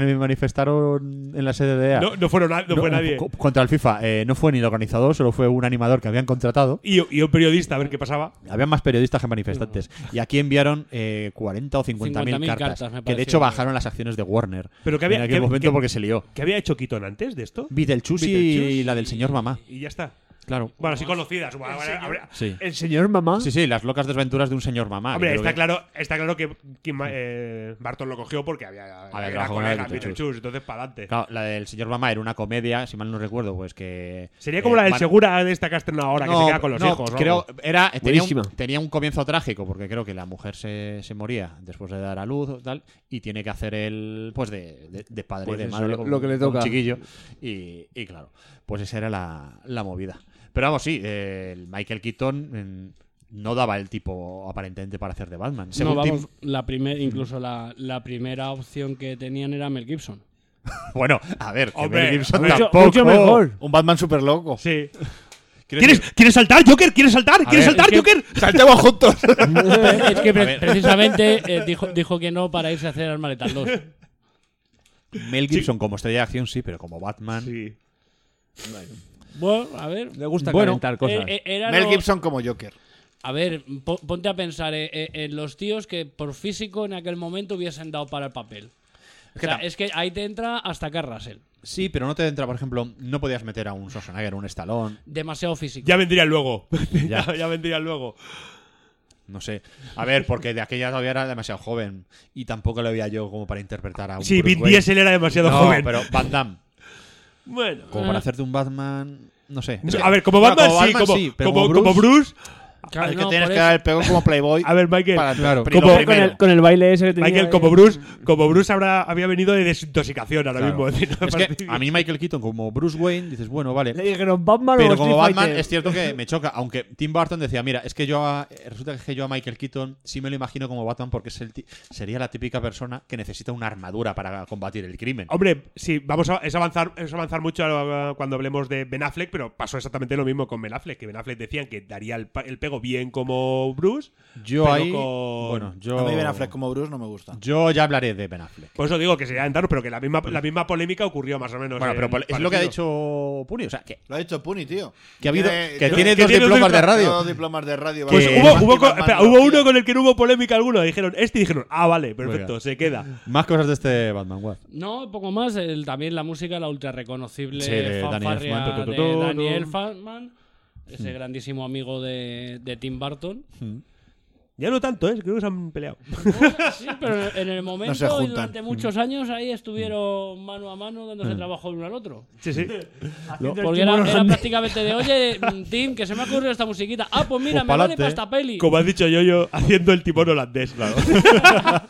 manifestaron en la sede de EA No, no, fueron, na- no fue nadie. co- Contra el FIFA. eh, no fue ni el organizador, solo fue un animador que habían contratado. Y, y un periodista, a ver qué pasaba. Habían más periodistas que manifestantes. Y aquí enviaron eh, 40 o 50 mil 50.000 cartas. cartas, me que de pareció. hecho bajaron las acciones de Warner Pero que había- en aquel que- momento que- porque se lió. ¿Qué había hecho Keaton antes de esto? Beetlejuice y Beetlejuice la del señor mamá. Y ya está. Claro. Bueno, así conocidas. bueno, habrá- Sí. El señor mamá. Sí, sí, las locas desventuras de un señor mamá. Hombre, Yo creo está que- claro, está claro que, que Ma- eh, Barton lo cogió porque había, Había era trabajado con colega, él, Beetlejuice. Beetlejuice, entonces Eh, para adelante. Claro, la del señor mamá era una comedia, si mal no recuerdo, pues que. Sería como la del seguro Segura de esta que has estrenado ahora, que se queda con los no, hijos. ¿no? Creo, era, tenía, un, Buenísima. tenía un comienzo trágico, porque creo que la mujer se, se moría después de dar a luz o tal, y tiene que hacer el pues de, de- de padre Pues y de eso, madre lo- con- lo que le con un toca. chiquillo. Y, y claro, pues esa era la, la movida. Pero vamos, sí, eh, el Michael Keaton mm, no daba el tipo aparentemente para hacer de Batman. No, Según vamos, Tim- la Mm. primer, incluso la, la primera opción que tenían era Mel Gibson. bueno, a ver, que Hombre, Mel Gibson hombre. Mucho, tampoco. mucho mejor. Un Batman super loco. Quiero Sí. decir- ¿Quieres, ¿Quieres saltar, Joker? ¿Quieres saltar? ¿Quieres ver, saltar, es que- Joker? ¡Saltemos juntos! es que pre- A ver. precisamente eh, dijo, dijo que no para irse a hacer las maletas dos. Mel Gibson como estrella de acción sí, pero como Batman. Sí. Bueno, a ver. Le gusta Bueno, calentar cosas. eh, eh, era Mel lo- Gibson como Joker. A ver, po- ponte a pensar eh, eh, en los tíos que por físico en aquel momento hubiesen dado para el papel. O sea, es que ahí te entra hasta acá Russell. Sí, pero no te entra, por ejemplo, no podías meter a un Schwarzenegger, un Stallone, Demasiado físico. Ya vendría luego. Ya. Ya, vendría luego. no sé. A ver, porque de aquella todavía era demasiado joven y tampoco lo veía yo como para interpretar a un Sí, Bruce Vin Wayne. Diesel era demasiado No, joven. pero Van Damme, Bueno. Ah. como para hacerte un Batman, no sé. A ver, como Bueno, Batman, sí, Batman como, pero como- como Bruce. Claro, es que no, tienes por que eso. dar el pegón como Playboy. A ver, Michael, para claro. pri- lo Como- Con primero. el, con el baile ese que tenía. Michael, como Bruce, como Bruce habrá, había venido de desintoxicación ahora Claro. mismo. de no Es que partir. a mí Michael Keaton como Bruce Wayne dices, bueno, Le vale. dijeron Batman Pero o como Street Batman Fighter. es cierto que me choca, aunque Tim Burton decía, mira, es que yo a- resulta que yo a Michael Keaton sí me lo imagino como Batman porque es el ti- sería la típica persona que necesita una armadura para combatir el crimen. Hombre, sí, vamos a, es avanzar, es avanzar mucho a- a- cuando hablemos de Ben Affleck, pero pasó exactamente lo mismo con Ben Affleck, que Ben Affleck decían que daría el, pa- el pego bien como Bruce. Yo pero ahí, con- bueno, yo A mí Ben Affleck como Bruce no me gusta. yo ya hablaré de Ben Affleck. Por eso digo que sería entrar, pero que la misma, la misma polémica ocurrió más o menos. Bueno, en- pero es lo que ha parecido. dicho Puri, o sea, que Lo ha dicho Puni, tío. que ha habido que yo- tiene que dos tiene un diplomas de diplo- radio. Eh, Dos diplomas de radio. Pues Eh, hubo, Batman hubo y co- Batman espera, no, hubo tío. uno con el que no hubo polémica alguna. Dijeron este y dijeron, ah, vale, perfecto, Venga. se queda. Más cosas de este Batman Web. No, poco más. el- también la música, la ultra reconocible Sí, de Danny fanfarria Elfman, tu, tu, tu, de tu, Hmm. tu. Daniel Elfman, ese grandísimo amigo de, de Tim Burton. Mm. Ya no tanto, ¿eh? creo que se han peleado. Sí, pero en el momento se y juntan. durante muchos años ahí estuvieron mano a mano dándose trabajo el uno al otro. Sí, sí. Haciendo el Porque era, Timón era Grande. prácticamente de, oye, mm, Tim, que se me ha ocurrido esta musiquita. Ah, pues mira, Pues me vale pa'lante. para esta peli. ¿eh? Como has dicho yo, yo haciendo el timón holandés. Claro.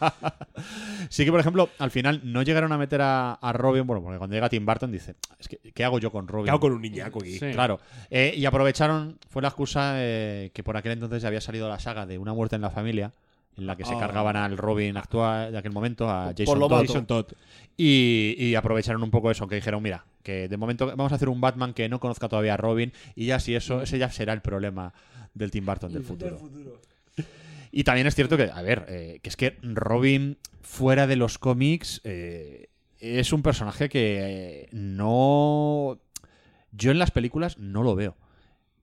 Sí que, por ejemplo, al final no llegaron a meter a, a Robin, bueno, porque cuando llega Tim Burton dice, es que, ¿qué hago yo con Robin? Cago con un niñaco aquí. Sí. Claro. Eh, y aprovecharon, fue la excusa eh, que por aquel entonces había salido la saga de Una muerte en la familia, en la que se Ah. cargaban al Robin actual de aquel momento, a Jason lo Todd. bato. Jason Y, y aprovecharon un poco eso, que dijeron, mira, que de momento vamos a hacer un Batman que no conozca todavía a Robin, y ya si eso, ese ya será el problema del Tim Burton del futuro. Y también es cierto que, a ver, eh, que es que Robin, fuera de los cómics, eh, es un personaje que eh, no. Yo en las películas no lo veo.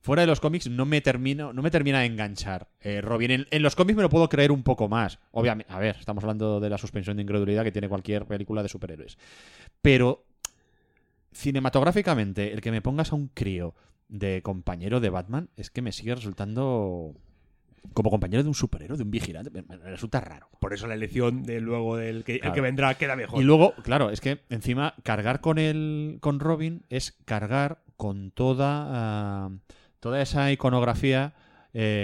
Fuera de los cómics no me termino, no me termina de enganchar. eh, Robin, en, en los cómics me lo puedo creer un poco más. Obviamente, a ver, estamos hablando de la suspensión de incredulidad que tiene cualquier película de superhéroes. Pero cinematográficamente, el que me pongas a un crío de compañero de Batman es que me sigue resultando como compañero de un superhéroe, de un vigilante, me, me resulta raro. Por eso la elección de luego del que, el Claro. que vendrá queda mejor. Y luego, claro, es que encima cargar con el con Robin es cargar con toda ah, toda esa iconografía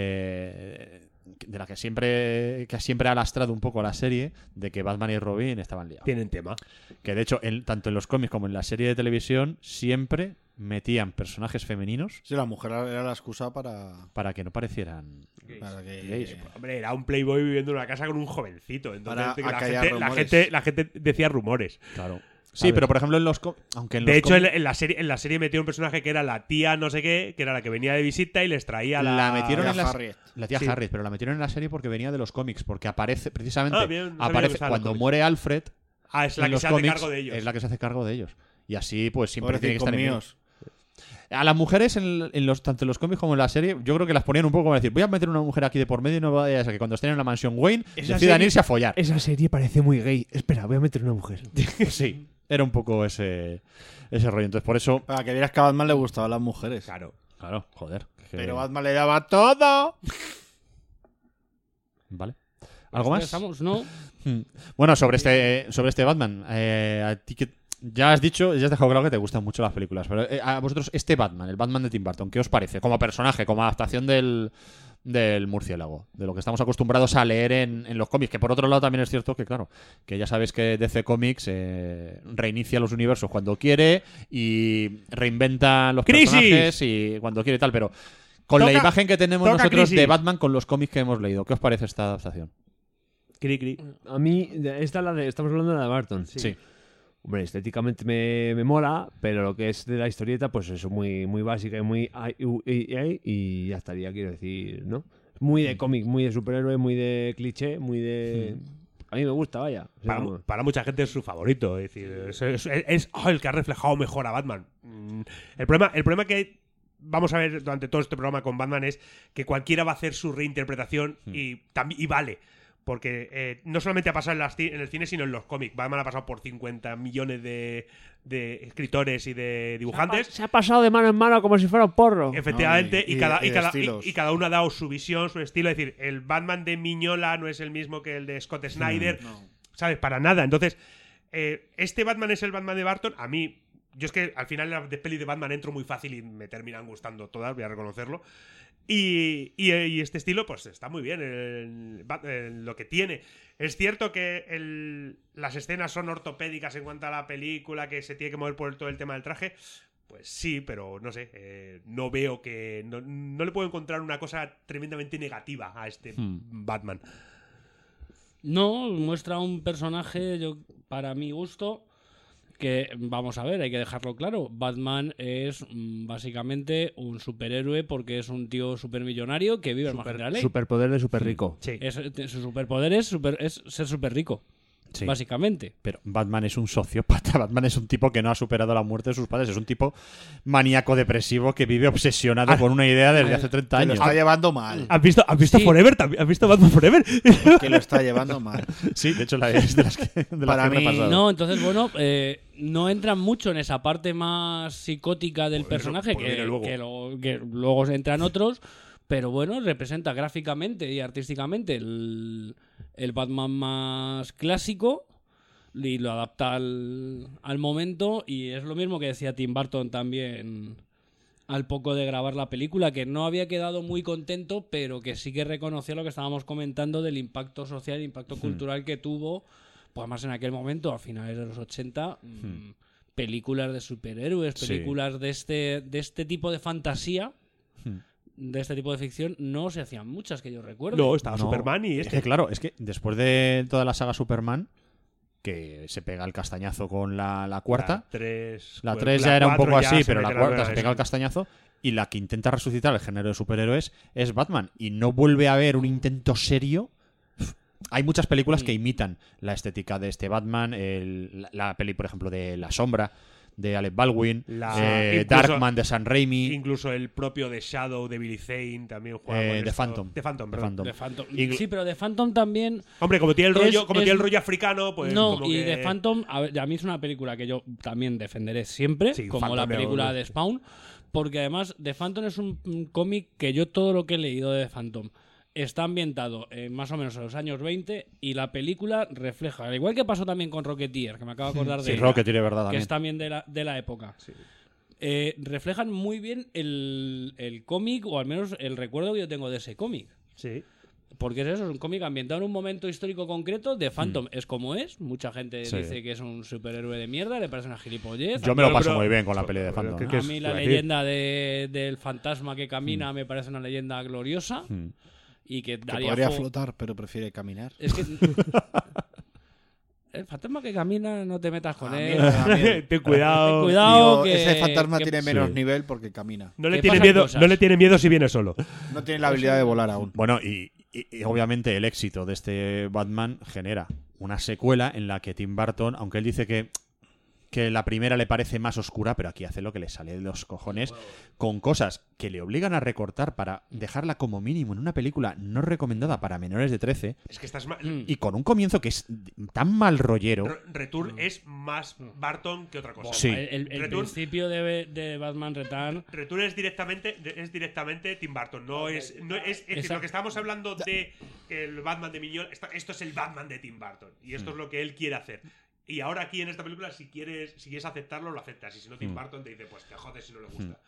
eh, de la que siempre que siempre ha lastrado un poco la serie de que Batman y Robin estaban liados. Tienen tema. Que de hecho, en- tanto en los cómics como en la serie de televisión siempre metían personajes femeninos Sí, la mujer era la excusa para. para que no parecieran para que- gays. Hombre, era un playboy viviendo en una casa con un jovencito. Entonces Para la, acallar gente, la, rumores. gente, la gente decía rumores. Claro. Sí, pero por ejemplo en los có- aunque en De los hecho, en, cómics- la- en la serie, en la serie metió un personaje que era la tía no sé qué, que era la que venía de visita y les traía la... La metieron Tía en la- Harriet. La tía Sí. Harris, pero la metieron en la serie porque venía de los cómics, porque aparece, precisamente, Ah, bien, no sabía que aparece estaba en los cuando cómics. muere Alfred, Ah, es la en que los se hace cómics, cargo de ellos. es la que se hace cargo de ellos. Y así, pues siempre tiene que Pobrecitos estar en míos. A las mujeres, en, en los, tanto en los cómics como en la serie, yo creo que las ponían un poco como decir, voy a meter una mujer aquí de por medio y no vaya a ser que cuando estén en la mansión Wayne Esa decidan serie- irse a follar. Pues Esa serie parece muy gay. Espera, voy a meter una mujer. sí, era un poco ese, ese rollo. Entonces, por eso... Para que vieras que a Batman le gustaban las mujeres. Claro. Claro, joder. que- Pero Batman le daba todo. Vale. ¿Algo más? Estamos, ¿no? Hmm. Bueno, sobre este, sobre este Batman, eh, a ti que ya has dicho, ya has dejado claro que te gustan mucho las películas, pero eh, a vosotros este Batman, el Batman de Tim Burton, ¿qué os parece? Como personaje, como adaptación del, del murciélago, de lo que estamos acostumbrados a leer en, en los cómics, que por otro lado también es cierto que, claro, que ya sabes que DC Comics eh, reinicia los universos cuando quiere y reinventa los ¡Crisis! personajes y cuando quiere y tal, pero con la Toca- imagen que tenemos toca nosotros de crisis. Batman con los cómics que hemos leído, ¿qué os parece esta adaptación? Cri, cri. A mí, de- esta es la de, estamos hablando de la de Barton. Hombre, estéticamente me, me mola, pero lo que es de la historieta, pues eso, muy, muy básica y muy... ay, u, y, ay, y ya estaría, quiero decir, ¿no? Muy Mm. de cómic, muy de superhéroe, muy de cliché, muy de... A mí me gusta, vaya. O sea, Para, como- para mucha gente es su favorito. Es decir, es, es- es- oh, el que ha reflejado mejor a Batman. Mm, El problema, el problema que vamos a ver durante todo este programa con Batman es que cualquiera va a hacer su reinterpretación Hmm. y, tambi- y vale. Porque eh, no solamente ha pasado en, las ci- en el cine, sino en los cómics. Batman ha pasado por 50 millones de, de escritores y de dibujantes. Se ha pasado de mano en mano como si fuera un porro. Efectivamente, No, y- y, y- cada, y y, de cada, estilos. y- y cada uno ha dado su visión, su estilo. Es decir, el Batman de Miñola no es el mismo que el de Scott Mm. Snyder, ¿sabes? Para nada. Entonces, eh, este Batman es el Batman de Barton. A mí, yo es que al final en las de peli de Batman entro muy fácil y me terminan gustando todas, voy a reconocerlo. Y, y- y este estilo, pues está muy bien en, en lo que tiene. Es cierto que el- las escenas son ortopédicas en cuanto a la película, que se tiene que mover por todo el tema del traje. Pues sí, pero no sé, eh, no veo que. No, no le puedo encontrar una cosa tremendamente negativa a este Hmm. Batman. No, muestra un personaje, yo, para mi gusto, que, vamos a ver, hay que dejarlo claro. Batman es mm, básicamente un superhéroe porque es un tío supermillonario que vive al margen de la ley. Superpoder de super rico. Sí. Es- te- su superpoder es, super- es ser súper rico, Sí. básicamente. Pero Batman es un sociópata. Batman es un tipo que no ha superado la muerte de sus padres. Es un tipo maníaco depresivo que vive obsesionado con una idea desde hace 30 Que lo años. está llevando mal. ¿Has visto, has visto Sí. Forever? también? ¿Has visto Batman Forever? Que lo está llevando mal. Sí, de hecho la- es de las que, de las Para que me he mí, pasado. No, entonces, bueno, eh, no entran mucho en esa parte más psicótica del personaje, pues viene que, luego. que lo- que luego entran otros, pero bueno, representa gráficamente y artísticamente el, el Batman más clásico y lo adapta al, al momento y es lo mismo que decía Tim Burton también al poco de grabar la película, que no había quedado muy contento, pero que sí que reconocía lo que estábamos comentando del impacto social, el impacto Hmm. cultural que tuvo, pues más en aquel momento, a finales de los 80, mm, películas de superhéroes, Hmm. Sí. películas de, este, de este tipo de fantasía, Hmm. de este tipo de ficción, no se hacían muchas que yo recuerdo. No, estaba No, Superman y Es este. que claro, es que después de toda la saga Superman, que se pega el castañazo con la, la cuarta, tres, la bueno, 3 ya era un cuatro poco ya así, se pero mete la cuarta se rueda, pega el sí. castañazo. Y la que intenta resucitar el género de superhéroes es Batman. Y no vuelve a haber un intento serio. Hay muchas películas que imitan la estética de este Batman. el- la, la peli, por ejemplo, de La Sombra, de Alec Baldwin. La- eh, incluso- Darkman, de San Raimi. Incluso el propio de Shadow de Billy Zane también juega. eh, con de esto. Phantom. De The Phantom, perdón. Phantom. De Phantom. Ingl- Sí, pero de Phantom también. Hombre, como tiene el Es- rollo, como es- tiene el rollo africano, pues. no, como y que- de Phantom, a, ver, a mí es una película que yo también defenderé siempre, Sí, como la Phantom, película obvio. de Spawn, porque además The Phantom es un un cómic que yo todo lo que he leído de The Phantom está ambientado en más o menos en los años 20 y la película refleja, al igual que pasó también con Rocketeer, que me acabo de acordar Sí, de... ella, Rocketeer, de verdad. que También. es también de la, de la época. Eh, reflejan muy bien el, el cómic, o al menos el recuerdo que yo tengo de ese cómic. Sí. Porque es eso, es un cómic ambientado en un momento histórico concreto. De Phantom es como es. Mucha gente Mm. Sí. dice que es un superhéroe de mierda, le parece una gilipollez. Yo me lo Pero- paso pero- muy bien con la peli de Phantom. que- ¿eh? que- a es- mí la decir- leyenda de- del fantasma que camina me parece una leyenda gloriosa Mm. y que Que daría podría juego- flotar, pero prefiere caminar. Es que el fantasma que camina no te metas con Ah, él. mierda, mierda. Ten cuidado. Cuidado Digo, que ese fantasma que- tiene menos nivel porque camina. No le, Que tiene pasan miedo, cosas. no le tiene miedo si viene solo. No tiene la habilidad de volar aún. Bueno, y, y- y obviamente el éxito de este Batman genera una secuela en la que Tim Burton, aunque él dice que, que la primera le parece más oscura, pero aquí hace lo que le sale de los cojones, con cosas que le obligan a recortar para dejarla como mínimo en una película no recomendada para menores de 13, Es que estás más. y con un comienzo que es tan mal rollero. Return es más Barton que otra cosa. Sí. Mm. El, el- el Return- principio de, de Batman Return Return es directamente, es directamente Tim Burton. No es, no es, es decir, Exacto. lo que estábamos hablando de el Batman de Miñón. esta- esto es el Batman de Tim Burton. Y Mm. esto es lo que él quiere hacer. Y ahora aquí en esta película, si quieres, si quieres aceptarlo, lo aceptas. Y si no, Mm. Tim Burton te dice, pues te jodes si no le gusta.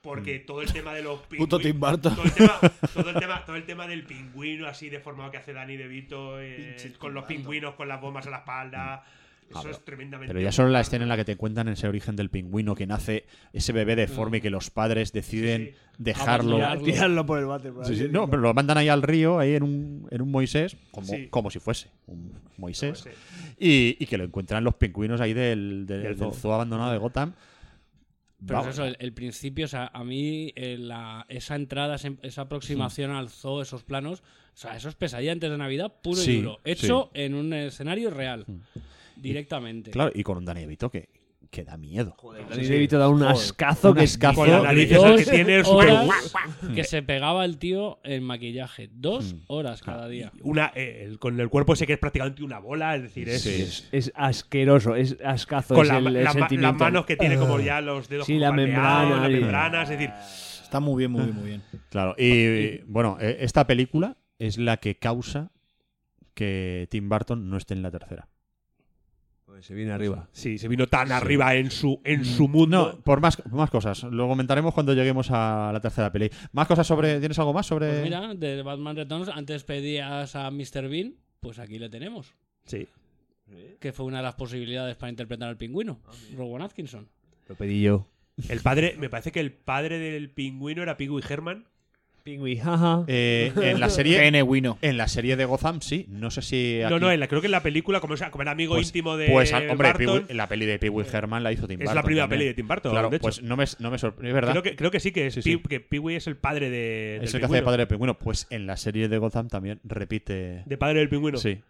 Porque todo el tema de los pingüinos. Puto Tim Burton. Todo el, tema, todo, el tema, todo el tema del pingüino así deformado que hace Danny DeVito. eh, Pinche Tim con los Burton. pingüinos, con las bombas a la espalda. Eso Mm. Ah, pero- es tremendamente. Pero ya solo la Burton. escena en la que te cuentan ese origen del pingüino que nace, ese bebé deforme y que los padres deciden Mm. Sí, sí. dejarlo. Abandonarlo. Tirarlo por el bate. por Sí, ahí. sí, no, pero lo mandan ahí al río, ahí en un, en un Moisés, como, Sí. como si fuese un Moisés, Como ese. y, y que lo encuentran los pingüinos ahí del, del, Del del zoo. zoo abandonado de Gotham. Pero Vamos. eso, el, el principio, o sea, a mí eh, la- esa entrada, ese- esa aproximación al zoo, esos planos, o sea, eso es pesadilla antes de Navidad, puro Sí, Mm. y duro, hecho en un escenario real, directamente. Claro, y con un Danny DeVito que, que da miedo. Danny DeVito da un ascazo Un que ascazo. Con la Joder, nariz Dos esa que tiene es súper horas guau, guau. que se pegaba el tío en maquillaje, dos Mm. Ah. horas cada día. una eh, el- con el cuerpo ese que es prácticamente una bola, es decir, es, Sí. Es asqueroso, es ascazo. con es la- el, el la- sentimiento. las manos que tiene Ah. como ya los dedos Sí, como la palmeados, membrana, la y- membrana, es decir, Está muy bien, muy bien, muy bien. Claro, y, y, bueno, eh, esta película es la que causa que Tim Burton no esté en la tercera. se viene arriba. Mm. Sí, se vino tan arriba en su, en su Mm, No, mundo. por más, más cosas. Lo comentaremos cuando lleguemos a la tercera peli. Más cosas sobre. ¿Tienes algo más sobre.? Pues mira, de Batman Returns, antes pedías a Mr. Bean, pues aquí le tenemos. Sí. Que fue una de las posibilidades para interpretar al pingüino, Rowan Atkinson. Lo pedí yo. El padre, me parece que el padre del pingüino era Piggy Herman. Pingüí, jaja. Eh, en la serie. Pene Wino. En la serie de Gotham, sí. No sé si. No, aquí- no, en la- creo que en la película, como, sea, como era amigo íntimo de. Pues, al- hombre, Barton, Pee-wee- la peli de Pee Wee Herman la hizo Tim Es la Burton primera también. peli de Tim Burton, Claro, de hecho. pues no me, no me sorprende. Es verdad. creo, que, creo que sí, que, es Sí, sí. Pee- que Pee-wee es el padre de. es el del que hace de pingüino. padre del pingüino. Pues en la serie de Gotham también repite. De padre del pingüino. Sí,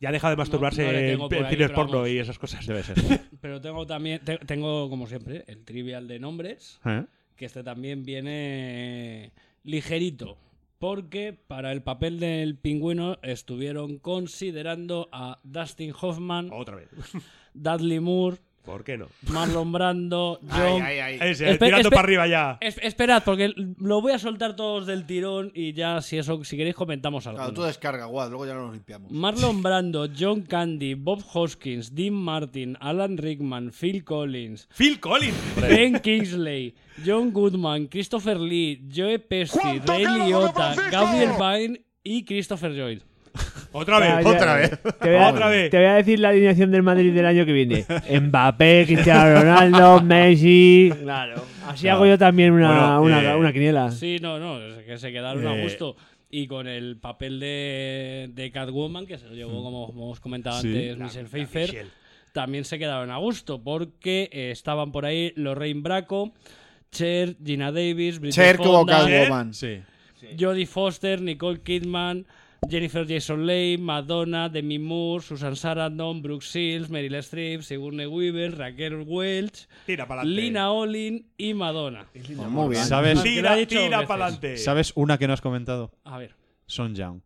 Ya deja de masturbarse no le tengo por en, en ahí, cines pero porno vamos. y esas cosas. debe ser. Pero tengo también, te- tengo como siempre, el trivial de nombres, ¿Eh? que este también viene ligerito. Porque para el papel del pingüino estuvieron considerando a Dustin Hoffman, Otra vez. Dudley Moore, ¿Por qué no? Marlon Brando, Ay, John. ay, ay. Ese, Espe- tirando espe- para arriba ya. Es- esperad, porque lo voy a soltar todos del tirón y ya si eso, si queréis comentamos algo. Claro, tú descarga, guad, luego ya no nos limpiamos. Marlon Brando, John Candy, Bob Hoskins, Dean Martin, Alan Rickman, Phil Collins, Phil Collins. Ben Kingsley, John Goodman, Christopher Lee, Joe Pesci, Ray Liotta, Gabriel Byrne y Christopher Lloyd. Otra vez. Ah, Ya, ya, ya. Te voy, a, Otra vez. te voy a decir la alineación del Madrid del año que viene. Mbappé, Cristiano Ronaldo, Messi. Claro. Así hago yo también una, Bueno, una, eh, una quiniela. Sí, no, no, es que se quedaron a Eh. gusto. Y con el papel de, de Catwoman, que se lo llevó, como hemos comentado Sí. antes, Michelle Pfeiffer. Michelle. también se quedaron a gusto porque eh, estaban por ahí Lorraine Bracco, Cher, Gina Davis, Bridget Cher como Fonda, Catwoman. Sí. Jodie Foster, Nicole Kidman, Jennifer Jason Leigh, Madonna, Demi Moore, Susan Sarandon, Brooke Shields, Meryl Streep, Sigourney Weaver, Raquel Welch, Tira para adelante. Lina Olin y Madonna. Pues muy bien. ¿Sabes, Sí. Lo ha Tira, dicho dos tira veces. para adelante. ¿Sabes una que no has comentado? A ver, Son Young.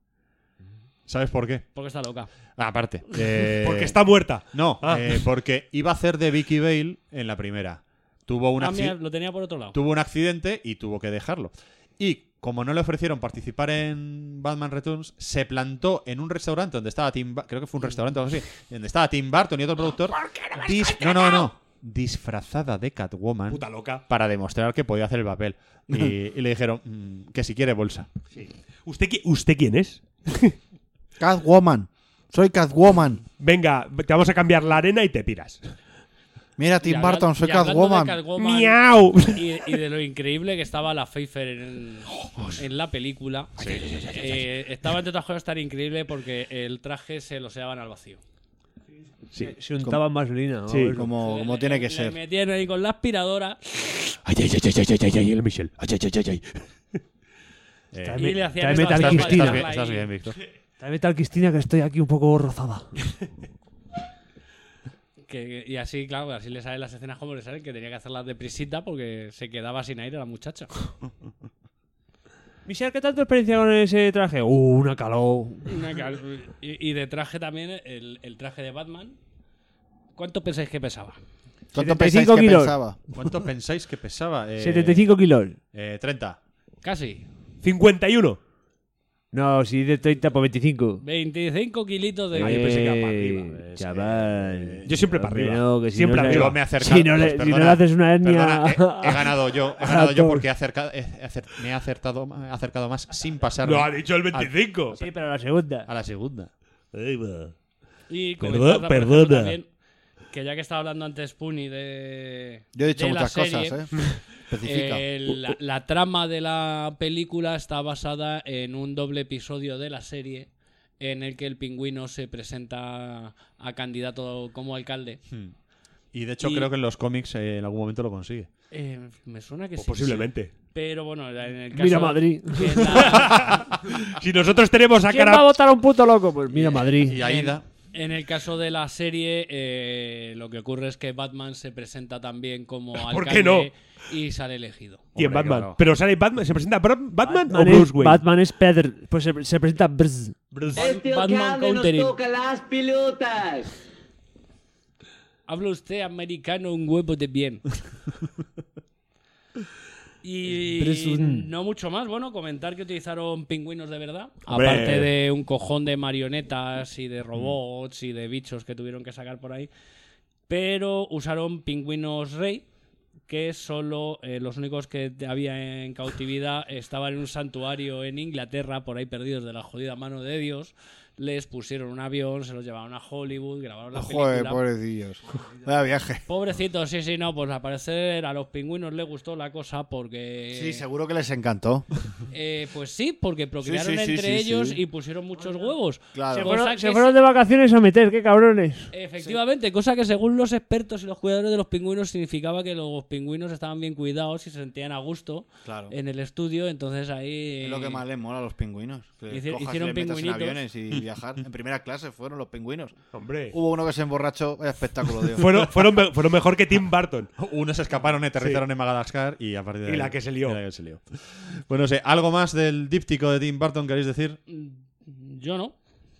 ¿Sabes por qué? porque está loca. Ah, Aparte. eh, Porque está muerta. No, Ah. eh, porque iba a hacer de Vicky Bale en la primera. Tuvo un, Ah, mira, acci- lo tenía por otro lado. tuvo un accidente y tuvo que dejarlo. Y como no le ofrecieron participar en Batman Returns, se plantó en un restaurante donde estaba Tim Burton, creo que fue un restaurante o algo así, donde estaba Tim Burton y otro productor. dis- no, no, no. Disfrazada de Catwoman Puta loca. para demostrar que podía hacer el papel. Y, y le dijeron mm, que si quiere bolsa. Eh, ¿Usted, qui- ¿Usted quién es? Catwoman. Soy Catwoman. Venga, te vamos a cambiar la arena y te piras. Mira, Y Tim habla- Burton, soy y hablando de Catwoman. Catwoman, ¡Miau! y, y de lo increíble que estaba la Pfeiffer en, en la película. Eh, estaba entre otras cosas tan increíble porque el traje se lo seaban al vacío. Se untaban vaselina. ¿no? Sí. Como, como tiene que ser. Me metieron ahí con la aspiradora Ay, ay, ay, ay, ay, ay, ay, el Michel. Ay, ay, ay, ay, ay. Eh, y le hacían tráeme eso tal así estás, Cristina. para estás bien, dejarla estás ahí. bien, Víctor. Dame tal Cristina que estoy aquí un poco rozada. Que- y así, claro, así le salen las escenas como le salen, que tenía que hacerlas deprisita porque se quedaba sin aire la muchacha. Michelle, ¿qué tal tu experiencia con ese traje? Uh, una calor. Una cal- y, y de traje también, el, el traje de Batman. ¿Cuánto pensáis que pesaba? ¿Cuánto 75 pensáis que kilos. pensaba? ¿Cuánto pensáis que pesaba? Eh, 75 kilos. eh, 30. Casi 51. No, si dices 30 por 25. 25 kilitos de... Ah, yo pensé que era para arriba, Eh, es Chaval. que- Yo siempre para arriba. No, que si Siempre no le- arriba. Yo me he acercado. Si no le, pues, si no le perdona, haces una etnia. Perdona, he, he ganado yo, he ganado yo Ajá. porque he acerca- he acer- me he acertado, he acercado más sin pasar Lo ha dicho el 25. Sí, pero la segunda. a la segunda. Y Perdón, comentar, por ejemplo, perdona. también, que ya que estaba hablando antes Puni de. Yo he dicho de la muchas serie, cosas, ¿eh? Especifica. eh, la, la trama de la película está basada en un doble episodio de la serie en el que el pingüino se presenta a candidato como alcalde. Hmm. Y de hecho Y- creo que en los cómics eh, en algún momento lo consigue. Eh, me suena que Pues sí. posiblemente. Pero bueno, en el caso. Mira Madrid. que en la- Si nosotros tenemos a ¿Quién va a cara. votar a un puto loco? Pues mira Madrid. Y Aida, En el caso de la serie, eh, lo que ocurre es que Batman se presenta también como alcalde ¿Por qué no? y sale elegido. Y en Hombre, qué Batman. bravo. Pero sale Batman. ¿Se presenta Bra- Batman, o es- Bruce Wayne? Batman es Pedr. Pues se, se presenta Brz. Batman Countering. Habla usted americano, un huevo de bien. Y Bresun. no mucho más. Bueno, comentar que utilizaron pingüinos de verdad. Hombre. Aparte de eh, un cojón de marionetas y de robots y de bichos que tuvieron que sacar por ahí. Pero usaron pingüinos rey, que solo eh, los únicos que había en cautividad estaban en un santuario en Inglaterra, por ahí perdidos de la jodida mano de Dios. Les pusieron un avión, se los llevaron a Hollywood, grabaron la Joder, película. pobrecillos. Vaya viaje. Pobrecitos, sí, sí, no, pues al parecer a los pingüinos les gustó la cosa porque... Sí, seguro que les encantó. Eh, pues sí, porque procrearon Sí, sí, sí, entre sí, ellos sí. y pusieron muchos huevos. Se Cosa fueron, que se fueron de vacaciones a meter, qué cabrones. Efectivamente, cosa que según los expertos y los cuidadores de los pingüinos significaba que los pingüinos estaban bien cuidados y se sentían a gusto Claro. en el estudio, entonces ahí... Es lo que más les mola a los pingüinos. Que Hici- cojas y hicieron les metas en pingüinitos. aviones y viajar. En primera clase fueron los pingüinos. Hombre. Hubo uno que se emborrachó. Vaya espectáculo, tío. Fueron, fueron, me- fueron mejor que Tim Burton. Unos escaparon, aterrizaron en Madagascar y a partir de Y ahí- la que se lió. y la que se lió. Bueno, no sé, ¿algo más del díptico de Tim Burton queréis decir? Yo no.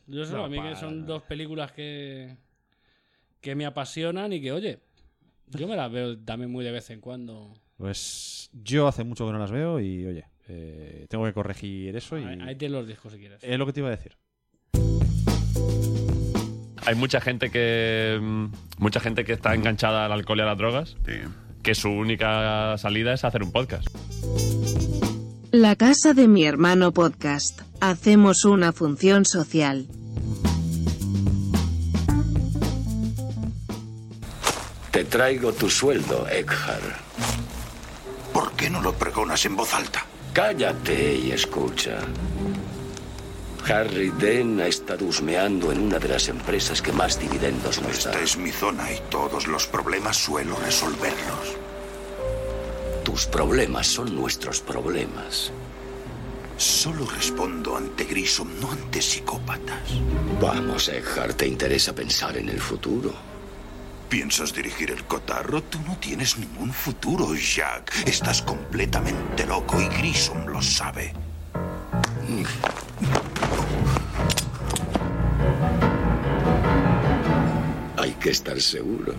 Yo solo, No, a mí que para son dos películas que, que me apasionan y que, oye, yo me las veo también muy de vez en cuando. Pues yo hace mucho que no las veo y oye, eh, tengo que corregir eso y... Ahí- ahí tienes los discos si quieres. Es lo que te iba a decir. Hay mucha gente que mm, mucha gente que está enganchada al alcohol y a las drogas, que su única salida es hacer un podcast. La casa de mi hermano podcast. Hacemos una función social. Te traigo tu sueldo, Eckhart. ¿Por qué no lo pregonas en voz alta? Cállate y escucha. Harry Den ha estado husmeando en una de las empresas que más dividendos nos da. Esta es mi zona y todos los problemas suelo resolverlos. Tus problemas son nuestros problemas. Solo respondo ante Grissom, no ante psicópatas. Vamos, Eckhart, ¿te interesa pensar en el futuro? ¿Piensas dirigir el cotarro? Tú no tienes ningún futuro, Jack. Estás completamente loco y Grissom lo sabe. Hay que estar seguro.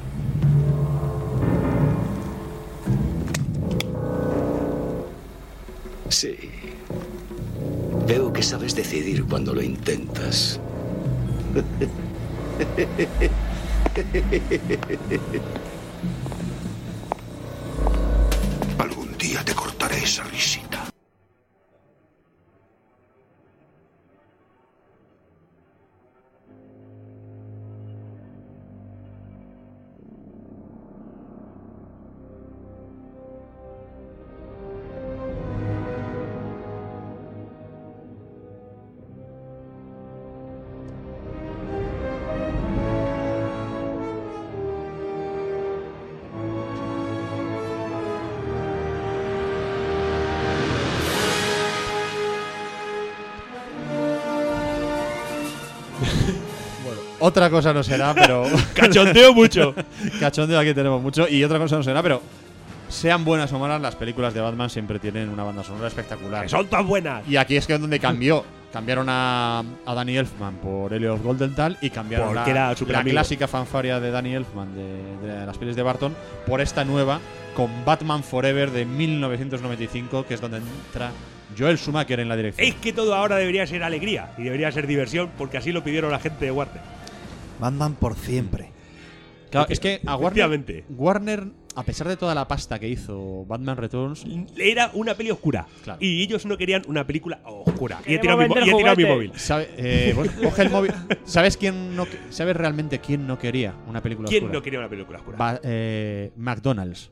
Sí. Veo que sabes decidir cuando lo intentas. Algún día te cortaré esa risita. Otra cosa no será, pero. Cachondeo mucho. Cachondeo aquí tenemos mucho. Y otra cosa no será, pero. Sean buenas o malas, las películas de Batman siempre tienen una banda sonora espectacular. Que son tan buenas. Y aquí es que es donde cambió. Cambiaron a, a Danny Elfman por Elliot Goldenthal y cambiaron Porque la, era súper la amigo. clásica fanfaria de Danny Elfman de, de las pelis de Barton por esta nueva con Batman Forever de 1995, que es donde entra Joel Schumacher en la dirección. Es que todo ahora debería ser alegría y debería ser diversión, porque así lo pidieron la gente de Warner. Batman por siempre. Claro, es que a Warner, Efectivamente. Warner, a pesar de toda la pasta que hizo Batman Returns, Era una peli oscura. Claro. Y ellos no querían una película oscura. Y he Queremos tirado mi, mo- vender y he tirado mi juguetes. móvil. Sabe- eh, bueno, coge el móvil. ¿Sabes quién no que- sabes realmente quién no quería una película ¿Quién oscura? no quería una película oscura? Va- eh, McDonald's.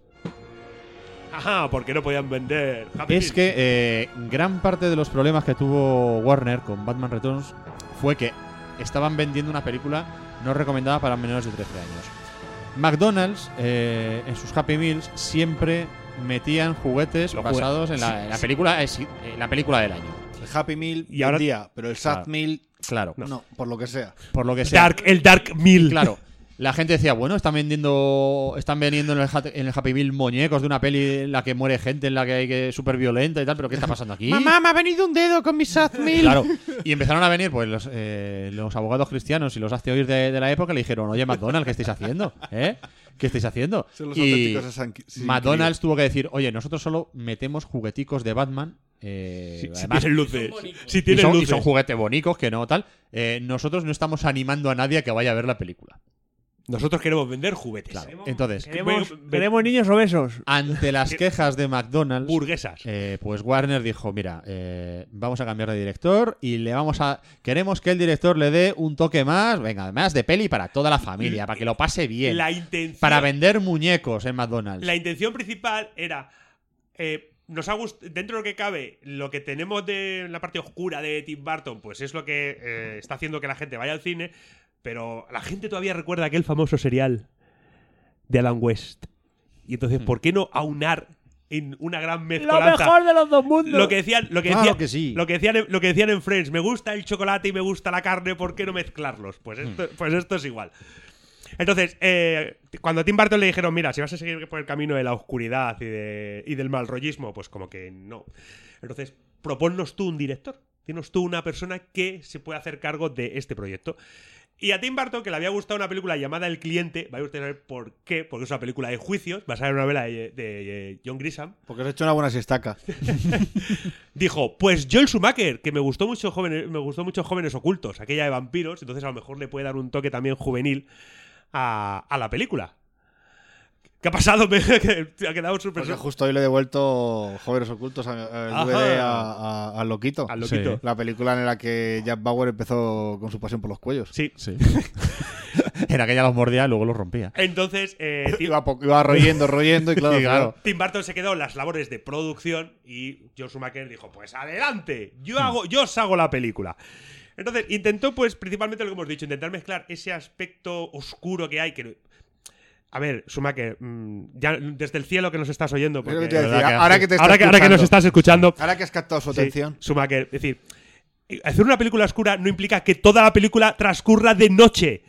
Ajá, porque no podían vender. Happy Es Meal. que eh, gran parte de los problemas que tuvo Warner con Batman Returns fue que estaban vendiendo una película no recomendada para menores de 13 años. McDonald's, eh, en sus Happy Meals, siempre metían juguetes Los basados juguetes. en la, en la Sí, sí. película, es- en la película del año. El Happy Meal Y ahora- día, pero el Sad Claro. Meal. Claro. No. por lo que sea. por lo que sea. Dark- el Dark Meal. Claro. La gente decía, bueno, están vendiendo, están vendiendo en el, hat- en el Happy Meal muñecos de una peli en la que muere gente, en la que hay que súper violenta y tal, pero ¿qué está pasando aquí? me ha venido un dedo con mi Sad Meal. Claro. Y empezaron a venir pues los, eh, los abogados cristianos y los hace oír de, de la época y le dijeron, oye, McDonald's, ¿qué estáis haciendo? ¿Eh? ¿qué estáis haciendo? Son los y auténticos Assassin's Creed. McDonald's tuvo que decir, oye, nosotros solo metemos jugueticos de Batman. eh, Si- si además- tienen luces. Son bonitos. Si Y tienen son- y luces. son juguetes bonitos, que no tal. Eh, nosotros no estamos animando a nadie a que vaya a ver la película. Nosotros queremos vender juguetes. Entonces, Queremos- ve- ve- queremos niños obesos. Ante las quejas de McDonald's, burguesas. pues Warner dijo, mira, eh, vamos a cambiar de director y le vamos a queremos que el director le dé un toque más, venga, además de peli para toda la familia, para que lo pase bien, La intención- para vender muñecos en McDonald's. La intención principal era. eh, nos ha gust- Dentro de lo que cabe, lo que tenemos de la parte oscura de Tim Burton, pues es lo que eh, está haciendo que la gente vaya al cine. Pero la gente todavía recuerda aquel famoso serial de Alan West. Y entonces, ¿por qué no aunar en una gran Lo mezcolanza? mejor de los dos mundos. Lo que decían, lo que Claro decían, que lo que decían, en- lo que decían en Friends, me gusta el chocolate y me gusta la carne, ¿por qué no mezclarlos? Pues Hmm. esto, pues esto es igual. Entonces, eh, cuando a Tim Burton le dijeron, mira, si vas a seguir por el camino de la oscuridad y, de- y del mal rollismo, pues como que no. Entonces, proponnos tú un director. Tienes tú una persona que se pueda hacer cargo de este proyecto. Y a Tim Burton, que le había gustado una película llamada El Cliente, vaya usted a saber por qué, porque es una película de juicios, basada en una novela de, de, eh, John Grisham. Porque os he hecho una buena siestaca. Dijo, pues Joel Schumacher, que me gustó mucho jóvenes, me gustó mucho jóvenes ocultos, aquella de vampiros, entonces a lo mejor le puede dar un toque también juvenil a, a la película. ¿Qué ha pasado? Me, que ha quedado súper. Porque justo hoy le he devuelto Jóvenes Ocultos a- al DVD a- a- al Loquito. Al Loquito. Sí. La película en la que Jack Bauer empezó con su pasión por los cuellos. Sí. sí. en aquella los mordía y luego los rompía. Entonces, eh, Tim- iba, po- iba royendo, royendo y claro. claro. Tim Burton se quedó en las labores de producción y Joel Schumacher dijo, pues adelante, Hmm. yo, hago, yo os hago la película. Entonces, intentó, pues, principalmente lo que hemos dicho, intentar mezclar ese aspecto oscuro que hay, que... A ver, Schumacher, mm, ya desde el cielo que nos estás oyendo, Creo porque- que te iba a decir, ahora que te está ahora ahora que escuchando. nos estás escuchando... Ahora que has captado su Sí, atención. Schumacher, es decir, hacer una película oscura no implica que toda la película transcurra de noche.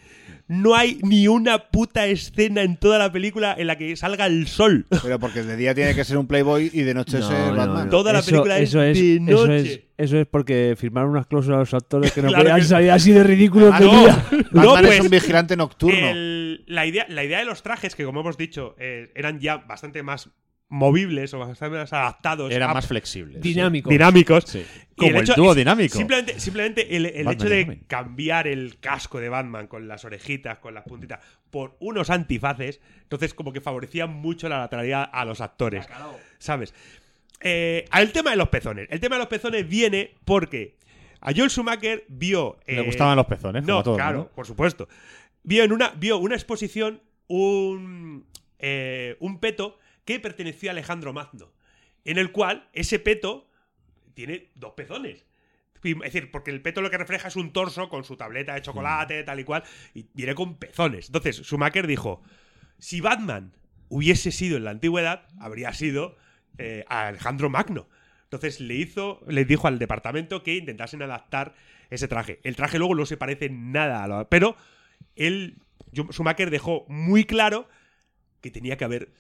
No hay ni una puta escena en toda la película en la que salga el sol. Pero porque de día tiene que ser un Playboy y de noche No, ser no, Batman. no. Toda la Eso- película eso es es, de eso noche. es eso es porque firmaron unas cláusulas a los actores que no Claro podían que- salir así de ridículos Ah, de no. día. No, pues, nocturno. el- la, idea, la idea de los trajes, que como hemos dicho, eh, eran ya bastante más movibles o bastante más adaptados. Eran a- más flexibles, Dinámicos. sí. Dinámicos. Sí. Y Como el hecho- dúo dinámico. Simplemente, simplemente el, el Batman hecho y de Robin. cambiar el casco de Batman con las orejitas, con las puntitas, por unos antifaces, entonces como que favorecía mucho la lateralidad a los actores. ¿Sabes? Eh, al tema de los pezones. El tema de los pezones viene porque a Joel Schumacher vio. Le eh, gustaban los pezones, como No, a todo el claro, mundo. por supuesto. Vio en una, vio una exposición un, eh, un peto que perteneció a Alejandro Magno. En el cual ese peto tiene dos pezones. Y- Es decir, porque el peto lo que refleja es un torso con su tableta de chocolate, Mm. tal y cual, y viene con pezones. Entonces, Schumacher dijo: Si Batman hubiese sido en la antigüedad, habría sido eh, Alejandro Magno. Entonces le hizo, le dijo al departamento que intentasen adaptar ese traje. El traje luego no se parece nada a lo. Pero él, Jum- Schumacher dejó muy claro que tenía que haber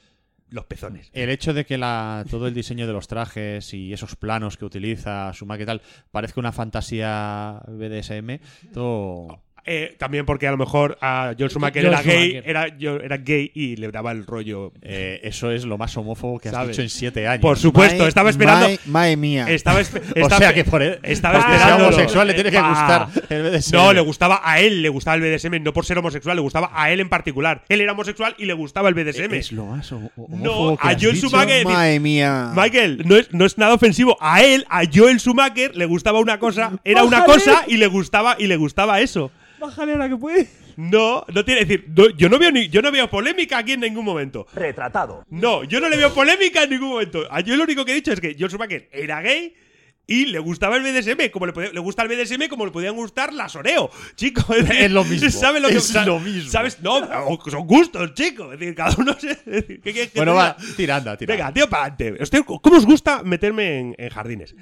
los pezones. El hecho de que la, todo el diseño de los trajes y esos planos que utiliza, su y tal, parezca una fantasía BDSM, todo... Eh, también porque a lo mejor a John Schumacher Joel era gay, Schumacher. era, yo- era gay y le daba el rollo. Eh, eso es lo más homófobo que has ¿Sabes? dicho en siete años. Por supuesto, Mae- estaba esperando. mae- mae mía. Estaba, espe- O estaba- sea que por él- Estaba porque sea esperándolo. homosexual le tiene que Epa. gustar el BDSM. No, le gustaba a él, le gustaba el BDSM, no por ser homosexual, le gustaba a él en particular. Él era homosexual y le gustaba el BDSM. Es lo más ho- homófobo No, que a has Joel dicho. Schumacher. Madre mía. Michael, no es, no es nada ofensivo. A él, a Joel Schumacher, le gustaba una cosa, era una Bájale. cosa y le gustaba y le gustaba eso. Bájale ahora que puede. No, no tiene es decir, no, yo no veo ni- yo no veo polémica aquí en ningún momento. Retratado. No, yo no le veo polémica en ningún momento. A- Yo lo único que he dicho es que Joel Schumacher era gay y le gustaba el BDSM, como le, podía- le gusta el BDSM como le podían gustar las Oreo, chicos. Es lo mismo, ¿Sabes lo que es sa- lo mismo. ¿Sabes? No, o- son gustos, chicos. Es decir, cada uno se es decir, ¿qué quieres que Bueno, te va, diga? tiranda, tiranda. Venga, tío, para adelante. Hostia, ¿Cómo os gusta meterme en, en jardines?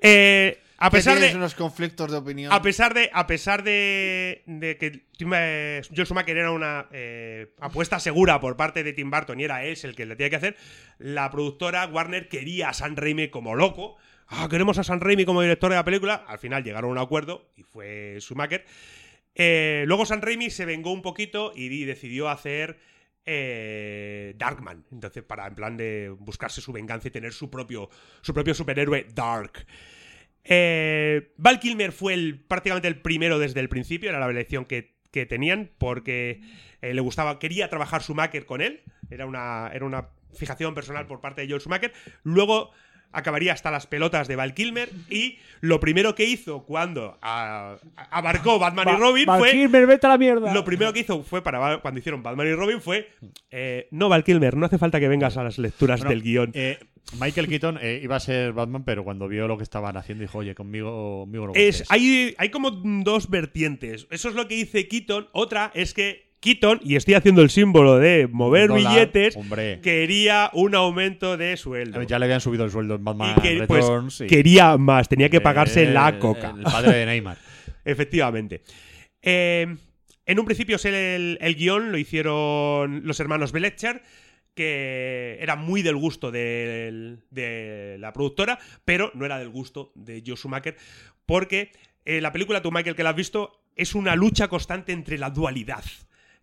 Eh, a Que pesar tienes de unos conflictos de opinión. a pesar de, a pesar de, de que Tim, eh, Joel Schumacher era una eh, apuesta segura por parte de Tim Burton y era él el que le tenía que hacer, la productora Warner quería a San Raimi como loco. Ah, queremos a San Raimi como director de la película. Al final llegaron a un acuerdo y fue Schumacher. Eh, luego San Raimi se vengó un poquito y, di- decidió hacer eh, Darkman. Entonces, para en plan de buscarse su venganza y tener su propio, su propio superhéroe Dark. Eh, Val Kilmer fue el, prácticamente el primero desde el principio, era la elección que, que tenían, porque eh, le gustaba, quería trabajar Schumacher con él, era una, era una fijación personal por parte de Joel Schumacher. Luego acabaría hasta las pelotas de Val Kilmer y lo primero que hizo cuando ah, abarcó Batman y Ba- Robin Val fue... Kilmer, vete a la mierda. Lo primero que hizo fue para Val- cuando hicieron Batman y Robin fue eh, no Val Kilmer, no hace falta que vengas a las lecturas Bueno, del guión. eh, Michael Keaton eh, iba a ser Batman, pero cuando vio lo que estaban haciendo dijo, oye, conmigo, conmigo no Es, cuentes". hay, hay como dos vertientes. Eso es lo que dice Keaton. Otra es que Keaton, y estoy haciendo el símbolo de mover Dólar, billetes, hombre. quería un aumento de sueldo. Ya le habían subido el sueldo en Batman Y que- pues, Returns y- quería más, tenía que pagarse El- la coca. el padre de Neymar. Efectivamente. Eh, en un principio ser el, el guión lo hicieron los hermanos Belletcher, que era muy del gusto del- de la productora, pero no era del gusto de Joe Schumacher, porque eh, la película, tú Michael, que la has visto, es una lucha constante entre la dualidad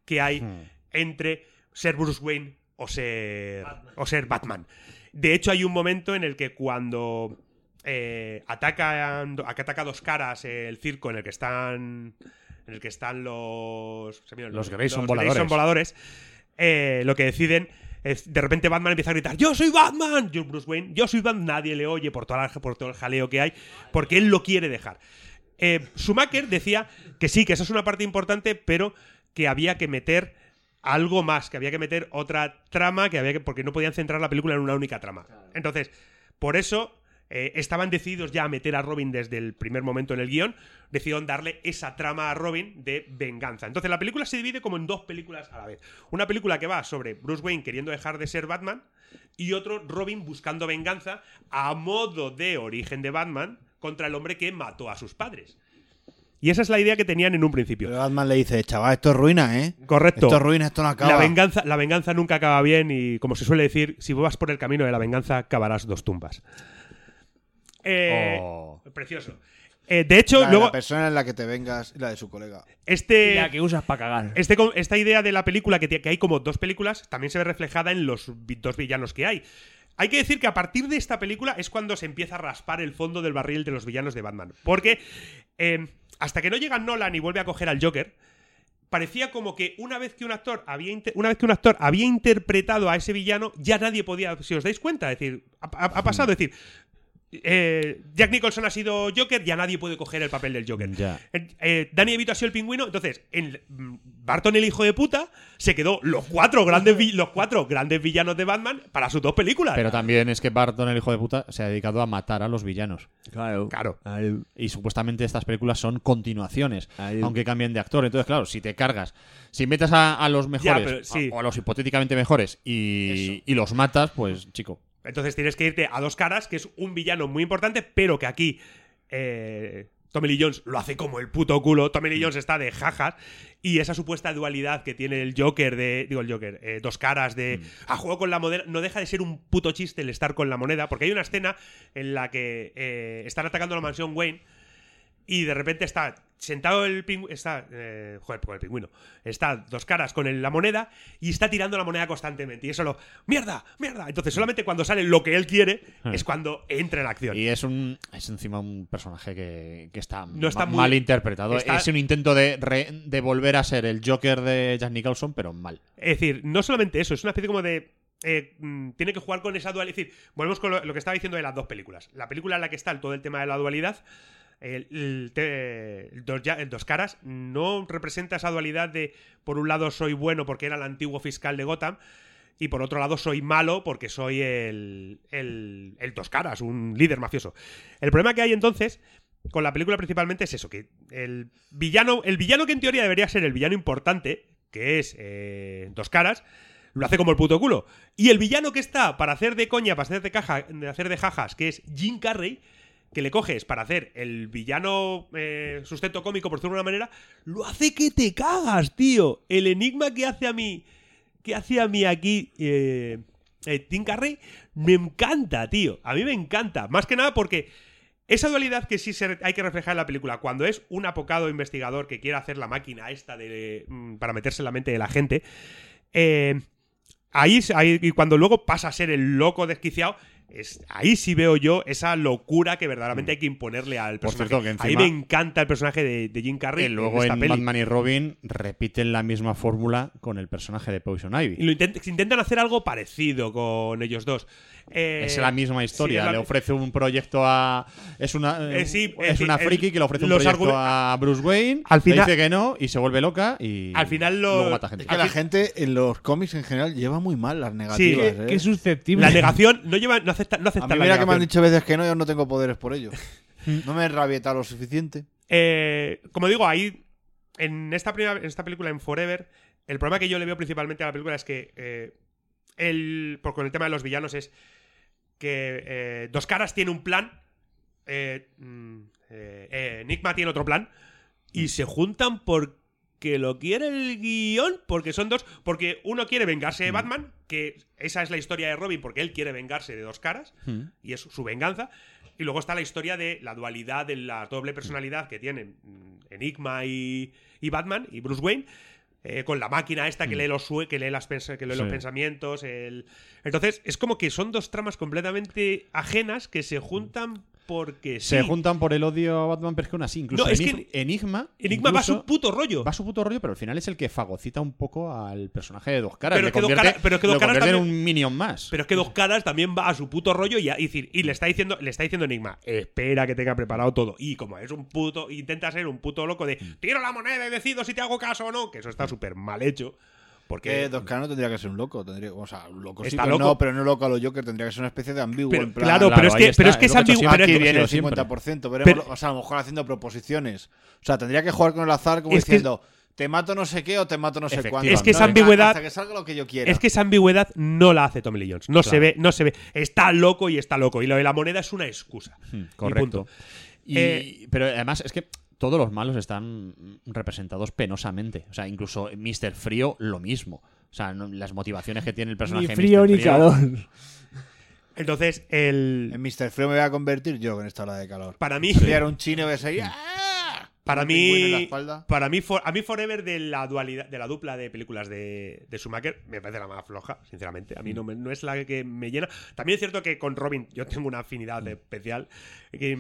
que hay Hmm. entre ser Bruce Wayne o ser, o ser Batman. De hecho, hay un momento en el que cuando eh, atacan, a que ataca a dos caras el circo en el que están en el que están los se me olvidó el Los nombre, Grayson Grayson voladores eh, lo que deciden es de repente Batman empieza a gritar yo soy Batman yo Bruce Wayne yo soy Batman nadie le oye por toda la- por todo el jaleo que hay porque él lo quiere dejar eh, Schumacher decía que sí, que esa es una parte importante, pero que había que meter algo más, que había que meter otra trama, que había que, porque no podían centrar la película en una única trama. Entonces, por eso eh, estaban decididos ya a meter a Robin desde el primer momento en el guión, decidieron darle esa trama a Robin de venganza. Entonces, la película se divide como en dos películas a la vez. Una película que va sobre Bruce Wayne queriendo dejar de ser Batman y otro Robin buscando venganza a modo de origen de Batman contra el hombre que mató a sus padres. Y esa es la idea que tenían en un principio. Batman le dice, chaval, esto es ruina, ¿eh? Correcto. Esto es ruina, esto no acaba. La venganza, la venganza nunca acaba bien y, como se suele decir, si vas por el camino de la venganza, cavarás dos tumbas. Eh, Oh, Precioso. Eh, de hecho, Oh. la, de luego- la persona en la que te vengas y la de su colega. Este, La que usas para cagar. esta idea de la película, que, tie- que hay como dos películas, también se ve reflejada en los vi- dos villanos que hay. Hay que decir que a partir de esta película es cuando se empieza a raspar el fondo del barril de los villanos de Batman. Porque eh, hasta que no llega Nolan y vuelve a coger al Joker, parecía como que una vez que un actor había inter- una vez que un actor había interpretado a ese villano ya nadie podía si os dais cuenta es decir ha, ha- ha pasado es decir eh, Jack Nicholson ha sido Joker ya nadie puede coger el papel del Joker Ya. Eh, eh, Danny DeVito ha sido el pingüino entonces en mm, Barton el hijo de puta se quedó los cuatro grandes vi- los cuatro grandes villanos de Batman para sus dos películas Pero también es que Barton, el hijo de puta, se ha dedicado a matar a los villanos. Claro. Y supuestamente estas películas son continuaciones, aunque cambien de actor. Entonces, claro, si te cargas, si metes a, a los mejores pero sí. a- o a los hipotéticamente mejores y, y los matas, pues chico. Entonces tienes que irte a dos caras, que es un villano muy importante, pero que aquí eh, Tommy Lee Jones lo hace como el puto culo. Tommy Lee Jones está de jajas. Y esa supuesta dualidad que tiene el Joker de. Digo, el Joker, eh, dos caras de. A juego con la moneda. No deja de ser un puto chiste el estar con la moneda. Porque hay una escena en la que eh, están atacando la mansión Wayne. Y de repente está sentado el pingüino. Está. eh, joder, con el pingüino. Está dos caras con el- la moneda y está tirando la moneda constantemente. Y eso lo. ¡Mierda! ¡Mierda! Entonces, solamente cuando sale lo que él quiere Ah. es cuando entra en acción. Y es un es encima un personaje que, que está, No está ma- muy- mal interpretado. está- Es un intento de, re- de volver a ser el Joker de Jack Nicholson, pero mal. Es decir, no solamente eso, es una especie como de. eh, mm, tiene que jugar con esa dualidad. Es decir, volvemos con lo, lo que estaba diciendo de las dos películas. La película en la que está el- todo el tema de la dualidad. El, el te- el dos, ya- el dos caras no representa esa dualidad de por un lado soy bueno porque era el antiguo fiscal de Gotham y por otro lado soy malo porque soy el, el, el dos caras, un líder mafioso. El problema que hay entonces con la película principalmente es eso, que el villano, el villano que en teoría debería ser el villano importante, que es eh, dos caras, lo hace como el puto culo. Y el villano que está para hacer de coña, para hacer de, caja, de hacer de jajas, que es Jim Carrey, que le coges para hacer el villano eh, sustento cómico, por decirlo de una manera, lo hace que te cagas, tío. El enigma que hace a mí, que hace a mí aquí eh, eh, Tim Carrey, me encanta, tío. A mí me encanta. Más que nada porque esa dualidad que sí se- hay que reflejar en la película, cuando es un apocado investigador que quiere hacer la máquina esta de, mm, para meterse en la mente de la gente, Eh, ahí, ahí- y cuando luego pasa a ser el loco desquiciado, es, ahí sí veo yo esa locura que verdaderamente hay que imponerle al Mm. Por personaje. cierto, que ahí encima- me encanta el personaje de, de Jim Carrey. Que luego esta en peli. Batman y Robin repiten la misma fórmula con el personaje de Poison Ivy. Y lo intent- intentan hacer algo parecido con ellos dos. Eh, es la misma historia. sí, es la- Le ofrece un proyecto a. Es una, Eh, sí, es eh, sí, una el- friki que le ofrece un los proyecto argu- a Bruce Wayne. Al le final- dice que no y se vuelve loca y. Al final lo- luego mata gente. Es que la gente en los cómics en general lleva muy mal las Sí, negativas. ¿eh? susceptible. La negación no lleva, no acepta, no A acepta mí mira la que me negación. han dicho veces que no, yo no tengo poderes por ello. No me he rabietado lo suficiente. Eh, como digo, ahí. En esta, primera, en esta película, en Forever, el problema que yo le veo principalmente a la película es que. eh, el, por, con el tema de los villanos es que eh, Dos Caras tiene un plan. eh, mm, eh, eh, Enigma tiene otro plan. Y se juntan porque lo quiere el guión. Porque son dos. Porque uno quiere vengarse de Batman. Que esa es la historia de Robin. Porque él quiere vengarse de dos caras Hmm. y es su venganza. Y luego está la historia de la dualidad, de la doble personalidad que tienen mm, Enigma y, y Batman y Bruce Wayne. eh, con la máquina esta que lee los sue- que lee, las pens- que lee los Mm. Sí. pensamientos. el- Entonces, es como que son dos tramas completamente ajenas que se juntan porque Se sí. juntan por el odio a Batman, pero es que aún así, incluso No, es que Enig- Enigma. Enigma va a incluso- su puto rollo. Va a su puto rollo, pero al final es el que fagocita un poco al personaje de dos caras. Pero Le es que Dos convierte- Caras- pero es que Dos lo Caras convierte en también- un minion más. Pero es que dos caras también va a su puto rollo y, a- y decir, y le está diciendo, le está diciendo Enigma, eh, espera que tenga preparado todo. Y como es un puto, intenta ser un puto loco de Mm. tiro la moneda y decido si te hago caso o no, que eso está súper mal hecho. Porque Que Dos Caras no tendría que ser un loco. Tendría, o sea, un loco sí, Está pero loco. no, pero no loco a lo Joker. Tendría que ser una especie de ambiguo. Pero- en plan- claro, pero Claro, es que- ahí pero está, es que es es lo que ha hecho ambiguo- siempre. Aquí pero- viene el siempre. 50%. Veremos, Pero- o sea, a lo mejor haciendo proposiciones. O sea, tendría que jugar con el azar como Es que- diciendo te mato no sé qué o te mato no sé cuánto. es que esa Venga, ambigüedad Hasta que salga lo que yo quiera. Es que esa ambigüedad no la hace Tommy Lee Jones. No se Claro. ve, no se ve. Está loco y está loco. Y lo de la moneda es una excusa. Mm, Y Correcto. punto. Y- Eh, pero además es que todos los malos están representados penosamente. O sea, incluso Mr. Frío lo mismo. O sea, no- las motivaciones que tiene el personaje. de frío Mr. ni calor. Entonces, el. En Mr. Frío me voy a convertir yo en esta ola de calor. Para mí- Voy a un chino y voy a "Ah". seguir. Para Un pingüino en la mí, espalda. para mí, For- a mí Forever de la dualidad, de la dupla de películas de, de Schumacher me parece la más floja, sinceramente. A mí no, me- no es la que me llena. También es cierto que con Robin yo tengo una Mm. afinidad especial. que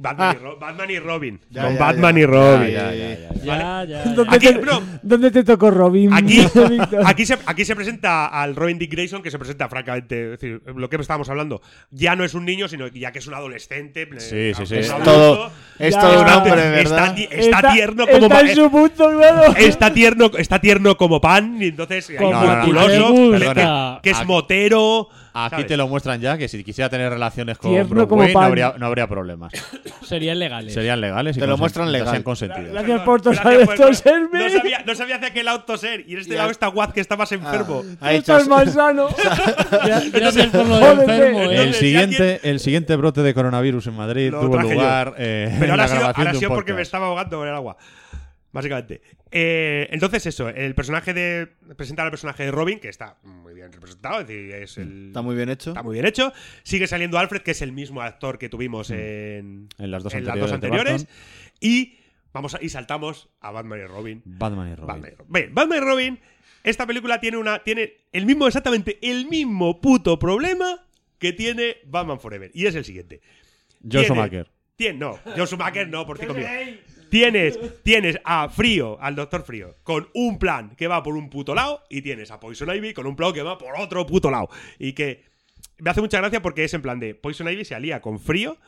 Batman, y, Ro- Batman y Robin. Ah. Ya, con ya, Batman ya. y Robin. Ya, ya, ya, ya, ya. Vale. Ya, ya. ¿Dónde, Aquí, te, bro, dónde te tocó Robin? Aquí, Víctor? aquí, se, aquí se presenta al Robin Dick Grayson, que se presenta francamente, es decir, lo que estábamos hablando, ya no es un niño, sino ya que es un adolescente. eh, Sí, sí, sí. es Es adulto. todo- es Ya. todo un hombre, Está, ¿verdad? ti- está Está- tierno está como en su punto, Está tierno, está tierno como pan, y entonces hay Como un a ti te musculoso, gusta. que- que es Aquí- motero. Aquí ¿sabes? te lo muestran ya, que si quisiera tener relaciones con Tierno Bruce como Wayne, no pan. habría, no habría problemas. Serían legales. Serían legales. y Te lo consen- muestran legal. sean consentidos. Gracias por Gracias, tosar pues, estos No sermes. sabía, no sabía hacia qué lado toser, y en este Ya. lado está Guaz, que está Ah, más enfermo. Ha hecho- Estás más sano. Gracias por lo de Jódete. enfermo, eh. El Entonces, si siguiente, el siguiente brote de coronavirus en Madrid Lo tuvo traje yo. lugar eh, Pero en ahora la ha sido, grabación ahora ha de un sido porque me podcast. estaba ahogando con el agua. Básicamente. Eh, entonces, eso, el personaje de. Presentar al personaje de Robin, que está muy bien representado, es decir, es el- Está muy bien hecho. está muy bien hecho. Sigue saliendo Alfred, que es el mismo actor que tuvimos en, En las dos anteriores. anteriores de y vamos a- y saltamos a Batman y Robin. Batman y Robin. Batman y Robin. Bien, Batman y Robin. Esta película tiene una. Tiene el mismo, exactamente el mismo puto problema que tiene Batman Forever. Y es el siguiente. Joe Tiene- Schumacher. Tien- no, Joe Schumacher no, por cinco millones. Tienes, tienes a Frío, al Doctor Frío, con un plan que va por un puto lado y tienes a Poison Ivy con un plan que va por otro puto lado. Y que me hace mucha gracia porque es en plan de Poison Ivy se alía con Frío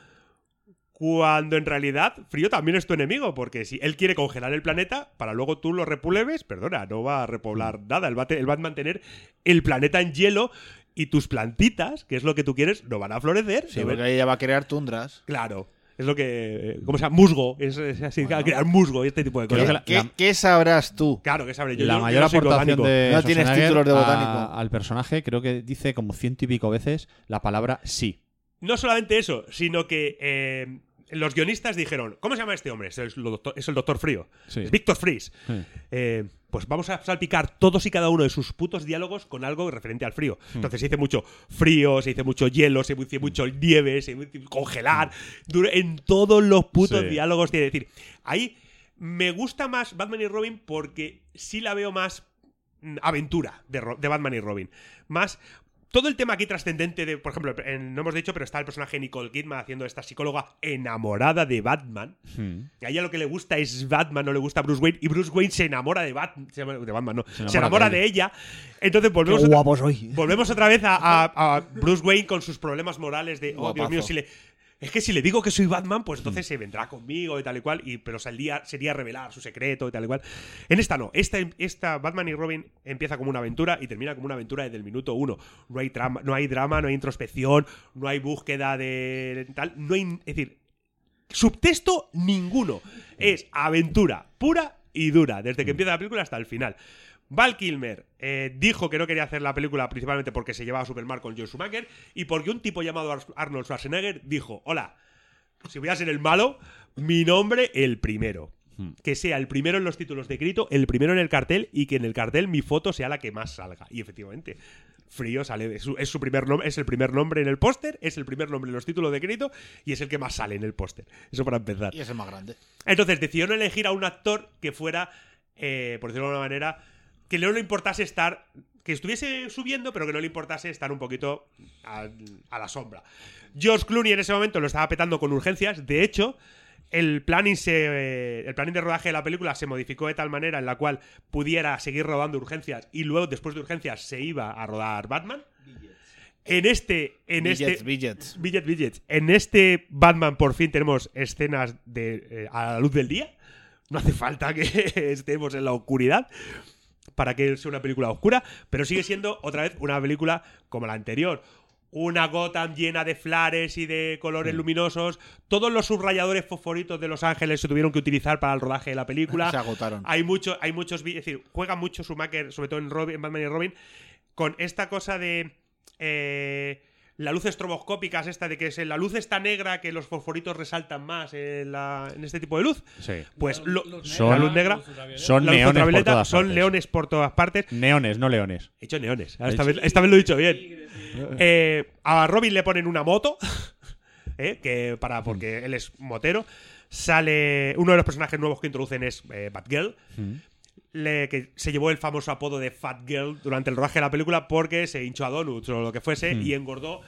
cuando en realidad Frío también es tu enemigo porque si él quiere congelar el planeta para luego tú lo repleves, perdona, no va a Mm. repoblar nada, él va a, te- él va a mantener el planeta en hielo y tus plantitas, que es lo que tú quieres, no van a florecer. Sí, no van- porque ahí ya va a crear tundras. Claro. Es lo que. eh, ¿Cómo se llama? Musgo. Es, es así, crear musgo y este tipo de ¿Qué, cosas. qué- qué sabrás tú? Claro, que sabré yo. La yo- yo mayor no soy aportación botánico. de No tienes Schwarzenegger títulos de a- botánico. al personaje creo que dice como ciento y pico veces la palabra sí. No solamente eso, sino que eh, los guionistas dijeron: ¿Cómo se llama este hombre? Es el doctor, es el doctor Frío. Sí. Es Víctor Fries. Sí. Eh, pues vamos a salpicar todos y cada uno de sus putos diálogos con algo referente al frío. Entonces se dice mucho frío, se dice mucho hielo, se dice mucho nieve, se dice congelar. Dura- En todos los putos Sí. diálogos tiene. Es decir, ahí me gusta más Batman y Robin porque sí la veo más mm, aventura de, Ro- de Batman y Robin. Más todo el tema aquí trascendente de, por ejemplo, en- no hemos dicho, pero está el personaje Nicole Kidman haciendo esta psicóloga enamorada de Batman. Hmm. Y a ella lo que le gusta es Batman, no le gusta Bruce Wayne. Y Bruce Wayne se enamora de Batman. Se llama- de Batman, no. Se enamora, de, ella. Entonces volvemos, Qué otra- guapo soy. volvemos otra vez a, a- a Bruce Wayne con sus problemas morales de, oh Dios Guapazo. mío, si le. Es que si le digo que soy Batman, pues entonces se vendrá conmigo y tal y cual, y, pero saldría, sería revelar su secreto y tal y cual. En esta no, esta, esta Batman y Robin empieza como una aventura y termina como una aventura desde el minuto uno. No hay, drama, no hay drama, no hay introspección, no hay búsqueda de tal, no hay... Es decir, Subtexto ninguno. Es aventura pura y dura, desde que empieza la película hasta el final. Val Kilmer eh, dijo que no quería hacer la película principalmente porque se llevaba Superman con Joe Schumacher y porque un tipo llamado Ar- Arnold Schwarzenegger dijo, hola, si voy a ser el malo, mi nombre el primero. Que sea el primero en los títulos de crédito, el primero en el cartel y que en el cartel mi foto sea la que más salga. Y efectivamente, Frío sale, es su, es su primer nombre, es el primer nombre en el póster, es el primer nombre en los títulos de crédito y es el que más sale en el póster. Eso para empezar. Y es el más grande. Entonces decidieron elegir a un actor que fuera, eh, por decirlo de alguna manera, que no le importase estar, que estuviese subiendo, pero que no le importase estar un poquito a, a la sombra. George Clooney en ese momento lo estaba petando con urgencias. De hecho, el planning, se, eh, el planning de rodaje de la película se modificó de tal manera en la cual pudiera seguir rodando urgencias y luego, después de urgencias, se iba a rodar Batman. En este, en Billets, este, billets. Billets, En este Batman por fin tenemos escenas de eh, a la luz del día. No hace falta que estemos en la oscuridad para que sea una película oscura, pero sigue siendo otra vez una película como la anterior. Una Gotham llena de flares y de colores luminosos. Todos los subrayadores fosforitos de Los Ángeles se tuvieron que utilizar para el rodaje de la película. Se agotaron. Hay, mucho, hay muchos. vi- Es decir, juega mucho Schumacher, sobre todo en, Robin, en Batman y Robin, con esta cosa de. eh, la luz estroboscópica es esta de que es, la luz está negra que los fosforitos resaltan más en, la- en este tipo de luz. Sí. Pues lo- Son- la luz negra. son la luz neones por ultravioleta, todas Son partes. leones por todas partes. Neones, no leones. He hecho neones. He Esta, hecho- vez, esta vez lo he dicho bien. Eh, a Robin le ponen una moto. eh, que para porque él es motero. Sale. Uno de los personajes nuevos que introducen es eh, Batgirl. le- que se llevó el famoso apodo de Fat Girl durante el rodaje de la película porque se hinchó a Donuts o lo que fuese Mm. y engordó.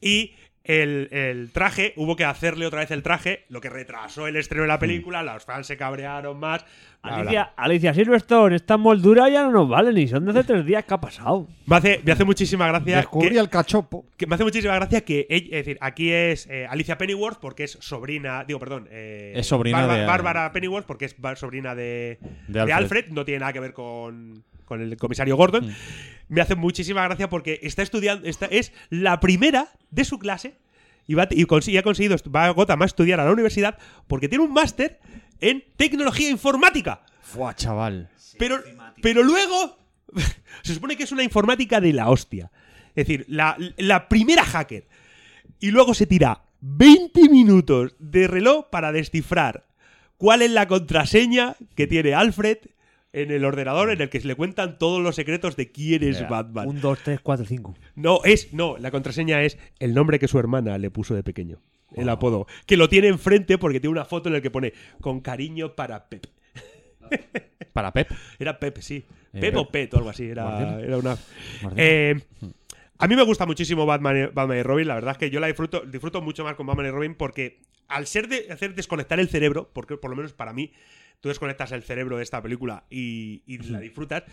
Y el, el traje, hubo que hacerle otra vez el traje, lo que retrasó el estreno de la película, los fans se cabrearon más. bla, bla, Alicia, Alicia Silverstone, esta moldura ya no nos vale ni son de hace tres días. ¿Qué ha pasado? Me hace, me hace muchísima gracia. Descubrí que, al cachopo. Que me hace muchísima gracia que. ella- es decir, aquí es eh, Alicia Pennyworth porque es sobrina. Digo, perdón. eh, Es sobrina Bárbara, de- Bárbara Pennyworth porque es ba- sobrina de, de Alfred. Mm. Alfred. No tiene nada que ver con, con el comisario Gordon. Me hace muchísima gracia porque está estudiando. está- es la primera de su clase y, va, y consi- y ha conseguido. est- Va a Gotham a estudiar a la universidad porque tiene un máster en tecnología informática. Fuá, chaval. Pero, pero luego se supone que es una informática de la hostia. Es decir, la, la primera hacker. Y luego se tira 20 minutos de reloj para descifrar cuál es la contraseña que tiene Alfred en el ordenador en el que se le cuentan todos los secretos de quién es Batman. Un, dos, tres, cuatro, cinco. No, es, no, la contraseña es el nombre que su hermana le puso de pequeño. El apodo. Que lo tiene enfrente porque tiene una foto en la que pone con cariño para Pep. Para Pep. Era Pep, sí. Eh, Pep o Pep. Pet o algo así. Era, Guardiola. era una. Guardiola. Eh, a mí me gusta muchísimo Batman, Batman y Robin. La verdad es que yo la disfruto, disfruto mucho más con Batman y Robin porque al ser de hacer desconectar el cerebro, porque por lo menos para mí, tú desconectas el cerebro de esta película y, y la disfrutas.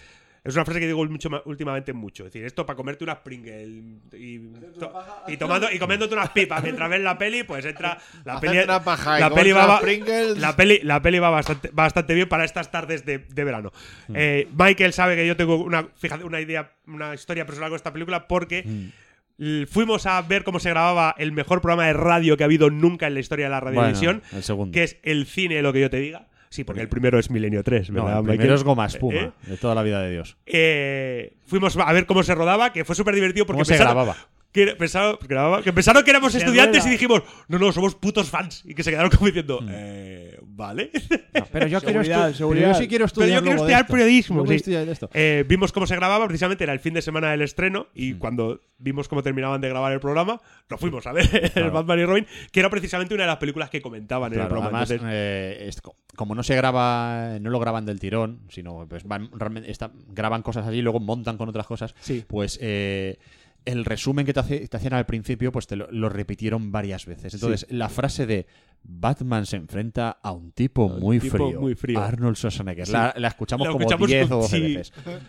Es una frase que digo mucho, ma- últimamente mucho. Es decir, esto para comerte unas Pringles y, to- y tomando, y comiéndote unas pipas mientras ves la peli, pues entra la Hacerte peli. una paja y la, comerte peli va, unas va- Pringles. la peli, la peli va bastante, bastante bien para estas tardes de, de verano. Mm. Eh, Michael sabe que yo tengo una, fíjate, una idea, una historia personal con esta película porque Mm. l- fuimos a ver cómo se grababa el mejor programa de radio que ha habido nunca en la historia de la radiovisión, Bueno, el segundo. que es el cine, lo que yo te diga. Sí, porque el primero es Milenio 3, No, ¿verdad? el Michael? primero es goma espuma, ¿Eh? de toda la vida de Dios. Eh, fuimos a ver cómo se rodaba, que fue súper divertido porque ¿Cómo se pensaron- grababa? que era- pensaba- pues, grababa- que pensaron que éramos Se estudiantes rueda. y dijimos, no, no, somos putos fans. Y que se quedaron como diciendo, eh, vale. Mm. pero yo quiero Seguridad, estu- seguridad. pero yo sí quiero estudiar Pero yo quiero luego de estudiar esto. periodismo. Yo voy a sí. estudiar de esto. Eh, vimos cómo se grababa, precisamente era el fin de semana del estreno. Y Mm. cuando vimos cómo terminaban de grabar el programa, nos fuimos a ver el Claro. Batman y Robin, que era precisamente una de las películas que comentaban en el Claro, programa. además, Entonces, eh, es co- como no se graba, eh, no lo graban del tirón, sino pues van, realmente está- graban cosas allí y luego montan con otras cosas, pues eh, el resumen que te, hace- te hacían al principio, pues te lo, lo repitieron varias veces. Entonces, la frase de Batman se enfrenta a un tipo, muy, tipo frío, muy frío. Arnold Schwarzenegger. Sí. La, la escuchamos La como escuchamos 10 o como- 12 sí. veces.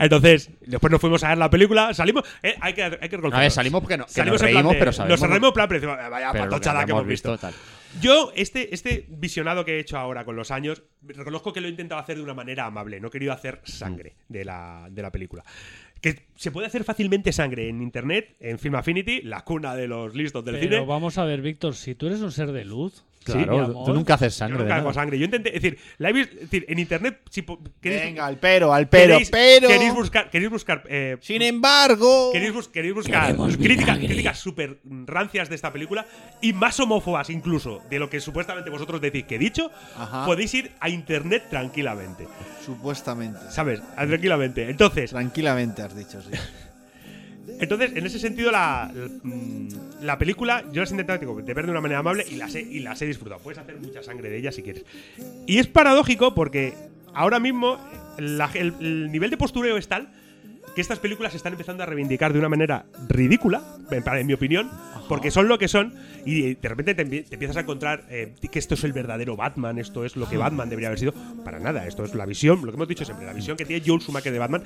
Entonces, después nos fuimos a ver la película, salimos. eh, hay que, hay que A ver, salimos porque no- que nos en plan reímos, de- pero sabemos- Nos reímos en plan, pero decimos, "Ah, vaya Pero lo que patochada que, habíamos hemos visto. visto, tal. Yo, este, este visionado que he hecho ahora con los años, reconozco que lo he intentado hacer de una manera amable. No he querido hacer sangre Mm. de la, de la película. Que se puede hacer fácilmente sangre en internet, en Film Affinity, la cuna de los listos del Pero cine. vamos a ver, Víctor, si tú eres un ser de luz. mi Claro, amor. tú nunca haces sangre. Yo de nunca hago nada. sangre. Yo intenté, es decir, la he visto- es decir, en internet, si po- queréis- Venga, al pero, al pero, queréis- pero. Queréis buscar, queréis buscar. Sin embargo, queréis, bus- queréis buscar críticas, críticas super rancias de esta película y más homófobas incluso de lo que supuestamente vosotros decís que he dicho. Ajá. Podéis ir a internet tranquilamente, Supuestamente. ¿sabes? Ah, Tranquilamente. Entonces, Tranquilamente has dicho, sí. entonces, en ese sentido, la, la, mm, la película yo las he intentado digo, de ver de una manera amable y las, he, y las he disfrutado. Puedes hacer mucha sangre de ellas si quieres. Y es paradójico porque ahora mismo la- el, el nivel de postureo es tal que estas películas se están empezando a reivindicar de una manera ridícula, en, para- en mi opinión, porque son lo que son y de repente te, empie- te empiezas a encontrar eh, que esto es el verdadero Batman, esto es lo que Batman debería haber sido. Para nada, esto es la visión, lo que hemos dicho siempre, la visión que tiene Joel Schumacher de Batman.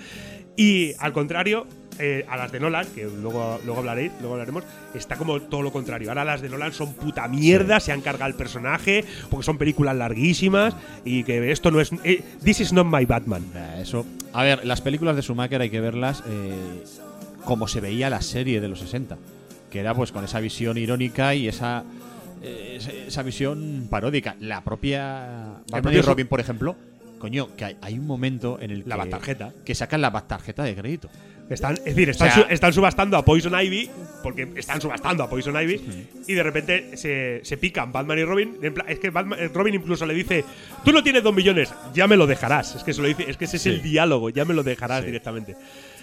Y al contrario, eh, a las de Nolan, que luego, luego hablaréis, luego hablaremos, está como todo lo contrario. Ahora las de Nolan son puta mierda, se han cargado el personaje, porque son películas larguísimas y que esto no es... eh, this is not my Batman. Nah, eso. A ver, las películas de Schumacher hay que verlas eh, como se veía la serie de los 60, que era pues con esa visión irónica y esa eh, esa- esa visión paródica. La propia Batman y propio Schu- Robin, por ejemplo, coño, que hay, hay un momento en el La que Batarjeta. que sacan la tarjeta de crédito. Están, es decir, están, O sea- su- están subastando a Poison Ivy, porque están subastando a Poison Ivy, y de repente se, se pican Batman y Robin. en pla- es que Batman- eh, Robin incluso le dice, tú no tienes dos millones, ya me lo dejarás. Es que, se lo dice, es que ese es el diálogo, ya me lo dejarás Sí. directamente.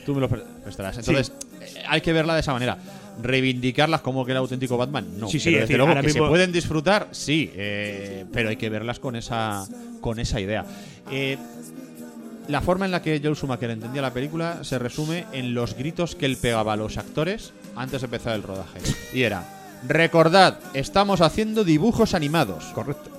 Tú me lo pre- prestarás. Entonces, eh, hay que verla de esa manera. Reivindicarlas como que era auténtico Batman, no. Sí, pero sí, es desde decir, luego ahora que mismo- se pueden disfrutar, sí, eh, pero hay que verlas con esa, con esa idea. Eh, la forma en la que Joel Schumacher entendía la película se resume en los gritos que él pegaba a los actores antes de empezar el rodaje. Y era, recordad, estamos haciendo dibujos animados. Correcto.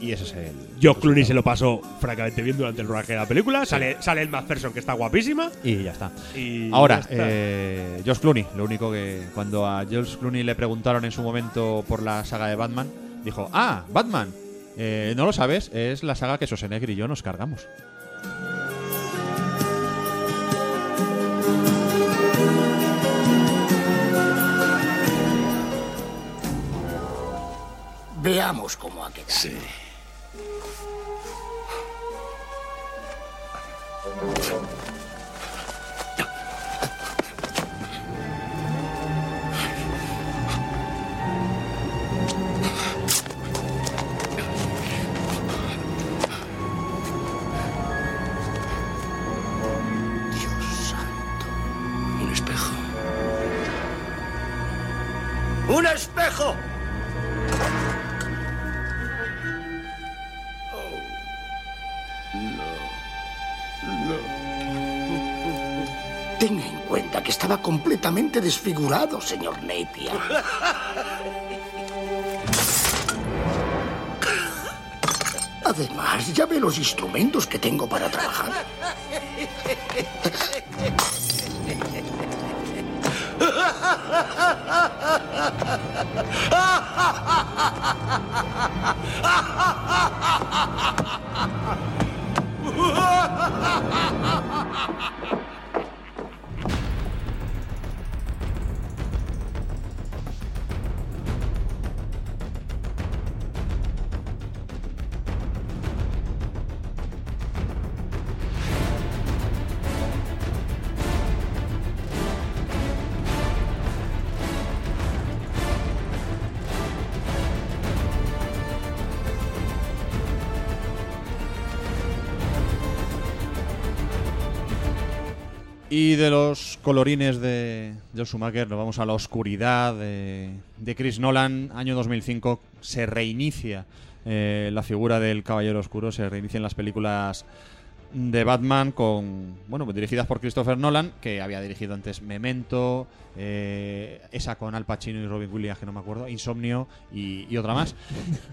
Y ese es el... Yo Clooney se lo pasó francamente bien durante el rodaje de la película. Sale, sale el Macpherson, que está guapísima. Y ya está. Y Ahora, ya está. eh, George Clooney, lo único que cuando a George Clooney le preguntaron en su momento por la saga de Batman, dijo, ah, Batman, eh, no lo sabes, es la saga que Schwarzenegger y yo nos cargamos. Veamos cómo ha quedado. Sí. Un espejo. ¡Un espejo! Tenga en cuenta que estaba completamente desfigurado, señor Napier. Además, ya ve los instrumentos que tengo para trabajar. Y de los colorines de Joel Schumacher nos vamos a la oscuridad de, de Chris Nolan, año 2005, se reinicia eh, la figura del Caballero Oscuro, se reinician las películas de Batman con bueno pues dirigidas por Christopher Nolan que había dirigido antes Memento eh, esa con Al Pacino y Robin Williams que no me acuerdo Insomnio y, y otra más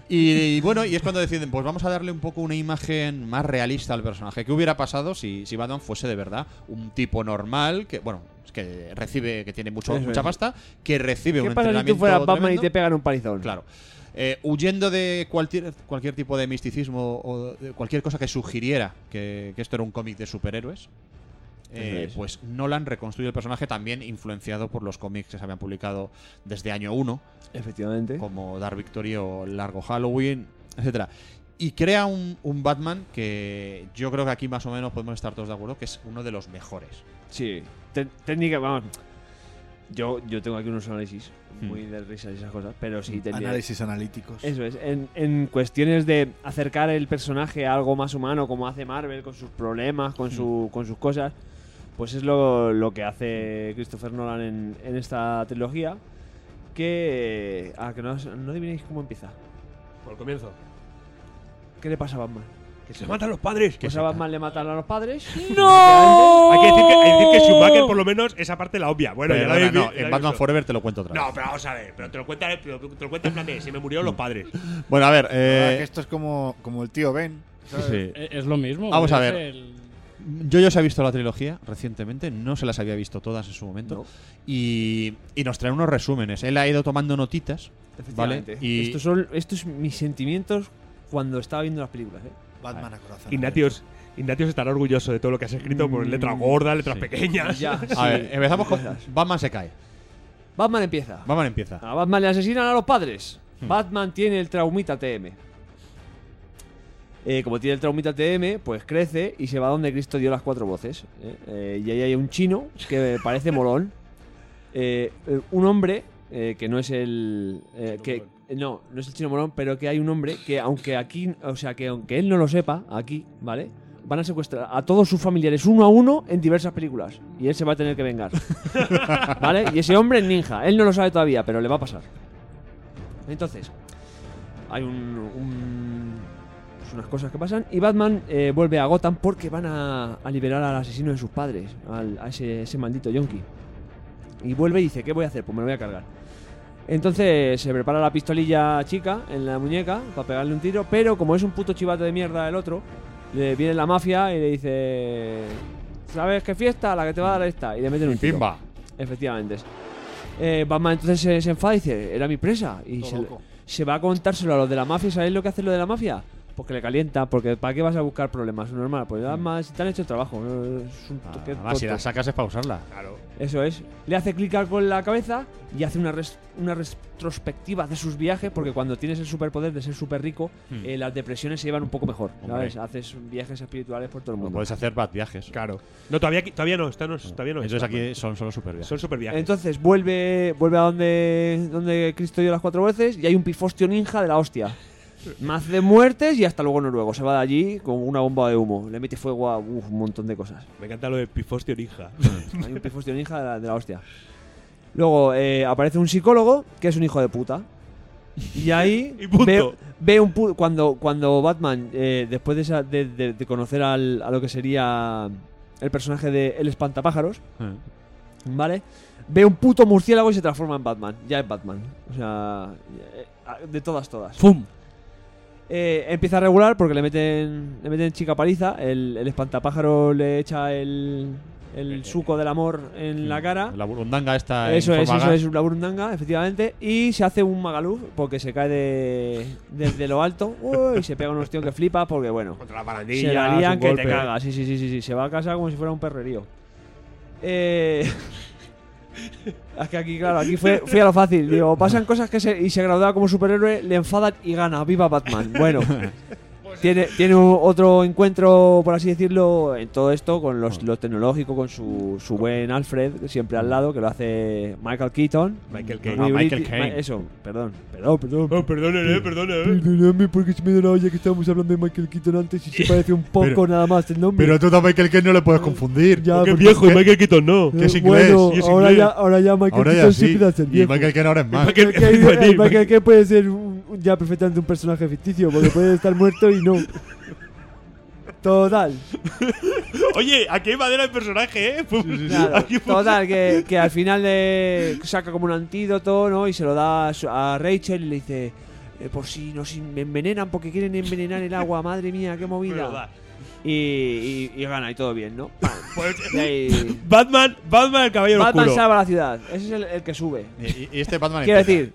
y, y bueno y es cuando deciden pues vamos a darle un poco una imagen más realista al personaje qué hubiera pasado si si Batman fuese de verdad un tipo normal que bueno es que recibe que tiene mucho Eso mucha es. pasta que recibe ¿Qué un pasa si tú entrenamiento fueras Batman tremendo. y te pegan un palizón? Claro. Eh, huyendo de cualquier, cualquier tipo de misticismo o de cualquier cosa que sugiriera que, que esto era un cómic de superhéroes, eh, Eso es. pues Nolan reconstruye el personaje también influenciado por los cómics que se habían publicado desde año 1. Efectivamente. Como Dark Victory o Largo Halloween, etcétera. Y crea un, un Batman que yo creo que aquí más o menos podemos estar todos de acuerdo que es uno de los mejores. Sí. Te- Técnica, vamos. Yo, yo tengo aquí unos análisis Hmm. muy de risas y esas cosas, pero sí tenía- Análisis analíticos. Eso es. En, en cuestiones de acercar el personaje a algo más humano, como hace Marvel, con sus problemas, Hmm. con, su, con sus cosas, pues es lo, lo que hace Christopher Nolan en, en esta trilogía. Que. A que no, os- no adivinéis cómo empieza. Por el comienzo. ¿Qué le pasa a Batman? Que se matan los padres. Pues a Batman le matan a los padres. ¡No! Hay que decir que, hay que decir que Schumacher, por lo menos, esa parte la obvia. Bueno, ya Perdona, la habéis no, vi- ya la en habéis Batman visto. Forever te lo cuento otra vez. No, pero vamos a ver. Pero te lo cuenta, pero te lo cuenta en plan de, se me murieron los padres. Bueno, a ver. Ah, eh, que esto es como, como el tío Ben. ¿sabes? E-, Sí. E, Es lo mismo. Vamos a es ver. el- Yo ya os he visto la trilogía recientemente, no se las había visto todas en su momento. Y, y nos trae unos resúmenes. Él ha ido tomando notitas. ¿Vale? Efectivamente. Y Estos son estos mis sentimientos cuando estaba viendo las películas. ¿eh? Batman a corazón. Ignatius, Ignatius estará orgulloso de todo lo que has escrito por Mm, letras gordas, letras Mm, Sí. pequeñas. A ver, empezamos con. Batman se cae. Batman empieza. Batman empieza. Hmm. A Batman le asesinan a los padres. Batman tiene el traumita TM. Eh, como tiene el traumita TM, pues crece y se va donde Cristo dio las cuatro voces. ¿eh? Eh, y ahí hay un chino que parece molón. Eh, eh, un hombre eh, que no es el. eh, que, no, no es el chino molón, pero que hay un hombre que, aunque aquí. O sea, que aunque él no lo sepa, aquí, ¿vale? Van a secuestrar a todos sus familiares uno a uno en diversas películas. Y él se va a tener que vengar. ¿Vale? Y ese hombre es ninja. Él no lo sabe todavía, pero le va a pasar. Entonces, hay un, un- pues unas cosas que pasan y Batman eh, vuelve a Gotham porque van a, a liberar al asesino de sus padres, al- a ese, ese maldito yonki. Y vuelve y dice, ¿qué voy a hacer? Pues me lo voy a cargar. Entonces se prepara la pistolilla chica en la muñeca para pegarle un tiro, pero como es un puto chivato de mierda el otro, le viene la mafia y le dice, ¿sabes qué fiesta? La que te va a dar esta. Y le meten un tiro. Pimba. Efectivamente. Eh, Batman entonces se, se enfada y dice, era mi presa. Y se, se va a contárselo a los de la mafia. ¿Sabéis lo que hace lo de la mafia? Porque le calienta, porque ¿para qué vas a buscar problemas? Normal, pues Batman, si te han hecho el trabajo. no, Es un to- qué Mm. Ah, Además, si tonto. la sacas es para usarla. Claro. Pues Eso es. Le hace clicar con la cabeza y hace una, res- una retrospectiva de sus viajes, porque cuando tienes el superpoder de ser súper rico, Hmm. eh, las depresiones se llevan un poco mejor. Hombre. ¿sabes? Haces viajes espirituales por todo el mundo. Puedes hacer bad viajes. Claro. No, todavía, aquí- todavía no, está, no, todavía no. Mm. Entonces aquí son solo super Son superviajes. Entonces vuelve, vuelve a donde, donde Cristo dio las cuatro veces y hay un pifostio ninja de la hostia. Más de muertes y hasta luego Noruego. Se va de allí con una bomba de humo. Le mete fuego a uf, un montón de cosas. Me encanta lo de Pifostio Ninja. Hay un pifostio ninja de la, de la hostia. Luego eh, aparece un psicólogo que es un hijo de puta. Y ahí ve, ve un pu- cuando, cuando Batman, eh, después de, esa- de- de- de conocer al- a lo que sería el personaje de El Espantapájaros, ¿Vale? Ve un puto murciélago y se transforma en Batman. Ya es Batman. O sea, eh, eh, de todas, todas. ¡Fum! Eh, empieza a regular porque le meten, le meten chica paliza. El, el espantapájaro le echa el, el suco del amor en la cara. Mm, La burundanga esta. en Eso es, forma eso gas. es una burundanga, efectivamente. Y se hace un magaluf porque se cae de, desde lo alto. Uy, y se pega un hostión que flipa porque, bueno. Contra la Se la lían que te cagas. cagas. Sí, sí, sí, sí, sí. Se va a casa como si fuera un perrerío. Eh. Es que aquí, claro, aquí fue, fui a lo fácil. Digo, pasan cosas que se, y se gradúa como superhéroe, le enfadan y gana. ¡Viva Batman! Bueno. Pues tiene, tiene un- otro encuentro, por así decirlo, en todo esto, con los, lo tecnológico, con su, su buen Alfred, siempre al lado, que lo hace Michael Keaton. Michael Caine. Muy Ah, Michael briti- Caine. ma- Eso, perdón, perdón, perdón. Oh, perdónale, Eh, perdónale. Perdóname porque se me da la olla que estábamos hablando de Michael Keaton antes y se parece un poco Pero- nada más el nombre. Pero tú a Michael Caine no le puedes confundir. Ya, Porque es porque- viejo y Michael Keaton no. Que es Eh, inglés. bueno, y es ahora inglés. ya- ahora ya Michael Ahora ya Keaton sí sí. empieza a ser Y viejo. Michael Caine ahora es más. Michael Caine- Michael Caine puede ser un- un- ya perfectamente un personaje ficticio, porque puede estar muerto y no. Total. Oye, aquí hay madera de personaje, ¿eh? Claro, total, que, que al final le saca como un antídoto, ¿no? Y se lo da a su- a Rachel y le dice, eh, por si nos in- envenenan porque quieren envenenar el agua, madre mía, qué movida. Y, y- y gana, y todo bien, ¿no? Pam. Pues, Y ahí- Batman, Batman el caballero Batman oscuro. salva la ciudad. Ese es el, el que sube. Y, este Batman Quiero empieza. decir,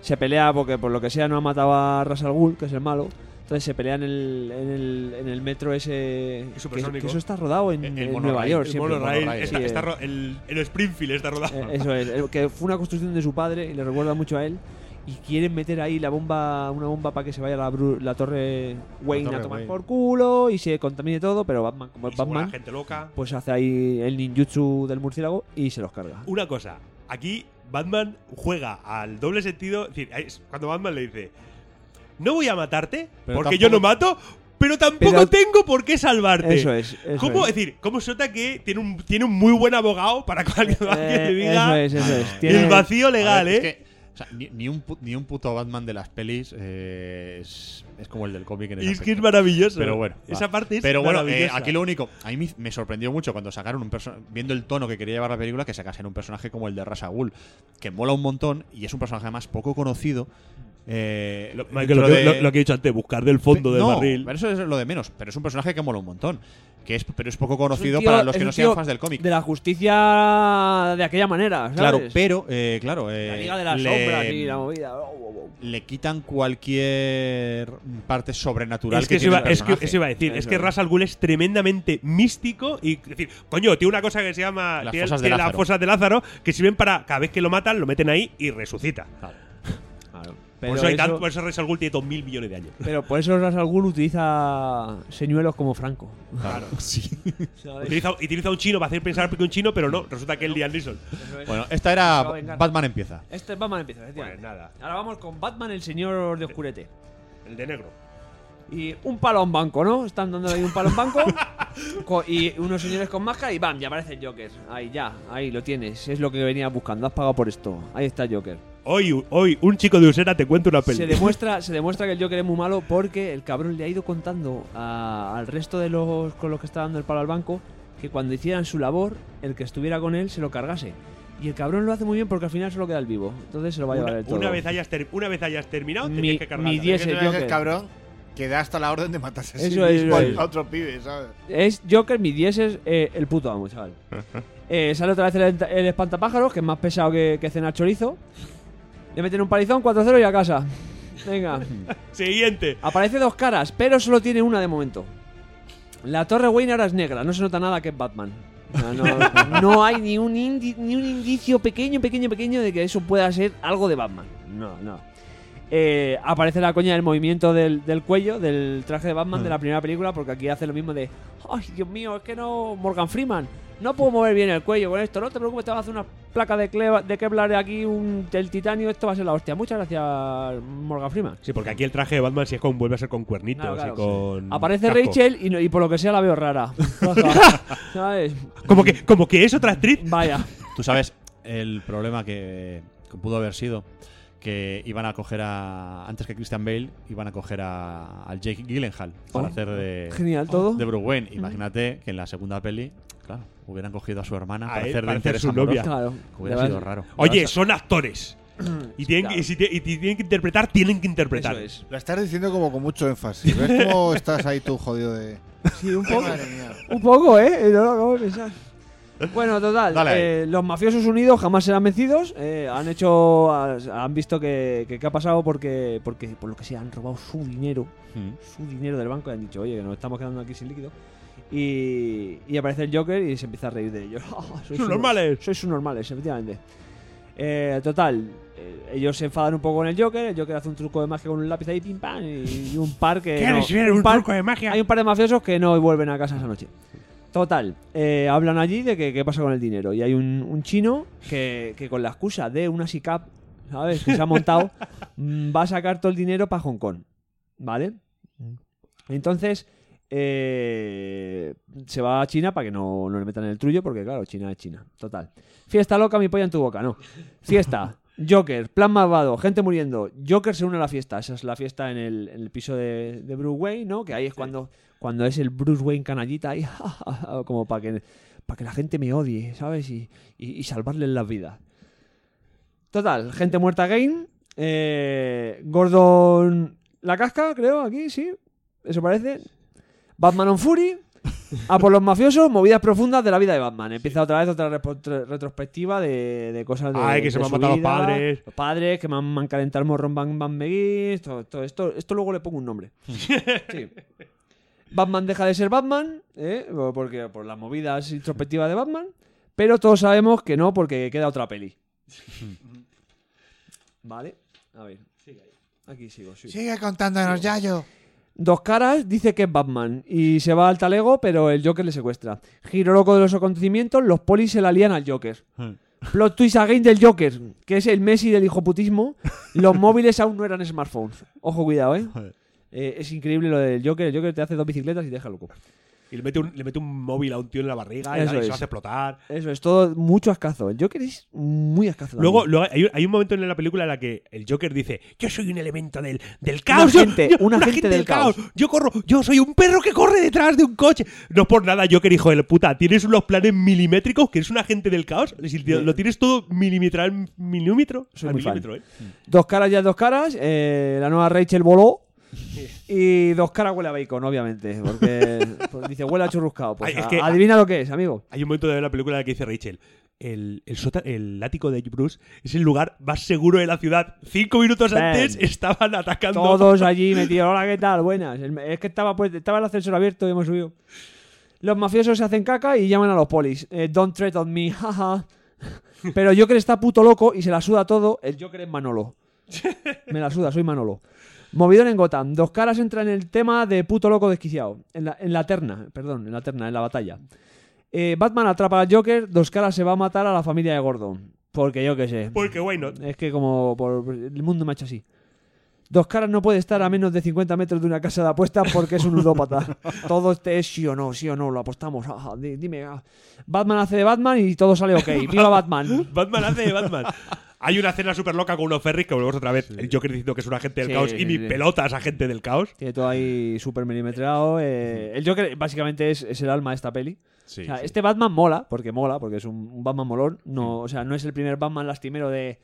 se pelea porque por lo que sea no ha matado a Ras al Ghul, que es el malo. Entonces se pelea en el, en el, en el metro ese. que- Que, supersónico. Eh, eso está rodado en, en Nueva York. El siempre. monorail. Está- Sí, está eh, ro- el, el Springfield está rodado. eh, Eso es, el que fue una construcción de su padre y le recuerda mucho a él. Y quieren meter ahí la bomba, una bomba para que se vaya la, bru- la torre Wayne torre a tomar Wayne. por culo y se contamine todo, pero Batman, como es Y se vuelve Batman, la gente loca. pues hace ahí el ninjutsu del murciélago y se los carga. Una cosa, aquí Batman juega al doble sentido. Es decir, es cuando Batman le dice: No voy a matarte Pero porque yo no mato. Pero tampoco Pero- tengo por qué salvarte. Eso es, eso ¿Cómo, es. decir, ¿Cómo se nota que tiene un, tiene un muy buen abogado para que Eh, alguien alguien le eso diga es, eso es. el Tiene- vacío A legal, ver, es eh? que, o sea, ni, ni un pu- ni un puto Batman de las pelis eh, es, es como el del cómic en el Y es que aspecto. es maravilloso. Pero bueno. Esa parte es Pero bueno, eh, maravillosa. aquí lo único. A mí me- me sorprendió mucho cuando sacaron un personaje. Viendo el tono que quería llevar la película, que sacasen un personaje como el de Ra's al Ghul, que mola un montón y es un personaje además poco conocido. eh, Michael, dentro lo, que, de- lo- lo que he dicho antes, buscar del fondo del no, barril. pero eso es lo de menos. Pero es un personaje que mola un montón. Que es, pero es poco Es un conocido tío- para los es que un no sean tío fans del cómic. De la justicia de aquella manera, ¿sabes? Claro, pero, eh, claro. eh, La Liga de las le- Sombras y la movida. Oh, oh, oh. le quitan cualquier parte sobrenatural Es que, eso tiene iba, el es que personaje. eso iba a decir, es Eso que Ras al Ghul es tremendamente místico y es decir, coño, tiene una cosa que se llama Las tiene- fosas de tiene las Lázaro. fosas de Lázaro que sirven para cada vez que lo matan lo meten ahí y resucita. Pero por, eso hay eso- tanto- por eso Ras al Ghul tiene 2000 millones de años. Pero por eso Ras al Ghul utiliza señuelos como Franco. Claro. Sí. utiliza, utiliza un chino para hacer pensar que un chino, pero no, resulta que es Liam Neeson. Bueno, esta era Batman empieza. Este es Batman empieza, efectivamente. Pues Ahora vamos con Batman, el señor de oscurete. El de negro. Y un palo a un banco, ¿no? Están dando ahí un palo a un banco. co- y unos señores con máscara y ¡bam! Ya aparece el Joker. Ahí, ya. Ahí lo tienes. Es lo que venía buscando. Has pagado por esto. Ahí está el Joker. Hoy, hoy un chico de Usera te cuenta una peli. Se demuestra, se demuestra que el Joker es muy malo porque el cabrón le ha ido contando a- al resto de los con los que está dando el palo al banco que cuando hicieran su labor, el que estuviera con él se lo cargase. Y el cabrón lo hace muy bien porque al final solo queda el vivo. Entonces se lo va a llevar una, el todo. una vez hayas ter- una vez hayas terminado, tenías que cargarla. mi diez es Joker. cabrón que da hasta la orden de matarse a sí Eso es, mismo eso es. a otro pibe, ¿sabes? Es Joker, mi 10 es eh, el puto amo, chaval. Eh, sale otra vez el, el espantapájaros, que es más pesado que, que cenar chorizo. Le meten un palizón, 4-0 y a casa. Venga. Siguiente. Aparece dos caras, pero solo tiene una de momento. La Torre Wayne ahora es negra, no se nota nada que es Batman. O sea, No, no hay ni un, indi- ni un indicio pequeño, pequeño, pequeño de que eso pueda ser algo de Batman. No, no. Eh, aparece la coña del movimiento del, del cuello, del traje de Batman de Mm. la primera película, porque aquí hace lo mismo de, ay Dios mío, es que no, Morgan Freeman, no puedo mover bien el cuello con esto, no te preocupes, te vas a hacer una placa de, Cleva- de Kevlar aquí, un, el titanio, esto va a ser la hostia. Muchas gracias, Morgan Freeman. Sí, porque aquí el traje de Batman si es con, vuelve a ser con cuernitos Claro, claro, y con. Aparece casco. Rachel y, no- y por lo que sea la veo rara. Jaja, ¿Sabes? Como que, como que es otra actriz. Vaya. Tú sabes el problema que, que pudo haber sido que iban a coger a antes que Christian Bale iban a coger a, al Jake Gyllenhaal para Oh, hacer de oh, genial todo. de Bruce Wayne. Imagínate que en la segunda peli, claro, hubieran cogido a su hermana A para él, hacer de para hacer interés su amoroso. novia. Claro. Que hubiera Le vas- sido raro. Oye, Vas a- son actores. Y tienen, que, y si tie- y ti- tienen que interpretar, tienen que interpretar. Eso Lo estás diciendo como con mucho énfasis. ¿Ves cómo estás ahí tú jodido de. Sí, un Ay, poco. madre mía. Un poco, ¿eh? No lo acabo de pensar. Bueno, total. Dale ahí. eh, los mafiosos unidos jamás serán vencidos. eh, han hecho, han visto que, que, que ha pasado porque, porque por lo que sea han robado su dinero, Hmm. Mm. su dinero del banco y han dicho, oye, que nos estamos quedando aquí sin líquido. Y, y aparece el Joker y se empieza a reír de ellos. ¡Son normales! Sois normales, efectivamente. Eh, total, eh, ellos se enfadan un poco con el Joker, el Joker hace un truco de magia con un lápiz ahí, pim pam, y, y un par que... ¿Quieres ver un truco de magia? Hay un par de mafiosos que no vuelven a casa esa noche. Total, eh, hablan allí de que qué pasa con el dinero. Y hay un, un chino que, que con la excusa de una SICAP, ¿sabes? Que se ha montado, mm, va a sacar todo el dinero para Hong Kong. ¿Vale? Entonces, eh, se va a China para que no, no le metan el trullo, porque claro, China es China. Total. Fiesta loca, mi polla en tu boca, no. Fiesta. Joker, plan malvado, gente muriendo. Joker se une a la fiesta. Esa es la fiesta en el, en el piso de, de Bruce Wayne, ¿no? Que ahí es cuando, cuando es el Bruce Wayne canallita ahí, como para que, para que la gente me odie, ¿sabes? Y, y, y salvarles las vidas. Total, gente muerta again. Eh, Gordon la casca, creo, aquí, sí. Eso parece. Batman on Fury. A por los mafiosos, movidas profundas de la vida de Batman. Empieza otra vez otra repo- tre- retrospectiva de, de cosas de. Ay, que se de me han su matado los vida, padades. Los padres, que me han mancalentado el morrón Van Van Beguis, todo- todo esto, esto luego le pongo un nombre. Sí. Batman deja de ser Batman, ¿eh? porque por las movidas introspectivas de Batman, pero todos sabemos que no, porque queda otra peli. Vale, a ver. Aquí sigo, sí. Sigue contándonos, Yayo. Dos Caras dice que es Batman y se va al talego, pero el Joker le secuestra. Giro loco de los acontecimientos, los polis se la lían al Joker. Plot twist again del Joker, que es el Messi del hijoputismo. Los móviles aún no eran smartphones. Ojo, cuidado, ¿eh? Eh, Es increíble lo del Joker. El Joker te hace dos bicicletas y te deja loco. Y le mete, un, le mete un móvil a un tío en la barriga y, Eso y se es. lo hace explotar. Eso es todo mucho ascazo. El Joker es muy ascazo. también. Luego, luego hay, un- hay un momento en la película en la que el Joker dice: Yo soy un elemento del, del caos. yo- agente, yo- un la agente gente del Yo corro, yo soy un perro que corre detrás de un coche. No es por nada, Joker, hijo de la puta. Tienes unos planes milimétricos que eres un agente del caos. Es decir, tío, lo tienes todo milimetral, milímetro. Soy al muy fan. milímetro, ¿eh? Dos caras ya dos caras. eh, la nueva Rachel voló. Y dos caras huele a bacon, obviamente. Porque pues, dice, huele a churruscado. Pues, Ay, es a- que- adivina lo que es, amigo. Hay un momento de la película en la que dice Rachel. El, el, sota- el ático de Bruce es el lugar más seguro de la ciudad. Cinco minutos Ven. antes estaban atacando. Todos allí metidos. Hola, ¿qué tal? Buenas. El- Es que estaba, pues, estaba el ascensor abierto y hemos subido. Los mafiosos se hacen caca y llaman a los polis. Eh, Don't threat on me, jaja. Pero Joker está puto loco y se la suda todo. El Joker es Manolo. Me la suda, soy Manolo. Movidón en Gotham. Dos caras entra en el tema de puto loco desquiciado. En la, en la terna, perdón, en la terna, en la batalla. Eh, Batman atrapa al Joker. Dos caras se va a matar a la familia de Gordon. Porque yo qué sé. Porque why not? Es que como por, el mundo me ha hecho así. Dos caras no puede estar a menos de 50 metros de una casa de apuestas porque es un ludópata. Todo este es sí o no, sí o no, lo apostamos. Ajá, di- dime. ah. Batman hace de Batman y todo sale ok. ¡Viva Batman! Batman hace de Batman. Hay una escena súper loca con unos ferries que volvemos otra vez. El Joker diciendo que es un agente del Sí, caos sí, y ni sí. pelotas agente del caos. Tiene todo ahí súper milimetrado. eh, el Joker básicamente es, es el alma de esta peli. Sí, O sea, sí. Este Batman mola, porque mola, porque es un, un Batman molón. No, o sea, no es el primer Batman lastimero de...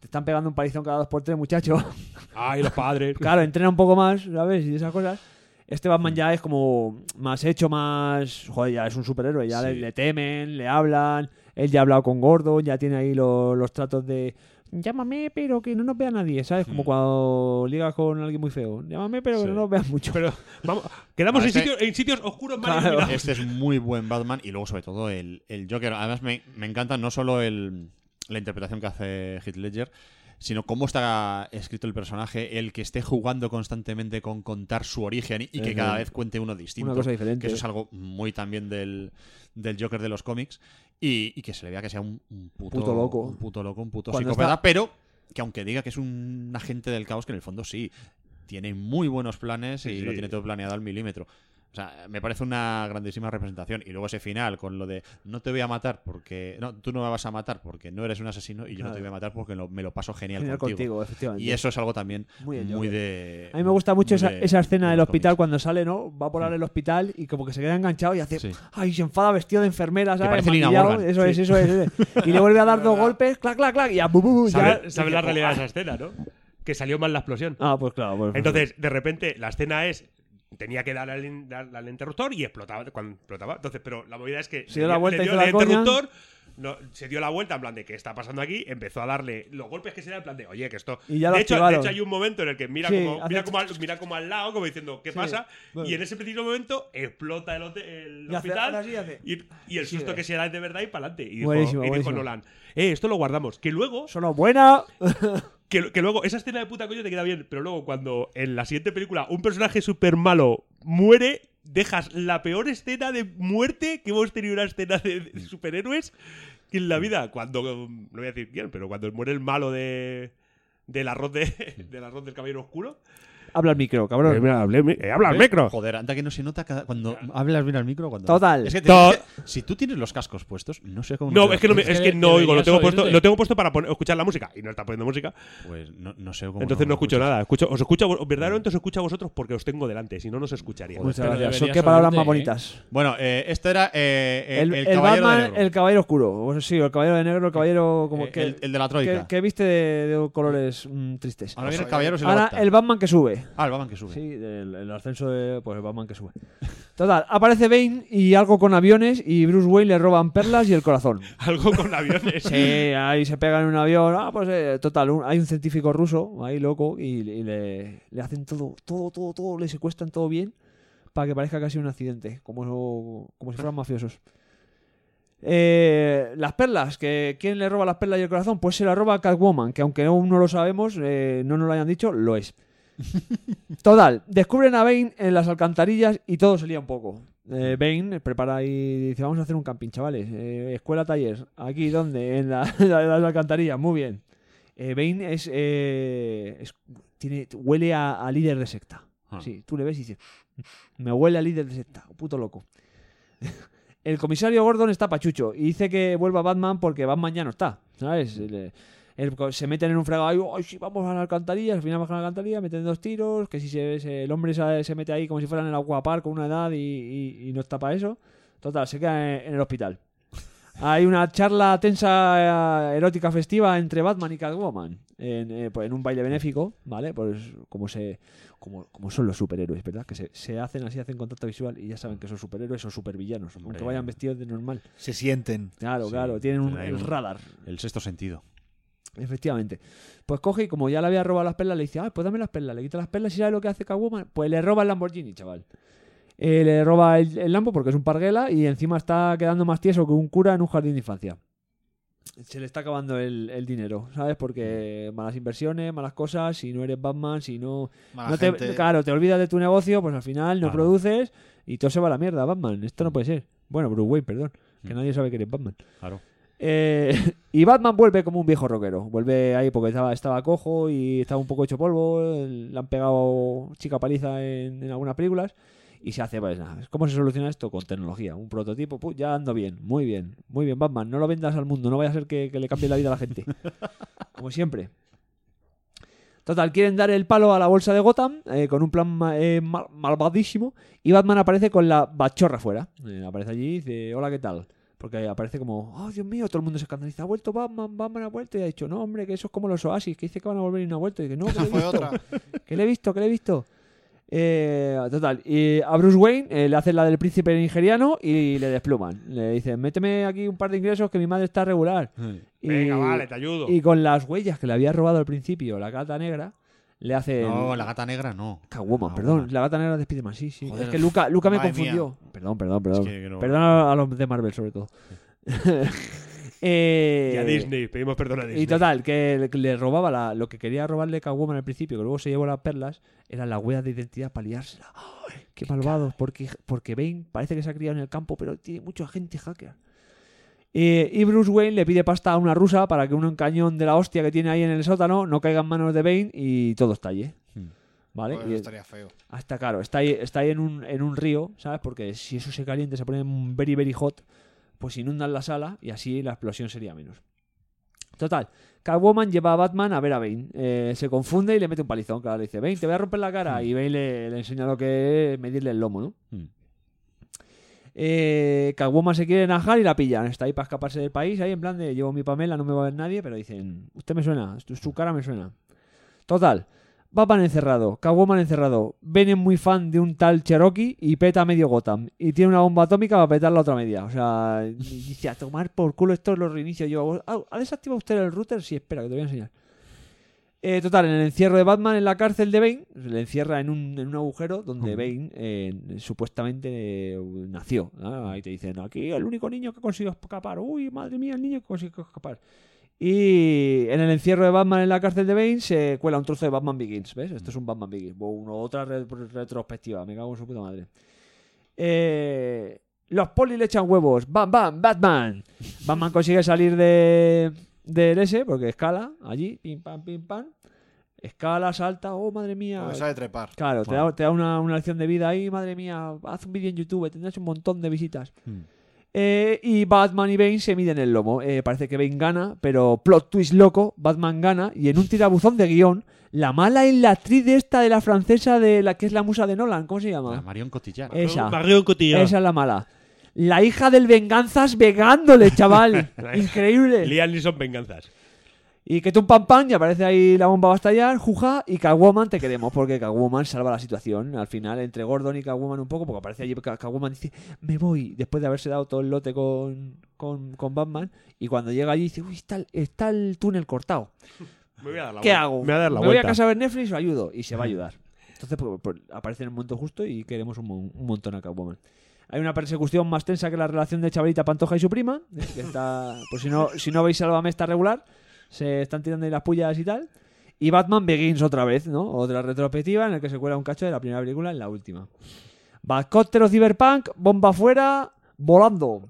Te están pegando un palizón cada dos por tres, muchacho. Ay, los padres. Claro, entrena un poco más, ¿sabes? Y esas cosas. Este Batman ya es como más hecho, más. Joder, ya es un superhéroe, ya le, le temen, le hablan. Él ya ha hablado con Gordon, ya tiene ahí lo- los tratos de. Llámame, pero que no nos vea nadie, ¿sabes? Hmm. Como cuando ligas con alguien muy feo. Llámame, pero que no nos veas mucho. Pero, vamos, quedamos Ah, en, este- sitios, en sitios oscuros mal Claro. iluminados. Este es muy buen Batman y luego sobre todo el, el Joker. Además me, me encanta no solo el- la interpretación que hace Heath Ledger, sino cómo está escrito el personaje, el que esté jugando constantemente con contar su origen y, y que Ajá. cada vez cuente uno distinto. Una cosa diferente. Que eso es algo muy también del, del Joker de los cómics y, y que se le vea que sea un, un puto, Puto loco. Un puto loco, un puto Cuando psicópata, está- pero que aunque diga que es un agente del caos, que en el fondo sí, tiene muy buenos planes y sí. lo tiene todo planeado al milímetro. O sea, me parece una grandísima representación. Y luego ese final con lo de no te voy a matar porque. No, tú no me vas a matar porque no eres un asesino y yo no te Claro. voy a matar porque lo- me lo paso genial, Genial contigo. contigo, efectivamente. Y eso es algo también Muy muy, el de. A mí me gusta mucho muy esa, de- esa escena de del los hospital cuando sale, ¿no? Va a volar Hmm. el hospital y como que se queda enganchado y hace. Sí. ¡Ay! Se enfada vestido de enfermera, Que ¿sabes? parece Lina Maquillado, Morgan. Eso es, Sí. eso es. eso es. Y le vuelve a dar dos golpes, clac, clac, clac, y ya. bu, bu, bu, ya- ¿Sabes la Dice, realidad de "Buah". esa escena, no? Que salió mal la explosión. Ah, pues claro. pues- Entonces, de repente, la escena es. Tenía que darle al, in- darle al interruptor y explotaba. Cuando explotaba. Entonces, pero la movida es que. Se dio la vuelta, le dio hizo la al coña. interruptor. no- se dio la vuelta en plan de qué está pasando aquí, empezó a darle los golpes que se da en plan de, oye, que esto. Y ya lo de, hecho, de activaron. hecho, hay un momento en el que mira, Sí, como, hace- mira, como al, mira como al lado, como diciendo, ¿qué Sí, pasa? bueno. Y en ese preciso momento explota el, hote- el Y hace- hospital hace así, hace- y, y el Sí, susto eh. que se da es de verdad y para adelante. Y dijo, Buenísimo, y dijo buenísimo. Nolan, eh, esto lo guardamos. Que luego Solo buena. que, que luego, esa escena de puta coño te queda bien, pero luego cuando en la siguiente película un personaje súper malo muere, dejas la peor escena de muerte que hemos tenido una escena de, de superhéroes que en la vida. Cuando, no voy a decir quién, pero cuando muere el malo de, del, arroz de, del arroz del caballero oscuro. Habla al micro, cabrón. Eh, mira, hablé mi- eh, habla al micro. Joder, anda que no se nota cada- cuando hablas bien al micro. Cuando Total. Es que, To- es que si tú tienes los cascos puestos, no sé cómo. No, te es que no, me- das es cuenta. que no oigo, lo tengo, puesto, lo tengo puesto para poner- escuchar la música y no está poniendo música. Pues no, no sé cómo. Entonces no, escucho nada. Escucho, os escucho, a vos- verdaderamente os escucho a vosotros porque os tengo delante, si no, no os escucharía. Joder, Muchas gracias. Son- qué palabras más bonitas. Bueno, eh, esto era eh, eh, el, el, caballero Batman, de negro. el caballero oscuro. O sea, sí, o el caballero de negro, el caballero como Eh, que. el- el de la troika. Que, que viste de, de colores mm, tristes. Ahora viene el caballero sin la Ahora bata. el Batman que sube. Ah, el Batman que sube. Sí, el, el ascenso de. Pues el Batman que sube. Total, aparece Bane y algo con aviones y Bruce Wayne le roban perlas y el corazón. Algo con aviones. Sí, ahí se pegan en un avión. Ah, pues eh, total, un- hay un científico ruso ahí loco y, y le, le hacen todo, todo, todo, todo, le secuestran todo bien para que parezca casi un accidente, como, como si fueran mafiosos. Eh, las perlas, que ¿quién le roba las perlas y el corazón? Pues se la roba Catwoman, que aunque aún no lo sabemos, eh, no nos lo hayan dicho, lo es. Total, descubren a Bane en las alcantarillas y todo se lía un poco. Eh, Bane prepara y dice, vamos a hacer un camping, chavales. Eh, escuela, taller. ¿Aquí dónde? En, la- en las alcantarillas, muy bien. Eh, Bane es, eh, es- tiene, huele a, a líder de secta. Ah. Sí, tú le ves y dices, me huele a líder de secta, puto loco. El comisario Gordon está pachucho y dice que vuelva Batman porque Batman ya no está, ¿sabes? El- el- se meten en un fregado, ahí, "Ay, sí, vamos a la alcantarilla, al final bajan a la alcantarilla, meten dos tiros, que si se- se- el hombre se, se mete ahí como si fueran el aguapar con una edad y, y- y no está para eso. Total, se queda en, en el hospital. Hay una charla tensa, eh, erótica, festiva entre Batman y Catwoman en, eh, pues, en un baile benéfico, ¿vale? Pues como se como, como son los superhéroes, ¿verdad? Que se, se hacen así, hacen contacto visual y ya saben que son superhéroes o supervillanos, aunque vayan vestidos de normal. Se sienten. Claro, Sí, claro, tienen un, Ahí el un- radar. El sexto sentido. Efectivamente. Pues coge y como ya le había robado las perlas, le dice, ah, pues dame las perlas, le quita las perlas y sabe lo que hace Catwoman. Pues le roba el Lamborghini, chaval. Eh, le roba el, el Lambo porque es un parguela y encima está quedando más tieso que un cura en un jardín de infancia. Se le está acabando el, el dinero, ¿sabes? Porque Mm. malas inversiones, malas cosas, si no eres Batman, si no... Mala no te- gente. Claro, te olvidas de tu negocio, pues al final no produces y todo se va a la mierda, Batman. Esto no puede ser. Bueno, Bruce Wayne, perdón. Que nadie sabe que eres Batman. Claro. Eh, y Batman vuelve como un viejo rockero. Vuelve ahí porque estaba, estaba cojo y estaba un poco hecho polvo. Le han pegado chica paliza en, en algunas películas. Y se hace, pues nada. ¿Cómo se soluciona esto? Con tecnología. Un prototipo, pu, ya ando bien. Muy bien, muy bien, Batman. No lo vendas al mundo. No vaya a ser que, que le cambie la vida a la gente. Como siempre. Total, quieren dar el palo a la bolsa de Gotham eh, con un plan ma- eh, mal- malvadísimo. Y Batman aparece con la bachorra fuera. Eh, aparece allí y dice: Hola, ¿qué tal? Porque aparece como: Oh, Dios mío, todo el mundo se escandaliza. Ha vuelto Batman, Batman ha vuelto. Y ha dicho: No, hombre, que eso es como los oasis, que dice que van a volver y no ha vuelto. Y dice: No, que le he Fue visto. otra. Que le he visto, que le he visto. Eh, total, y a Bruce Wayne eh, le hacen la del príncipe nigeriano y le despluman. Le dicen: Méteme aquí un par de ingresos que mi madre está regular. Y- Venga, vale, te ayudo. Y con las huellas que le había robado al principio la gata negra, le hace. No, la gata negra no. Catwoman, perdón, la gata negra de Spiderman, sí, sí. Joder. es que Luca, Luca me Madre mía. confundió. Perdón, perdón, perdón. que no- Perdón a, a los de Marvel, sobre todo. Eh, Y a Disney, pedimos perdón a Disney. Y total, que le- que le robaba la- lo que quería robarle Catwoman al principio, que luego se llevó las perlas, eran las huellas de identidad para liársela. ¡Ay, ¡Qué malvados! Porque, porque Bane parece que se ha criado en el campo, pero tiene mucha gente hacker. Eh, y Bruce Wayne le pide pasta a una rusa para que un cañón de la hostia que tiene ahí en el sótano no caiga en manos de Bane y todo estalle. Hmm. ¿Vale? Pues Joder, Y- eso estaría feo. Hasta claro, está ahí, está ahí en, un, en un río, ¿sabes? Porque si eso se calienta, se pone very, very hot, pues inundan la sala y así la explosión sería menos. Total, Catwoman lleva a Batman a ver a Bane. Eh, se confunde y le mete un palizón. Claro, le dice, Bane, te voy a romper la cara. Y Bane le, le enseña lo que es medirle el lomo, ¿no? Eh, Catwoman se quiere enajar y la pillan. Está ahí para escaparse del país. Ahí en plan de llevo mi Pamela, no me va a ver nadie. Pero dicen, usted me suena, su, su cara me suena. Total. Batman encerrado, Catwoman encerrado, Ben es muy fan de un tal Cherokee y peta medio Gotham. Y tiene una bomba atómica para petar la otra media. O sea, y dice, a tomar por culo esto lo reinicio yo. Ah, ¿Ha desactivado usted el router? Sí, espera, que te voy a enseñar. Eh, total, en el encierro de Batman en la cárcel de Bane, se le encierra en un, en un agujero donde Bane eh, supuestamente eh, nació. Ah, Ahí te dicen, aquí el único niño que consiguió escapar. Uy, madre mía, el niño que consiguió escapar. Y en el encierro de Batman en la cárcel de Bane se cuela un trozo de Batman Begins, ¿ves? Esto es un Batman Begins. o una- otra re- retrospectiva, me cago en su puta madre. Eh, los polis le echan huevos. ¡Bam, bam, Batman! Batman consigue salir de, del S porque escala allí, pim, pam, pim, pam. Escala, salta, oh madre mía. Porque sabe trepar. Claro, te Bueno. da, te da una, una lección de vida ahí, madre mía. Haz un vídeo en YouTube, tendrás un montón de visitas. Hmm. Eh, y Batman y Bane se miden el lomo. Eh, parece que Bane gana, pero plot twist loco, Batman gana. Y en un tirabuzón de guión, la mala es la actriz de esta de la francesa de la que es la musa de Nolan. ¿Cómo se llama? Marion Cotillard. Esa. Marion Cotillard. Esa es la mala. La hija del venganzas vegándole, chaval. ¿eh? Increíble. Liam Neeson venganzas. Y que tú pam pam y aparece ahí la bomba va a estallar, juja, y Catwoman te queremos porque Catwoman salva la situación. Al final, entre Gordon y Catwoman un poco, porque aparece allí Ca- Catwoman dice, me voy, después de haberse dado todo el lote con, con, con Batman, y cuando llega allí dice, uy, está, el- está el túnel cortado. Me voy a dar la ¿Qué vuelta. hago? Me voy a dar la voy vuelta. a casa a ver Netflix o ayudo. Y se va a ayudar. Entonces pues, pues, aparece en el momento justo y queremos un, mon- un montón a Catwoman. Hay una persecución más tensa que la relación de Chavalita Pantoja y su prima. ¿eh? Que está, por si no, si no veis Sálvame está regular. Se están tirando ahí las pullas y tal. Y Batman Begins otra vez, ¿no? Otra retrospectiva en la que se cuela un cacho de la primera película en la última. Bascóptero Cyberpunk, bomba fuera, volando.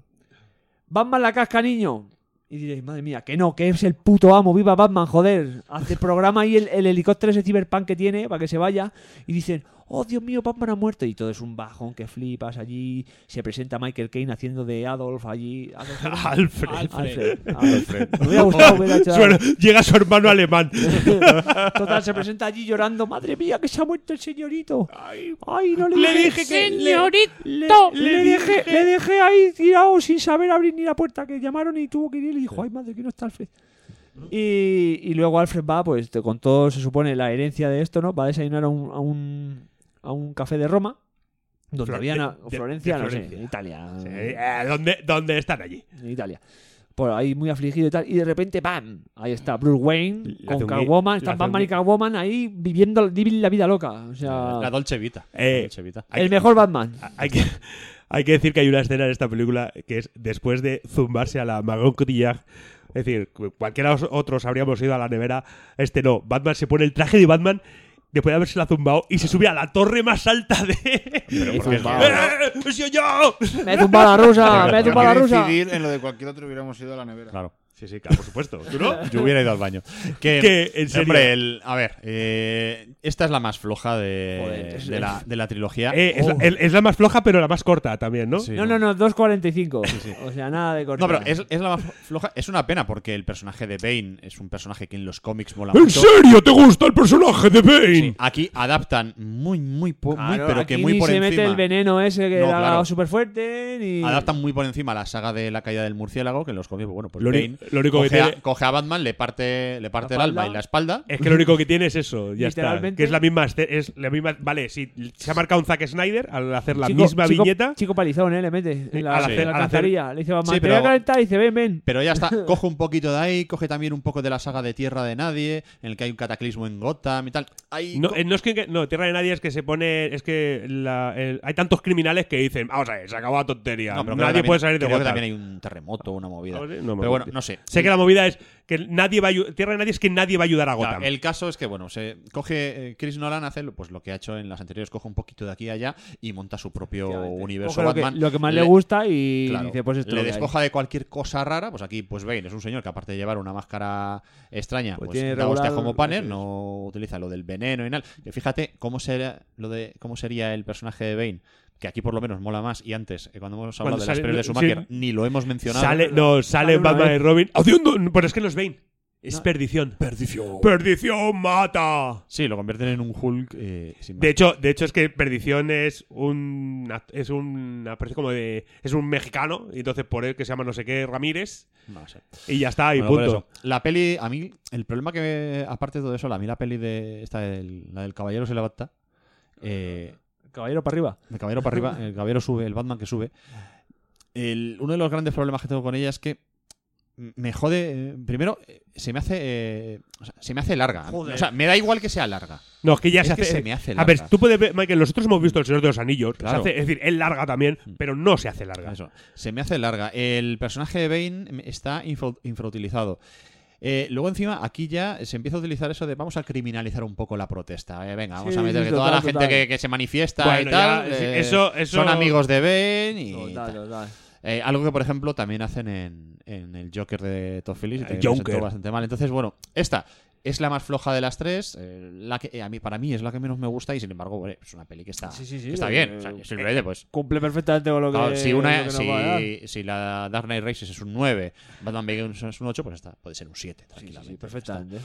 Batman la casca, niño. Y diréis, madre mía, que no, que es el puto amo, viva Batman, joder. Hace programa ahí el, el helicóptero ese cyberpunk que tiene para que se vaya. Y dicen, oh Dios mío, Batman ha muerto. Y todo es un bajón que flipas allí. Se presenta Michael Caine haciendo de Adolf allí. Adolf, Alfred. Alfred. Alfred. Me hubiera gustado ver a echar- Suena- llega su hermano alemán. Total, se presenta allí llorando, madre mía, que se ha muerto el señorito. Ay, no le, Le dije, dije que- ¡Señorito! Le, le- Le le dejé, dije- le dejé ahí tirado sin saber abrir ni la puerta que llamaron y tuvo que ir y le dijo, ay madre, que no está Alfred. Y, y luego Alfred va, pues te- con todo, se supone, la herencia de esto, ¿no? Va a desayunar a un, a un, a un café de Roma, donde Flor- había de- na- de- de Florencia, no sé, Florencia. en Italia. Sí, eh, ¿dónde, dónde están allí? En Italia. Por ahí muy afligido y tal. Y de repente, ¡bam! Ahí está Bruce Wayne La con zungui- Catwoman. la Están Batman zungui- y Catwoman ahí viviendo living la vida loca. O sea, La Dolce Vita. Eh, Dolce Vita. el mejor Batman. Hay que, hay que decir que hay una escena en esta película que es después de zumbarse a la Margot Cotillard. Es decir, cu- cualquiera os- otros habríamos ido a la nevera. Este no. Batman se pone el traje de Batman después de haberse la zumbado y se sube a la torre más alta de. Pero porque- Ah. ¡Eh, he sido yo! Me he tumbado la rusa, me he tumbado la Hay que rusa. incidir en lo de cualquier otro hubiéramos ido a la nevera. Claro. Sí, sí, claro, por supuesto. ¿Tú no? Yo hubiera ido al baño. Que, Que, en serio. Hombre, el- a ver, eh, esta es la más floja de, Joder, es- de, la, de la trilogía. Eh, es, la, Oh. el- es la más floja, pero la más corta también, ¿no? Sí. No, no, no, 2.45. O sea, nada de No, cortar. pero es, es la más floja. Es una pena porque el personaje de Bane es un personaje que en los cómics mola ¿En mucho. serio te gusta el personaje de Bane? Sí, aquí adaptan muy, muy, po- muy, Claro, pero que aquí muy ni por se encima. mete el veneno ese que No, era claro. súper fuerte. Ni... Adaptan muy por encima la saga de la caída del murciélago, que en los cómics, bueno, pues Lo uni- Bane lo único que coge, tiene- a, coge a Batman, le parte, le parte el espalda. alma y la espalda. Es que lo único que tiene es eso, ya está. Literalmente. Que es la misma, esce- es la misma. Vale, sí, se ha marcado un Zack Snyder al hacer la Chico- misma chico- viñeta. Chico palizón, ¿eh? Le mete. En la, al hacer- en la al hacer- alcantarilla. Le dice, Batman, Sí, te voy a pero- calentar. Y dice, ven, ven. Pero ya está, coge un poquito de ahí, coge también un poco de la saga de Tierra de Nadie, en el que hay un cataclismo en Gotham y tal. Ahí No, co- eh, no es que- que no, Tierra de Nadie es que se pone. Es que la- el- hay tantos criminales que dicen, vamos a ver, se acabó la tontería. No, pero creo que nadie también- puede salir de creo que Gotham". también hay un terremoto, una movida. Ah, ¿sí? No me pero bueno, acuerdo. no sé. Sé que la movida es que nadie va a ayu- Tierra de Nadie es que nadie va a ayudar a Claro, Gotham. el caso es que, bueno, se coge eh, Chris Nolan, hace lo- pues lo que ha hecho en las anteriores, coge un poquito de aquí y allá y monta su propio universo Coge lo que- Batman. lo que más le gusta y dice, pues esto Le lo que hay. despoja de cualquier cosa rara, pues aquí, pues Bane es un señor que aparte de llevar una máscara extraña, pues, tiene da hostia regulado- como Banner, no utiliza lo del veneno y nada. Que fíjate cómo sería, lo de, cómo sería el personaje de Bane. Que aquí por lo menos mola más. Y antes, eh, cuando hemos hablado Cuando de las sale- pelis de sí. Schumacher, ni lo hemos mencionado. Sale, no, sale una Batman vez. y Robin. ¡Haciendo! Pero es que no es Bane. Es perdición. Perdición. Perdición mata. Sí, lo convierten en un Hulk eh, sin De hecho, de hecho es que Perdición es un act- es un parece como de es un mexicano y entonces por él que se llama no sé qué Ramírez. No sé. Y ya está y Bueno, por punto. eso. La peli, a mí, el problema que, me- aparte de todo eso, a mí la peli de esta, del- la del caballero se levanta. eh, caballero para arriba. El caballero para arriba, el caballero sube, el Batman que sube. El- uno de los grandes problemas que tengo con ella es que me jode. eh, Primero, eh, se me hace. eh, o sea, se me hace larga. Joder. O sea, me da igual que sea larga. No, es que ya se hace. se me hace a larga. ver, tú puedes ver, Michael, nosotros hemos visto El Señor de los Anillos. Claro. Mm. Se hace- es decir, es larga también, pero no se hace larga. Eso. Se me hace larga. El personaje de Bane em, está infra- infrautilizado. Eh, luego encima aquí ya se empieza a utilizar eso de vamos a criminalizar un poco la protesta. eh, venga, vamos Sí, a meter sí, que toda total, la gente total. que, que se manifiesta Bueno, y tal ya, sí, eh, eso- eso- son amigos de Bane y Total, tal. total. Eh, algo que por ejemplo también hacen en, en el Joker de Todd Phillips y El también me Joker. sentó bastante mal. Entonces bueno, esta es la más floja de las tres, eh, la que eh, a mí para mí es la que menos me gusta y sin embargo bueno, es una peli que está, Sí, sí, sí, que está eh, bien. O sea, Silver Ede, pues Cumple perfectamente con lo que. Claro, si, lo una, que nos si, va a dar. si la Dark Knight Races es un 9, Batman Begins es un 8, pues está, puede ser un 7, tranquilamente. perfectamente.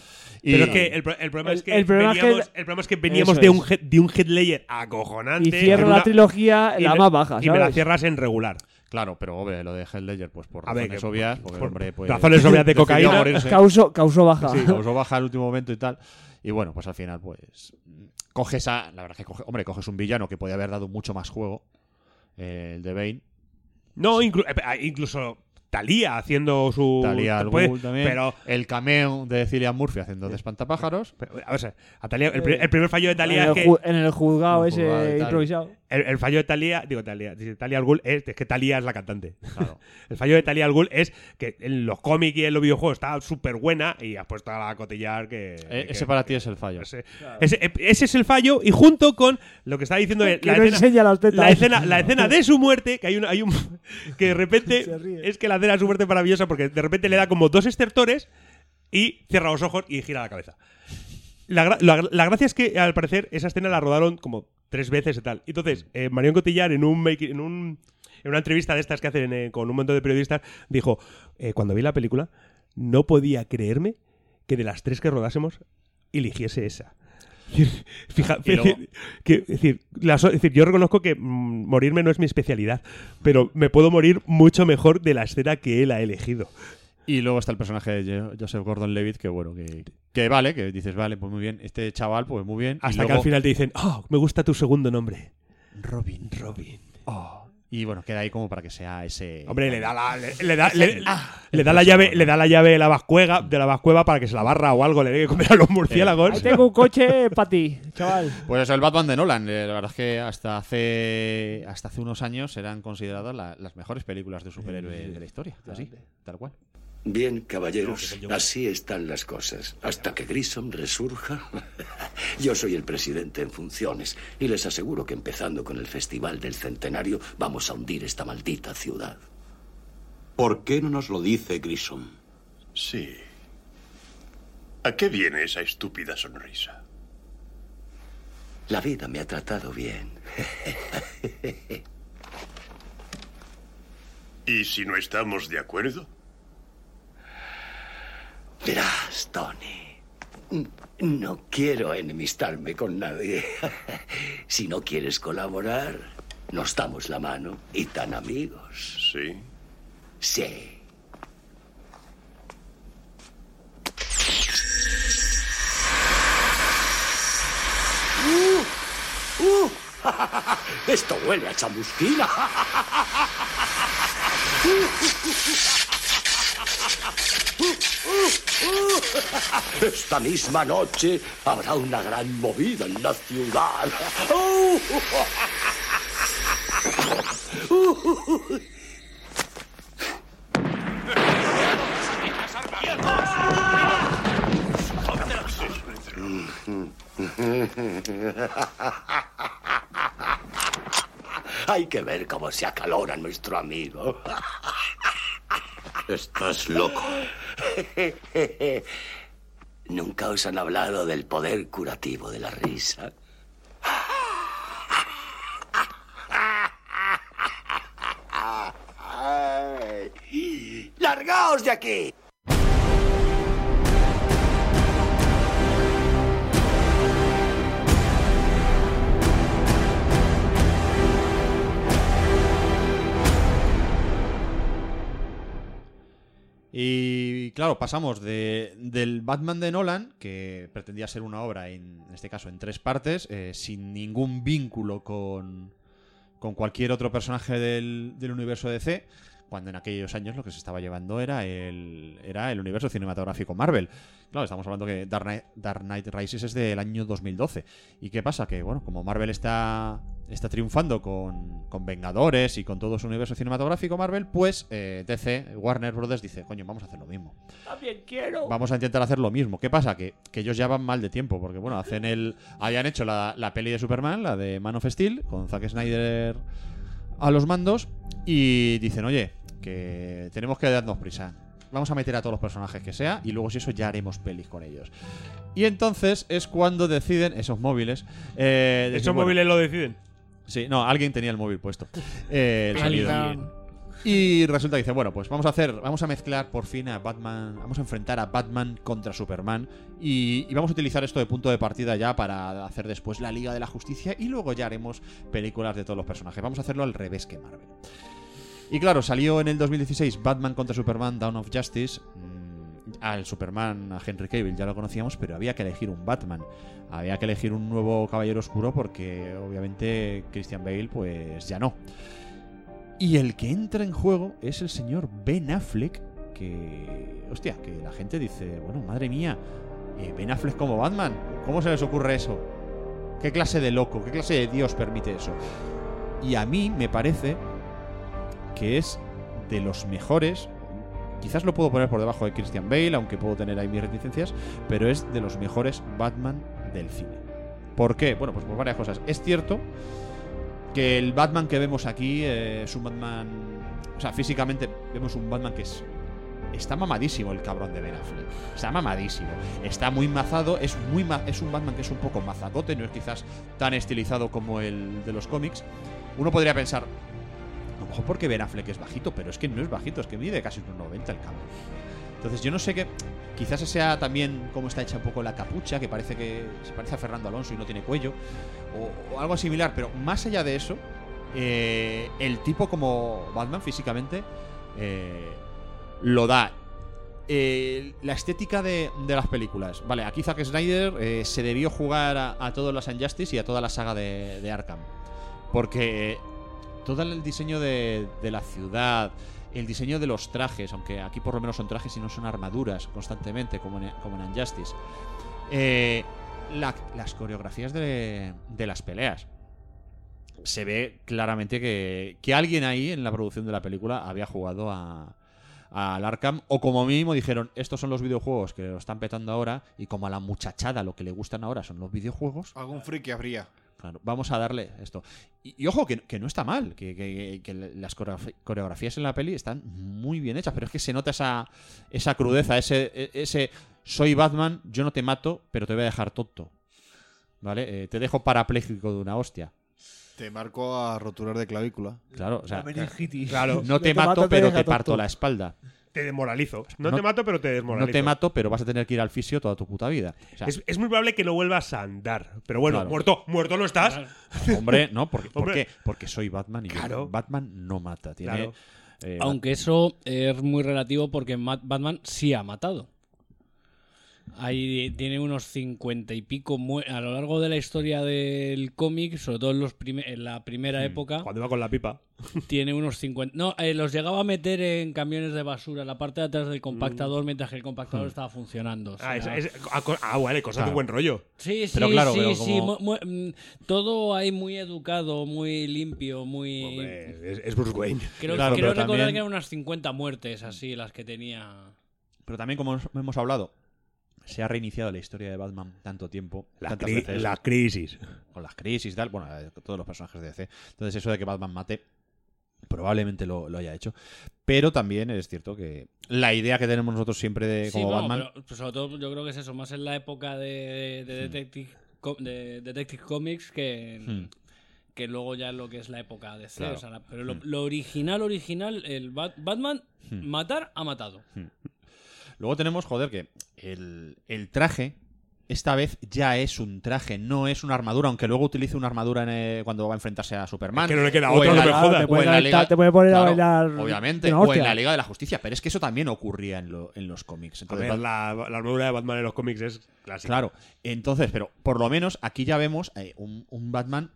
Pero es que el, pro- el problema es que el problema es que- veníamos, el problema es que veníamos Eso de un, es. head- de un Headlayer acojonante. Y cierra en la una- trilogía y la me- más baja, Y me la ¿sabes? cierras en regular. Claro, pero obvio, lo de Helldanger, pues por A ver, razones que- obvias, por- porque el por hombre, pues, razones obvias de decidió cocaína. morirse. Causó- causó baja. Sí, causó baja al último momento y tal. Y bueno, pues al final, pues coges a. La verdad que coge, hombre, coges un villano que podía haber dado mucho más juego, eh, el de Bane. No, inclu- eh, incluso Talía haciendo su. Talia al puede- Ghul también. Pero el cameo de Cillian Murphy haciendo de espantapájaros. a ver, a Thalía- el, pri- el primer fallo de Talía en, es el que. ju- en el juzgado En el juzgado y Ah, ese tal. improvisado. El, el fallo de Talía, digo Talía, Talía al Ghul es, es que Talía es la cantante. El fallo de Talía al Ghul es que en los cómics y en los videojuegos está súper buena y has puesto a la cotillar que. Eh, que- ese para ti es el fallo. Ese, ese- eh, ese es el fallo y junto con lo que está diciendo el- Que no enseña las tetas. la escena la escena de su muerte que hay un, hay un que de repente es que la escena de su muerte es maravillosa porque de repente le da como dos estertores y cierra los ojos y gira la cabeza la, gra- la- la gracia es que al parecer esa escena la rodaron como tres veces y tal entonces eh, Marion Cotillard en un make- en un en una entrevista de estas que hacen eh, con un montón de periodistas dijo eh, cuando vi la película no podía creerme que de las tres que rodásemos eligiese esa Fija, Y luego- decir, que- es decir, las- es decir, yo reconozco que mm, morirme no es mi especialidad, pero me puedo morir mucho mejor de la escena que él ha elegido. Y luego está el personaje de Jo- Joseph Gordon-Levitt, que bueno, que, que vale, que dices, vale, pues muy bien, este chaval, pues muy bien. Y Hasta que luego- al final te dicen, oh, me gusta tu segundo nombre. Robin. Robin. Oh, Y bueno, queda ahí como para que sea ese... Hombre, le da la, le, le da, Ese- le, Ah. le da la llave, le da la llave de la vascuega, de la vascueva para que se la barra o algo, le dé que comer a Eh, los Ahí murciélagos. tengo un coche para ti, chaval. Pues eso, el Batman de Nolan. eh, La verdad es que hasta hace hasta hace unos años eran consideradas la- las mejores películas de superhéroe de la historia. Así, tal cual. Bien, caballeros, así están las cosas. Hasta que Grissom resurja, yo soy el presidente en funciones y les aseguro que empezando con el Festival del Centenario vamos a hundir esta maldita ciudad. ¿Por qué no nos lo dice Grissom? Sí. ¿A qué viene esa estúpida sonrisa? La vida me ha tratado bien. ¿Y si no estamos de acuerdo? Verás, Tony. No quiero enemistarme con nadie. Si no quieres colaborar, nos damos la mano y tan amigos. Sí. Sí. ¡Uh! ¡Uh! Esto huele a chamusquina. Esta misma noche habrá una gran movida en la ciudad. Hay que ver cómo se acalora nuestro amigo. Estás loco. Nunca os han hablado del poder curativo de la risa. ¡Largaos de aquí! claro, pasamos de- del Batman de Nolan, que pretendía ser una obra, en, en este caso en tres partes, eh, sin ningún vínculo con, con cualquier otro personaje del, del universo DC, cuando en aquellos años lo que se estaba llevando era el, era el universo cinematográfico Marvel. Claro, estamos hablando que Dark Knight, Dark Knight Rises es del año 2012. ¿Y qué pasa? Que, bueno, como Marvel está, está triunfando con, con Vengadores y con todo su universo cinematográfico Marvel, pues eh, DC, Warner Brothers, dice, coño, vamos a hacer lo mismo. También quiero. Vamos a intentar hacer lo mismo. ¿Qué pasa? Que, que ellos ya van mal de tiempo, porque bueno, hacen el. Habían hecho la, la peli de Superman, la de Man of Steel, con Zack Snyder a los mandos, y dicen, oye, que tenemos que darnos prisa. Vamos a meter a todos los personajes que sea, y luego si eso ya haremos pelis con ellos. Y entonces es cuando deciden, esos móviles. eh, decir, ¿Esos bueno, móviles lo deciden? Sí, no, alguien tenía el móvil puesto. Eh, el sonido. Alguien. Y resulta que dice, bueno, pues vamos a hacer, vamos a mezclar por fin a Batman, vamos a enfrentar a Batman contra Superman y, y vamos a utilizar esto de punto de partida ya para hacer después la Liga de la Justicia y luego ya haremos películas de todos los personajes. Vamos a hacerlo al revés que Marvel. Y claro, salió en el 2016 Batman contra Superman, Dawn of Justice. Mm, Al Superman, a Henry Cavill, ya lo conocíamos, pero había que elegir un Batman. Había que elegir un nuevo Caballero Oscuro porque obviamente Christian Bale pues ya no. Y el que entra en juego es el señor Ben Affleck, que... Hostia, que la gente dice, bueno, madre mía, eh, Ben Affleck como Batman, ¿cómo se les ocurre eso? ¿Qué clase de loco, qué clase de Dios permite eso? Y a mí me parece que es de los mejores. Quizás lo puedo poner por debajo de Christian Bale, aunque puedo tener ahí mis reticencias, pero es de los mejores Batman del cine. ¿Por qué? Bueno, pues por varias cosas. Es cierto que el Batman que vemos aquí eh, es un Batman. O sea, físicamente vemos un Batman que es. Está mamadísimo el cabrón de Ben Affleck. Está mamadísimo. Está muy mazado. Es, muy ma- es un Batman que es un poco mazacote. No es quizás tan estilizado como el de los cómics. Uno podría pensar, a lo mejor porque Ben Affleck es bajito, pero es que no es bajito, es que mide casi unos 90 el cabrón. Entonces yo no sé qué. Quizás sea también como está hecha un poco la capucha, que parece que se parece a Fernando Alonso y no tiene cuello, o, o algo similar, pero más allá de eso, eh, el tipo como Batman físicamente eh, lo da. Eh, la estética de, de las películas. Vale, aquí Zack Snyder eh, se debió jugar a, a todas las Injustice y a toda la saga de, de Arkham. Porque todo el diseño de, de la ciudad, el diseño de los trajes, aunque aquí por lo menos son trajes y no son armaduras constantemente como en, como en Injustice. Eh, la- las coreografías de, de las peleas. Se ve claramente que, que alguien ahí en la producción de la película había jugado a, al Arkham o como mínimo dijeron estos son los videojuegos que lo están petando ahora y como a la muchachada lo que le gustan ahora son los videojuegos Algún friki habría. Claro, vamos a darle esto. Y, y ojo, que, que no está mal, que, que- que las coreografi- coreografías en la peli están muy bien hechas, pero es que se nota esa, esa crudeza, ese, e- ese soy Batman, yo no te mato, pero te voy a dejar tonto. ¿Vale? Eh, te dejo parapléjico de una hostia. Te marco a roturar de clavícula. Claro, o sea, La meningitis. claro, no te mato, pero te parto la espalda. Te demoralizo. No, te mato, pero te desmoralizo. No te mato, pero vas a tener que ir al fisio toda tu puta vida. O sea, es, es muy probable que no vuelvas a andar. Pero bueno, Claro. muerto, muerto no estás. Hombre, no, porque, ¿por Hombre. qué? Porque soy Batman y yo- Batman no mata. Tiene, Claro. eh, Aunque eso es muy relativo porque Ma- Batman sí ha matado. Ahí tiene unos cincuenta y pico mu- a lo largo de la historia del cómic, sobre todo en, los prime- en la primera época. Hmm. Cuando va con la pipa. Tiene unos 50. No, eh, los llegaba a meter en camiones de basura, la parte de atrás del compactador, mientras que el compactador estaba funcionando. o Hmm. Ah, sea- es- es- ah, co- ah, vale, cosa de Claro. buen rollo. Sí, sí, sí, sí, mu- mu- mm, todo ahí muy educado, muy limpio, muy... es- es Bruce Wayne. Creo, Claro, creo pero recordar también- que eran unas 50 muertes así las que tenía... Pero también, como hemos- hemos hablado, se ha reiniciado la historia de Batman tanto tiempo. La tantas cri- veces, la crisis. Con las crisis y tal. Bueno, eh, todos los personajes de DC. Entonces, eso de que Batman mate, probablemente lo, lo haya hecho. Pero también es cierto que la idea que tenemos nosotros siempre de, Sí, como vamos, Batman. pero, pues, sobre todo yo creo que es eso, más en la época de, de Detective, Co- de Detective Comics que, en- que luego ya lo que es la época de C. Hmm. Claro. o sea, la- pero lo, Hmm. lo original, original, el Bat- Batman, Hmm. matar ha matado. Luego tenemos, joder, que el, el traje esta vez ya es un traje, no es una armadura, aunque luego utilice una armadura en, eh, cuando va a enfrentarse a Superman. Es que no le queda O otra, en no la- me jodas. o Te en puede la dar- Liga- te puede poner a bailar Obviamente, una o en hostia. la Liga de la Justicia, pero es que eso también ocurría en, lo- en los cómics. A Entonces, ver, Bat- la, la armadura de Batman en los cómics es clásica. Claro. Entonces, pero por lo menos aquí ya vemos eh, un, un Batman,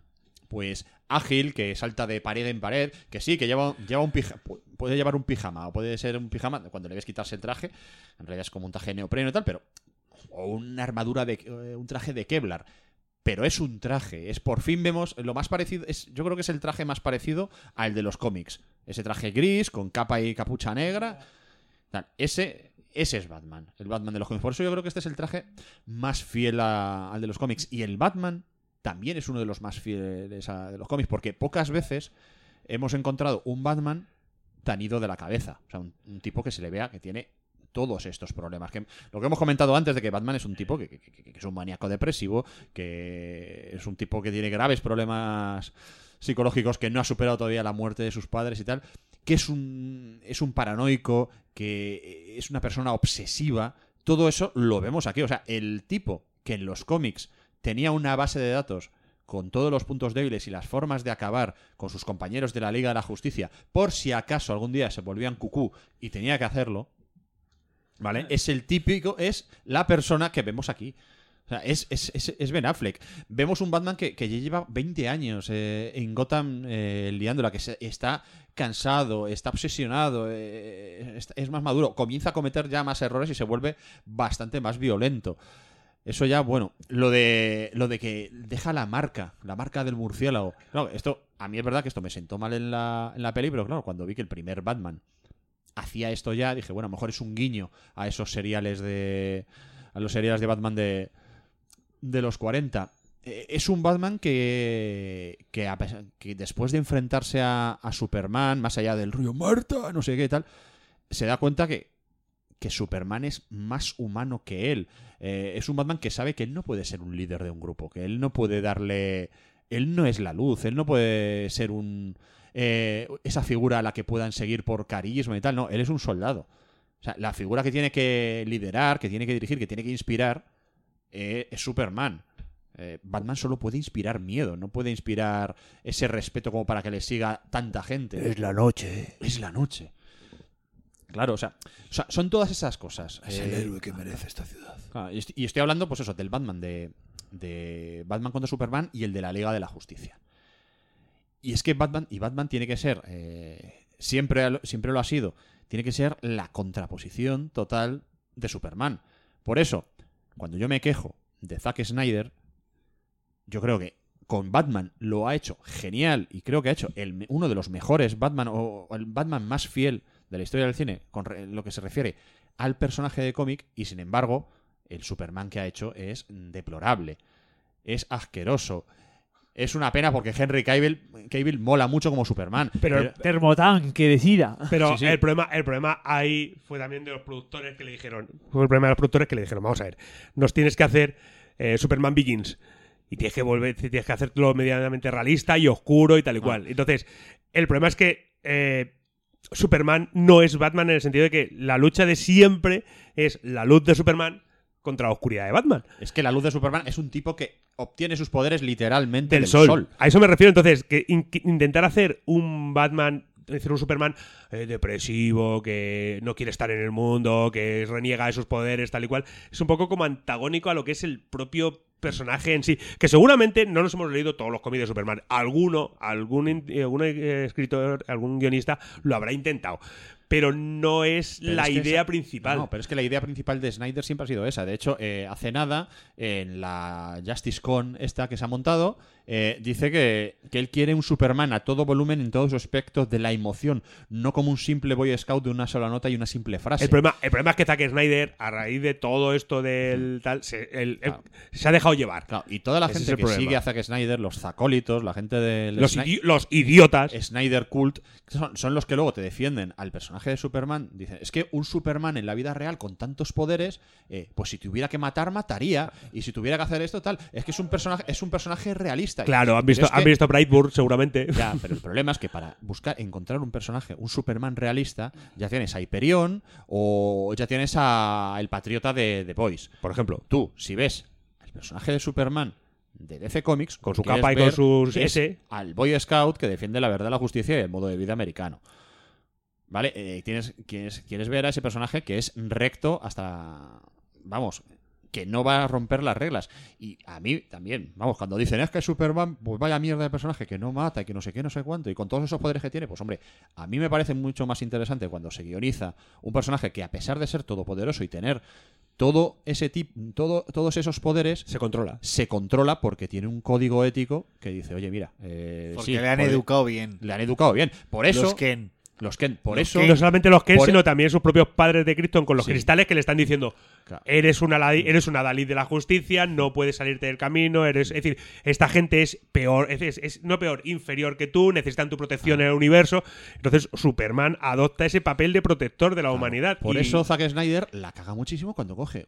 pues ágil, que salta de pared en pared, que sí, que lleva, lleva un pijama, puede llevar un pijama, o puede ser un pijama, cuando le ves quitarse el traje, en realidad es como un traje neopreno y tal, pero. O una armadura de. eh, un traje de Kevlar. Pero es un traje, es por fin vemos lo más parecido, es, yo creo que es el traje más parecido al de los cómics. Ese traje gris, con capa y capucha negra, Tal, Ese, ese es Batman, el Batman de los cómics. Por eso yo creo que este es el traje más fiel a- al de los cómics. Y el Batman también es uno de los más fieles a- de los cómics, porque pocas veces hemos encontrado un Batman tan ido de la cabeza. O sea, un, un tipo que se le vea que tiene todos estos problemas. Que, lo que hemos comentado antes de que Batman es un tipo que, que- que- que es un maníaco depresivo, que es un tipo que tiene graves problemas psicológicos, que no ha superado todavía la muerte de sus padres y tal, que es un, es un paranoico, que es una persona obsesiva. Todo eso lo vemos aquí. O sea, el tipo que en los cómics tenía una base de datos con todos los puntos débiles y las formas de acabar con sus compañeros de la Liga de la Justicia, por si acaso algún día se volvían cucú y tenía que hacerlo, ¿Vale? Es el típico, es la persona que vemos aquí. O sea, es, es- es- es Ben Affleck. Vemos un Batman que, que ya lleva 20 años eh, en Gotham eh, liándola, que se- está cansado, está obsesionado, eh, es- es más maduro, comienza a cometer ya más errores y se vuelve bastante más violento. Eso ya, bueno, lo de lo de que deja la marca, la marca del murciélago. Claro, esto a mí es verdad que esto me sentó mal en la, en la peli, pero claro, cuando vi que el primer Batman hacía esto ya, dije, bueno, a lo mejor es un guiño a esos seriales de a los seriales de Batman de de los 40. Eh, Es un Batman que, que, a pesar- que después de enfrentarse a, a Superman, más allá del río Marta, no sé qué y tal, se da cuenta que, que Superman es más humano que él. Eh, es un Batman que sabe que él no puede ser un líder de un grupo, que él no puede darle... Él no es la luz, él no puede ser un... eh, esa figura a la que puedan seguir por carisma y tal, no, él es un soldado. O sea, la figura que tiene que liderar, que tiene que dirigir, que tiene que inspirar, eh, es Superman. Eh, Batman solo puede inspirar miedo, no puede inspirar ese respeto como para que le siga tanta gente. Es la noche. Es la noche. Claro, o sea, o sea, son todas esas cosas. Es el héroe que merece esta ciudad. y est- y estoy hablando, pues eso, del Batman, de, de Batman contra Superman y el de la Liga de la Justicia. Y es que Batman, y Batman tiene que ser, eh, siempre, ha- siempre lo ha sido, tiene que ser la contraposición total de Superman. Por eso, cuando yo me quejo de Zack Snyder, yo creo que con Batman lo ha hecho genial y creo que ha hecho el me- uno de los mejores Batman o, o el Batman más fiel de la historia del cine con re- lo que se refiere al personaje de cómic y sin embargo el Superman que ha hecho es deplorable, es asqueroso. Es una pena porque Henry Cavill, Cavill mola mucho como Superman. Pero el termotanque decida. Pero el problema, el problema ahí fue también de los productores que le dijeron. Fue el problema de los productores que le dijeron, vamos a ver, nos tienes que hacer eh, Superman Begins. Y tienes que volver, tienes que hacerlo medianamente realista y oscuro y tal y cual. Entonces, el problema es que eh, Superman no es Batman en el sentido de que la lucha de siempre es la luz de Superman contra la oscuridad de Batman. Es que la luz de Superman es un tipo que obtiene sus poderes literalmente del, sol. A eso me refiero entonces, que in- que intentar hacer un Batman, hacer un Superman eh, depresivo, que no quiere estar en el mundo, que reniega de sus poderes, tal y cual, es un poco como antagónico a lo que es el propio personaje en sí, que seguramente no nos hemos leído todos los cómics de Superman. Alguno, algún, in- eh, algún eh, escritor, algún guionista lo habrá intentado, pero no es Pero la es que idea esa- principal. No, pero es que la idea principal de Snyder siempre ha sido esa. De hecho, eh, hace nada, en la Justice Con esta que se ha montado, eh, dice que, que él quiere un Superman a todo volumen en todos los aspectos de la emoción, no como un simple Boy Scout de una sola nota y una simple frase. El problema, el problema es que Zack Snyder, a raíz de todo esto del tal, se, el- el- Ah. se ha dejado llevar. y toda la Ese es gente el que problema. sigue a Zack Snyder, los zacólitos, la gente de Los idi- los idiotas. Snyder Cult, son, son los que luego te defienden al personaje de Superman. Dicen, es que un Superman en la vida real con tantos poderes, eh, pues si tuviera que matar, mataría. Y si tuviera que hacer esto, tal. Es que es un personaje, es un personaje realista. Claro, Pero han visto, es han que- visto Brightburn seguramente. Ya, pero el problema es que para buscar, encontrar un personaje, un Superman realista, ya tienes a Hyperion o ya tienes a el patriota de The Boys. Por ejemplo. Tú, si ves personaje de Superman de DC Comics, con su capa y con sus S. al Boy Scout que defiende la verdad, la justicia y el modo de vida americano. ¿Vale? Eh, tienes, quieres, quieres ver a ese personaje que es recto hasta. Vamos, que no va a romper las reglas. Y a mí también, vamos, cuando dicen es que Superman, pues vaya mierda de personaje que no mata y que no sé qué, no sé cuánto, y con todos esos poderes que tiene, pues hombre, a mí me parece mucho más interesante cuando se guioniza un personaje que a pesar de ser todopoderoso y tener todo ese tipo, todo, todos esos poderes se controla. Se controla porque tiene un código ético que dice, oye, mira, eh, Porque sí, le han joder, educado bien. Le han educado bien. Por eso. Los Ken. Los Ken. Por Los eso. Ken, no solamente los Ken, por- sino también sus propios padres de Krypton con los Sí. cristales que le están diciendo eres una la- eres una Dalí de la justicia, no puedes salirte del camino, eres es decir, esta gente es peor, es, es- es- no peor, inferior que tú, necesitan tu protección en el universo. Entonces Superman adopta ese papel de protector de la humanidad. Por y- eso Zack Snyder la caga muchísimo cuando coge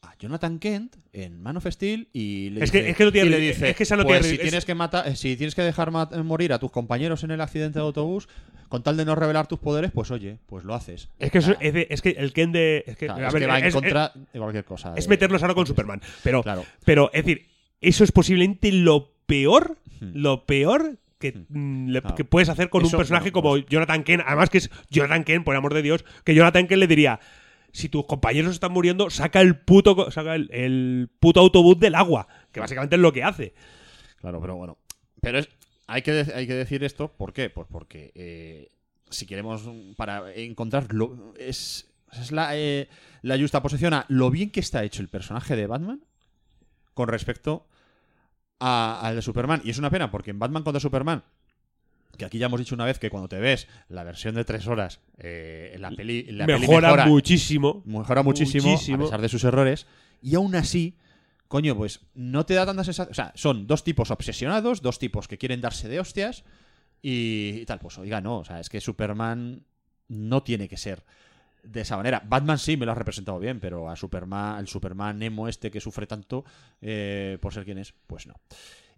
a Jonathan Kent en Man of Steel y le Es dice, que- es que no tiene y le ri- dice, es que esa no "Pues tiene ri- si es- tienes que matar eh, si tienes que dejar mat- morir a tus compañeros en el accidente de autobús con tal de no revelar tus poderes pues oye pues lo haces es que, eso- es, de- es que el Ken de es que, Claro, a es ver, que va en es- contra es- de cualquier cosa es de- meternos ahora con Superman. Pero, pero es decir, eso es posiblemente lo peor, lo peor que, mm, le- que puedes hacer con Hmm. Eso, pues un personaje bueno, como Jonathan Ken. Además que es Jonathan Ken, por amor de Dios, que Jonathan Ken le diría, si tus compañeros están muriendo, saca el puto, co- saca el, el puto autobús del agua, que básicamente es lo que hace. Claro, Mm. pero bueno. Pero es- hay, que de- hay que decir esto, ¿por qué? Pues porque eh, si queremos un- para encontrar lo- es, es la, eh, la justa posición a lo bien que está hecho el personaje de Batman con respecto a- al de Superman. Y es una pena, porque en Batman contra Superman, que aquí ya hemos dicho una vez que cuando te ves la versión de tres horas, eh, en la peli, en la peli Mejora muchísimo. Mejora muchísimo, Muchísimo. a pesar de sus errores. Y aún así, coño, pues no te da tanta sensación. O sea, son dos tipos obsesionados, dos tipos que quieren darse de hostias y, y tal. Pues oiga, no, o sea, es que Superman no tiene que ser de esa manera. Batman sí me lo ha representado bien, pero a Superman, el Superman Nemo este que sufre tanto eh, por ser quien es, pues no.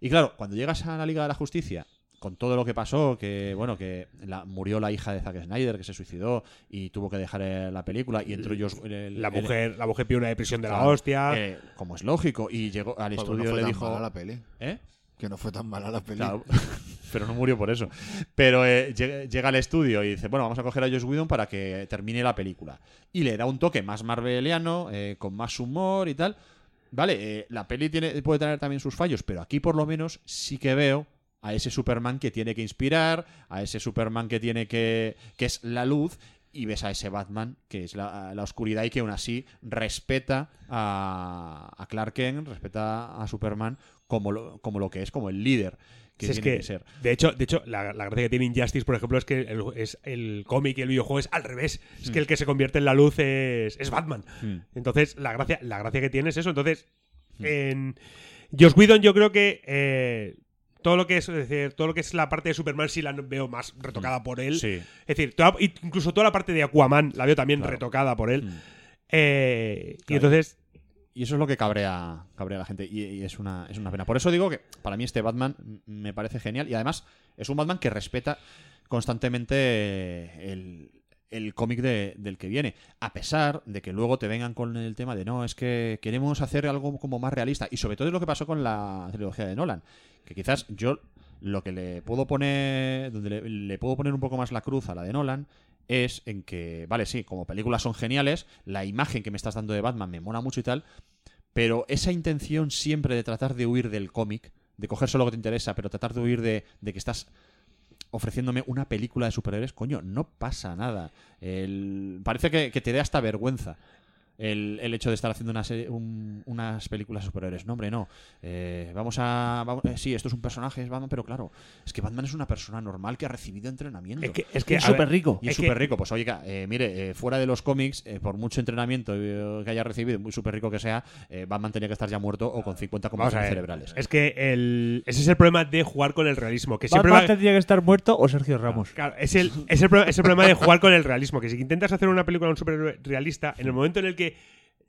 Y claro, cuando llegas a la Liga de la Justicia, con todo lo que pasó, que bueno, que la- murió la hija de Zack Snyder, que se suicidó y tuvo que dejar eh, la película, y entró ellos eh, La mujer- la mujer pidió una depresión de la hostia. como es lógico, y llegó al Pues estudio no fue le tan dijo. mala la peli. ¿Eh? Que no fue tan mala la peli. Claro, pero no murió por eso. Pero eh, llega, llega al estudio y dice, bueno, vamos a coger a Josh Whedon para que termine la película. Y le da un toque más marveliano, eh, con más humor y tal. Vale, eh, la peli tiene, puede tener también sus fallos, pero aquí por lo menos sí que veo a ese Superman que tiene que inspirar, a ese Superman que tiene que. que es la luz. Y ves a ese Batman que es la, la oscuridad y que aún así respeta a, a Clark Kent, respeta a Superman como lo, como lo que es, como el líder que Si es tiene que, que ser. De hecho, de hecho la, la gracia que tiene Injustice, por ejemplo, es que el, es el cómic y el videojuego es al revés. Es que el que se convierte en la luz es, es Batman. Mm. Entonces, la gracia, la gracia que tiene es eso. Entonces, en Josh Whedon, yo creo que eh, todo lo que es, es decir, todo lo que es la parte de Superman sí la veo más retocada por él. Sí. Es decir, toda- incluso toda la parte de Aquaman la veo también Claro. retocada por él. Mm. Eh, y Claro. entonces, Y eso es lo que cabrea, cabrea a la gente. Y, y es, una, es una pena. Por eso digo que para mí este Batman m- me parece genial. Y además es un Batman que respeta constantemente el, el cómic de- del que viene. A pesar de que luego te vengan con el tema de no, es que queremos hacer algo como más realista. Y sobre todo es lo que pasó con la trilogía de Nolan. Que quizás yo lo que le puedo poner. Donde le, le puedo poner un poco más la cruz a la de Nolan. Es en que, vale, sí, como películas son geniales, la imagen que me estás dando de Batman me mola mucho y tal, pero esa intención siempre de tratar de huir del cómic, de coger solo lo que te interesa, pero tratar de huir de, de que estás ofreciéndome una película de superhéroes, coño, no pasa nada. El- parece que, que te dé hasta vergüenza el, el hecho de estar haciendo una serie- un- unas películas de superhéroes. No, hombre, no. Eh, vamos a... vamos- eh, sí, esto es un personaje, es Batman, pero claro, es que Batman es una persona normal que ha recibido entrenamiento. Es que- es que, Y a ver, superrico. Y es es que- súper rico. Pues oiga, eh, mire, eh, fuera de los cómics, eh, por mucho entrenamiento eh, que haya recibido, muy súper rico que sea, eh, Batman tenía que estar ya muerto o con 50 vamos a convulsiones ver. eh, cerebrales. Es que el- ese es el problema de jugar con el realismo. Que siempre Batman va- este tendría que estar muerto o Sergio Ramos. Claro, es el, es, el, pro- es el problema de jugar con el realismo. Que si intentas hacer una película de un superhéroe realista, en el momento en el que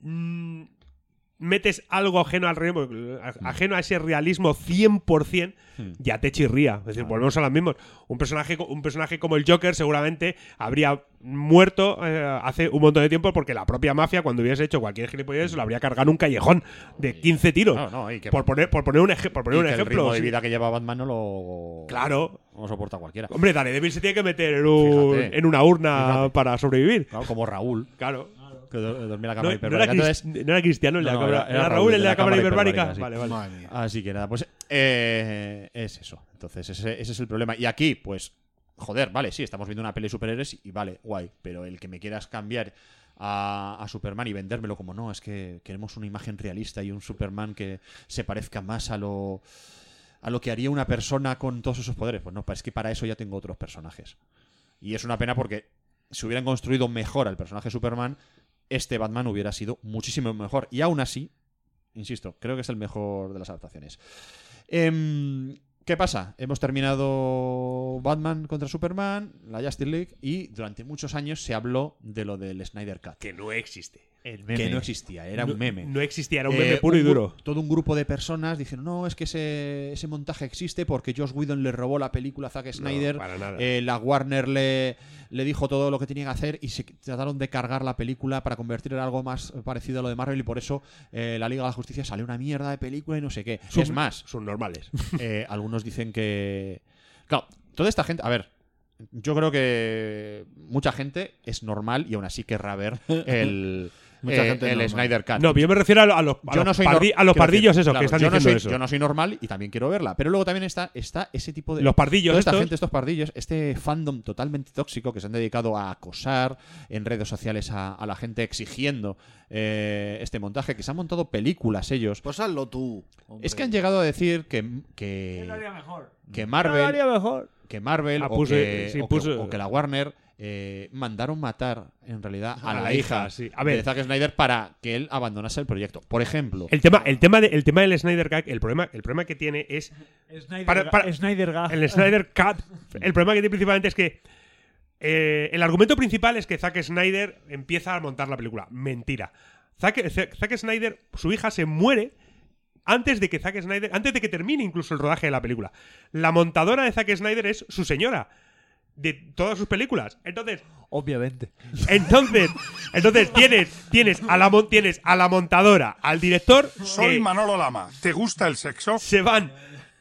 mm, metes algo ajeno al realismo, ajeno a ese realismo 100%, Hmm. ya te chirría. Es decir, volvemos a los mismos. Un personaje, co- un personaje como el Joker seguramente habría muerto eh, hace un montón de tiempo porque la propia mafia, cuando hubiese hecho cualquier gilipollas, lo habría cargado en un callejón de 15 tiros. por, poner, por poner un, eje- por Y poner un que el ejemplo. ritmo de sí. vida que lleva Batman no lo. Claro. No lo soporta cualquiera. Hombre, Daredevil se tiene que meter en, un- Fíjate. en una urna para sobrevivir. como Raúl. Claro. Que do- eh, dormía la No, cámara no hiperbárica. era Crist- no era Cristiano el de la cámara- era Raúl el de la cámara hiperbárica. Vale, vale. Madre Vale, vale. Así que nada, pues eh, es eso. Entonces, ese, ese es el problema. Y aquí, pues, joder, vale, sí, estamos viendo una peli de superhéroes y vale, guay. Pero el que me quieras cambiar a, a Superman y vendérmelo como no, es que queremos una imagen realista y un Superman que se parezca más a lo. A lo que haría una persona con todos esos poderes. Pues no, es que para eso ya tengo otros personajes. Y es una pena porque si hubieran construido mejor al personaje Superman, este Batman hubiera sido muchísimo mejor. Y aún así, insisto, creo que es el mejor de las adaptaciones. Em, ¿Qué pasa? Hemos terminado Batman contra Superman, la Justice League, y durante muchos años se habló de lo del Snyder Cut. Que no existe. Que no existía, era No- un meme. Eh, No existía, era un meme puro y un gru- duro. Todo un grupo de personas dijeron, no, es que ese, ese montaje existe porque Josh Whedon le robó la película a Zack Snyder, para nada. eh, la Warner le, le dijo todo lo que tenía que hacer y se trataron de cargar la película para convertirla en algo más parecido a lo de Marvel y por eso eh, la Liga de la Justicia salió una mierda de película y no sé qué. Sub- es más, eh, son normales. algunos dicen que... Claro, toda esta gente... A ver, yo creo que mucha gente es normal y aún así querrá ver el, Mucha eh, gente el normal. Snyder Cut. No, pero yo me refiero a lo- a los- a Yo los no soy nor- pardi- a los quiero pardillos decir, esos que claro, están yo no diciendo soy- eso. Yo no soy normal y también quiero verla. Pero luego también está, está ese tipo de... Los pardillos Toda esta estos. gente, estos pardillos, este fandom totalmente tóxico que se han dedicado a acosar en redes sociales a, a la gente exigiendo eh, este montaje, que se han montado películas ellos. Pues hazlo tú. hombre. Es que han llegado a decir que... que Que Marvel... Yo lo haría mejor. Que Marvel Ah, o, puso- que, sí, o que- puso- o que la Warner eh, mandaron matar, en realidad, a, la, hija, sí. A ver. de Zack Snyder para que él abandonase el proyecto. Por ejemplo... El tema, el tema, de- el tema del Snyder Cut, el problema, el problema que tiene es. Snyder para- Ga- para- Snyder Gag. El Snyder Cut. El problema que tiene principalmente es que. eh, el argumento principal es que Zack Snyder empieza a montar la película. Mentira. Zack, eh, Zack- Zack Snyder, su hija se muere antes de que Zack Snyder. Antes de que termine incluso el rodaje de la película. La montadora de Zack Snyder es su señora. De todas sus películas. Entonces, Obviamente. entonces, entonces tienes, tienes, a la, mon- tienes a la montadora, al director. Soy Manolo Lama. ¿Te gusta el sexo? Se van.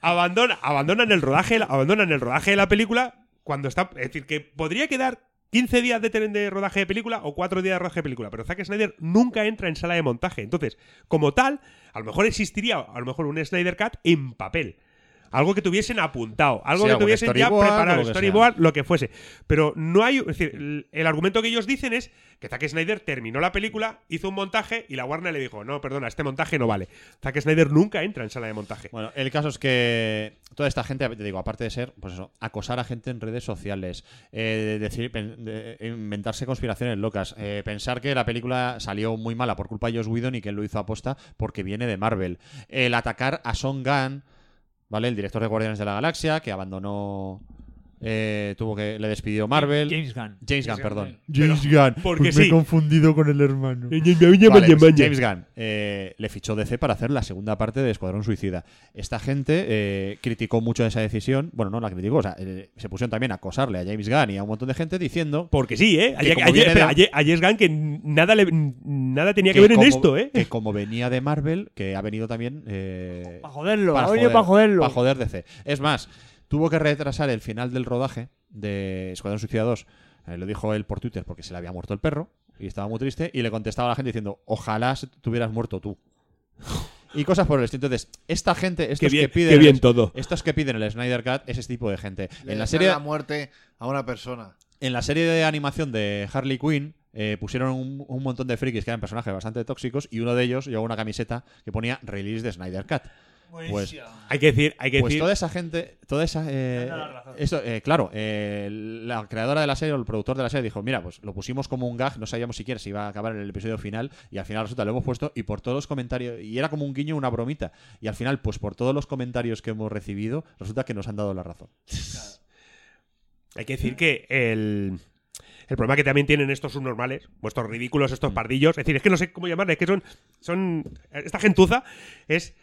Abandona, abandonan, el rodaje, abandonan el rodaje de la película cuando está. Es decir, que podría quedar 15 días de, tren de rodaje de película o 4 días de rodaje de película, pero Zack Snyder nunca entra en sala de montaje. Entonces, como tal, a lo mejor existiría a lo mejor un Snyder Cut en papel. Algo que tuviesen apuntado, algo Sí, que algún tuviesen ya storyboard o preparado, lo que storyboard, lo que fuese. Pero no hay. Es decir, el- el argumento que ellos dicen es que Zack Snyder terminó la película, hizo un montaje y la Warner le dijo: No, perdona, este montaje no vale. Zack Snyder nunca entra en sala de montaje. Bueno, el caso es que toda esta gente, te digo, aparte de ser, pues eso, acosar a gente en redes sociales, eh, decir, pen- de- inventarse conspiraciones locas, eh, pensar que la película salió muy mala por culpa de Joss Whedon y que él lo hizo aposta porque viene de Marvel, el atacar a Son Gunn, ¿vale? El director de Guardianes de la Galaxia que abandonó. eh, tuvo que le despidió Marvel James Gunn. James Gunn perdón James Gunn. porque Pues me sí. he confundido con el hermano. pues Vale, pues James Gunn eh, le fichó DC para hacer la segunda parte de Escuadrón Suicida. Esta gente eh, criticó mucho esa decisión. Bueno, no la criticó, o sea, eh, se pusieron también a acosarle a James Gunn y a un montón de gente diciendo. Porque sí, ¿eh? Ayer- como ayer- viene de- espera, ayer- a James Gunn que nada, le- nada tenía que, ver en como- esto, ¿eh? Que como venía de Marvel, que ha venido también. eh, para joderlo, ha venido pa' joderlo. Para joder DC. Es más, tuvo que retrasar el final del rodaje de Escuadrón Suicida 2. Eh, lo dijo él por Twitter porque se le había muerto el perro y estaba muy triste. Y le contestaba a la gente diciendo: Ojalá se te hubieras muerto tú. Y cosas por el estilo. Entonces, esta gente, estos bien- que piden. qué el- bien todo. Estos que piden el Snyder Cut es ese tipo de gente. Le en la deseas serie. la muerte a una persona. En la serie de animación de Harley Quinn eh, pusieron un, un montón de frikis que eran personajes bastante tóxicos y uno de ellos llevaba una camiseta que ponía release de Snyder Cut. Pues, hay que decir, hay que pues decir- toda esa gente, toda esa, eh, eso, eh, claro, eh, la creadora de la serie o el productor de la serie dijo, mira, pues lo pusimos como un gag, no sabíamos siquiera si iba a acabar en el episodio final y al final resulta lo hemos puesto y por todos los comentarios y era como un guiño, una bromita y al final, pues por todos los comentarios que hemos recibido resulta que nos han dado la razón. Hay que decir que el. El problema que también tienen estos subnormales, o estos ridículos, Mm. estos pardillos. Es decir, es que no sé cómo llamarles, es que son. son esta gentuza es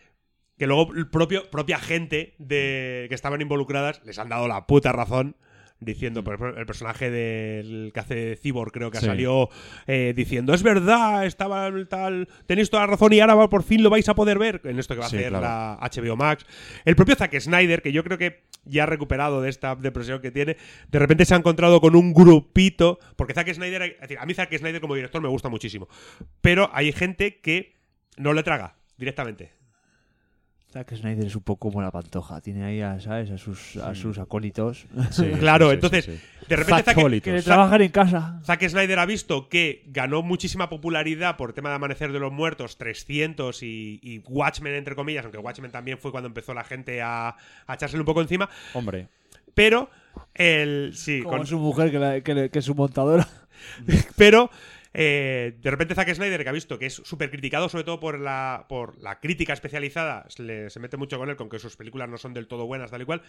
que luego el propio, propia gente de, que estaban involucradas les han dado la puta razón. Diciendo, por ejemplo, el personaje del que hace Cyborg, creo que Mm. Sí. salió eh, diciendo: Es verdad, estaba el tal. Tenéis toda la razón y ahora por fin lo vais a poder ver. En esto que va a Sí, hacer claro. la, a HBO Max. El propio Zack Snyder, que yo creo que ya ha recuperado de esta depresión que tiene, de repente se ha encontrado con un grupito. Porque Zack Snyder, es decir, a mí Zack Snyder como director me gusta muchísimo. Pero hay gente que no le traga directamente. Zack Snyder es un poco como la pantoja. Tiene ahí a, ¿sabes? a, sus, a Sí. sus acólitos. claro, entonces, de repente Zack, Que trabajan en casa. Zack Snyder ha visto que ganó muchísima popularidad por tema de Amanecer de los Muertos, 300 y, y Watchmen, entre comillas, aunque Watchmen también fue cuando empezó la gente a, a echárselo un poco encima. Hombre. Pero, el, sí, Como con- su mujer, que, la- que le- que es su montadora. Pero eh, de repente Zack Snyder, que ha visto que es súper criticado, sobre todo por la, por la crítica especializada, se, le- se mete mucho con él, con que sus películas no son del todo buenas, tal y cual.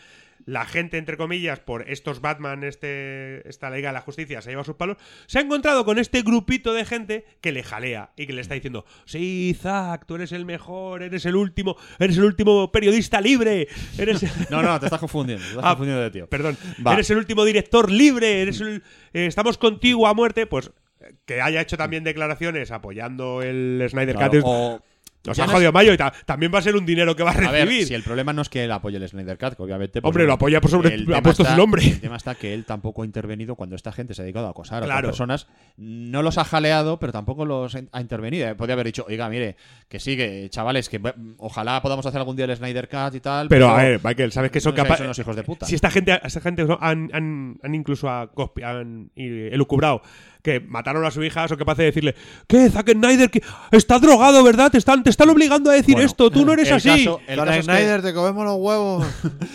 La gente, entre comillas, por estos Batman, este, esta Liga de la Justicia, se lleva sus palos. Se ha encontrado con este grupito de gente que le jalea y que le está diciendo: Sí, Zack, tú eres el mejor, eres el último, eres el último periodista libre. Eres... No, no, te estás confundiendo. Te estás Ah, confundiendo de tío. Perdón. Va. Eres el último director libre, eres el- eh, estamos contigo a muerte, pues eh, que haya hecho también declaraciones apoyando el Snyder Claro, Cut. es- o- Nos ya ha no jodido es- Mayo y ta- también va a ser un dinero que va a A ver, recibir. si el problema no es que él apoye el Snyder Cut, que obviamente. pues, Hombre, lo apoya por sobre- el ha tema puesto está- su nombre. El tema está que él tampoco ha intervenido cuando esta gente se ha dedicado a acosar a Claro. otras personas. No los ha jaleado, pero tampoco los ha intervenido. Eh, Podría haber dicho, oiga, mire, que sí, que chavales, que bueno, ojalá podamos hacer algún día el Snyder Cut y tal. Pero, a ver, Michael, ¿sabes que son no seáis capaces? unos hijos de puta. Si esta gente, esta gente ¿no? han, han- han incluso a, conspi- han eh, elucubrado que mataron a su hija, son capaces de decirle: ¿Qué, Zack Snyder? que Está drogado, ¿verdad? Te están, te están obligando a decir Bueno, esto, tú no eres el así. caso- el Zack caso es que- Snyder, te comemos los huevos.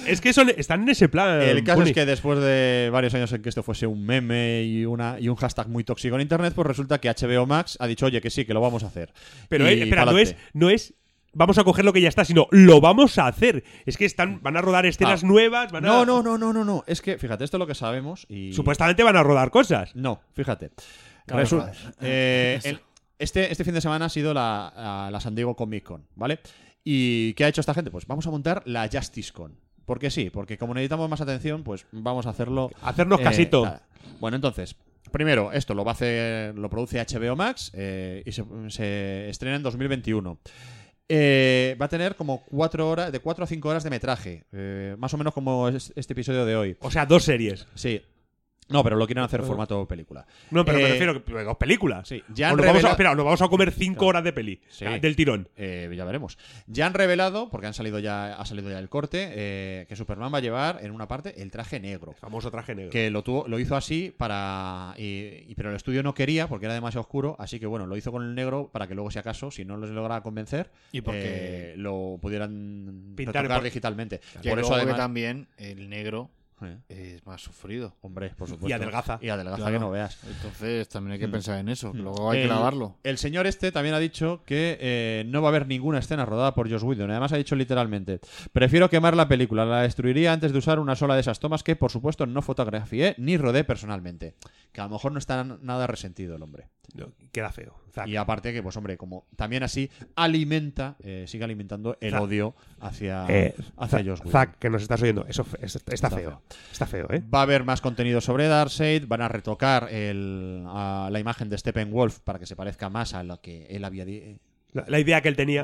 es que son, están en ese plan. El caso Boni. es que después de varios años en que esto fuese un meme y, una, y un hashtag muy tóxico en internet, pues resulta que HBO Max ha dicho, oye, que sí, que lo vamos a hacer. Pero Y eh, espera, no pa'lante. es, no es vamos a coger lo que ya está, sino lo vamos a hacer. Es que están, van a rodar escenas Ah. nuevas, van a. No, no, no, no, no, no. Es que, fíjate, esto es lo que sabemos y... Supuestamente van a rodar cosas. No, fíjate. Claro, Resu- joder. eh, Eso. el- este, este fin de semana ha sido la, la- la San Diego Comic Con, ¿vale? ¿Y qué ha hecho esta gente? Pues vamos a montar la Justice Con. Porque sí, porque como necesitamos más atención, pues vamos a hacerlo. eh, Hacernos casito. tal. Bueno, entonces, primero, esto lo va a hacer, lo produce HBO Max eh, y se, se estrena en 2021. Eh, va a tener como cuatro horas, de 4 a 5 horas de metraje, eh, más o menos como es este episodio de hoy. O sea, dos series. Sí. No, pero lo quieren hacer en formato película. No, pero me Eh, refiero que pues, dos películas. Sí, ya han O nos Pues vamos a, revela- espera, nos vamos a comer cinco Claro. horas de peli. Sí. Del tirón. Eh, ya veremos. Ya han revelado, porque han salido ya, ha salido ya el corte, eh, que Superman va a llevar en una parte el traje negro. Famoso traje negro. Que lo tuvo, lo hizo así para. y- y- pero el estudio no quería porque era demasiado oscuro. Así que bueno, lo hizo con el negro para que luego, si acaso, si no les lograba convencer, Y porque- eh, lo pudieran Pintar pintar por- digitalmente. Que Por eso luego que además. también el negro Eh. es más sufrido. Hombre, por supuesto. Y adelgaza. Y adelgaza Claro. que no veas. Entonces también hay que Mm. pensar en eso, que Mm. luego hay que El- lavarlo. El señor este también ha dicho que eh, no va a haber ninguna escena rodada por Josh Whedon. Además ha dicho literalmente, prefiero quemar la película, la destruiría antes de usar una sola de esas tomas que por supuesto no fotografié ni rodé personalmente. Que a lo mejor no está na- nada resentido el hombre. No, queda feo. Zack. Y aparte que, pues hombre, como también así alimenta, eh, sigue alimentando el Zack. odio hacia, Eh, hacia Zack- Joss Whedon. Zack, que nos estás oyendo. Eso fe- es- está, feo. Está feo, ¿eh? Va a haber más contenido sobre Darkseid, van a retocar el- a la imagen de Steppenwolf para que se parezca más a lo que él había di- La, la idea que él tenía.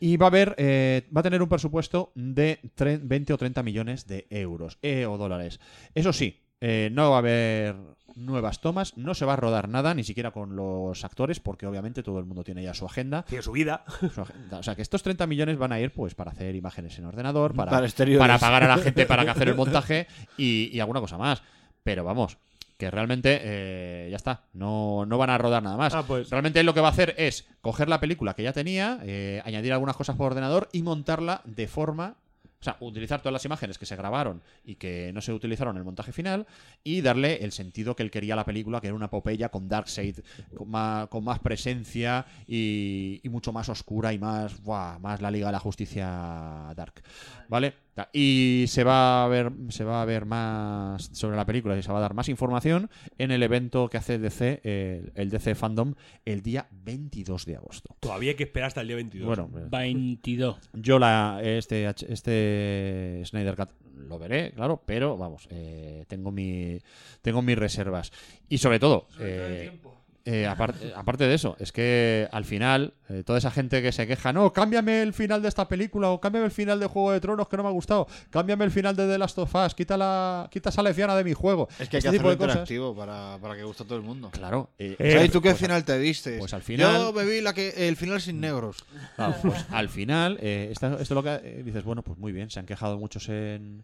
Y va a haber, eh, va a tener un presupuesto de tre- 20 o 30 millones de euros eh, o dólares. Eso sí, eh, no va a haber nuevas tomas, no se va a rodar nada, ni siquiera con los actores, porque obviamente todo el mundo tiene ya su agenda. Tiene su vida. Su agenda. O sea que estos 30 millones van a ir pues para hacer imágenes en ordenador, para, Para exteriores. para pagar a la gente para que hacer el montaje y, y alguna cosa más. Pero vamos, que realmente eh, ya está, no, no van a rodar nada más. Ah, pues. Realmente él lo que va a hacer es coger la película que ya tenía, eh, añadir algunas cosas por ordenador y montarla de forma. O sea, utilizar todas las imágenes que se grabaron y que no se utilizaron en el montaje final y darle el sentido que él quería a la película, que era una epopeya con Darkseid, con más, con más presencia y, y mucho más oscura y más, buah, más la Liga de la Justicia Dark. ¿Vale? Ta- Y se va a ver, se va a ver más sobre la película y se va a dar más información en el evento que hace DC, eh, el DC Fandom, el día 22 de agosto. Todavía hay que esperar hasta el día 22. Bueno, eh, 22. Yo la este H- este Snyder Cut lo veré, claro, pero vamos, eh, tengo mi tengo mis reservas y sobre todo eh, eh, apar- eh, aparte de eso, es que al final eh, toda esa gente que se queja, no, cámbiame el final de esta película o cámbiame el final de Juego de Tronos que no me ha gustado, cámbiame el final de The Last of Us, quita la quita esa lesbiana de mi juego. Es que hay Este que tipo hacerlo de cosas. interactivo para, para que guste a todo el mundo. Claro. eh, ¿Y tú qué pues, final te viste? Pues al final Yo me vi la que, el final sin negros. Ah, pues al final, eh, esta- esto es lo que eh, dices, bueno, pues muy bien, se han quejado muchos en,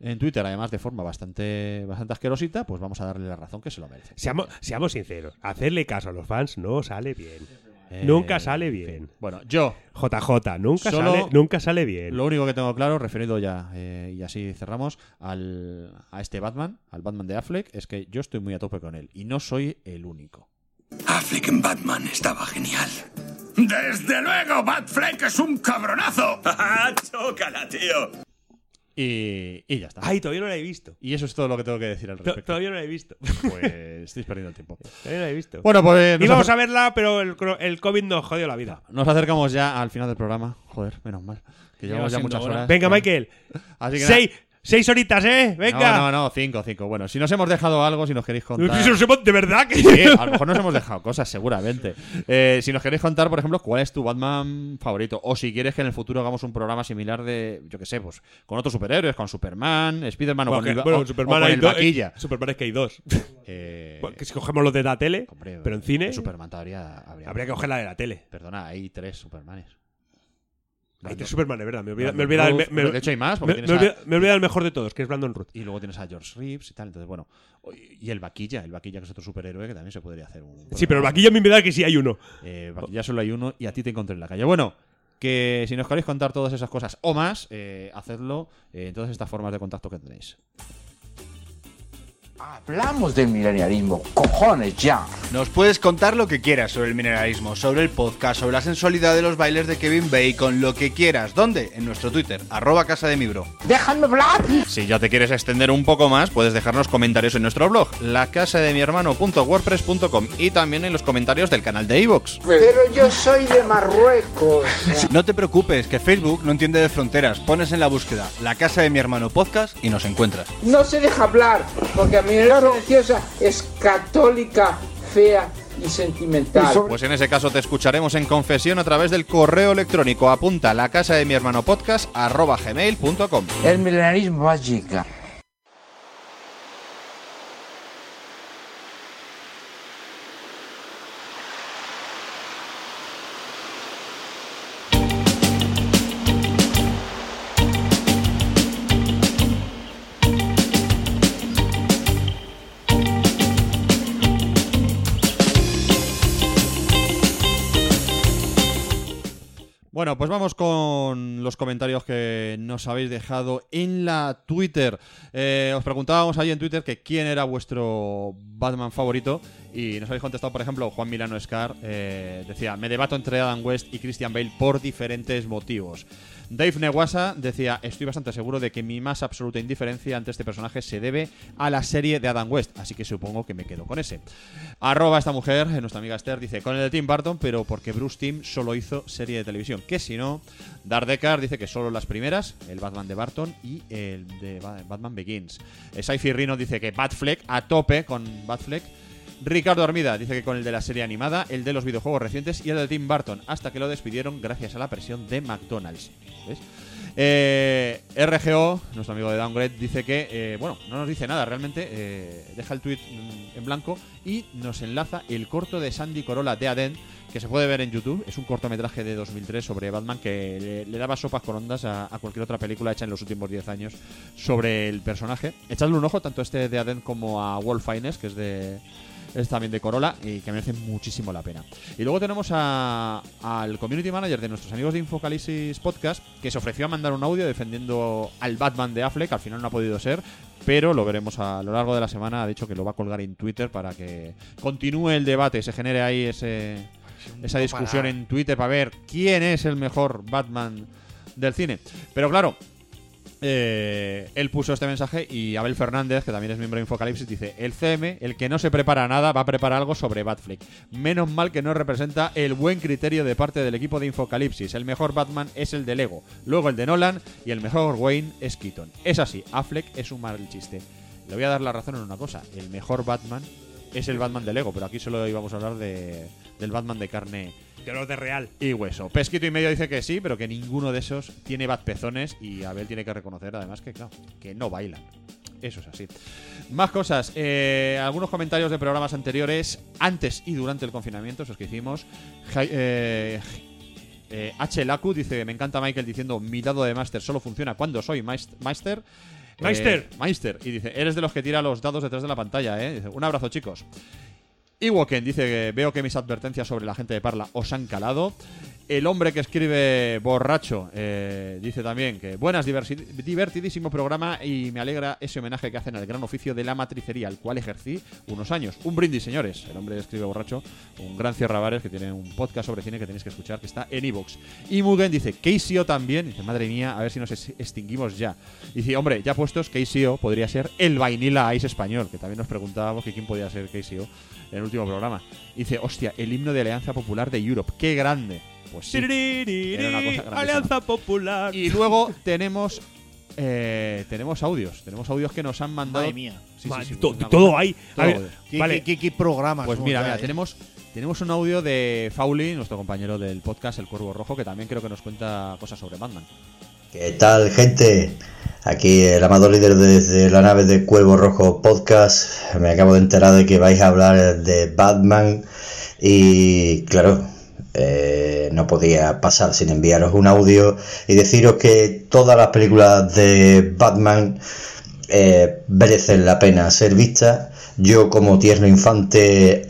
en Twitter, además de forma bastante, bastante asquerosita, pues vamos a darle la razón que se lo merece. Seamos, seamos sinceros, hacerle caso a los fans no sale bien. Eh, nunca sale bien. Bueno, yo. JJ, nunca, Solo- sale, nunca sale bien. Lo único que tengo claro, referido ya, eh, y así cerramos, al, a este Batman, al Batman de Affleck, es que yo estoy muy a tope con él, y no soy el único. Affleck en Batman estaba genial. Desde luego, Batfleck es un cabronazo. Ah, ¡Chócala, tío! Y, y ya está. Ay, todavía no la he visto. Y eso es todo lo que tengo que decir al To- respecto. Todavía no la he visto. Pues estáis perdiendo el tiempo. Todavía no la he visto. Bueno, pues, eh, nos Íbamos hace- a verla, pero el, cro- el COVID nos jodió la vida. Nos acercamos ya al final del programa. Joder, menos mal. Que Lleva llevamos ya siendo muchas hora. horas. Venga, Bueno. Michael. Ah, Así que seis, seis horitas, ¿eh? Venga. No, no, no, cinco, cinco. Bueno, si nos hemos dejado algo, si nos queréis contar. Es que nos hemos- de verdad que- Sí, a lo mejor nos hemos dejado cosas, seguramente. Eh, si nos queréis contar, por ejemplo, cuál es tu Batman favorito. O si quieres que en el futuro hagamos un programa similar de, yo qué sé, pues con otros superhéroes, con Superman, Spiderman o Bueno, con, que- el, bueno, o- Superman o con hay el dos- Vaquilla. eh, Superman es que hay dos. Eh, Bueno, que si cogemos los de la tele, pero en cine. Superman habría, habría, Habría que coger la de la tele. Perdona, hay tres Supermanes. Hay tres Superman, de verdad. Me olvida, Brandon me olvida el Routh. me- Bueno, de hecho, hay más, porque Me, tienes me a- olvida, me olvida el mejor de todos, que es Brandon Root. Y luego tienes a George Reeves y tal. Entonces, bueno. Y el Vaquilla, el Vaquilla que es otro superhéroe que también se podría hacer un. Sí, pero el vaquilla a mí me da que sí hay uno. Eh, ya solo hay uno y a ti te encontré en la calle. Bueno, que si nos queréis contar todas esas cosas o más, eh, hacedlo eh, en todas estas formas de contacto que tenéis. Hablamos del milenarismo, cojones ya. Nos puedes contar lo que quieras sobre el mineralismo, sobre el podcast, sobre la sensualidad de los bailes de Kevin Bacon, lo que quieras. ¿Dónde? En nuestro Twitter, arroba casa de mi bro. ¡Déjame hablar! Si ya te quieres extender un poco más, puedes dejarnos comentarios en nuestro blog, lacasademihermano.wordpress.com y también en los comentarios del canal de iVoox. Pero yo soy de Marruecos. No te preocupes, que Facebook no entiende de fronteras. Pones en la búsqueda la casa de mi hermano podcast y nos encuentras. No se deja hablar, porque a mi religiosa es católica, fea y sentimental. Pues en ese caso te escucharemos en confesión a través del correo electrónico. Apunta la casa de mi hermano podcast arroba gmail.com. El milenarismo va a llegar. Bueno, pues vamos con los comentarios que nos habéis dejado en la Twitter. Eh, os preguntábamos ahí en Twitter que quién era vuestro Batman favorito y nos habéis contestado, por ejemplo, Juan Milano Scar eh, decía, me debato entre Adam West y Christian Bale por diferentes motivos. Dave Newasa decía, estoy bastante seguro de que mi más absoluta indiferencia ante este personaje se debe a la serie de Adam West, así que supongo que me quedo con ese. Arroba esta mujer, eh, nuestra amiga Esther, dice, con el de Tim Burton, pero porque Bruce Tim solo hizo serie de televisión, que si no, Dardecar dice que solo las primeras, el Batman de Barton y el de Ba- Batman Begins. Eh, Saifi Rino dice que Batfleck a tope con Batfleck. Ricardo Armida dice que con el de la serie animada, el de los videojuegos recientes y el de Tim Burton, hasta que lo despidieron gracias a la presión de McDonald's. ¿Ves? Eh, RGO, nuestro amigo de Downgrade, dice que, eh, bueno, no nos dice nada realmente, eh, deja el tweet mm, en blanco y nos enlaza el corto de Sandy Corolla de Aden, que se puede ver en YouTube. Es un cortometraje de 2003 sobre Batman que le, le daba sopas con ondas a, a cualquier otra película hecha en los últimos 10 años sobre el personaje. Echadle un ojo tanto a este de Aden como a Wolfines, que es de, es también de Corolla y que merece muchísimo la pena. Y luego tenemos a- al community manager de nuestros amigos de Infocalisis Podcast que se ofreció a mandar un audio defendiendo al Batman de Affleck, al final no ha podido ser, pero lo veremos a lo largo de la semana. Ha dicho que lo va a colgar en Twitter para que continúe el debate, se genere ahí ese, esa discusión en Twitter para ver quién es el mejor Batman del cine. Pero claro, eh, él puso este mensaje y Abel Fernández, que también es miembro de Infocalipsis, dice: El CM, el que no se prepara nada, va a preparar algo sobre Batfleck. Menos mal que no representa el buen criterio de parte del equipo de Infocalipsis. El mejor Batman es el de Lego, luego el de Nolan y el mejor Wayne es Keaton. Es así, Affleck es un mal chiste. Le voy a dar la razón en una cosa: el mejor Batman es el Batman de Lego, pero aquí solo íbamos a hablar de, del Batman de carne. De los de real. Y hueso. Pesquito y medio dice que sí, pero que ninguno de esos tiene bad pezones y Abel tiene que reconocer además que, claro, que no bailan. Eso es así. Más cosas. eh, algunos comentarios de programas anteriores, antes y durante el confinamiento, esos que hicimos. Ja- eh, eh, H. Lacu dice, me encanta Michael diciendo, mi lado de máster solo funciona cuando soy maist- máster. Eh, Meister. Meister. Y dice, eres de los que tira los dados detrás de la pantalla, ¿eh? Dice, un abrazo, chicos. Iwoken dice que veo que mis advertencias sobre la gente de Parla os han calado. El hombre que escribe borracho eh, dice también que buenas, diversi- divertidísimo programa y me alegra ese homenaje que hacen al gran oficio de la matricería, al cual ejercí unos años. Un brindis, señores. El hombre que escribe borracho, un gran cierrabares que tiene un podcast sobre cine que tenéis que escuchar que está en Evox. Y Mugen dice, Keisio también. Dice, madre mía, a ver si nos es- extinguimos ya. Dice, hombre, ya puestos, Keisio podría ser el Vainilla Ice español, que también nos preguntábamos que quién podía ser Keisio en el último programa. Dice, hostia, el himno de Alianza Popular de Europe, qué grande. Pues sí. Era una cosa grandísima. Alianza Popular. Y luego tenemos eh, tenemos audios, tenemos audios que nos han mandado. Madre mía. Sí, sí, Madre, sí, to- una todo cosa. hay. A ver, ¿Qué- vale. qué- qué- qué programas Pues son mira, ya, mira, eh? tenemos tenemos un audio de Fauli, nuestro compañero del podcast El Cuervo Rojo, que también creo que nos cuenta cosas sobre Batman. ¿Qué tal, gente? Aquí el amado líder desde la nave de Cuervo Rojo Podcast. Me acabo de enterar de que vais a hablar de Batman y, claro, eh, no podía pasar sin enviaros un audio y deciros que todas las películas de Batman eh, merecen la pena ser vistas. Yo como tierno infante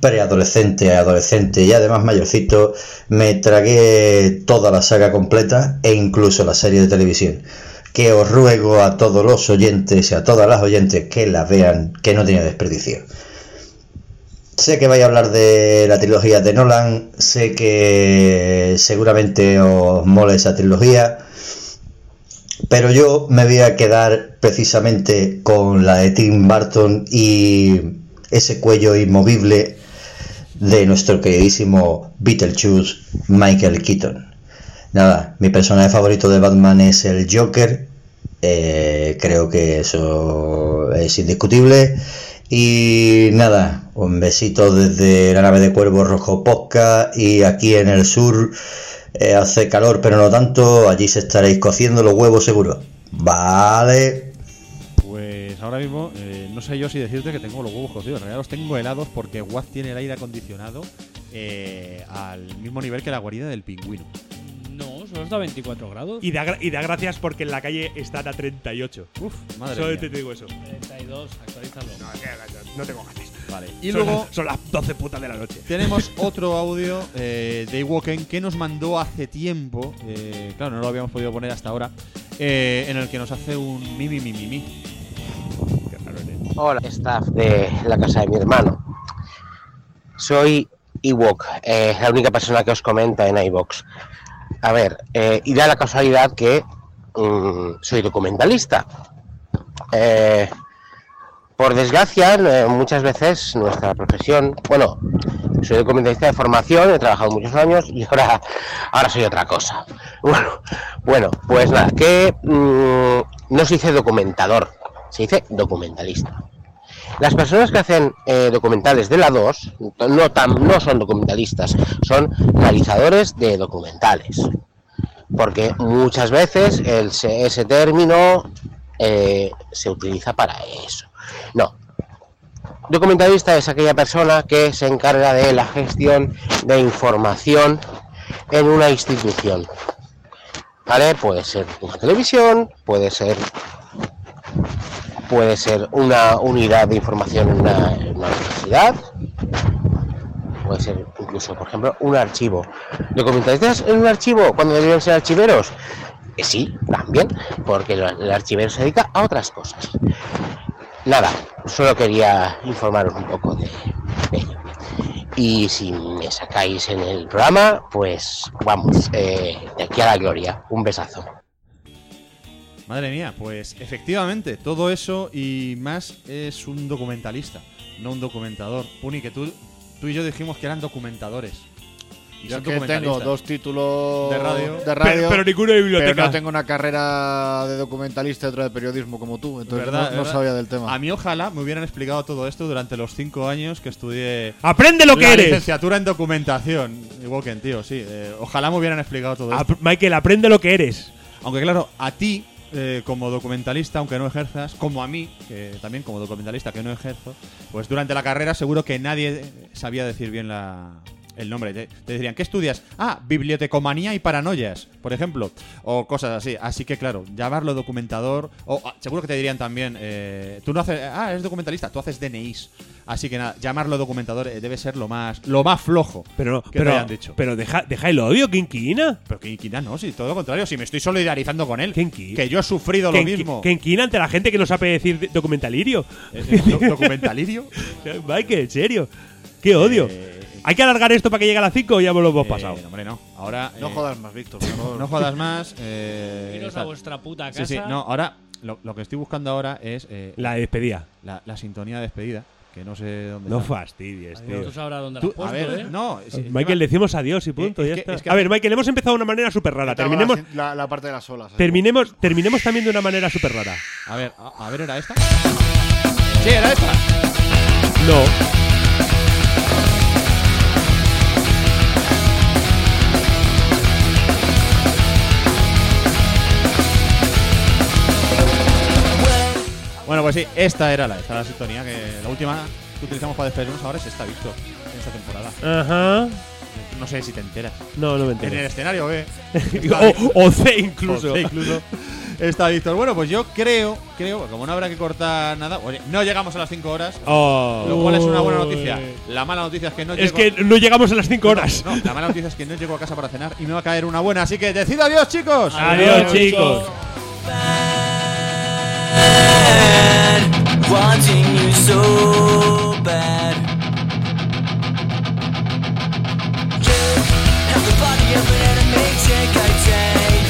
preadolescente, adolescente y además mayorcito, me tragué toda la saga completa e incluso la serie de televisión. Que os ruego a todos los oyentes y a todas las oyentes que la vean, que no tiene desperdicio. Sé que vais a hablar de la trilogía de Nolan, sé que seguramente os mola esa trilogía, pero yo me voy a quedar precisamente con la de Tim Burton y ese cuello inmovible de nuestro queridísimo Beetlejuice Michael Keaton. Nada, mi personaje favorito de Batman es el Joker. eh, creo que eso es indiscutible. Y nada, un besito desde la nave de Cuervo Rojo Posca y aquí en el sur eh, hace calor, pero no tanto. Allí se estaréis cociendo los huevos seguro. Vale. Pues ahora mismo eh, no sé yo si decirte que tengo los huevos cocidos. En realidad los tengo helados porque Watt tiene el aire acondicionado eh, al mismo nivel que la guarida del pingüino. No, solo está a 24 grados. Y da, gra- y da gracias porque en la calle están a 38. Uf, madre Solo mía. te digo eso. 32, actualízalo. No, No tengo ganas. Vale. Y Son luego- las- son las 12 putas de la noche. Tenemos otro audio eh, de Woken que nos mandó hace tiempo. eh, claro, no lo habíamos podido poner hasta ahora. eh, en el que nos hace un mi mi mi mi mi. Hola, staff de la casa de mi hermano. Soy Ewok, eh, la única persona que os comenta en iVox. A ver, eh, y da la casualidad que mm, soy documentalista. Eh, por desgracia, eh, muchas veces nuestra profesión, bueno, soy documentalista de formación, he trabajado muchos años y ahora, ahora soy otra cosa. Bueno, bueno, pues nada, que mm, no se dice documentador, se dice documentalista. Las personas que hacen eh, documentales de la 2 no, tan- no son documentalistas, son realizadores de documentales. Porque muchas veces el, se- ese término eh, se utiliza para eso. No. Documentalista es aquella persona que se encarga de la gestión de información en una institución. ¿Vale? Puede ser una televisión, puede ser puede ser una unidad de información en una, en una universidad, puede ser incluso, por ejemplo, un archivo. ¿Documentalistas en un archivo cuando deberían ser archiveros? Eh, sí, también, porque el, el archivero se dedica a otras cosas. Nada, solo quería informaros un poco de, de ello. Y si me sacáis en el programa, pues vamos, eh, de aquí a la gloria. Un besazo. Madre mía, pues efectivamente, todo eso y más es un documentalista, no un documentador. Puni, que tú, tú y yo dijimos que eran documentadores. Y Yo son que tengo documentalistas. dos títulos De radio. de Pero- radio, pero ninguno de biblioteca. pero no tengo una carrera de documentalista y otra de periodismo como tú, entonces ¿Verdad? no, no ¿Verdad? sabía del tema. A mí ojalá me hubieran explicado todo esto durante los cinco años que estudié... ¡Aprende lo que la eres! licenciatura en documentación. Woken, tío, sí. eh, ojalá me hubieran explicado todo esto. Ap- Michael, aprende lo que eres. Aunque claro, a ti, eh, como documentalista, aunque no ejerzas, como a mí, que también como documentalista que no ejerzo, pues durante la carrera seguro que nadie eh, sabía decir bien la- el nombre. Te, te dirían, ¿qué estudias? Ah, bibliotecomanía y paranoias, por ejemplo, o cosas así. Así que claro, llamarlo documentador, o ah, seguro que te dirían también, eh, tú no haces, ah, eres documentalista, tú haces DNIs. Así que nada, llamarlo documentador eh, debe ser lo más, lo más flojo. Pero no, que te pero, hayan dicho. pero deja, deja el odio, Quinquina. Pero Quinquina no, si todo lo contrario, si me estoy solidarizando con él. Kenki. Que yo he sufrido lo mismo. Quinquina ante la gente que no sabe decir de- documentalirio. eh, doc- documentalirio. Michael, en serio. Qué odio. ¿Hay que alargar esto para que llegue a las 5 o ya me lo hemos pasado? Eh, hombre, no. Ahora. eh, No jodas más, Víctor, por favor. No jodas más. eh, Iros a tal. vuestra puta Sí, sí, casa. no, ahora lo, lo que estoy buscando ahora es. eh, La despedida. La, la sintonía de despedida, que no sé dónde. No está. fastidies, tío. Tú sabrás dónde la Tú- has puesto, A ver, ¿eh? no. es- Ah, Michael, decimos adiós y punto. Eh, es ya que- está. es que- a ver, Michael, hemos empezado de una manera súper rara. Estaba la- Terminemos, La, la parte de las olas. ahí. terminemos, terminemos también de una manera súper rara. A ver, a, a ver, ¿era esta? Sí, era esta. No. Bueno, pues sí, esta era la, esta era la sintonía que la última que utilizamos para despedirnos ahora es esta, Víctor, en esta temporada. Ajá. No sé si te enteras. No, no me En el enteras. escenario B. O- o C incluso. O C incluso. Está Víctor. Bueno, pues yo creo, creo, como no habrá que cortar nada, oye, no llegamos a las 5 horas. Oh. Lo cual es una buena Uy. noticia. La mala noticia es que no Es llego- que no llegamos a las 5 horas. No, la mala noticia es que no llego a casa para cenar y me va a caer una buena. Así que decid adiós, chicos. Adiós, chicos. wanting you so bad. You have the body of an enemy, take I take,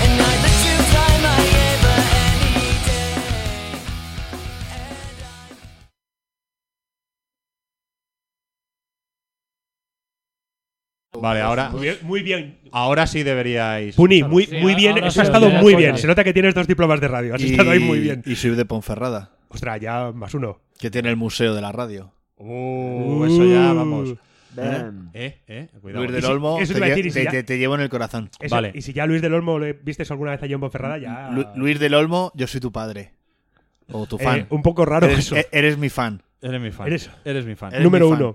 and I let you time I ever any day. Vale, ahora. Muy bien, muy bien. Ahora sí deberíais. Puni, muy, Sí, muy bien. ahora Eso ha sí, estado ahora muy sí. bien. Se nota que tienes dos diplomas de radio. Has Y- estado ahí muy bien. Y soy de Ponferrada. Ostras, ya más uno. Que tiene el museo de la radio. Uh, eso ya, vamos. Damn. Eh, eh, cuidado. Luis Y del si- Olmo, eso te, iba a lle- decir, y si te- ya- te- te llevo en el corazón. Eso, Y si ya Luis del Olmo le vistes alguna vez a John Ferrada, ya. Lu- Luis del Olmo, yo soy tu padre. O tu fan. Eh, un poco raro eres, eso. e- Eres mi fan. Eres mi fan. Eres- Eres mi fan. Eres Número mi fan. uno.